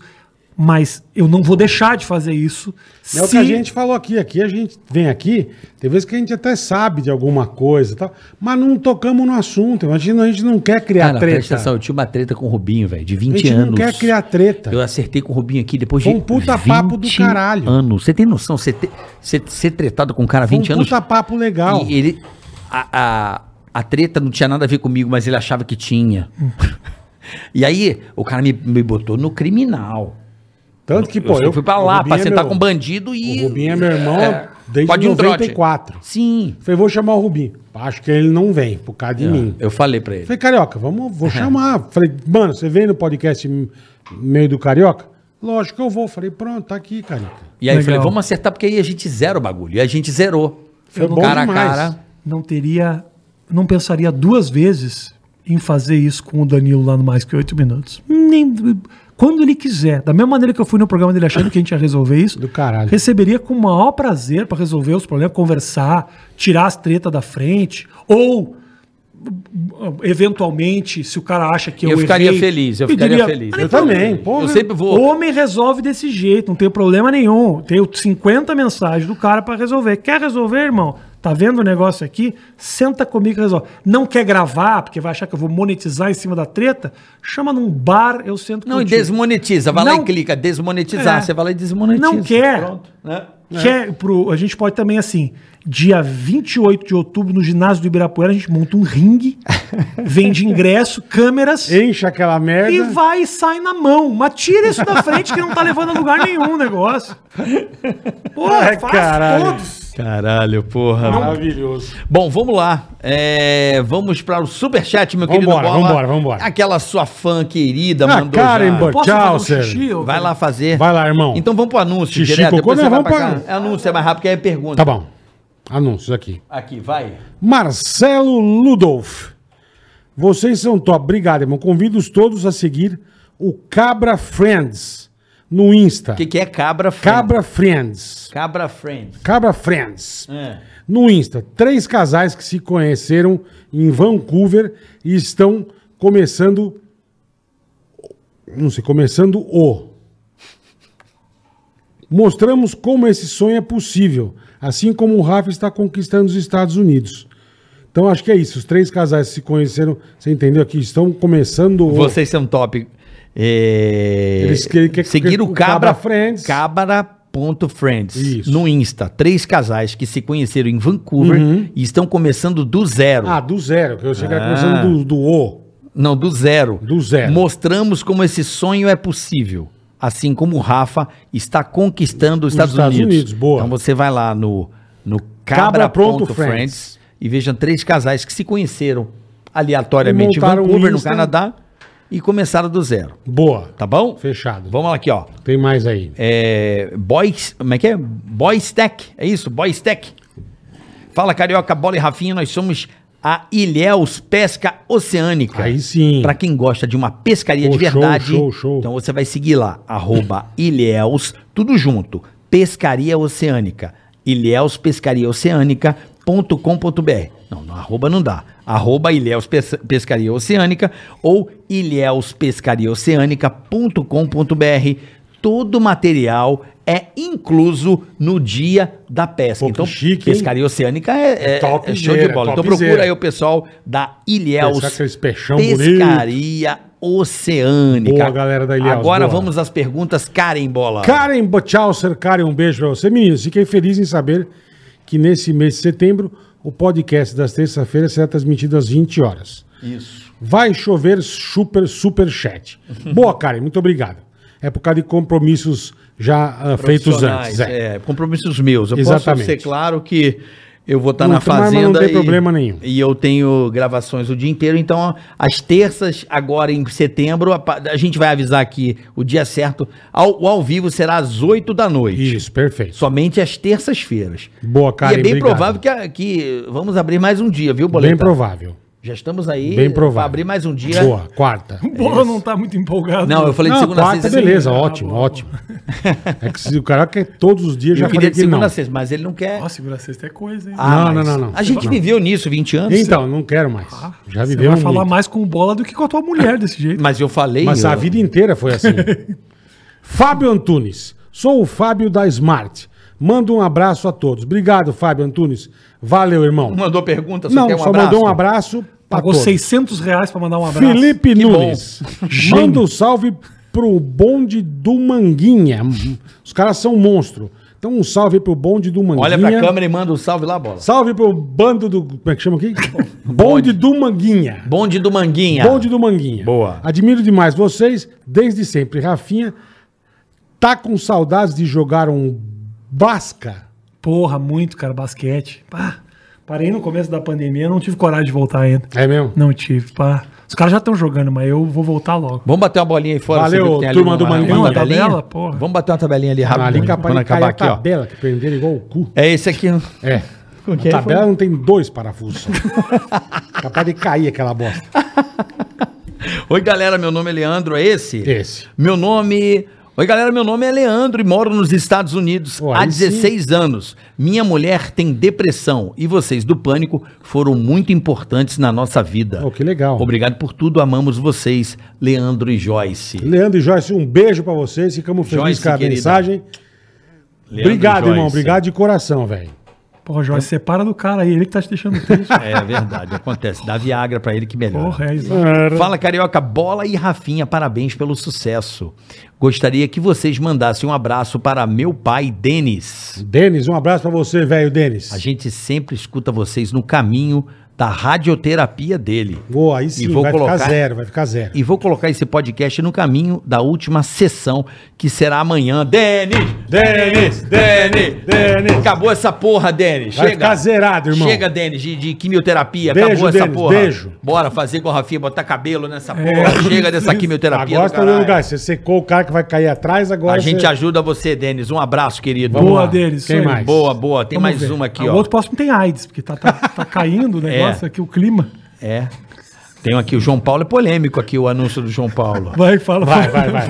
mas eu não vou deixar de fazer isso.
É o que a gente falou aqui. Aqui a gente vem aqui, tem vezes que a gente até sabe de alguma coisa e tal, mas não tocamos no assunto. Imagina, a gente não quer criar
Cara, presta
treta.
atenção, eu tinha uma treta com o Rubinho, velho, de
a
20
gente
anos.
não quer criar treta.
Eu acertei com o Rubinho aqui depois de.
Foi um puta papo do caralho.
anos. Você tem noção? Você ter- você- ser tretado com um cara há
Foi
20
um
anos.
puta papo legal.
E ele. A, a, a treta não tinha nada a ver comigo, mas ele achava que tinha.
Hum.
(laughs) e aí, o cara me, me botou no criminal.
Tanto que, pô,
eu, fui pra
o
lá
Rubinho
pra
é
sentar
meu-
com bandido e.
O Rubinho é meu irmão desde
pode ir um trote.
94.
Sim.
Falei, vou chamar o Rubinho. Acho que ele não vem, por causa
É.
de mim.
Eu falei pra ele. É.
Falei, Carioca, vamos, vou chamar. Falei, mano, você vem no podcast meio do Carioca? Lógico que eu vou. Falei, pronto, tá aqui, Carica.
E aí eu
Legal.
falei, vamos acertar, porque aí a gente zera o bagulho. E a gente zerou.
Foi bom
cara
demais.
a cara.
Não teria. Não pensaria duas vezes em fazer isso com o Danilo lá no mais que oito minutos. Nem. Quando ele quiser. Da mesma maneira que eu fui no programa dele achando que a gente ia resolver isso.
Do caralho.
Receberia com o maior prazer pra resolver os problemas, conversar, tirar as tretas da frente. Ou. Eventualmente, se o cara acha que eu. "Ah, então
Eu ficaria feliz, eu ficaria feliz.
Eu também, porra.
Eu sempre
O
vou.
homem resolve desse jeito, não tem problema nenhum. Tenho 50 mensagens do cara pra resolver. Quer resolver, irmão? Tá vendo o negócio aqui? Senta comigo e resolve. Não quer gravar, porque vai achar que eu vou monetizar em cima da treta? Chama num bar, eu sento
Não, e
contigo.
desmonetiza. Vai lá
Não.
e clica, desmonetizar.
É.
Você vai lá e desmonetiza.
Não quer.
Pronto. né?
Quer pro, a gente pode também, assim, dia 28 de outubro, no ginásio do Ibirapuera, a gente monta um ringue, (laughs) vende ingresso, câmeras.
Enche aquela merda.
E vai e sai na mão. Mas tira isso da frente que não tá levando a lugar nenhum o negócio. Porra,
Ai,
faz
É, caralho.
todos.
Caralho, porra.
Maravilhoso.
Bom, vamos lá. É, vamos para o superchat, meu querido
Vambora,
Bola.
vambora, vembora.
Aquela sua fã querida
Ah,
mandou
Karen
já.
Boy.
Posso
Tchau,
fazer um xixi,
Sérgio.
ô?
Vai lá fazer.
Vai lá, irmão.
Então vamos pro anúncio
Xixi,
direto.
cocô,
Depois você
nós
vai
vamos
pra
pra
cá. Anúncio é mais rápido que aí é pergunta.
Tá bom. Anúncios aqui.
Aqui, vai.
Marcelo Ludolf. Vocês são top. Obrigado, irmão. Convido os todos a seguir o Cabra Friends no Insta.
O que, que é Cabra Friends?
Cabra Friends.
Cabra Friends.
Cabra Friends.
É.
No Insta, três casais que se conheceram em Vancouver e estão começando. Não sei, começando o. Mostramos como esse sonho é possível, assim como o Rafa está conquistando os Estados Unidos. Então acho que é isso. Os três casais se conheceram, você entendeu aqui? Estão começando o.
Vocês são top. É...
Eles que- que-
Seguir
que-
o
o
Cabra,
Cabra Friends.
Cabra.friends.
Isso.
No Insta. Três casais que se conheceram em Vancouver
Uhum.
e estão começando do zero.
Ah, do zero, que eu sei que era
Ah.
começando do, do O.
Não, do zero.
Do zero.
Mostramos como esse sonho é possível. Assim como o Rafa está conquistando os Estados,
Estados
Unidos.
Unidos, boa.
Então você vai lá no, no
Cabra Pronto
Cabra.friends Friends e veja três casais que se conheceram
E
aleatoriamente em
montaram um
Vancouver, no
Insta.
Canadá, e começaram do zero.
Boa.
Tá bom?
Fechado.
Vamos lá aqui, ó.
Tem mais aí.
É, boys, como é que é? Boys Tech, é isso? Boys Tech. Fala, Carioca, Bola e Rafinha, nós somos a Ilhéus Pesca Oceânica.
Aí sim.
Pra quem gosta de uma pescaria
Pô,
de
show,
verdade,
show, show.
então você vai seguir lá, arroba Ilhéus, tudo junto, Pescaria Oceânica, Ilhéus Pescaria Oceânica.com.br. Não, não, arroba não dá. Arroba Ilhéus Pes- Pescaria Oceânica ou Ilhéus Pescaria Oceânica.com.br. Todo material é incluso no dia da pesca.
Pô, que
então,
chique, hein?
Pescaria Oceânica é, é- é show
Topzera,
de bola. Então
topzera.
procura aí o pessoal da Ilhéus
Pescar aqueles peixão
Pescaria Oceânica.
Boa, galera da Ilhéus,
Agora
boa.
vamos às perguntas Karen Bola.
Karen Botchauser, Karen, um beijo pra você. Meninos, fiquei feliz em saber que nesse mês de setembro o podcast das terças-feiras será transmitido às 20 horas.
Isso.
Vai chover super, super
(laughs)
chat. Boa, Karen, muito obrigado. É por causa de compromissos já ah, feitos antes. É.
É, compromissos meus. Eu
Exatamente.
posso ser claro que eu vou estar
Não,
na
mas não
fazenda
tem
e,
problema nenhum.
e eu tenho gravações o dia inteiro, então às terças, agora em setembro, a, pa- a gente vai avisar aqui o dia certo. Ao, o ao vivo será às 8 da noite.
Isso, perfeito.
Somente às terças-feiras.
Boa, Karen,
e é bem
obrigado.
provável que, a- que vamos abrir mais um dia, viu, Boletar?
Bem provável.
Já estamos aí
Bem
pra
provável.
abrir mais um dia.
Boa, quarta.
O Bola não tá muito empolgado.
Não, eu falei de
Não,
segunda a
quarta,
sexta.
beleza,
assim,
ótimo,
boa,
ótimo. É que se o cara quer todos os dias, já
Eu
falei
queria de
que não.
segunda a sexta, mas ele não quer.
Nossa, segura sexta é coisa, hein?
não,
Ah, mas
não, não, não.
A gente
Não.
viveu nisso 20 anos.
Então, não quero mais.
tá.
Já
Ah, Você
viveu
vai
um
falar
mito.
mais com o Bola do que com a tua mulher desse jeito.
Mas eu falei.
Mas
eu-
a vida inteira foi assim. Fábio Antunes. Sou o Fábio da Smart. Mando um abraço a todos. Obrigado, Fábio Antunes. Valeu, irmão.
Mandou pergunta, só
Não,
quer um
só
abraço.
mandou um abraço pra
Pagou
todos.
600 reais pra mandar um abraço.
Felipe
bom.
Nunes. Manda um salve pro bonde do Manguinha. Os caras são monstro. Então um salve pro bonde do Manguinha.
Olha pra câmera e manda um salve lá, bola.
Salve pro bando do... Como é que chama aqui? bonde do Manguinha.
Bonde do Manguinha.
Bonde do Manguinha.
Boa.
Admiro demais vocês, desde sempre. Rafinha tá com saudades de jogar um Basca.
Porra, muito, cara, basquete. Pá, parei no começo da pandemia, não tive coragem de voltar ainda.
É mesmo?
Não tive, pá. Os caras já estão jogando, mas eu vou voltar logo.
Vamos bater uma bolinha aí fora.
Valeu,
você vê que ali
turma
uma-
do Manu
uma
Manu.
tabelinha?
Tabela, porra.
Vamos bater uma tabelinha ali rápido.
Ali capaz
quando
de cair
então acabar
a
aqui, ó.
tabela, que prenderam igual o cu.
É esse aqui.
É.
que
a
aí
tabela não tem dois
(laughs)
parafusos. capaz de cair aquela bosta.
Oi, galera, meu nome é Leandro, é esse?
Esse.
Meu nome. Oi, galera, meu nome é Leandro e moro nos Estados Unidos
Pô,
há
aí sim.
16 anos. Minha mulher tem depressão e vocês do Pânico foram muito importantes na nossa vida.
Oh, que legal.
Obrigado por tudo, amamos vocês, Leandro e Joyce.
Leandro e Joyce, um beijo pra vocês. Ficamos felizes
Joyce,
com a
querida.
mensagem.
Leandro
obrigado,
e
irmão.
Joyce.
Obrigado de coração, velho.
Porra, Jorge, separa do cara aí, ele que tá te
(laughs)
deixando triste.
É verdade, acontece. Dá Viagra pra ele que melhora.
Porra, é
Ah,
isso.
Fala Carioca, Bola e Rafinha, parabéns pelo sucesso. Gostaria que vocês mandassem um abraço para meu pai, Denis.
Denis, um abraço pra você, velho, Denis.
A gente sempre escuta vocês no caminho da radioterapia dele.
Vou, aí sim,
E vou
vai
colocar-
ficar zero, vai ficar zero.
E vou colocar esse podcast no caminho da última sessão, que será amanhã. Denis!
Denis,
Denis!
Denis.
Acabou essa porra, Denis.
Vai ficar zerado, irmão.
Chega, Denis, de, de quimioterapia.
Beijo,
Acabou essa
Denis,
porra.
beijo. É.
Bora fazer com a Rafinha, botar cabelo nessa porra.
(laughs)
Chega dessa quimioterapia.
Agora
do
você tá no
caralho.
lugar. Você secou o cara que vai cair atrás, agora
A gente
você...
ajuda você, Denis. Um abraço, querido.
Vamos
Boa,
lá.
Denis.
Quem
isso aí.
mais?
Boa, boa. Tem mais
ver.
uma aqui,
Ah,
ó.
O outro próximo tem AIDS, porque tá, tá,
(laughs)
tá caindo o negócio aqui, o clima.
É. Tem aqui o João Paulo. É polêmico aqui o anúncio do João Paulo.
Vai, fala.
Vai, vai,
(laughs)
vai.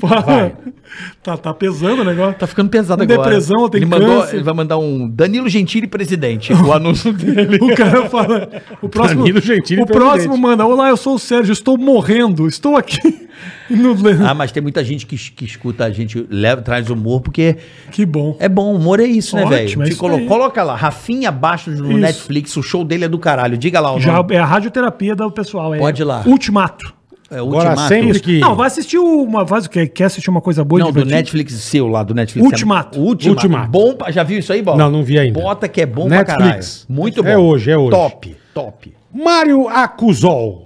Porra, Tá, tá pesando o negócio.
(laughs) Tá ficando pesado
Tem
agora.
depressão, tem
ele mandou,
câncer.
Ele vai mandar um Danilo Gentili presidente.
(laughs)
O anúncio dele.
O cara fala. O próximo,
Danilo Gentili,
o
presidente.
próximo manda. Olá, eu sou o Sérgio, estou morrendo, estou aqui. (laughs) No...
Ah, mas tem muita gente que, que escuta a gente, leva, traz humor, porque
Que bom.
é bom, humor é isso, né,
Ótimo,
velho?
é
Te
isso
colo-
aí.
Coloca lá, Rafinha abaixo no
Isso.
Netflix, o show dele é do caralho. Diga lá o
Já
nome.
é a radioterapia do pessoal. É
Pode ir lá.
Ultimato.
É
Agora sempre que...
Não, vai assistir uma. Faz o quê? Quer assistir uma coisa boa e
Não, do
divertida?
Netflix seu lá, do Netflix.
Ultimato.
O Ultimato.
Ultimato.
Bom pra- já viu isso aí, Bola?
Não, não vi ainda.
Bota que é bom pra caralho.
Netflix.
Muito bom.
É hoje, é hoje.
Top, top.
Mário Acusol.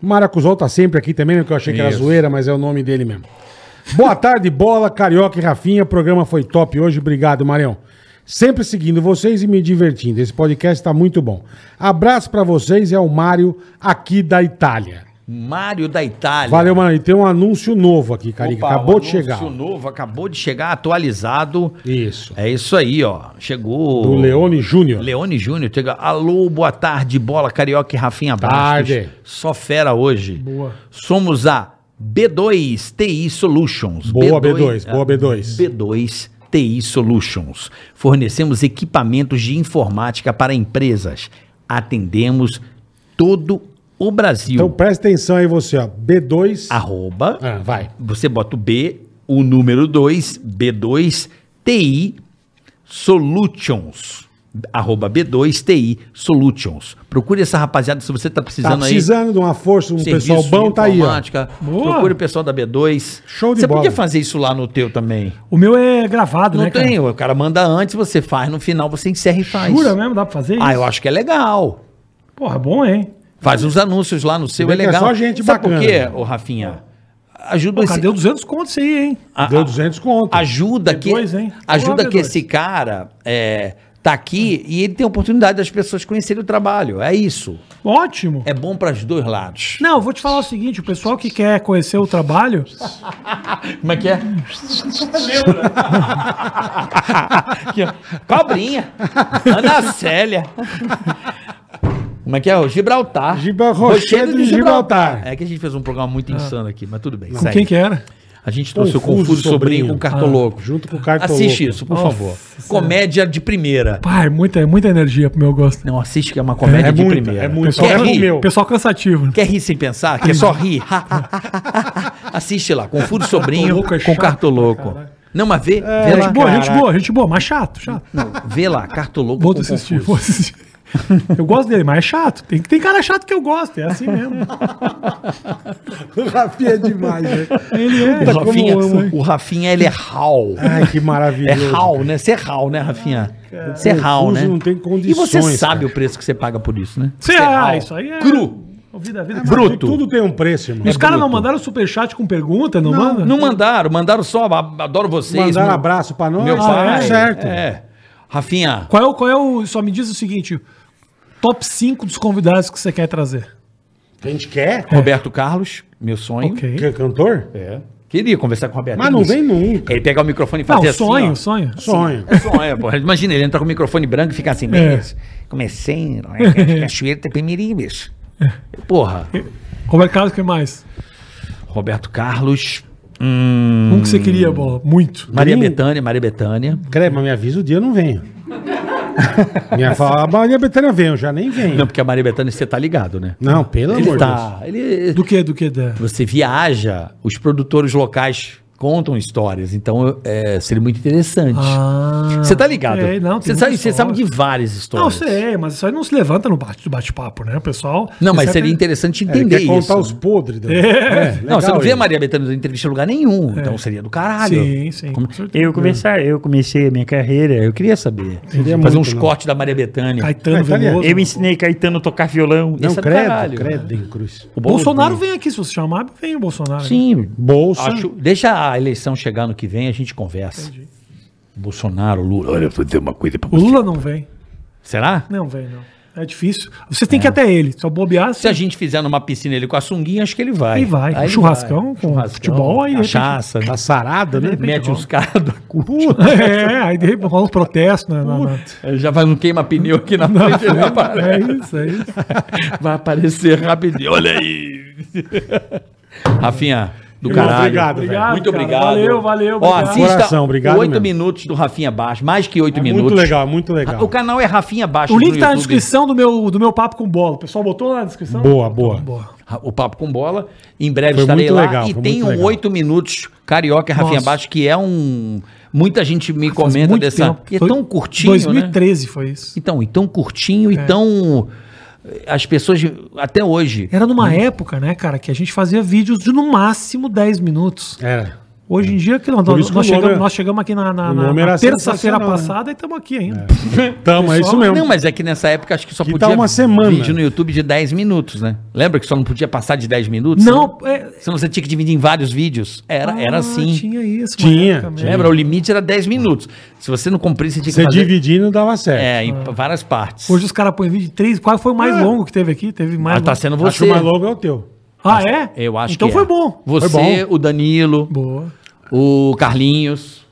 Mário Acusol tá sempre aqui também, né? Que eu achei que era
Isso.
zoeira, mas é o nome dele mesmo. Boa tarde, bola, carioca e Rafinha. O programa foi top hoje. Obrigado, Marião. Sempre seguindo vocês e me divertindo. Esse podcast tá muito bom. Abraço pra vocês, é o Mário aqui da Itália.
Mário da Itália.
Valeu, Mário. E tem um anúncio novo aqui, Carica.
Opa,
Acabou
um
de chegar.
anúncio novo, acabou de chegar, atualizado.
Isso.
É isso aí, ó. Chegou.
Do Leone Júnior.
Leone Júnior. Chega. Alô, boa tarde, bola, carioca e Rafinha
Tarde.
Só fera hoje.
Boa.
Somos a B2 TI Solutions. é,
Boa, B2, boa, B2.
B2 TI Solutions. Fornecemos equipamentos de informática para empresas. Atendemos todo o Brasil.
Então presta atenção aí você, ó. B2.
Arroba
Ah, vai.
você bota o B, o número 2, B2, TI Solutions. Arroba B2 TI Solutions. Procure essa rapaziada se você tá
Tá
precisando,
precisando de uma força, um
aí.
pessoal bom, tá aí, ó.
informática.
Boa.
Procure o pessoal da B2.
Show de
você
bola.
podia fazer isso lá no teu também.
O meu é gravado,
Não
né? cara?
tem, o cara manda antes, você faz, no final você encerra e faz.
né?
Jura mesmo? Dá pra fazer
Ah, eu acho que é legal.
Porra, bom, hein?
Faz uns anúncios lá no seu, é
Bem que é
legal.
só gente
Sabe por
bacana.
quê, ô Rafinha? Ajuda
Pô,
esse-
cara, deu 200 contos aí, hein?
a-
Deu
a-
200 conto. (laughs)
ajuda que
dois, hein?
ajuda
Olá,
que
B dois.
esse cara é, tá aqui e ele tem a oportunidade das pessoas conhecerem o trabalho. É isso.
Ótimo.
É bom para os dois lados.
Não, eu vou te falar o seguinte, o pessoal que quer conhecer o trabalho,
Como é que é? (laughs) Aqui, ó. Cobrinha. Ana Célia. Como é que é? O Gibraltar.
Gibra- Rochedo de Gibraltar. Ah.
É que a gente fez um programa muito insano aqui, mas tudo bem.
com quem que era?
A gente trouxe o
é? Confuso
Confuso Sobrinho
Sobrinho. Ah,
com o Cartoloco.
Junto com o Cartoloco.
Assiste isso, por
Nossa
favor. Comédia de primeira.
Pá, é muita, é muita energia pro meu gosto.
Não, assiste que é uma comédia
É
de
muita,
primeira.
é muita.
Quer
É
rir?
meu.
Pessoal cansativo. né?
Quer rir sem pensar? Quer só rir? assiste lá, com Fudo Sobrinho,
Cartoloco é
com
chato
Cartoloco. Não, mas vê, vê lá.
gente boa, gente
caraca.
boa, gente boa, mas chato, chato.
Não, vê lá, Cartoloco
Vou
com
assistir,
Confuso.
vou assistir. (laughs) Eu gosto dele, mas é chato. Tem, tem cara chato que eu gosto, é assim mesmo.
O Rafinha é demais, né?
(laughs) Ele é.
O Rafinha,
como eu amo.
o Rafinha, ele é Hal.
Ai, que
É
maravilhoso.
Hal, né? Você é Hal, né, Rafinha? Você é Hal,
Confuso
né?
não tem
e você
condições,
sabe
cara.
o preço que você paga por isso, né?
Cê-
Você
ah,
Hal.
isso aí é-
Cru.
Vida, vida. é
Bruto.
Tudo tem um preço, irmão.
Os caras não mandaram superchat com pergunta, não, manda?
Não mandaram, mandaram só, a- adoro vocês.
Mandaram
meu-
abraço pra nós.
Meu
tá
pai.
tudo certo.
É. Rafinha,
Qual é, o, qual é o. Só me diz o seguinte: top 5 dos convidados que você quer trazer.
Que a gente quer?
Roberto Carlos, meu sonho.
Ok.
Que é cantor?
É. Queria conversar com o Roberto.
Mas não vem nunca.
Ele pegar o microfone e
Não,
fazer assim.
sonho,
ó. É
sonho.
Sonho.
Sonho, porra. Imagina, ele entra com o microfone branco e fica assim,
É.
bicho. Comecei, não é? Cachoeira Tapemirim, bicho.
É.
Porra.
Roberto Carlos, o é que mais?
Roberto Carlos. hum,
Um que você queria, bola? Muito.
Maria
Gringo.
Bethânia, Maria Bethânia.
Crê, mas me avisa o dia, eu não
(laughs)
venho. Minha fala, a Maria Bethânia vem, eu já nem venho.
Não,
Não,
porque a Maria Bethânia você tá ligado, né?
pelo amor
Ele
de Deus.
tá. Ele,
Do que, do que? Da...
você viaja, os produtores locais contam histórias, então é, seria muito interessante.
Ah.
Você tá ligado?
Sei, não, tem
você, sabe,
muita
você sabe de
história.
várias
Não,
histórias.
sei, mas isso aí não se levanta no bate- do bate-papo, né, pessoal?
Não, mas
Isso é-
seria interessante
É, ele
entender
quer contar
isso.
os podres. É. É,
Não, você não
legal
vê a
isso.
Maria Bethânia em entrevista em lugar nenhum, então seria do caralho.
Sim, sim.
Como-
com certeza.
Eu, começar, eu comecei a minha carreira, eu queria saber.
Seria
Fazer
muito,
uns
não.
cortes da Maria Bethânia.
Caetano
Não, tá ali,
Veloso.
Eu ensinei Caetano a tocar violão.
Não,
Isso é do
credo,
caralho.
credo em cruz.
O
Bolsonaro vem aqui, se você chamar, vem o Bolsonaro.
né? Sim,
Bolsa.
acho, deixa a eleição chegar no que vem, a gente conversa. Bolsonaro, Lula.
Olha, eu vou dizer uma coisa pra
O Lula não vem.
Será?
Não vem, não. É difícil. Você tem que ir até ele. Só bobear,
É. Se
você
a gente fizer numa piscina ele com a sunguinha, acho que ele vai.
Aí vai.
ele
Churrascão com futebol, aí, de repente-
(laughs)
cachaça,
Tá sarada, né?
mete os caras da curva.
(laughs) É, aí de repente rola um protesto, né? na- na-
Ele já vai um queima-pneu aqui na frente, ele aparece.
É isso,
(laughs)
é isso.
Vai aparecer rapidinho. Olha aí. (laughs) Rafinha, do
Irmão,
caralho.
obrigado, velho.
Muito
cara.
obrigado.
Valeu, valeu,
Ó,
obrigado.
assista
Coração, obrigado
oito
mesmo.
minutos do Rafinha Baixo. Mais que oito
É
minutos.
Muito legal, muito legal.
O canal é Rafinha Baixo
O link
no
tá na
YouTube.
descrição do meu, do meu papo com bola. O pessoal botou lá na descrição?
Boa, boa.
Boa.
O Papo com Bola. Em breve
Foi
estarei
muito
lá.
legal,
e
foi
tem
muito
um
legal.
oito minutos Carioca e Rafinha
Nossa.
Baixo, que é um... Muita gente me
Faz
comenta
muito
dessa...
tempo.
E é
Foi-
tão curtinho, né?
2013 foi isso.
Então, e tão curtinho,
É.
e tão... As pessoas, até hoje...
Era numa época, né, cara, que a gente fazia vídeos de no máximo 10 minutos.
Era.
Hoje em dia, que nós,
Por isso que
nós
o nome
chegamos,
é-
nós chegamos aqui na, na-
o
na-
nome
na
era
terça-feira
sensacional, né?
passada e estamos aqui ainda.
Tamo, é isso mesmo.
Não, mas é que nessa época acho que só
Que
podia
tá uma semana.
vídeo no YouTube de 10 minutos, né? Lembra que só não podia passar de 10 minutos? Senão-
Não, é-
Senão você tinha que dividir em vários vídeos. Era, era
Ah,
assim.
Tinha isso. uma
Tinha,
época mesmo.
Lembra? O limite era 10 minutos. Se você não cumprisse, você tinha que
Você dividindo dava certo.
É, em várias partes.
Ah. Hoje os caras põem vídeo de 3, qual foi o
É.
mais longo que teve aqui? Teve mais
Mas tá
longo.
sendo
Acho que
você.
o mais longo é o teu.
Ah, é?
Eu acho
então
que
foi
é.
bom.
Você,
Foi
o Danilo,
Boa.
o
(laughs)
Carlinhos.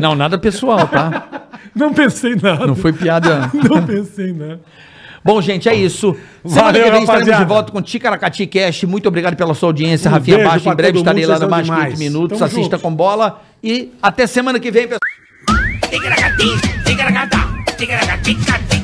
não, nada pessoal, tá?
Não pensei em nada.
Não foi piada.
(laughs) Não pensei em nada.
Bom, gente, é isso. Semana
Valeu,
que vem estaremos de
rapaziada.
volta com Ticaracati Cast. Muito obrigado pela sua audiência,
Um
Rafinha
beijo
Baixo. Em
pra
breve
todo
estarei
mundo,
lá
vocês
no
são
Mais que
demais.
8 Minutos.
Tamo
Assista
junto.
com bola. E até semana que vem, pessoal.
Tigaragati, tigaragata, tigaragaticati,